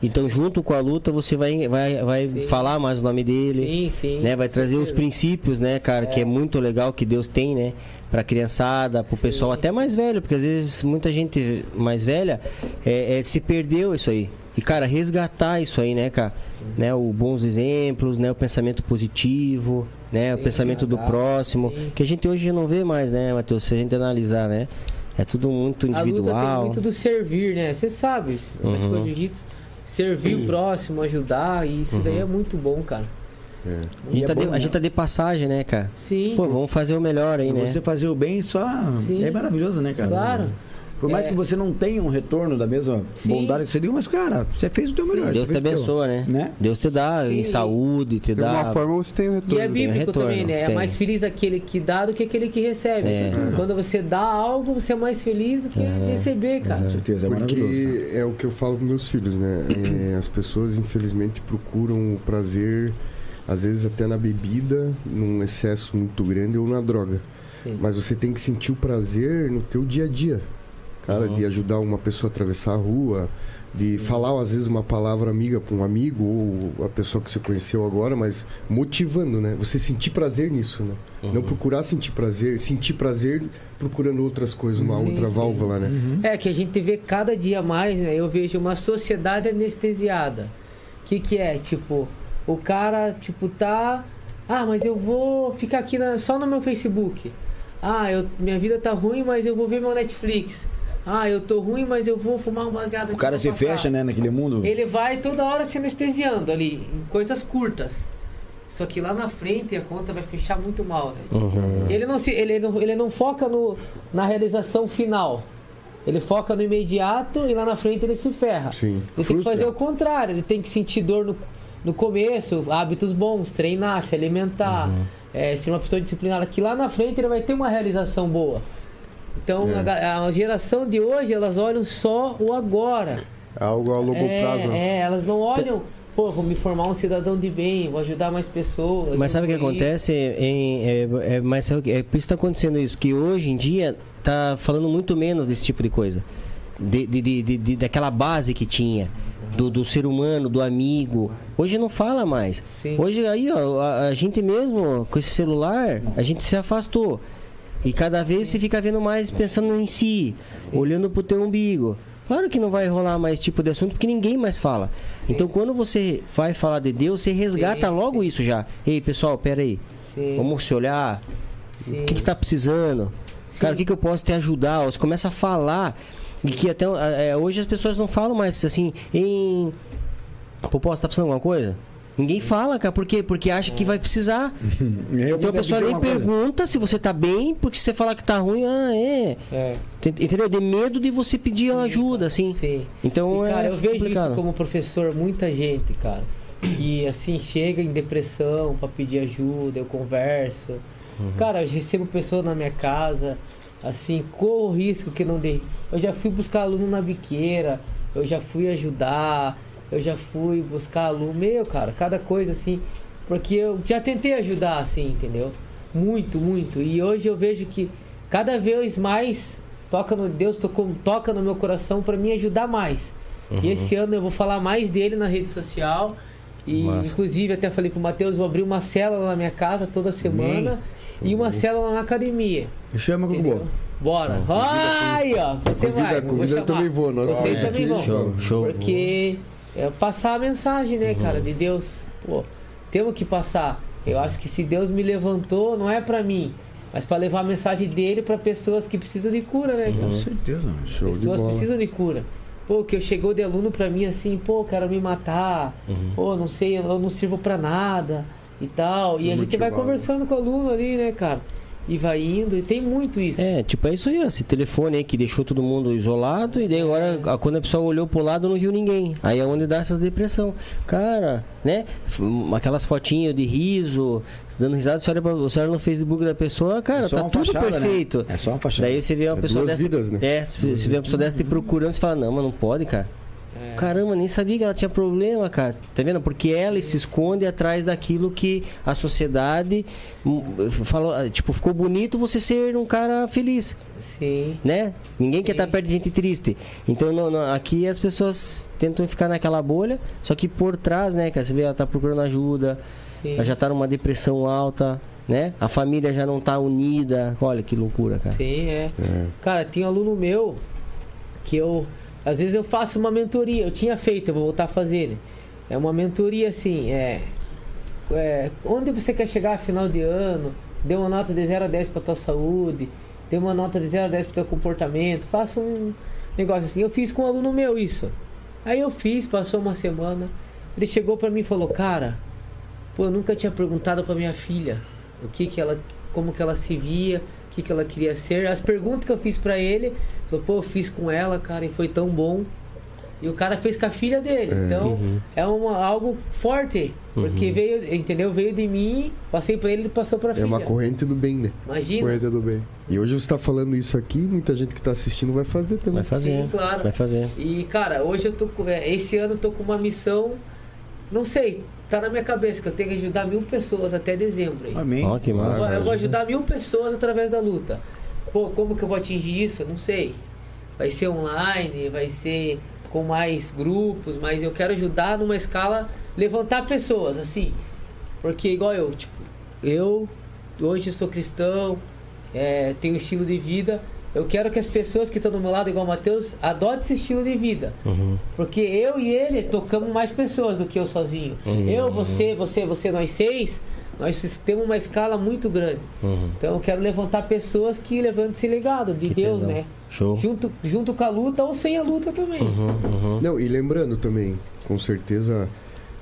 Speaker 3: então junto com a luta você vai, vai, vai
Speaker 4: Sim.
Speaker 3: falar mais o nome dele,
Speaker 4: Sim, sim.
Speaker 3: né? Vai
Speaker 4: com
Speaker 3: trazer os
Speaker 4: certeza.
Speaker 3: princípios, né, cara, que é muito legal que Deus tem, né? Pra criançada, pro
Speaker 4: Sim,
Speaker 3: pessoal até
Speaker 4: sim.
Speaker 3: mais velho, porque às vezes muita gente mais velha é, é, se perdeu isso aí. E, cara, resgatar isso aí, né, cara? Né, o bons exemplos, né? O pensamento positivo, né? o
Speaker 4: Sim,
Speaker 3: pensamento do
Speaker 4: legal.
Speaker 3: próximo.
Speaker 4: Sim.
Speaker 3: Que a gente hoje não vê mais, né, Matheus? Se a gente analisar, né? É tudo muito
Speaker 4: A luta tem
Speaker 3: individual. Uhum.
Speaker 4: muito do servir, né? Você sabe, praticou jiu-jitsu, servir o próximo, ajudar, e isso daí é muito bom, cara.
Speaker 3: A gente,
Speaker 1: E é
Speaker 3: tá
Speaker 1: bom,
Speaker 3: de,
Speaker 1: né?
Speaker 3: a gente tá de passagem, né, cara?
Speaker 4: Sim.
Speaker 3: Pô, vamos fazer o melhor aí, né?
Speaker 1: Você fazer o bem só
Speaker 4: Sim.
Speaker 1: é maravilhoso, né, cara?
Speaker 4: Claro.
Speaker 1: Por mais
Speaker 4: É.
Speaker 1: que você não tenha um retorno da mesma
Speaker 4: Sim.
Speaker 1: bondade que você deu, mas, cara, você fez o teu melhor.
Speaker 3: Deus
Speaker 1: você
Speaker 3: te
Speaker 1: fez o teu.
Speaker 3: abençoa, né?
Speaker 1: Né?
Speaker 3: Deus te dá
Speaker 4: Sim.
Speaker 3: em saúde, te
Speaker 5: De
Speaker 3: dá.
Speaker 5: alguma forma você tem um retorno.
Speaker 4: E é
Speaker 5: né?
Speaker 4: bíblico
Speaker 3: retorno,
Speaker 4: também, né? É
Speaker 3: tem.
Speaker 4: mais feliz aquele que dá do que aquele que recebe.
Speaker 3: É.
Speaker 4: Quando você dá algo, você é mais feliz do que receber, cara.
Speaker 1: Com certeza, é maravilhoso. cara.
Speaker 2: Porque é o que eu falo com meus filhos, né? É, as pessoas, infelizmente, procuram o prazer, às vezes até na bebida, num excesso muito grande ou na droga.
Speaker 4: Sim.
Speaker 2: Mas você tem que sentir o prazer no teu dia a dia. Cara, de ajudar uma pessoa a atravessar a rua, de falar às vezes uma palavra amiga para um amigo ou a pessoa que você conheceu agora, mas motivando, né? Você sentir prazer nisso, né?
Speaker 1: Uhum.
Speaker 2: Não procurar sentir prazer, sentir prazer procurando outras coisas, uma
Speaker 4: Sim,
Speaker 2: outra
Speaker 4: sim.
Speaker 2: válvula,
Speaker 1: Uhum.
Speaker 2: né?
Speaker 4: É que a gente vê cada dia mais, né? Eu vejo uma sociedade anestesiada. O que, que é? Tipo, o cara, tipo, tá. Ah, mas eu vou ficar aqui na- só no meu Facebook. Ah, eu, minha vida tá ruim, mas eu vou ver meu Netflix. Ah, eu tô ruim, mas eu vou fumar um baseado.
Speaker 1: O cara se fecha, né, naquele mundo.
Speaker 4: Ele vai toda hora se anestesiando ali, em coisas curtas. Só que lá na frente a conta vai fechar muito mal, né?
Speaker 3: Uhum.
Speaker 4: Ele não, se, ele, não, ele não foca no, na realização final. Ele foca no imediato e lá na frente ele se ferra.
Speaker 2: Sim.
Speaker 4: Ele tem que fazer o contrário, ele tem que sentir dor no, no começo, hábitos bons, treinar, se alimentar, é, ser uma pessoa disciplinada, que lá na frente ele vai ter uma realização boa. Então
Speaker 2: É.
Speaker 4: a ga- a geração de hoje, elas olham só o agora.
Speaker 5: É Algo a longo
Speaker 4: É,
Speaker 5: prazo.
Speaker 4: é, elas não olham, pô, vou me formar um cidadão de bem, vou ajudar mais pessoas.
Speaker 3: Mas sabe o que
Speaker 4: vou isso.
Speaker 3: acontece? Em- é, é- mas sabe o que? É por isso que tá acontecendo isso, porque hoje em dia tá falando muito menos desse tipo de coisa. De, de- de- de- de- daquela base que tinha. Do, do ser humano, do amigo. Hoje não fala mais.
Speaker 4: Sim.
Speaker 3: Hoje aí, ó, a, a gente mesmo, com esse celular, a gente se afastou. E cada vez se fica vendo mais pensando em si, olhando pro teu umbigo. Claro que não vai rolar mais tipo de assunto, porque ninguém mais fala. Então quando você vai falar de Deus, você resgata
Speaker 4: Sim,
Speaker 3: logo isso já. Ei, pessoal, pera aí.
Speaker 4: Sim,
Speaker 3: Vamos se olhar.
Speaker 4: sim.
Speaker 3: O que, que você tá precisando?
Speaker 4: Sim.
Speaker 3: Cara, o que, que eu posso te ajudar? Você começa a falar. E que até eh, eh, hoje as pessoas não falam mais assim em. Pô, posso tá precisando de alguma coisa? Ninguém fala, cara. Por quê? Porque acha que vai precisar.
Speaker 1: Uhum.
Speaker 3: Então a pessoa nem pergunta se você tá bem, porque se você falar que tá ruim, ah, é.
Speaker 4: É,
Speaker 3: Ent- Entendeu? De medo de você pedir ajuda, assim.
Speaker 4: sim.
Speaker 3: Então
Speaker 4: E, cara,
Speaker 3: é
Speaker 4: eu vejo
Speaker 3: complicado.
Speaker 4: isso como professor, muita gente, cara, que assim chega em depressão pra pedir ajuda, eu converso. Cara, eu recebo pessoa na minha casa, assim, corro o risco que não dei. Eu já fui buscar aluno na biqueira, eu já fui ajudar, eu já fui buscar aluno, meu, cara, cada coisa assim, porque eu já tentei ajudar assim, entendeu? Muito, muito. E hoje eu vejo que cada vez mais toca no Deus tocou, toca no meu coração pra me ajudar mais.
Speaker 2: Uhum.
Speaker 4: E esse ano eu vou falar mais dele na rede social. E
Speaker 3: Massa.
Speaker 4: inclusive até falei pro Matheus, vou abrir uma célula na minha casa toda semana e uma célula na academia.
Speaker 1: Chama o
Speaker 4: Entendeu?
Speaker 1: Google.
Speaker 4: Bora. Ai, ó, você
Speaker 2: Convida,
Speaker 4: vai. vou
Speaker 2: convida, eu
Speaker 4: chamar.
Speaker 2: também vou. Nós
Speaker 4: Vocês
Speaker 2: três
Speaker 4: também
Speaker 2: aqui,
Speaker 4: vão.
Speaker 3: Show, show.
Speaker 4: Porque é passar a mensagem,
Speaker 2: Uhum.
Speaker 4: né, cara, de Deus. Pô, temos que passar. Eu acho que se Deus me levantou, não é pra mim, mas pra levar a mensagem dele pra pessoas que precisam de cura, né, cara?
Speaker 2: Uhum.
Speaker 1: Com certeza.
Speaker 2: Show de
Speaker 4: Pessoas
Speaker 2: bola.
Speaker 4: precisam de cura. Pô, que eu chegou de aluno pra mim assim, pô, eu quero me matar.
Speaker 2: Uhum.
Speaker 4: Pô, não sei, eu eu não sirvo pra nada e tal. E
Speaker 2: é
Speaker 4: a gente vai
Speaker 5: Motivado.
Speaker 4: conversando com o aluno ali, né, cara? E vai indo, e tem muito isso.
Speaker 3: É, tipo, é isso aí, ó. Esse telefone aí que deixou todo mundo isolado e daí agora, a- quando a pessoa olhou pro lado, não viu ninguém. Aí é onde dá essas depressão. Cara, né? F- um, Aquelas fotinhas de riso, dando risada, você olha, pra, você olha no Facebook da pessoa, cara,
Speaker 1: É só
Speaker 3: tá
Speaker 1: uma
Speaker 3: tudo
Speaker 1: fachada, né?
Speaker 3: perfeito.
Speaker 1: É só uma fachada.
Speaker 3: Daí você vê uma
Speaker 2: É
Speaker 3: pessoa
Speaker 2: duas
Speaker 3: dessa.
Speaker 2: vidas, né?
Speaker 3: É, você você vê uma pessoa dessa te procurando, você fala, não, mas não pode, cara.
Speaker 4: É.
Speaker 3: Caramba, nem sabia que ela tinha problema, cara. Tá vendo? Porque ela se esconde atrás daquilo que a sociedade hum, falou. ah, Tipo, ficou bonito você ser um cara feliz
Speaker 4: Sim.
Speaker 3: né? Ninguém quer estar perto de gente triste. Então não- não, aqui as pessoas tentam ficar naquela bolha, só que por trás, né, cara, você vê ela tá procurando ajuda,
Speaker 4: Sim.
Speaker 3: ela já tá numa depressão alta, né? A família já não tá unida. Olha que loucura, cara.
Speaker 4: Sim, é. Cara, tem um aluno meu que eu. Às vezes eu faço uma mentoria, eu tinha feito, eu vou voltar a fazer. né? É uma mentoria assim, é. é, onde você quer chegar a final de ano? Dê uma nota de 0 a 10 pra tua saúde, dê uma nota de 0 a 10 pro teu comportamento, faça um negócio assim. Eu fiz com um aluno meu isso. Aí eu fiz, passou uma semana, ele chegou pra mim e falou, cara, Pô, eu nunca tinha perguntado pra minha filha o que que ela, como que ela se via, o que que ela queria ser. As perguntas que eu fiz pra ele, falou, pô, eu fiz com ela, cara, e foi tão bom. E o cara fez com a filha dele. Então,
Speaker 3: Uhum.
Speaker 4: é uma, algo forte, porque veio, entendeu? Veio de mim, passei pra ele, ele passou pra
Speaker 2: É
Speaker 4: filha.
Speaker 2: uma corrente do bem, né?
Speaker 4: Imagina.
Speaker 5: Coisa do bem.
Speaker 2: E hoje você está falando isso aqui, muita gente que está assistindo vai fazer também.
Speaker 3: Vai fazer. né?
Speaker 4: Sim, claro.
Speaker 3: Vai fazer.
Speaker 4: E, cara, hoje eu tô. com- é, Esse ano eu tô com uma missão. Não sei, tá na minha cabeça que eu tenho que ajudar mil pessoas até dezembro. aí.
Speaker 1: Amém.
Speaker 3: Ó, que
Speaker 4: Eu
Speaker 3: massa.
Speaker 4: vou- eu vou
Speaker 2: ajuda.
Speaker 4: ajudar mil pessoas através da luta. Pô, como que eu vou atingir isso? Eu Não sei. Vai ser online, vai ser com mais grupos, mas eu quero ajudar numa escala, levantar pessoas, assim. Porque igual eu, tipo, eu hoje sou cristão, é, tenho um estilo de vida. Eu quero que as pessoas que estão do meu lado, igual o Matheus, adotem esse estilo de vida. Porque eu e ele tocamos mais pessoas do que eu sozinho. Eu, você, você, você, nós seis, nós temos uma escala muito grande. Então eu quero levantar pessoas que levantam esse legado de
Speaker 3: Que
Speaker 4: Deus,
Speaker 3: tesão.
Speaker 4: né?
Speaker 3: Show.
Speaker 4: Junto, junto com a luta ou sem a luta também.
Speaker 1: Uhum.
Speaker 2: Não, e lembrando também, com certeza,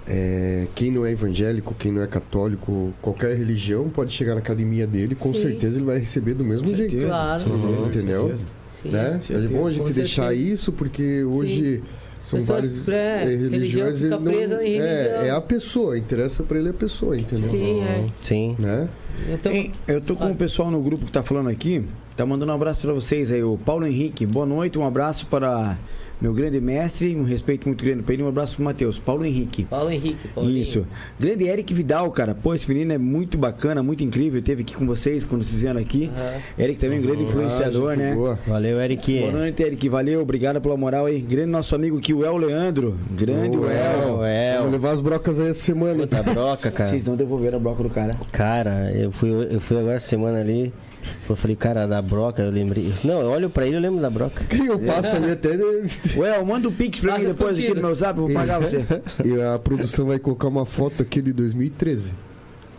Speaker 2: é, quem não é evangélico, quem não é católico, qualquer religião pode chegar na academia dele, com
Speaker 4: Sim.
Speaker 2: certeza ele vai receber do mesmo jeito.
Speaker 4: Claro.
Speaker 2: Uhum. Entendeu?
Speaker 4: Sim.
Speaker 2: Né? É
Speaker 1: certeza.
Speaker 2: bom a gente
Speaker 4: Com
Speaker 2: deixar
Speaker 4: certeza.
Speaker 2: isso, porque hoje são
Speaker 4: pessoas
Speaker 2: várias
Speaker 4: pré-
Speaker 2: eh,
Speaker 4: religião
Speaker 2: religiões.
Speaker 4: fica
Speaker 2: eles não-
Speaker 4: presa em religião.
Speaker 2: é, é a pessoa, interessa pra ele a pessoa, entendeu?
Speaker 4: Sim,
Speaker 1: Uhum.
Speaker 4: é.
Speaker 3: Sim.
Speaker 2: Né?
Speaker 4: Então,
Speaker 1: Hein, eu tô com
Speaker 4: Ah.
Speaker 1: o pessoal no grupo que tá falando aqui, tá mandando um abraço pra vocês aí, o Paulo Henrique, boa noite, um abraço para meu grande mestre, um respeito muito grande pra ele, um abraço pro Matheus, Paulo Henrique.
Speaker 4: Paulo Henrique, Paulinho.
Speaker 1: Isso. Grande Eric Vidal, cara. Pô, esse menino é muito bacana, muito incrível. Teve aqui com vocês quando vocês vieram aqui.
Speaker 3: Ah.
Speaker 4: Aham.
Speaker 1: Eric também é um grande influenciador,
Speaker 2: Ah, gente
Speaker 1: né?
Speaker 4: É.
Speaker 2: boa.
Speaker 3: Valeu, Eric.
Speaker 1: Boa noite, Eric. Valeu, obrigado pela moral aí. Grande nosso amigo aqui, o El Leandro. Grande o El.
Speaker 3: É,
Speaker 2: Vamos levar as brocas aí essa semana.
Speaker 3: puta broca, cara.
Speaker 1: Vocês não devolveram a bloco do cara.
Speaker 3: Cara, eu fui, eu fui agora essa semana ali. Eu falei, cara, da broca, eu lembrei. Não, eu olho pra ele e eu lembro da broca.
Speaker 2: (laughs) Eu passo ali até.
Speaker 1: (laughs) O El, manda o pix pra
Speaker 4: Passa
Speaker 1: mim depois aqui
Speaker 4: escondido.
Speaker 1: no meu zap, eu vou pagar
Speaker 4: (laughs)
Speaker 1: você.
Speaker 2: E a produção vai colocar uma foto aqui de 2013.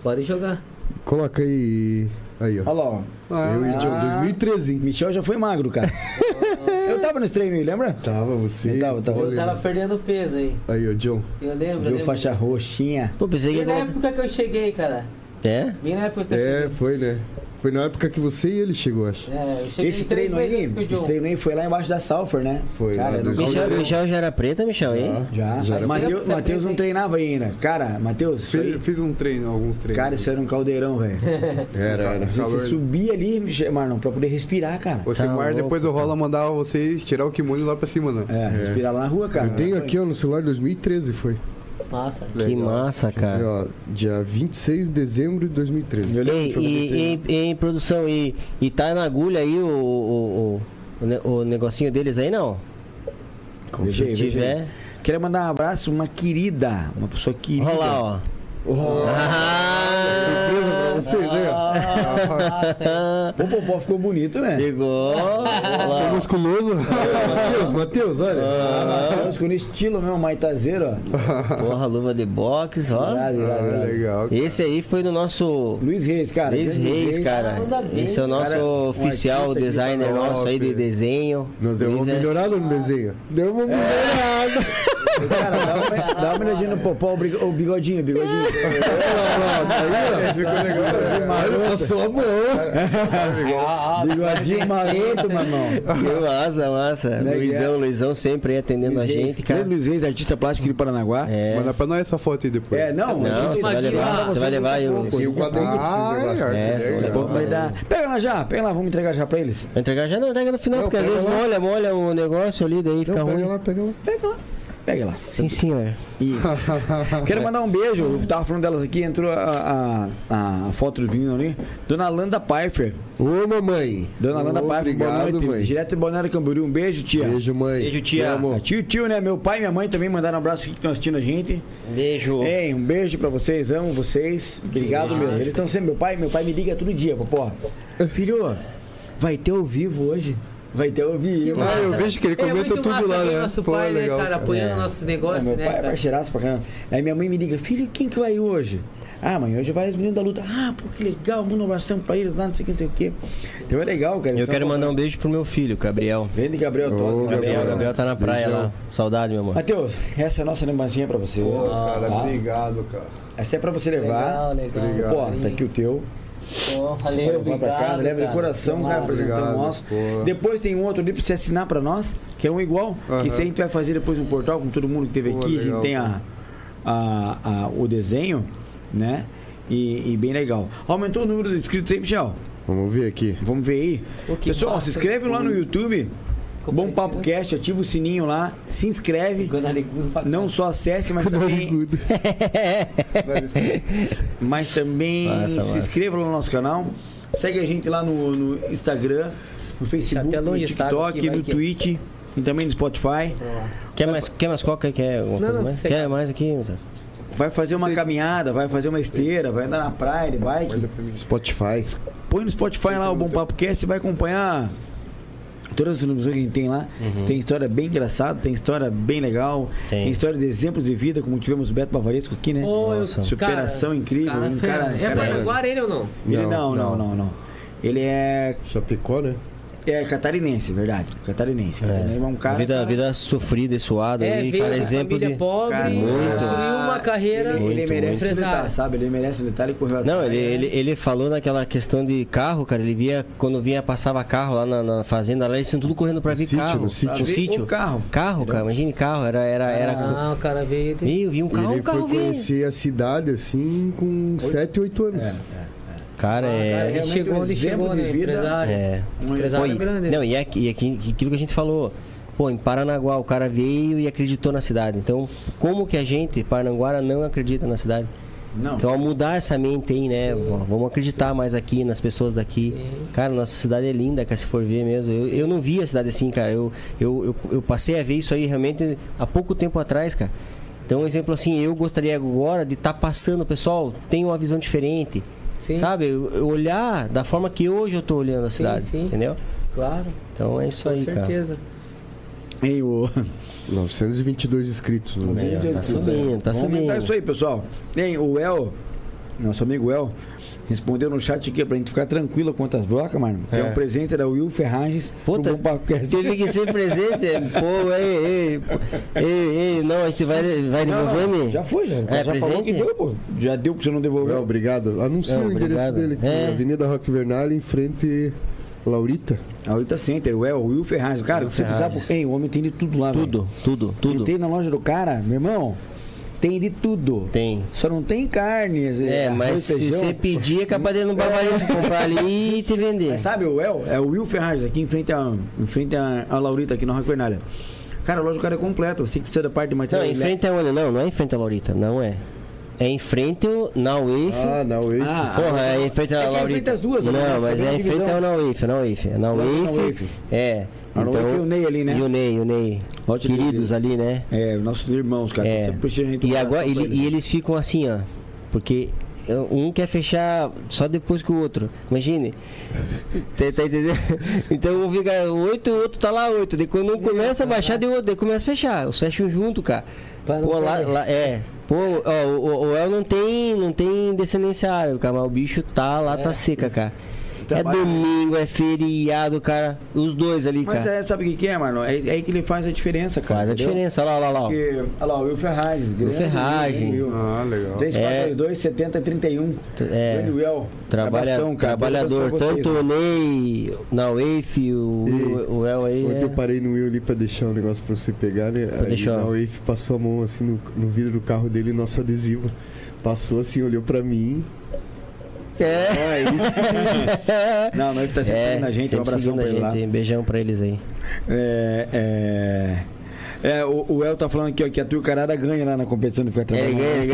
Speaker 4: Pode jogar.
Speaker 2: Coloca aí. Aí, ó.
Speaker 1: Olha lá, ó.
Speaker 2: Eu e
Speaker 1: Ah.
Speaker 2: John, 2013. hein?
Speaker 1: Michel já foi magro,
Speaker 4: (laughs)
Speaker 1: cara. eu tava nesse treino aí, lembra?
Speaker 2: Tava você.
Speaker 1: Eu tava, tava.
Speaker 4: Eu
Speaker 2: olha.
Speaker 4: tava perdendo peso aí.
Speaker 2: Aí, ó, John.
Speaker 4: Eu lembro. eu
Speaker 1: Deu
Speaker 4: lembro
Speaker 1: faixa né?
Speaker 4: disso.
Speaker 1: roxinha.
Speaker 3: Pô, pensei que
Speaker 4: Bem na
Speaker 3: era.
Speaker 4: época que eu cheguei, cara.
Speaker 3: É?
Speaker 4: Bem na época que
Speaker 2: É,
Speaker 4: eu cheguei.
Speaker 2: foi, né? Foi na época que você e ele chegou, acho.
Speaker 4: É, eu cheguei
Speaker 1: Esse
Speaker 4: três
Speaker 1: treino
Speaker 4: meses
Speaker 1: aí,
Speaker 4: antes que o
Speaker 1: esse
Speaker 4: John.
Speaker 1: treino aí foi lá embaixo da Salfer, né?
Speaker 2: Foi, lá
Speaker 1: cara, eu Ah,
Speaker 2: dois-
Speaker 1: não
Speaker 3: Michel, Michel já era preta, Michel, hein?
Speaker 1: Já.
Speaker 2: Já era
Speaker 4: pra
Speaker 1: Matheus,
Speaker 4: você
Speaker 1: Matheus não
Speaker 4: aprender.
Speaker 1: treinava ainda. Cara, Matheus, isso aí-
Speaker 5: Fiz, fiz um treino, alguns treinos.
Speaker 1: cara, isso era um caldeirão,
Speaker 4: (laughs)
Speaker 1: velho.
Speaker 2: Era, era.
Speaker 5: Calor.
Speaker 1: Você subia ali, Michel- Marlon, pra poder respirar, cara.
Speaker 5: Você
Speaker 3: Tá
Speaker 5: guarda,
Speaker 3: louco,
Speaker 5: depois eu rolo mandar vocês tirar o kimono lá pra cima, né?
Speaker 1: É, respirar lá na rua, cara.
Speaker 2: Eu tenho aqui, ó, no celular 2013 foi.
Speaker 4: Massa.
Speaker 3: Que
Speaker 5: Legal.
Speaker 1: Tá,
Speaker 3: massa,
Speaker 2: E,
Speaker 3: cara.
Speaker 2: ó, dia 26 de dezembro de 2013.
Speaker 1: Eu lembro
Speaker 3: Ei,
Speaker 1: que foi com vocês,
Speaker 3: E,
Speaker 1: né?
Speaker 3: e, em produção, e, e tá na agulha aí o, o, o, o ne- o negocinho deles aí, não?
Speaker 1: Com
Speaker 3: Se
Speaker 1: certeza.
Speaker 3: tiver.
Speaker 4: é.
Speaker 1: Queria mandar um abraço, uma querida, uma pessoa querida.
Speaker 3: Olha lá, ó. Ah,
Speaker 2: Surpresa pra vocês, aí, ó.
Speaker 1: Ah.
Speaker 4: Massa.
Speaker 1: O Popó ficou bonito, né?
Speaker 3: Chegou. Olha lá, ó.
Speaker 1: (laughs)
Speaker 5: Musculoso?
Speaker 2: Matheus, Matheus, olha.
Speaker 1: Ah, Matheus, com estilo mesmo, maitazeiro, ó.
Speaker 3: Porra, luva de boxe, ó.
Speaker 1: Irado, irado,
Speaker 5: Ah,
Speaker 1: irado.
Speaker 5: legal.
Speaker 3: Esse aí foi do nosso
Speaker 1: Luiz Reis, cara.
Speaker 3: Luiz
Speaker 1: Grande
Speaker 3: Reis, cara.
Speaker 4: Manda bem.
Speaker 3: Esse é o nosso
Speaker 1: Cara, um
Speaker 3: oficial
Speaker 1: artista aqui,
Speaker 3: designer
Speaker 5: tá
Speaker 3: nosso aí de
Speaker 5: top.
Speaker 3: desenho.
Speaker 2: Nós deu uma
Speaker 3: Luiz é-
Speaker 2: melhorada no desenho. Deu uma melhorada.
Speaker 1: Cara, dá uma, dá uma olhadinha no Popó, o briga- o bigodinho, o bigodinho.
Speaker 2: tá É, Olha, passou a mão.
Speaker 4: Ah, ah,
Speaker 1: Bigodinho maroto, meu irmão.
Speaker 3: Que Massa, massa.
Speaker 1: Né,
Speaker 3: Luizão, Luizão sempre aí atendendo
Speaker 1: Luiz
Speaker 3: a
Speaker 1: Reis,
Speaker 3: gente, cara.
Speaker 1: grande Luiz Reis, artista plástico de Paranaguá.
Speaker 3: É.
Speaker 5: Manda pra nós essa foto aí depois.
Speaker 1: É, não, a
Speaker 3: Não,
Speaker 1: gente-
Speaker 3: você vai levar, você vai levar. Eu,
Speaker 2: E o quadrinho que eu preciso
Speaker 5: Ah,
Speaker 2: levar.
Speaker 5: é,
Speaker 3: É, são
Speaker 5: legal.
Speaker 1: Depois vai dar. Pega lá já, pega lá, vamos entregar já pra eles.
Speaker 3: Vai entregar já não, entrega no final,
Speaker 2: Não,
Speaker 3: porque às
Speaker 2: pega
Speaker 3: vezes
Speaker 2: lá.
Speaker 3: molha, molha o negócio ali, daí fica
Speaker 2: Não,
Speaker 3: ruim.
Speaker 2: pega lá, pega lá.
Speaker 1: Pega lá. Pega lá.
Speaker 3: Sim, senhor.
Speaker 1: Isso. Quero mandar um beijo. Eu tava falando delas aqui, entrou a, a, a foto dos meninos ali. Dona Landa Pfeiffer.
Speaker 2: Ô, mamãe.
Speaker 1: Dona Landa
Speaker 2: Ô,
Speaker 1: Pfeiffer, boa
Speaker 2: Obrigado,
Speaker 1: noite.
Speaker 2: mãe.
Speaker 1: Direto de Balneário Camboriú. Um beijo, tia.
Speaker 2: Beijo, mãe.
Speaker 3: Beijo, tia.
Speaker 2: Meu amor.
Speaker 1: Tio, tio, né? Meu pai e minha mãe também mandaram um abraço aqui que estão assistindo a gente.
Speaker 3: Beijo.
Speaker 1: Ei, um beijo pra vocês, amo vocês. Obrigado mesmo. Eles estão sempre. Meu pai, meu pai me liga todo dia, popó. Filho, vai ter ao vivo hoje. Vai ter ouvir.
Speaker 4: Que
Speaker 1: mano.
Speaker 5: Ah, eu
Speaker 4: massa.
Speaker 5: vejo que ele
Speaker 4: É
Speaker 5: comenta
Speaker 4: muito
Speaker 5: tudo
Speaker 4: massa
Speaker 5: lá,
Speaker 4: ver
Speaker 5: né?
Speaker 4: nosso
Speaker 5: Pô,
Speaker 4: pai, né,
Speaker 5: legal,
Speaker 4: cara,
Speaker 5: cara.
Speaker 4: apoiando
Speaker 1: É.
Speaker 4: nossos
Speaker 1: É,
Speaker 4: negócios,
Speaker 1: meu
Speaker 4: né,
Speaker 1: pai é
Speaker 4: cara?
Speaker 1: parceiraço pra caramba. Aí minha mãe me liga, filho, quem que vai hoje? Ah, mãe, hoje vai os meninos da luta. Ah, pô, que legal, manda um abração pra eles lá, não sei o que, não sei o que. Então é legal, cara.
Speaker 3: Eu
Speaker 1: Então,
Speaker 3: quero mandar um beijo pro meu filho, Gabriel.
Speaker 1: Vende Gabriel Tosi.
Speaker 2: Ô,
Speaker 1: Gabriel.
Speaker 3: Gabriel,
Speaker 2: Gabriel.
Speaker 3: Gabriel tá na praia
Speaker 2: Beijão.
Speaker 3: lá. Saudade, meu amor.
Speaker 1: Matheus, essa é a nossa lembrancinha pra você.
Speaker 5: Pô, cara,
Speaker 1: tá?
Speaker 5: obrigado, cara.
Speaker 1: Essa é pra você levar.
Speaker 4: Legal, legal.
Speaker 5: Obrigado.
Speaker 1: Pô, tá aqui o teu.
Speaker 4: Pô,
Speaker 1: Você
Speaker 4: valeu,
Speaker 1: pode levar
Speaker 4: obrigado,
Speaker 1: pra casa, leva de
Speaker 4: cara.
Speaker 1: coração, cara,
Speaker 4: Massa.
Speaker 1: apresentando o
Speaker 5: Obrigado,
Speaker 1: nosso.
Speaker 5: pô.
Speaker 1: Depois tem um outro ali pra você assinar pra nós, que é um igual. Que
Speaker 5: Aham.
Speaker 1: se a gente vai fazer depois um portal com todo mundo que teve
Speaker 5: Pô,
Speaker 1: aqui, a gente
Speaker 5: legal,
Speaker 1: tem a, a- a- o desenho, né? E, e bem legal. Aumentou o número de inscritos aí, Michel?
Speaker 2: Vamos ver aqui.
Speaker 1: Vamos ver aí.
Speaker 4: Pô, que
Speaker 1: Pessoal,
Speaker 4: massa. é
Speaker 1: se inscreve lá no YouTube.
Speaker 4: Ficou
Speaker 1: Bom Papo
Speaker 4: parecendo-
Speaker 1: Cast, ativa o sininho lá, se inscreve.
Speaker 4: Ficou narigudo pra
Speaker 1: Não
Speaker 4: caramba.
Speaker 1: só acesse,
Speaker 3: (laughs)
Speaker 1: mas também, (laughs) mas também
Speaker 3: Massa,
Speaker 1: se
Speaker 3: massa.
Speaker 1: inscreva lá no nosso canal. Segue a gente lá no, no Instagram, no Facebook,
Speaker 4: até
Speaker 1: no
Speaker 4: longe, sabe,
Speaker 1: TikTok,
Speaker 4: que vai
Speaker 1: no
Speaker 4: que-
Speaker 1: Twitch e também no Spotify.
Speaker 3: Quer mais, quer mais coca? Quer alguma
Speaker 4: Não,
Speaker 3: coisa
Speaker 4: não,
Speaker 3: mais?
Speaker 4: sei.
Speaker 3: Quer mais aqui? Matheus?
Speaker 1: Vai fazer uma caminhada, vai fazer uma esteira, vai andar na praia de bike.
Speaker 2: Spotify.
Speaker 1: Põe no Spotify lá o Bom Papo Cast e vai acompanhar todas as informações que a gente tem lá. Tem história bem engraçada, tem história bem legal, tem,
Speaker 3: Tem.
Speaker 1: história de exemplos de vida, como tivemos o Beto Bavaresco aqui, né?
Speaker 4: Ô, eu-
Speaker 3: Nossa.
Speaker 1: Superação incrível,
Speaker 4: cara,
Speaker 1: um
Speaker 4: fera.
Speaker 1: cara-
Speaker 4: É
Speaker 1: cara-
Speaker 4: Paranaguara ele ou não?
Speaker 1: Ele não, não, não, não. Ele é,
Speaker 2: Chapecó, né?
Speaker 1: é catarinense, verdade. Catarinense. Catarinense, mas um cara.
Speaker 3: vida,
Speaker 1: cara-
Speaker 3: vida sofrida e suada.
Speaker 4: tá- É,
Speaker 3: aí,
Speaker 4: veio
Speaker 3: cara,
Speaker 4: de
Speaker 3: exemplo
Speaker 4: família
Speaker 3: de...
Speaker 4: pobre,
Speaker 1: é um Cara, muito.
Speaker 4: construiu uma carreira
Speaker 1: Ele, ele
Speaker 3: Muito,
Speaker 1: merece tá?
Speaker 4: muito.
Speaker 1: militar, sabe? Ele merece militar e correu
Speaker 3: Não,
Speaker 1: atrás.
Speaker 3: ele, ele, ele falou naquela questão de carro, cara. Ele via, quando via, passava carro lá na, na fazenda, lá eles iam tudo correndo pra ver
Speaker 2: sítio,
Speaker 3: carro.
Speaker 2: no sítio. um
Speaker 1: Pra ver
Speaker 3: um sítio.
Speaker 1: o carro.
Speaker 3: Carro, cara, imagine carro. Era. era, era...
Speaker 4: Ah, o cara veio... de-
Speaker 3: Ih, eu vi um carro,
Speaker 2: ele
Speaker 3: um carro
Speaker 2: foi
Speaker 3: veio.
Speaker 2: conhecer a cidade assim com 7, 8 anos.
Speaker 3: Cara,
Speaker 4: Ah, cara,
Speaker 3: é.
Speaker 4: ele
Speaker 1: realmente
Speaker 4: chegou
Speaker 1: um
Speaker 4: onde
Speaker 1: exemplo
Speaker 4: chegou,
Speaker 1: de
Speaker 4: né?
Speaker 1: vida.
Speaker 4: Empresário.
Speaker 3: é.
Speaker 1: Um
Speaker 4: Empresário
Speaker 1: herói.
Speaker 4: grande.
Speaker 3: Não, e, é, e é que- aquilo que a gente falou. Pô, em Paranaguá, o cara veio e acreditou na cidade. Então, como que a gente, Paranaguara, não acredita na cidade?
Speaker 1: Não.
Speaker 3: Então, ao mudar essa mente aí, né? v- Vamos acreditar mais aqui, nas pessoas daqui.
Speaker 4: Sim.
Speaker 3: Cara, nossa cidade é linda, cara, se for ver mesmo. Eu, eu não vi a cidade assim, cara. Eu, eu, eu, eu passei a ver isso aí realmente há pouco tempo atrás, cara. Então, um exemplo assim, eu gostaria agora de estar passando, pessoal, tem uma visão diferente.
Speaker 4: Sim.
Speaker 3: Sabe? Eu- eu olhar da forma que hoje eu tô olhando a cidade,
Speaker 4: sim.
Speaker 3: entendeu?
Speaker 4: Claro,
Speaker 3: Então é isso
Speaker 4: com
Speaker 3: aí, cara.
Speaker 4: certeza.
Speaker 1: E o...
Speaker 2: 922 inscritos. Não
Speaker 1: Meu
Speaker 2: é?
Speaker 1: Deus
Speaker 3: tá
Speaker 1: do céu.
Speaker 3: subindo, tá
Speaker 1: Vamos aumentar
Speaker 3: subindo.
Speaker 1: isso aí, pessoal. Tem o El, nosso amigo El, respondeu no chat aqui pra gente ficar tranquilo quanto às brocas, mano. É, um presente da Will Ferragens.
Speaker 3: Puta,
Speaker 1: pro Bom Papo
Speaker 3: (laughs)
Speaker 1: Cast.
Speaker 3: (laughs) Teve que ser presente, é, pô, ei, ei, pô, ei, ei, não, a gente vai, vai
Speaker 1: Não, não,
Speaker 3: devolver, né?
Speaker 1: já foi, já.
Speaker 3: É,
Speaker 1: já falou que
Speaker 3: presente?
Speaker 1: deu, pô. Já deu porque você não devolveu.
Speaker 2: Não, obrigado. Anuncia
Speaker 3: É,
Speaker 2: o endereço
Speaker 3: obrigado.
Speaker 2: dele aqui.
Speaker 3: É.
Speaker 2: Avenida Roque Vernal, em frente Laurita.
Speaker 1: Laurita Center, É o El, o Will Ferraz. Cara, você precisar por quem? O homem tem de tudo lá,
Speaker 3: Tudo, tudo,
Speaker 1: velho.
Speaker 3: tudo.
Speaker 1: Tem na loja do cara, meu irmão, tem de tudo.
Speaker 3: Tem.
Speaker 1: Só não tem carne.
Speaker 3: É,
Speaker 1: arroz,
Speaker 3: mas se
Speaker 1: feijão.
Speaker 3: você pedir, é capaz de ir no barbarismo comprar ali e te vender.
Speaker 1: Mas sabe o El? É o Will Ferraz, aqui em frente a, em frente a, a Laurita, aqui na Roca Vernalha. Cara, a loja do cara é completa. Você que precisa da parte de
Speaker 3: Não,
Speaker 1: material.
Speaker 3: em frente é onde? Não, não é em frente à Laurita, não é. É em frente ao na UIF.
Speaker 2: Ah, na UEI.
Speaker 1: Ah,
Speaker 3: Porra, é em frente
Speaker 1: É
Speaker 3: à
Speaker 1: que é em
Speaker 3: Laurita.
Speaker 1: frente às duas, né?
Speaker 3: Não, mas
Speaker 1: Fazendo
Speaker 3: é em frente
Speaker 1: divisão.
Speaker 3: ao na UIF, na UIF. É na
Speaker 1: Lá na
Speaker 3: UIF,
Speaker 1: UIF.
Speaker 3: é.
Speaker 1: A Laurita e o Ney ali, né?
Speaker 3: E o Ney, o Ney.
Speaker 1: Lote dele.
Speaker 3: Queridos ali, né?
Speaker 1: É, nossos irmãos, cara. então
Speaker 3: É.
Speaker 1: Você precisa gente
Speaker 3: E agora
Speaker 1: abraçar
Speaker 3: ele-
Speaker 1: pra
Speaker 3: e eles ficam assim, ó, porque um quer fechar só depois que o outro. Imagine.
Speaker 1: É.
Speaker 3: tá, tá entendendo? (laughs) Então um fica oito, o outro tá lá oito. Daí quando um começa a
Speaker 1: É, tá.
Speaker 3: baixar, daí o outro daí começa a fechar. Os fecham junto, cara.
Speaker 4: Pra não
Speaker 3: Pô, lá,
Speaker 4: perder.
Speaker 3: lá- é. Pô, ó, o, o, o El não tem, não tem descendência árabe, cara, mas o bicho tá lá, tá seca, cara. É
Speaker 1: Trabalha.
Speaker 3: domingo, é feriado, cara. Os dois ali,
Speaker 1: Mas
Speaker 3: cara.
Speaker 1: é, sabe o que, que é, mano? É, é aí que ele faz a diferença, cara.
Speaker 3: Faz a
Speaker 1: entendeu?
Speaker 3: diferença. Olha lá, olha lá, ó.
Speaker 1: Porque, olha lá, o Will Ferraz. grande
Speaker 3: Ferragem.
Speaker 1: Will.
Speaker 5: Ah, legal.
Speaker 1: 3422 7031.
Speaker 3: É.
Speaker 1: Grande Will.
Speaker 3: Trabalha,
Speaker 1: Abração, cara.
Speaker 3: trabalhador,
Speaker 1: Abraço pra vocês,
Speaker 3: tanto (laughs)
Speaker 1: né?
Speaker 3: o Ney, na UEF, o,
Speaker 2: E-
Speaker 3: o El aí.
Speaker 2: Ontem eu
Speaker 3: É...
Speaker 2: parei no Will ali pra deixar um negócio pra você pegar, né? Aí
Speaker 3: deixar.
Speaker 2: na Wave passou a mão assim no, no vidro do carro dele, nosso adesivo. Passou assim, olhou pra mim.
Speaker 3: É.
Speaker 2: Ah, isso.
Speaker 1: Não, não, ele tá sempre seguindo a gente. Um
Speaker 3: sempre
Speaker 1: abração
Speaker 3: seguindo
Speaker 1: pra
Speaker 3: a
Speaker 1: ele lá.
Speaker 3: gente, hein? Beijão pra eles aí.
Speaker 1: É, é, é, o, o El tá falando aqui ó, que a Tuiucarada ganha lá na competição do Fica
Speaker 3: É,
Speaker 1: Trabalhando.
Speaker 3: é,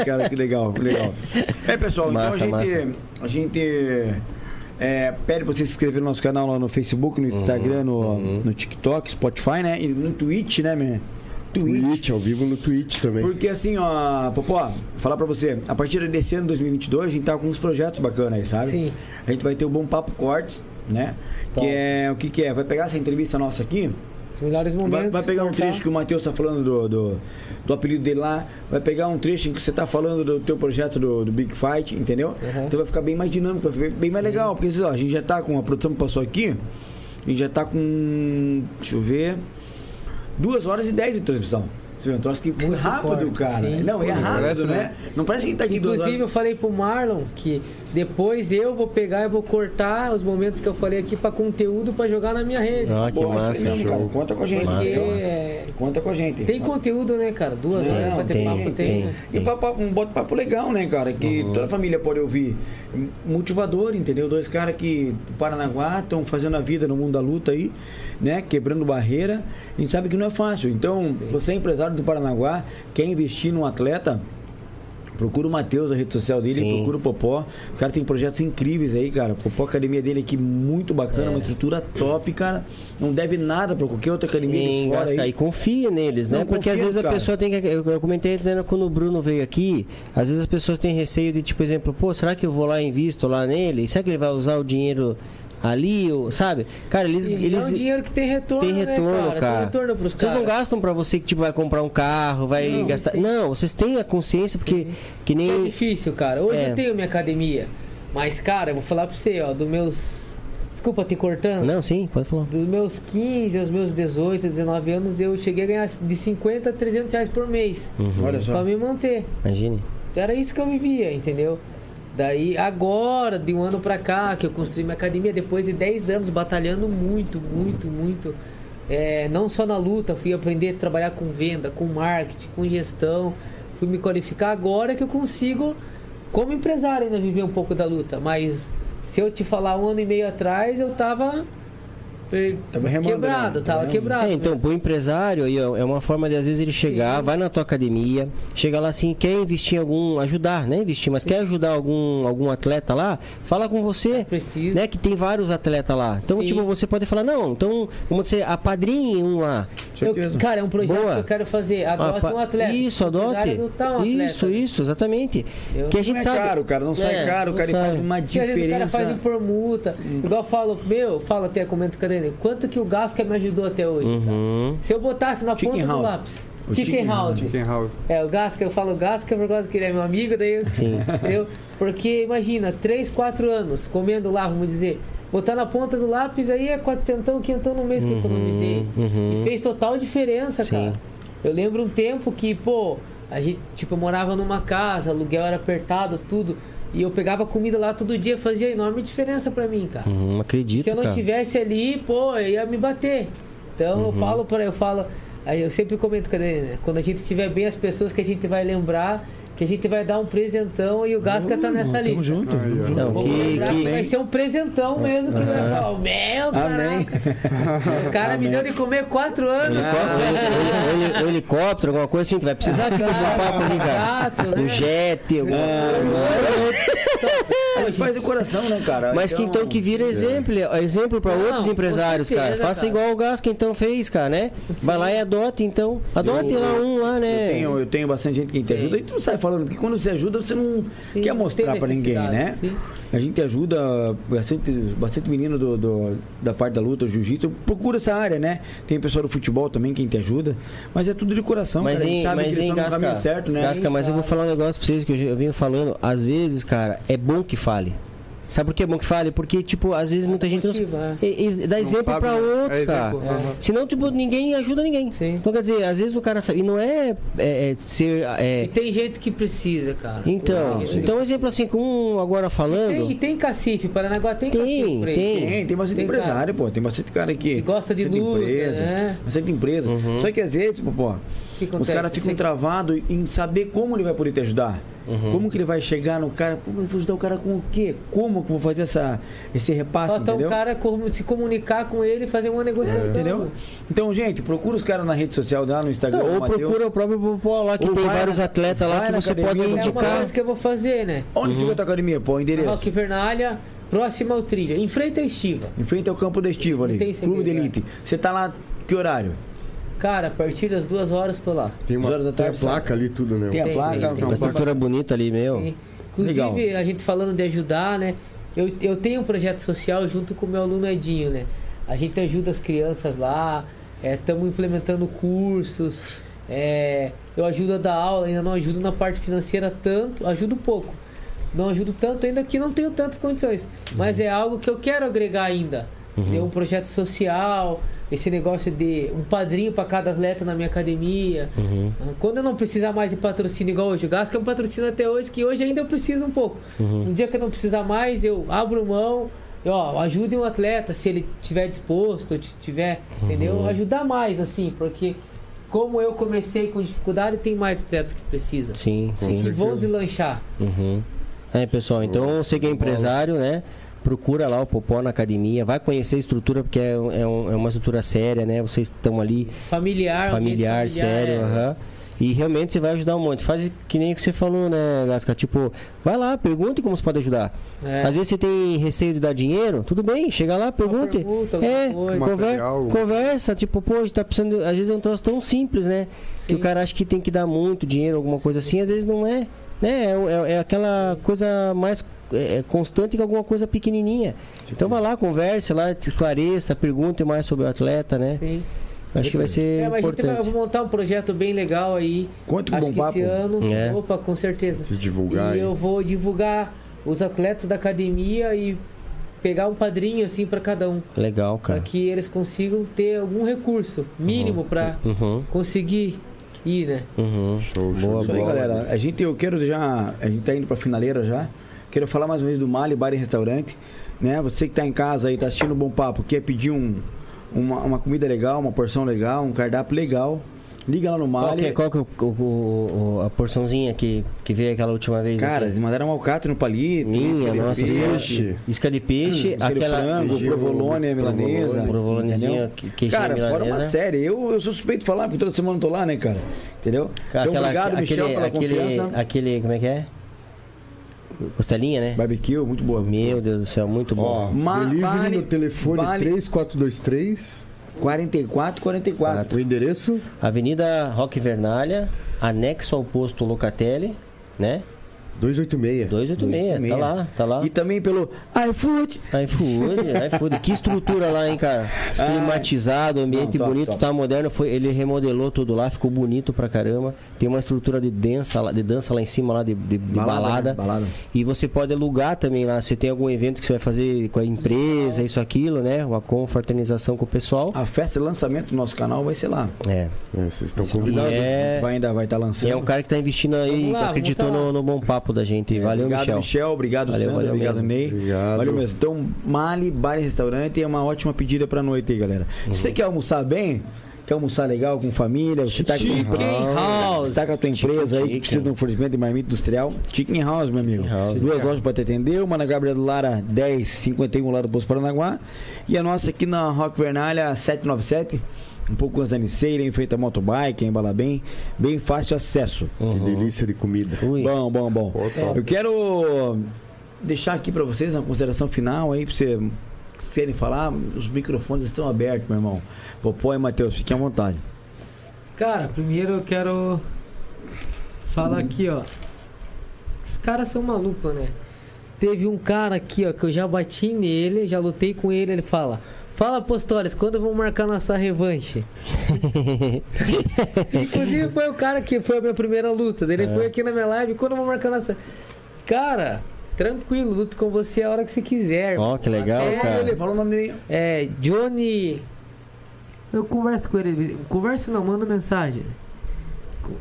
Speaker 1: (laughs) Ah, cara, que legal, que legal. É, pessoal,
Speaker 3: Massa,
Speaker 1: então a gente, a gente é, pede pra você se inscrever no nosso
Speaker 3: Uhum,
Speaker 1: canal lá no Facebook, no Instagram, no, no TikTok, Spotify, né? E no Twitch, né, minha? Twitch.
Speaker 2: Twitch, ao vivo no Twitch também.
Speaker 1: Porque assim, ó, Popó, falar pra você, a partir desse ano 2022, a gente tá com uns projetos bacanas aí, sabe?
Speaker 4: Sim.
Speaker 1: A gente vai ter o Bom Papo Cortes, né?
Speaker 4: Top.
Speaker 1: Que é, o que que é? Vai pegar essa entrevista nossa aqui,
Speaker 4: Os melhores momentos.
Speaker 1: vai, vai pegar um
Speaker 4: cortar.
Speaker 1: trecho que o Matheus tá falando do, do, do apelido dele lá, vai pegar um trecho em que você tá falando do teu projeto do, do Big Fight, entendeu?
Speaker 4: Uhum.
Speaker 1: Então vai ficar bem mais dinâmico, vai ficar bem mais legal, porque ó, a gente já tá com a produção que passou aqui, a gente já tá com, deixa eu ver, duas horas e dez de transmissão. Você vê, um troço que foi
Speaker 4: Muito
Speaker 1: rápido,
Speaker 4: forte,
Speaker 1: cara.
Speaker 4: sim.
Speaker 1: Não, e é
Speaker 5: Pô,
Speaker 1: rápido,
Speaker 5: parece,
Speaker 1: né?
Speaker 5: né?
Speaker 1: Não parece que tá aqui duas
Speaker 4: Inclusive,
Speaker 1: horas.
Speaker 4: eu falei pro Marlon que depois eu vou pegar e vou cortar os momentos que eu falei aqui pra conteúdo pra jogar na minha rede.
Speaker 3: Ah, que
Speaker 1: Pô, é isso aí
Speaker 3: massa.
Speaker 1: mesmo, cara. Conta com a gente.
Speaker 3: Massa,
Speaker 4: porque
Speaker 3: massa.
Speaker 4: é,
Speaker 1: Conta com a gente.
Speaker 4: tem conteúdo, né, cara? Duas
Speaker 1: Não,
Speaker 4: horas pra ter
Speaker 3: tem,
Speaker 4: papo, tem.
Speaker 3: tem.
Speaker 4: né?
Speaker 1: E papo- um bate-papo legal, né, cara? Que toda a família pode ouvir. Motivador, entendeu? Dois caras que do Paranaguá estão fazendo a vida no mundo da luta aí, né? Quebrando barreira. A gente sabe que não é fácil. Então, você é empresário do Paranaguá, quer investir num atleta. Procura o Matheus, a rede social dele,
Speaker 3: Sim.
Speaker 1: procura o Popó. O cara tem projetos incríveis aí, cara. Popó, a academia dele aqui, muito bacana, uma estrutura top, cara. Não deve nada pra qualquer outra academia de
Speaker 3: Ninguém
Speaker 1: fora
Speaker 3: gasta
Speaker 1: aí.
Speaker 3: e confia neles, né?
Speaker 1: Não,
Speaker 3: Porque às
Speaker 1: confia,
Speaker 3: vezes a
Speaker 1: cara.
Speaker 3: pessoa tem que. Eu, eu comentei até quando o Bruno veio aqui, às vezes as pessoas têm receio de, tipo, exemplo, pô, será que eu vou lá e invisto lá nele? Será que ele vai usar o dinheiro ali? Ou, sabe? Cara, eles.
Speaker 4: E
Speaker 3: eles
Speaker 4: é um dinheiro que tem retorno,
Speaker 3: tem
Speaker 4: né,
Speaker 3: retorno,
Speaker 4: cara?
Speaker 3: cara.
Speaker 4: Tem retorno pros
Speaker 3: vocês
Speaker 4: caras.
Speaker 3: não gastam pra você que tipo, vai comprar um carro, vai
Speaker 4: Não,
Speaker 3: gastar.
Speaker 4: sim.
Speaker 3: Não, vocês têm a consciência, porque que nem.
Speaker 4: É difícil, cara. Hoje
Speaker 3: É.
Speaker 4: eu tenho minha academia. Mas, cara, eu vou falar pra você, ó, dos meus. Desculpa te cortando.
Speaker 3: Não, sim, pode falar.
Speaker 4: Dos meus 15 aos meus 18, 19 anos, eu cheguei a ganhar de 50 a 300 reais por mês.
Speaker 3: Uhum.
Speaker 1: Olha só.
Speaker 4: Pra me manter.
Speaker 3: Imagine.
Speaker 4: Então Era isso que eu vivia, entendeu? Daí, agora, de um ano pra cá, que eu construí minha academia, depois de 10 anos batalhando muito, muito, muito. é, não só na luta, fui aprender a trabalhar com venda, com marketing, com gestão. Fui me qualificar agora que eu consigo, como empresário, ainda viver um pouco da luta. Mas se eu te falar um ano e meio atrás, eu tava. eh,
Speaker 1: Tava remando,
Speaker 4: quebrado,
Speaker 1: né?
Speaker 4: tava
Speaker 1: Tava
Speaker 4: quebrado.
Speaker 3: É, então,
Speaker 4: mesmo.
Speaker 3: pro empresário aí, ó, é uma forma de às vezes ele chegar, vai na tua academia, chega lá assim, quer investir em algum, ajudar, né? Investir, mas quer ajudar algum, algum atleta lá, fala com você.
Speaker 4: Preciso.
Speaker 3: Né, que tem vários atletas lá. Então,
Speaker 4: Ah, Sim.
Speaker 3: tipo, você pode falar, não, então, vamos dizer, apadrinhe um lá.
Speaker 4: Eu-
Speaker 1: Certeza.
Speaker 4: cara, é um projeto
Speaker 3: Boa.
Speaker 4: que eu quero fazer. Adote
Speaker 3: Apa-
Speaker 4: um atleta.
Speaker 3: Ah, Isso,
Speaker 4: Empresário
Speaker 3: adote.
Speaker 4: do tal atleta.
Speaker 3: Isso, isso, exatamente.
Speaker 4: Entendeu?
Speaker 3: Que a
Speaker 1: Não
Speaker 3: gente
Speaker 1: é
Speaker 3: sabe.
Speaker 1: caro, cara. Não sai
Speaker 3: É,
Speaker 1: caro,
Speaker 3: não
Speaker 1: cara. E
Speaker 3: sai.
Speaker 1: faz uma
Speaker 4: Se às vezes o cara faz um em
Speaker 1: diferença. Hum.
Speaker 4: permuta, igual eu falo, meu, fala até, comenta com a Dani, quanto que o Gasca me ajudou até hoje,
Speaker 3: Uhum.
Speaker 4: cara? Se eu botasse na
Speaker 1: Chicken
Speaker 4: ponta
Speaker 1: house.
Speaker 4: do lápis,
Speaker 1: O
Speaker 4: chicken,
Speaker 1: chicken
Speaker 4: house.
Speaker 5: Quem house.
Speaker 4: É, o Gasca, eu falo Gasca por causa que ele é meu amigo, daí eu,
Speaker 3: Sim.
Speaker 4: eu Porque imagina, 3, 4 anos comendo lá, vamos dizer, botar na ponta do lápis aí é 400, 500 no mês que eu economizei.
Speaker 3: uhum.
Speaker 4: E fez total diferença,
Speaker 3: Sim.
Speaker 4: cara. Eu lembro um tempo que, pô, a gente, tipo, eu morava numa casa, aluguel era apertado, tudo. E eu pegava comida lá todo dia, fazia enorme diferença pra mim, cara.
Speaker 3: Uhum, acredito,
Speaker 4: Se eu não
Speaker 3: cara.
Speaker 4: tivesse ali, pô, eu ia me bater. Então eu falo para eu falo, aí eu sempre comento com a Dani, né? Quando a gente estiver bem, as pessoas que a gente vai lembrar, que a gente vai dar um presentão e o Gasca tá nessa
Speaker 1: Uhum, Tamo
Speaker 4: lista.
Speaker 1: junto.
Speaker 5: Aí, ó.
Speaker 3: Então,
Speaker 4: Vamos
Speaker 3: que,
Speaker 4: lembrar que, vai
Speaker 3: que,
Speaker 4: ser um presentão mesmo que vai falar, meu
Speaker 1: Amém. (laughs)
Speaker 4: caraca, o cara me deu de comer quatro anos.
Speaker 3: Heli- heli- heli- helicóptero, alguma coisa assim, tu vai precisar aqui do papo ali, cara.
Speaker 4: Exato, né?
Speaker 3: Um jet, alguma
Speaker 1: A gente faz o coração, né, cara?
Speaker 3: Mas que então que vira exemplo, exemplo para
Speaker 4: Não,
Speaker 3: outros
Speaker 4: com
Speaker 3: empresários, cara.
Speaker 4: certeza,
Speaker 3: Faça
Speaker 4: cara.
Speaker 3: igual o Gasca então fez, cara, né? Vai lá e adote então. Adote lá um lá, né?
Speaker 1: Eu tenho, eu tenho bastante gente que te ajuda e tu não sai falando, porque quando você ajuda, você não
Speaker 4: Sim,
Speaker 1: quer
Speaker 4: não
Speaker 1: mostrar
Speaker 4: tem
Speaker 1: pra ninguém, né?
Speaker 4: necessidade, sim.
Speaker 1: A gente ajuda bastante, bastante menino do, do- da parte da luta, jiu-jitsu, procura essa área, né? Tem pessoal do futebol também quem te ajuda, mas é tudo de coração,
Speaker 3: Mas
Speaker 1: cara. a
Speaker 3: em,
Speaker 1: gente sabe
Speaker 3: mas
Speaker 1: que eles
Speaker 3: em
Speaker 1: estão no
Speaker 3: Gasca,
Speaker 1: caminho certo, né?
Speaker 3: Gasca, mas eu vou falar um negócio pra vocês que eu, já- eu venho falando. Às vezes, cara, é bom que fale. Sabe por que é bom que fale? Porque, tipo, às
Speaker 1: É
Speaker 3: vezes muita gente não-
Speaker 4: motiva,
Speaker 3: e- e dá exemplo
Speaker 5: sabe,
Speaker 3: pra
Speaker 5: né?
Speaker 3: outros,
Speaker 5: É
Speaker 3: cara.
Speaker 5: exemplo, aham.
Speaker 3: Senão, tipo, ninguém ajuda ninguém.
Speaker 4: Sim.
Speaker 3: Então, quer dizer, às vezes o cara sabe. E não é, é, é ser. é-
Speaker 4: E tem gente que precisa, cara.
Speaker 3: então, então, exemplo assim, com um agora falando.
Speaker 4: Tem, e tem cacife, Paranaguá tem,
Speaker 3: Tem,
Speaker 4: cacife. pra ele.
Speaker 3: tem.
Speaker 1: Tem, tem bastante
Speaker 4: Tem
Speaker 1: empresário, pô. Tem bastante cara que.
Speaker 4: Que gosta de
Speaker 1: bastante
Speaker 4: luta,
Speaker 1: Empresa,
Speaker 4: né?
Speaker 1: Bastante empresa. Só que às vezes, tipo, pô, pô,
Speaker 4: que
Speaker 1: os
Speaker 4: acontece?
Speaker 1: caras ficam
Speaker 4: Você-
Speaker 1: travados em saber como ele vai poder te ajudar. Como que ele vai chegar no cara? Como eu vou ajudar o cara com o quê? Como que eu vou fazer essa, esse repasse,
Speaker 4: Falta
Speaker 1: entendeu?
Speaker 4: o um cara com- se comunicar com ele e fazer uma negociação.
Speaker 1: Entendeu? Então, gente, procura os caras na rede social, lá no Instagram,
Speaker 3: Ou
Speaker 1: do Matheus.
Speaker 3: procura o próprio Popó lá, que
Speaker 1: Ou
Speaker 3: tem
Speaker 1: vai
Speaker 3: vários
Speaker 1: na-
Speaker 3: atletas lá
Speaker 1: vai
Speaker 3: que
Speaker 1: na
Speaker 3: você
Speaker 1: academia,
Speaker 3: pode
Speaker 1: vai
Speaker 4: É uma
Speaker 3: indicar.
Speaker 4: coisa que eu vou fazer, né?
Speaker 1: Onde fica a tua academia, pô? O endereço.
Speaker 4: Rock Vernalha, próxima ao trilha. Em frente à estiva.
Speaker 1: Em frente ao campo do Estivo ali.
Speaker 4: Não tem é.
Speaker 1: Clube de
Speaker 4: segredo,
Speaker 1: Elite. Você tá lá que horário?
Speaker 4: Cara, a partir das duas horas tô lá.
Speaker 2: Tem uma
Speaker 1: Duas horas da
Speaker 2: tem a
Speaker 1: tarde,
Speaker 2: placa ali, tudo, né?
Speaker 1: Tem a
Speaker 4: Tem,
Speaker 1: placa,
Speaker 4: tem, tem.
Speaker 3: Uma estrutura bonita ali, meu.
Speaker 4: Sim. Inclusive,
Speaker 1: Legal.
Speaker 4: a gente falando de ajudar, né? Eu, eu tenho um projeto social junto com o meu aluno Edinho, né? A gente ajuda as crianças lá, estamos implementando cursos, é, eu ajudo a dar aula, ainda não ajudo na parte financeira tanto, ajudo pouco. Não ajudo tanto ainda que não tenho tantas condições, mas é algo que eu quero agregar ainda. Tem um projeto social, esse negócio de um padrinho para cada atleta na minha academia. Quando eu não precisar mais de patrocínio igual hoje, o Gasco é um patrocínio até hoje, que hoje ainda eu preciso um pouco.
Speaker 3: Uhum.
Speaker 4: Um dia que eu não precisar mais, eu abro mão, e, ó, ajudem o atleta, se ele tiver disposto, ou ti- tiver, entendeu?
Speaker 3: Uhum.
Speaker 4: Ajudar mais, assim, porque como eu comecei com dificuldade, tem mais atletas que precisam.
Speaker 3: Sim, sim.
Speaker 4: E vão deslanchar.
Speaker 3: Uhum. Aí, pessoal, então você que é empresário, né? Procura lá o Popó na academia, vai conhecer a estrutura, porque é, um- é um- é uma estrutura séria, né? Vocês estão ali
Speaker 4: Ah, Familiar, um ambiente
Speaker 3: familiar, sério,
Speaker 4: é.
Speaker 3: aham. E realmente você vai ajudar um monte. Faz que nem o que você falou, né, Gasca? Tipo, vai lá, pergunte como você pode ajudar.
Speaker 4: É.
Speaker 3: Às vezes você tem receio de dar dinheiro, tudo bem, chega lá, pergunte.
Speaker 4: pergunta, alguma
Speaker 3: é,
Speaker 4: coisa.
Speaker 3: conver-
Speaker 5: Material.
Speaker 3: conversa, tipo, pô, a gente tá precisando. Às vezes é um troço tão simples, né? Que
Speaker 4: Sim.
Speaker 3: o cara acha que tem que dar muito dinheiro, alguma coisa assim, às vezes não é. Né? É, o- é- é aquela coisa mais é, é constante que alguma coisa pequenininha. Então vai lá, converse lá, te esclareça, pergunte mais sobre o atleta, né?
Speaker 4: Sim.
Speaker 3: Acho que vai ser
Speaker 4: É, mas a gente vai
Speaker 3: importante.
Speaker 4: eu vou montar um projeto bem legal aí.
Speaker 1: Conta com
Speaker 4: Acho
Speaker 1: bom
Speaker 4: que esse
Speaker 1: papo.
Speaker 4: ano,
Speaker 3: É.
Speaker 4: opa, com certeza.
Speaker 2: Se divulgar.
Speaker 4: E
Speaker 2: hein?
Speaker 4: eu vou divulgar os atletas da academia e pegar um padrinho assim pra cada um,
Speaker 3: Legal,
Speaker 4: Pra
Speaker 3: cara.
Speaker 4: que eles consigam ter algum recurso mínimo pra
Speaker 3: Uhum,
Speaker 4: conseguir ir, né?
Speaker 3: uhum.
Speaker 2: Show, show.
Speaker 3: Boa,
Speaker 2: de
Speaker 1: Isso aí,
Speaker 2: bola.
Speaker 1: galera. A gente, eu quero já. A gente tá indo pra finaleira já. Quero falar mais uma vez do Mali Bar e Restaurante. Né? Você que tá em casa aí, tá assistindo o Bom Papo, quer pedir um, uma, uma comida legal, uma porção legal, um cardápio legal, liga lá no
Speaker 3: Qual que, é-
Speaker 1: Mali.
Speaker 3: qual que é o- o- o- a porçãozinha que, que veio aquela última vez?
Speaker 1: Cara,
Speaker 3: aqui?
Speaker 1: eles mandaram um alcatra no palito.
Speaker 3: minha,
Speaker 1: isca de
Speaker 3: nossa
Speaker 1: peixe,
Speaker 3: senhora.
Speaker 2: peixe.
Speaker 3: Isca de peixe,
Speaker 1: aquele
Speaker 3: aquela
Speaker 1: frango,
Speaker 2: Giro,
Speaker 1: provolone, milanesa.
Speaker 2: provolone.
Speaker 3: Provolonezinha,
Speaker 1: entendeu?
Speaker 3: que- queijinho
Speaker 1: Cara, fora uma
Speaker 3: milanesa.
Speaker 1: série. Eu, eu sou suspeito de falar, porque toda semana eu tô lá, né, cara? Entendeu?
Speaker 3: Cara,
Speaker 1: então,
Speaker 3: aquela-
Speaker 1: obrigado, Michel, pela
Speaker 3: aquele,
Speaker 1: confiança.
Speaker 3: aquele, como é que é? Costelinha, né?
Speaker 1: Barbecue, muito boa.
Speaker 3: Meu Deus do céu, muito
Speaker 2: Ó,
Speaker 3: bom.
Speaker 1: Ma-
Speaker 2: delivery
Speaker 1: vale-
Speaker 2: no telefone
Speaker 1: vale-
Speaker 2: 3423.
Speaker 1: 44, 44.
Speaker 2: O endereço?
Speaker 3: Avenida Roque Vernalha, anexo ao posto Locatelli, né?
Speaker 2: 286.
Speaker 3: 286, tá lá, tá lá.
Speaker 1: E também pelo iFood.
Speaker 3: iFood, iFood. Que estrutura lá,
Speaker 1: (laughs)
Speaker 3: hein, cara? Climatizado, ambiente
Speaker 1: Ah. Não, top,
Speaker 3: bonito,
Speaker 1: top.
Speaker 3: tá moderno. Foi, ele remodelou tudo lá, ficou bonito pra caramba. Tem uma estrutura de dança, lá- de dança lá em cima, lá de, de- de balada.
Speaker 1: né? Balada.
Speaker 3: E você pode alugar também lá. Se tem algum evento que você vai fazer com a empresa, isso, aquilo, né? Uma confraternização com o pessoal.
Speaker 1: A festa de lançamento do nosso canal vai ser lá.
Speaker 3: É.
Speaker 2: É, vocês estão
Speaker 3: E
Speaker 2: convidados.
Speaker 1: A
Speaker 3: é,
Speaker 1: gente vai, ainda vai estar lançando.
Speaker 3: e é um cara que tá investindo aí,
Speaker 4: Vamos lá,
Speaker 3: que acreditou
Speaker 4: vamos tá
Speaker 3: no,
Speaker 4: lá.
Speaker 3: no bom papo da gente.
Speaker 1: É,
Speaker 3: Valeu,
Speaker 1: obrigado,
Speaker 3: Michel.
Speaker 1: Obrigado,
Speaker 3: Valeu,
Speaker 1: Sandro.
Speaker 3: valeu
Speaker 1: Obrigado,
Speaker 3: mesmo.
Speaker 1: Ney.
Speaker 2: Obrigado.
Speaker 1: Valeu mesmo. Então, Mali, Bar e Restaurante é uma ótima pedida pra noite aí, galera. Se você quer almoçar bem, quer almoçar legal com família, você tá
Speaker 4: Chicken
Speaker 1: com,
Speaker 4: House.
Speaker 1: você tá com a tua empresa aí que
Speaker 3: chicken.
Speaker 1: precisa de um fornecimento de marmita industrial, Chicken House, meu amigo.
Speaker 3: Chicken House.
Speaker 1: Duas lojas pra te atender, uma na Gabriel Lara 1051 lá do Poço Paranaguá e a nossa aqui na Rock Vernalha 797. Um pouco antes da Niceira, em frente à motobike, em Balabem, bem fácil acesso.
Speaker 2: Que delícia de comida.
Speaker 3: Ui.
Speaker 1: Bom, bom, bom.
Speaker 2: Pô, top.
Speaker 1: Eu quero deixar aqui pra vocês uma consideração final aí, pra vocês querem falar, os microfones estão abertos, meu irmão. Popó e Matheus, fiquem à vontade.
Speaker 4: Cara, primeiro eu quero falar aqui, ó. Esses caras são malucos, né? Teve um cara aqui, ó, que eu já bati nele, já lutei com ele, ele fala. Fala, Postores, quando vão marcar nossa revanche? Inclusive foi o cara que foi a minha primeira luta. daí Ele foi aqui na minha live, quando vão marcar nossa. Cara, tranquilo, luto com você a hora que você quiser.
Speaker 3: Ó, que legal,
Speaker 4: Até
Speaker 3: cara.
Speaker 1: Ele falou o nome dele.
Speaker 4: é, Johnny. Eu converso com ele. Converso não, manda mensagem.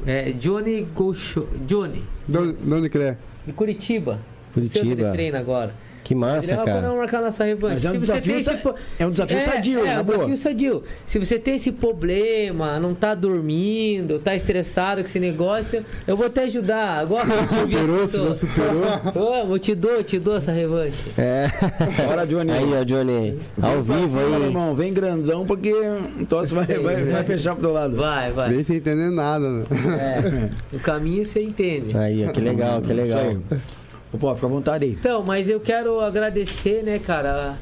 Speaker 4: É, Johnny Goucho. Johnny,
Speaker 5: De onde- de onde que ele é?
Speaker 4: de Curitiba. Não sei onde ele
Speaker 3: Curitiba.
Speaker 4: treina agora.
Speaker 3: Que massa,
Speaker 4: Ele vai
Speaker 3: cara.
Speaker 4: não marcar nossa revanche.
Speaker 1: Mas é um
Speaker 4: Se você
Speaker 1: desafio
Speaker 4: tem esse
Speaker 1: sa-
Speaker 4: po-
Speaker 1: é um desafio sadio,
Speaker 4: é,
Speaker 1: na
Speaker 4: um
Speaker 1: boa.
Speaker 4: desafio sadio. Se você tem esse problema, não tá dormindo, tá estressado com esse negócio, eu vou te ajudar. Agora
Speaker 1: (laughs)
Speaker 4: não
Speaker 2: Superou, se não superou.
Speaker 4: Eu te dou, eu te dou essa revanche.
Speaker 3: É.
Speaker 1: Bora, Johnny.
Speaker 3: (laughs) Aí, ó, Johnny, Tá ao
Speaker 1: Pra
Speaker 3: vivo
Speaker 1: cima, meu
Speaker 3: aí.
Speaker 1: irmão, vem grandão, porque então você vai, vai, vai fechar pro teu lado.
Speaker 4: Vai, vai.
Speaker 5: Nem sem entender nada, né?
Speaker 4: É, o caminho você entende.
Speaker 3: Aí, ó, que legal, que legal.
Speaker 1: Isso aí. Popó, fica à vontade aí.
Speaker 4: Então, mas eu quero agradecer, né, cara, a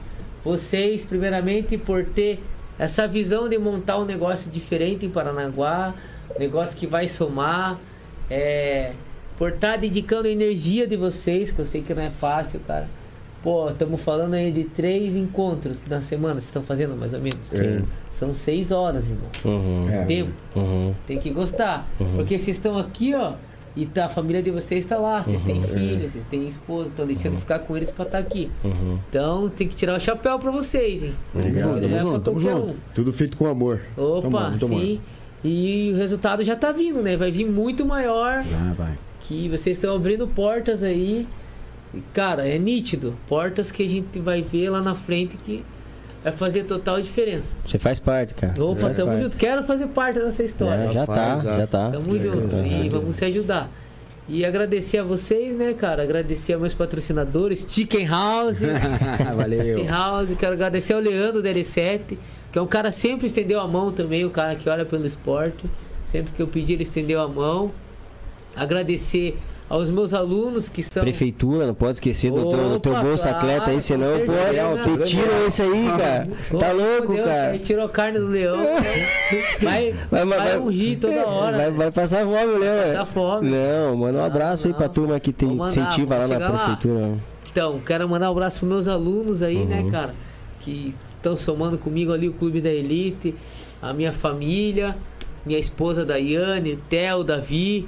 Speaker 4: vocês, primeiramente, por ter essa visão de montar um negócio diferente em Paranaguá, negócio que vai somar, é, por estar dedicando a energia de vocês, que eu sei que não é fácil, cara. Pô, estamos falando aí de três encontros na semana, vocês estão fazendo mais ou menos?
Speaker 3: Sim.
Speaker 4: São seis horas, irmão.
Speaker 3: Uhum.
Speaker 2: É.
Speaker 4: Tempo.
Speaker 3: Uhum.
Speaker 4: Tem que gostar. Porque vocês estão aqui, ó, e tá, a família de vocês está lá. Vocês têm filhos, vocês têm esposa, estão deixando ficar com eles pra estar aqui.
Speaker 3: Uhum.
Speaker 4: Então tem que tirar o chapéu pra vocês, hein?
Speaker 2: Obrigado.
Speaker 4: Não é
Speaker 1: Tamo
Speaker 4: pra
Speaker 1: junto, tamo
Speaker 4: qualquer
Speaker 1: junto.
Speaker 2: Tudo feito com amor.
Speaker 4: um. Opa,
Speaker 2: Tamo junto, tamo
Speaker 4: sim. E o resultado já tá vindo, né? Vai vir muito maior.
Speaker 1: Ah, vai.
Speaker 4: Que vocês estão abrindo portas aí. E, Cara, é nítido. Portas que a gente vai ver lá na frente que vai fazer total diferença.
Speaker 3: Você faz parte, cara. Você
Speaker 4: Opa,
Speaker 3: faz
Speaker 4: tamo
Speaker 3: parte.
Speaker 4: junto. Quero fazer parte dessa história.
Speaker 3: É, já,
Speaker 2: Faz,
Speaker 3: tá,
Speaker 2: já.
Speaker 3: já tá,
Speaker 4: Tamo junto e vamos se ajudar. E agradecer a vocês, né, cara? Agradecer a meus patrocinadores, Chicken
Speaker 3: (laughs)
Speaker 4: House, Chicken
Speaker 1: (laughs) Valeu.
Speaker 4: House, quero agradecer ao Leandro da L7, que é um cara que sempre estendeu a mão também, o cara que olha pelo esporte. Sempre que eu pedi, ele estendeu a mão. Agradecer aos meus alunos que são.
Speaker 3: Prefeitura, não pode esquecer do teu, do teu
Speaker 4: Opa,
Speaker 3: bolso
Speaker 4: claro,
Speaker 3: atleta aí,
Speaker 4: com
Speaker 3: senão, pô,
Speaker 4: certeza.
Speaker 3: te tira esse aí, cara.
Speaker 4: Oh,
Speaker 3: Tá
Speaker 4: meu
Speaker 3: louco,
Speaker 4: Deus,
Speaker 3: cara.
Speaker 4: Ele tirou a carne do
Speaker 3: (laughs)
Speaker 4: leão. vai, vai, ungir toda hora.
Speaker 3: Vai,
Speaker 4: né?
Speaker 3: vai passar fome, né?
Speaker 4: Vai
Speaker 3: velho?
Speaker 4: passar fome.
Speaker 3: Não, manda um
Speaker 4: Não,
Speaker 3: abraço aí pra
Speaker 4: Ah, não.
Speaker 3: turma que tem,
Speaker 4: Vou mandar,
Speaker 3: incentiva lá
Speaker 4: vamos
Speaker 3: na
Speaker 4: chegar lá.
Speaker 3: prefeitura.
Speaker 4: Então, quero mandar um abraço para meus alunos aí, né, cara? Que estão somando comigo ali o Clube da Elite, a minha família, minha esposa Daiane, o Theo, o Davi,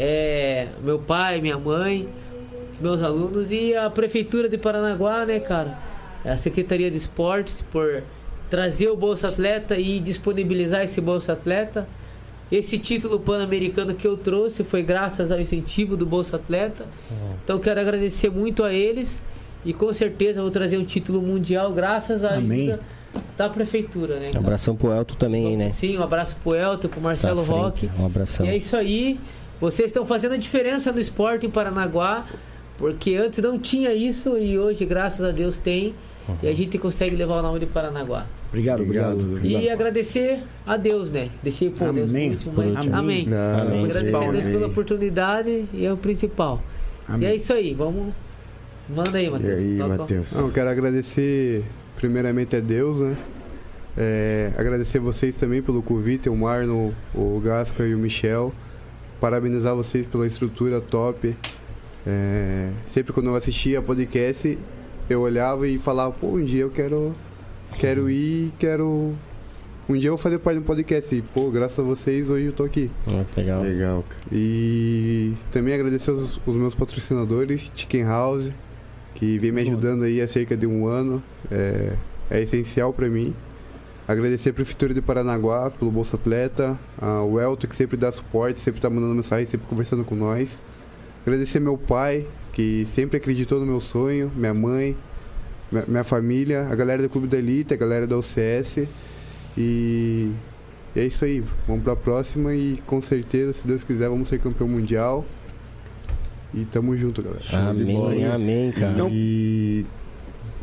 Speaker 4: é, meu pai, minha mãe, meus alunos e a Prefeitura de Paranaguá, né, cara? A Secretaria de Esportes por trazer o Bolsa Atleta e disponibilizar esse Bolsa Atleta. Esse título pan-americano que eu trouxe foi graças ao incentivo do Bolsa Atleta.
Speaker 3: Hum.
Speaker 4: Então quero agradecer muito a eles e com certeza vou trazer um título mundial graças à
Speaker 1: Amém.
Speaker 4: ajuda da prefeitura, né?
Speaker 3: Um
Speaker 4: cara?
Speaker 3: abração pro Elton também aí, né?
Speaker 4: Sim, um abraço pro Elton, pro Marcelo
Speaker 3: Pra
Speaker 4: Roque.
Speaker 3: frente, Um abração.
Speaker 4: E é isso aí. Vocês estão fazendo a diferença no esporte em Paranaguá, porque antes não tinha isso e hoje, graças a Deus, tem.
Speaker 3: Uhum.
Speaker 4: E a gente consegue levar o nome de Paranaguá.
Speaker 1: Obrigado, obrigado.
Speaker 2: Obrigado.
Speaker 1: obrigado.
Speaker 4: E agradecer a Deus, né? Deixei por Deus por
Speaker 1: Amém.
Speaker 4: último, mas...
Speaker 1: Por último.
Speaker 4: Amém.
Speaker 2: Não,
Speaker 3: Amém.
Speaker 4: Agradecer a
Speaker 1: Principal,
Speaker 4: Deus
Speaker 1: né?
Speaker 4: pela oportunidade e é o principal. E
Speaker 1: Amém.
Speaker 4: é isso aí, vamos. Manda aí,
Speaker 2: E
Speaker 4: Matheus.
Speaker 2: aí,
Speaker 4: Toca.
Speaker 2: Matheus?
Speaker 5: Não, eu quero agradecer primeiramente a Deus, né? É, agradecer vocês também pelo convite, o Marno, o Gasca e o Michel. Parabenizar vocês pela estrutura top. É, sempre quando eu assistia podcast, eu olhava e falava, pô, um dia eu quero, quero ir, quero... Um dia eu vou fazer parte do podcast e, pô, graças a vocês, hoje eu tô aqui.
Speaker 3: Ah, legal.
Speaker 2: Legal, cara.
Speaker 5: E também agradecer os, os meus patrocinadores, Chicken House, que vem me ajudando aí há cerca de um ano. É, é essencial para mim. Agradecer a Prefeitura de Paranaguá pelo Bolsa Atleta, a- o Elton que sempre dá suporte, sempre tá mandando mensagem, sempre conversando com nós. Agradecer meu pai, que sempre acreditou no meu sonho, minha mãe, minha, minha família, a galera do Clube da Elite, a galera da UCS. E e é isso aí, vamos pra próxima e com certeza, se Deus quiser, vamos ser campeão mundial. E tamo junto, galera.
Speaker 2: de bola,
Speaker 3: Amém,
Speaker 2: hein?
Speaker 3: amém, cara.
Speaker 2: E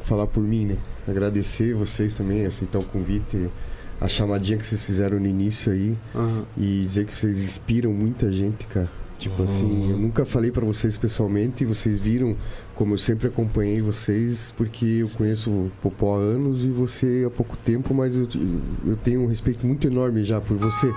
Speaker 2: falar por mim, né? Agradecer vocês também, aceitar o convite, a chamadinha que vocês fizeram no início aí
Speaker 5: Aham.
Speaker 2: e dizer que vocês inspiram muita gente, cara. Tipo assim, eu nunca falei pra vocês pessoalmente e vocês viram como eu sempre acompanhei vocês, porque eu conheço o Popó há anos e você há pouco tempo, mas eu, eu tenho um respeito muito enorme já por você.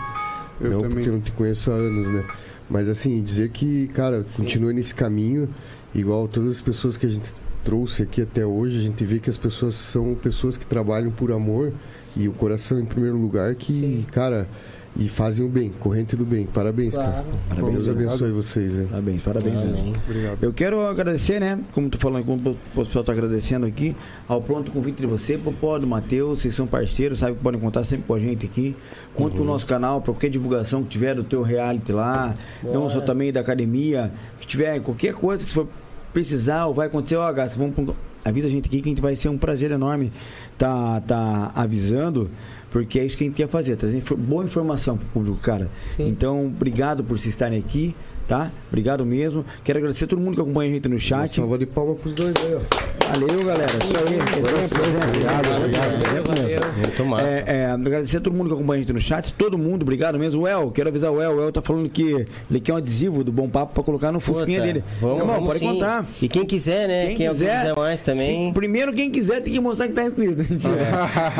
Speaker 5: Eu
Speaker 2: não
Speaker 5: também.
Speaker 2: porque eu não te conheço há anos, né? Mas assim, dizer que, cara, continua nesse caminho, igual todas as pessoas que a gente trouxe aqui até hoje, a gente vê que as pessoas são pessoas que trabalham por amor e o coração em primeiro lugar, que,
Speaker 4: Sim.
Speaker 2: cara, e fazem o bem, corrente do bem. Parabéns, cara.
Speaker 4: Claro.
Speaker 1: Parabéns,
Speaker 2: Deus
Speaker 1: obrigado.
Speaker 2: abençoe vocês. né?
Speaker 1: Parabéns, Tá parabéns mesmo.
Speaker 3: Amém.
Speaker 5: Obrigado.
Speaker 1: Eu quero agradecer, né? Como tu falando, como o pessoal tá agradecendo aqui, ao pronto convite de você, Popó, do Matheus, vocês são parceiros, sabe que podem contar sempre com a gente aqui. Conta com o nosso canal, para qualquer divulgação que tiver do teu reality lá, não só também da academia, que tiver qualquer coisa que você for precisar ou vai acontecer, ó, Gasco, vamos pro- avisa a gente aqui que a gente vai ser um prazer enorme tá, tá avisando, porque é isso que a gente quer fazer, trazer infor- boa informação pro público, cara.
Speaker 4: Sim.
Speaker 1: Então, obrigado por vocês estarem aqui, tá? Obrigado mesmo. Quero agradecer a todo mundo que acompanha a gente no
Speaker 2: Uma
Speaker 1: chat.
Speaker 2: salva de palma pros dois aí, ó.
Speaker 3: É.
Speaker 1: Valeu, galera. Isso aí. Exemplo, né? Obrigado, obrigado.
Speaker 3: Exemplo mesmo. Muito massa.
Speaker 1: É, é, agradecer a todo mundo que acompanha a gente no chat, todo mundo, obrigado mesmo. O El, quero avisar o El, o El tá falando que ele quer um adesivo do Bom Papo pra colocar no fusquinha
Speaker 3: Puta,
Speaker 1: dele.
Speaker 3: Vamos,
Speaker 1: Irmão,
Speaker 3: vamos
Speaker 1: pode
Speaker 3: sim.
Speaker 1: contar.
Speaker 3: E quem quiser, né? Quem, quiser mais também.
Speaker 1: Sim, primeiro, quem quiser tem que mostrar que tá inscrito. Mentira.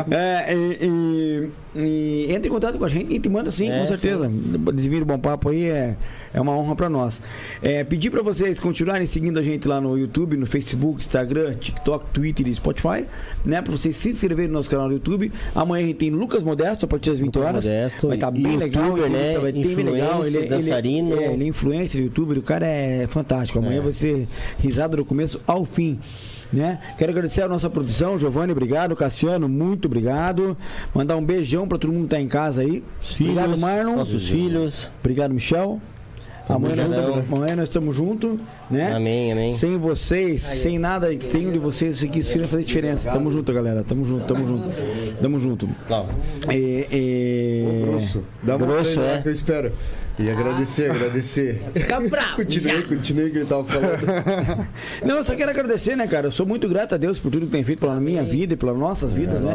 Speaker 1: né, (laughs) É, e, E, e entre em contato com a gente e te manda sim,
Speaker 3: É,
Speaker 1: com certeza. Desvio do Bom Papo aí é, é uma honra pra nós. É, pedir pra vocês continuarem seguindo a gente lá no YouTube, no Facebook, Instagram, TikTok, Twitter e Spotify, né? Pra vocês se inscreverem no nosso canal no YouTube. Amanhã a gente tem Lucas Modesto a partir das 20 horas.
Speaker 3: Modesto,
Speaker 1: vai estar bem
Speaker 3: youtuber,
Speaker 1: legal, a entrevista
Speaker 3: né?
Speaker 1: vai ter bem legal.
Speaker 3: Influencer, dançarino.
Speaker 1: Ele, é, ele é influencer, youtuber, o cara é fantástico. Amanhã vai ser risada do começo ao fim. Né? Quero agradecer a nossa produção, Giovanni, obrigado. Cassiano, muito obrigado. Mandar um beijão pra todo mundo que tá em casa aí. obrigado,
Speaker 3: Filhos,
Speaker 1: Marlon.
Speaker 3: Nossos filhos.
Speaker 1: Obrigado, Michel. Amanhã nós,
Speaker 3: junto.
Speaker 1: estamos, amanhã nós estamos juntos, né?
Speaker 3: Amém, amém.
Speaker 1: Sem vocês, sem nada, tem um de vocês isso aqui, isso aqui vai fazer diferença. Tamo junto, galera. Tamo junto, tamo junto. Tamo junto.
Speaker 3: Não.
Speaker 1: É, é...
Speaker 2: Grosso. Dá uma
Speaker 3: Grosso,
Speaker 2: olhada
Speaker 3: é.
Speaker 2: que eu espero. E agradecer, agradecer.
Speaker 4: Fica bravo.
Speaker 2: Continuei, continuei que ele tava falando.
Speaker 1: Não, eu só quero agradecer, né, cara? Eu sou muito grato a Deus por tudo que tem feito pela minha vida e pelas nossas
Speaker 4: É,
Speaker 1: vidas, né?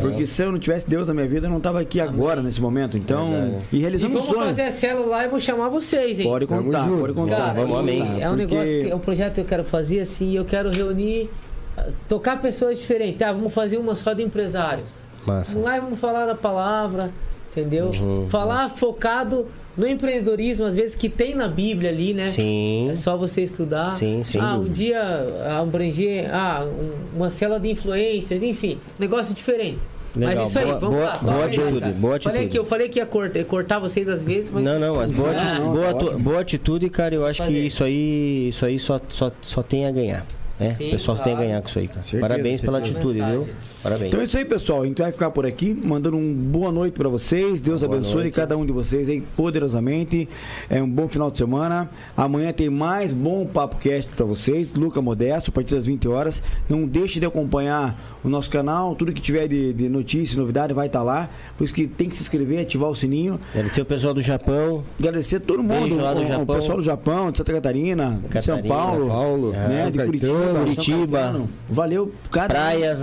Speaker 1: Porque se eu não tivesse Deus na minha vida, eu não tava aqui agora, nesse momento. Então, e
Speaker 4: E
Speaker 1: realizando um
Speaker 4: vamos
Speaker 1: sonho.
Speaker 4: fazer a célula lá e vou chamar vocês, hein?
Speaker 1: Pode contar,
Speaker 2: Tamo junto.
Speaker 1: pode contar.
Speaker 4: Cara,
Speaker 3: vamos, amém.
Speaker 4: É um
Speaker 1: Porque-
Speaker 4: negócio, que, é um projeto que eu quero fazer assim, e eu quero reunir, ah, tocar pessoas diferentes. Ah, vamos fazer uma só de empresários.
Speaker 3: Massa.
Speaker 4: Vamos lá e vamos falar da palavra, entendeu? falar focado no empreendedorismo, às vezes que tem na Bíblia ali, né?
Speaker 3: Sim.
Speaker 4: É só você estudar.
Speaker 3: Sim, sem
Speaker 4: Ah, um
Speaker 3: dúvida.
Speaker 4: dia ah, abranger, ah, um- uma cela de influências, enfim, negócio diferente.
Speaker 3: Legal,
Speaker 4: mas isso aí,
Speaker 3: boa-
Speaker 4: vamos
Speaker 3: boa-
Speaker 4: lá.
Speaker 3: boa
Speaker 4: toca aí,
Speaker 3: atitude,
Speaker 4: cara.
Speaker 3: boa
Speaker 4: falei
Speaker 3: atitude.
Speaker 4: que eu falei que ia cortar, cortar vocês às vezes, mas
Speaker 3: Não, não, mas boa, ati-
Speaker 1: Não,
Speaker 3: boa,
Speaker 1: tá
Speaker 3: atu-
Speaker 1: ótimo.
Speaker 3: boa atitude, cara, eu acho que
Speaker 4: Fazer.
Speaker 3: isso aí, isso aí só, só, só tem a ganhar. Né?
Speaker 4: Sim,
Speaker 3: o pessoal só tem a
Speaker 4: claro.
Speaker 3: ganhar com isso aí, cara.
Speaker 1: Certeza,
Speaker 3: Parabéns pela
Speaker 4: certeza.
Speaker 3: atitude, viu?
Speaker 4: Mensagem.
Speaker 3: Parabéns.
Speaker 1: Então é isso aí, pessoal. A gente vai ficar por aqui, mandando um boa noite pra vocês. Deus abençoe
Speaker 3: noite.
Speaker 1: cada um de vocês aí poderosamente. É um bom final de semana. Amanhã tem mais bom papo cast pra vocês. Luca Modesto, a partir das 20 horas. Não deixe de acompanhar o nosso canal. Tudo que tiver de, de notícia, novidade vai estar lá. Por isso que tem que se inscrever, ativar o sininho.
Speaker 3: Agradecer o pessoal do Japão.
Speaker 1: Agradecer a todo mundo,
Speaker 3: Beijo lá do
Speaker 1: o- o,
Speaker 3: Japão.
Speaker 1: pessoal do Japão, de Santa Catarina, de São
Speaker 3: Catarina,
Speaker 1: Paulo,
Speaker 2: São Paulo,
Speaker 1: né,
Speaker 2: São
Speaker 1: de
Speaker 2: Caetano,
Speaker 1: Curitiba, São
Speaker 3: Curitiba.
Speaker 1: Caetano. Valeu, cada um
Speaker 3: Praias,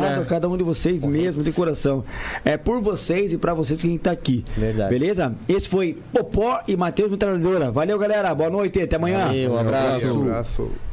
Speaker 1: Obrigado a cada um de vocês mesmo, de coração. É por vocês e pra vocês que a gente tá aqui.
Speaker 3: Verdade.
Speaker 1: Beleza? Esse foi Popó e Matheus Metralhadora. Valeu, galera. Boa noite. Até amanhã.
Speaker 3: Valeu, um abraço.
Speaker 5: abraço.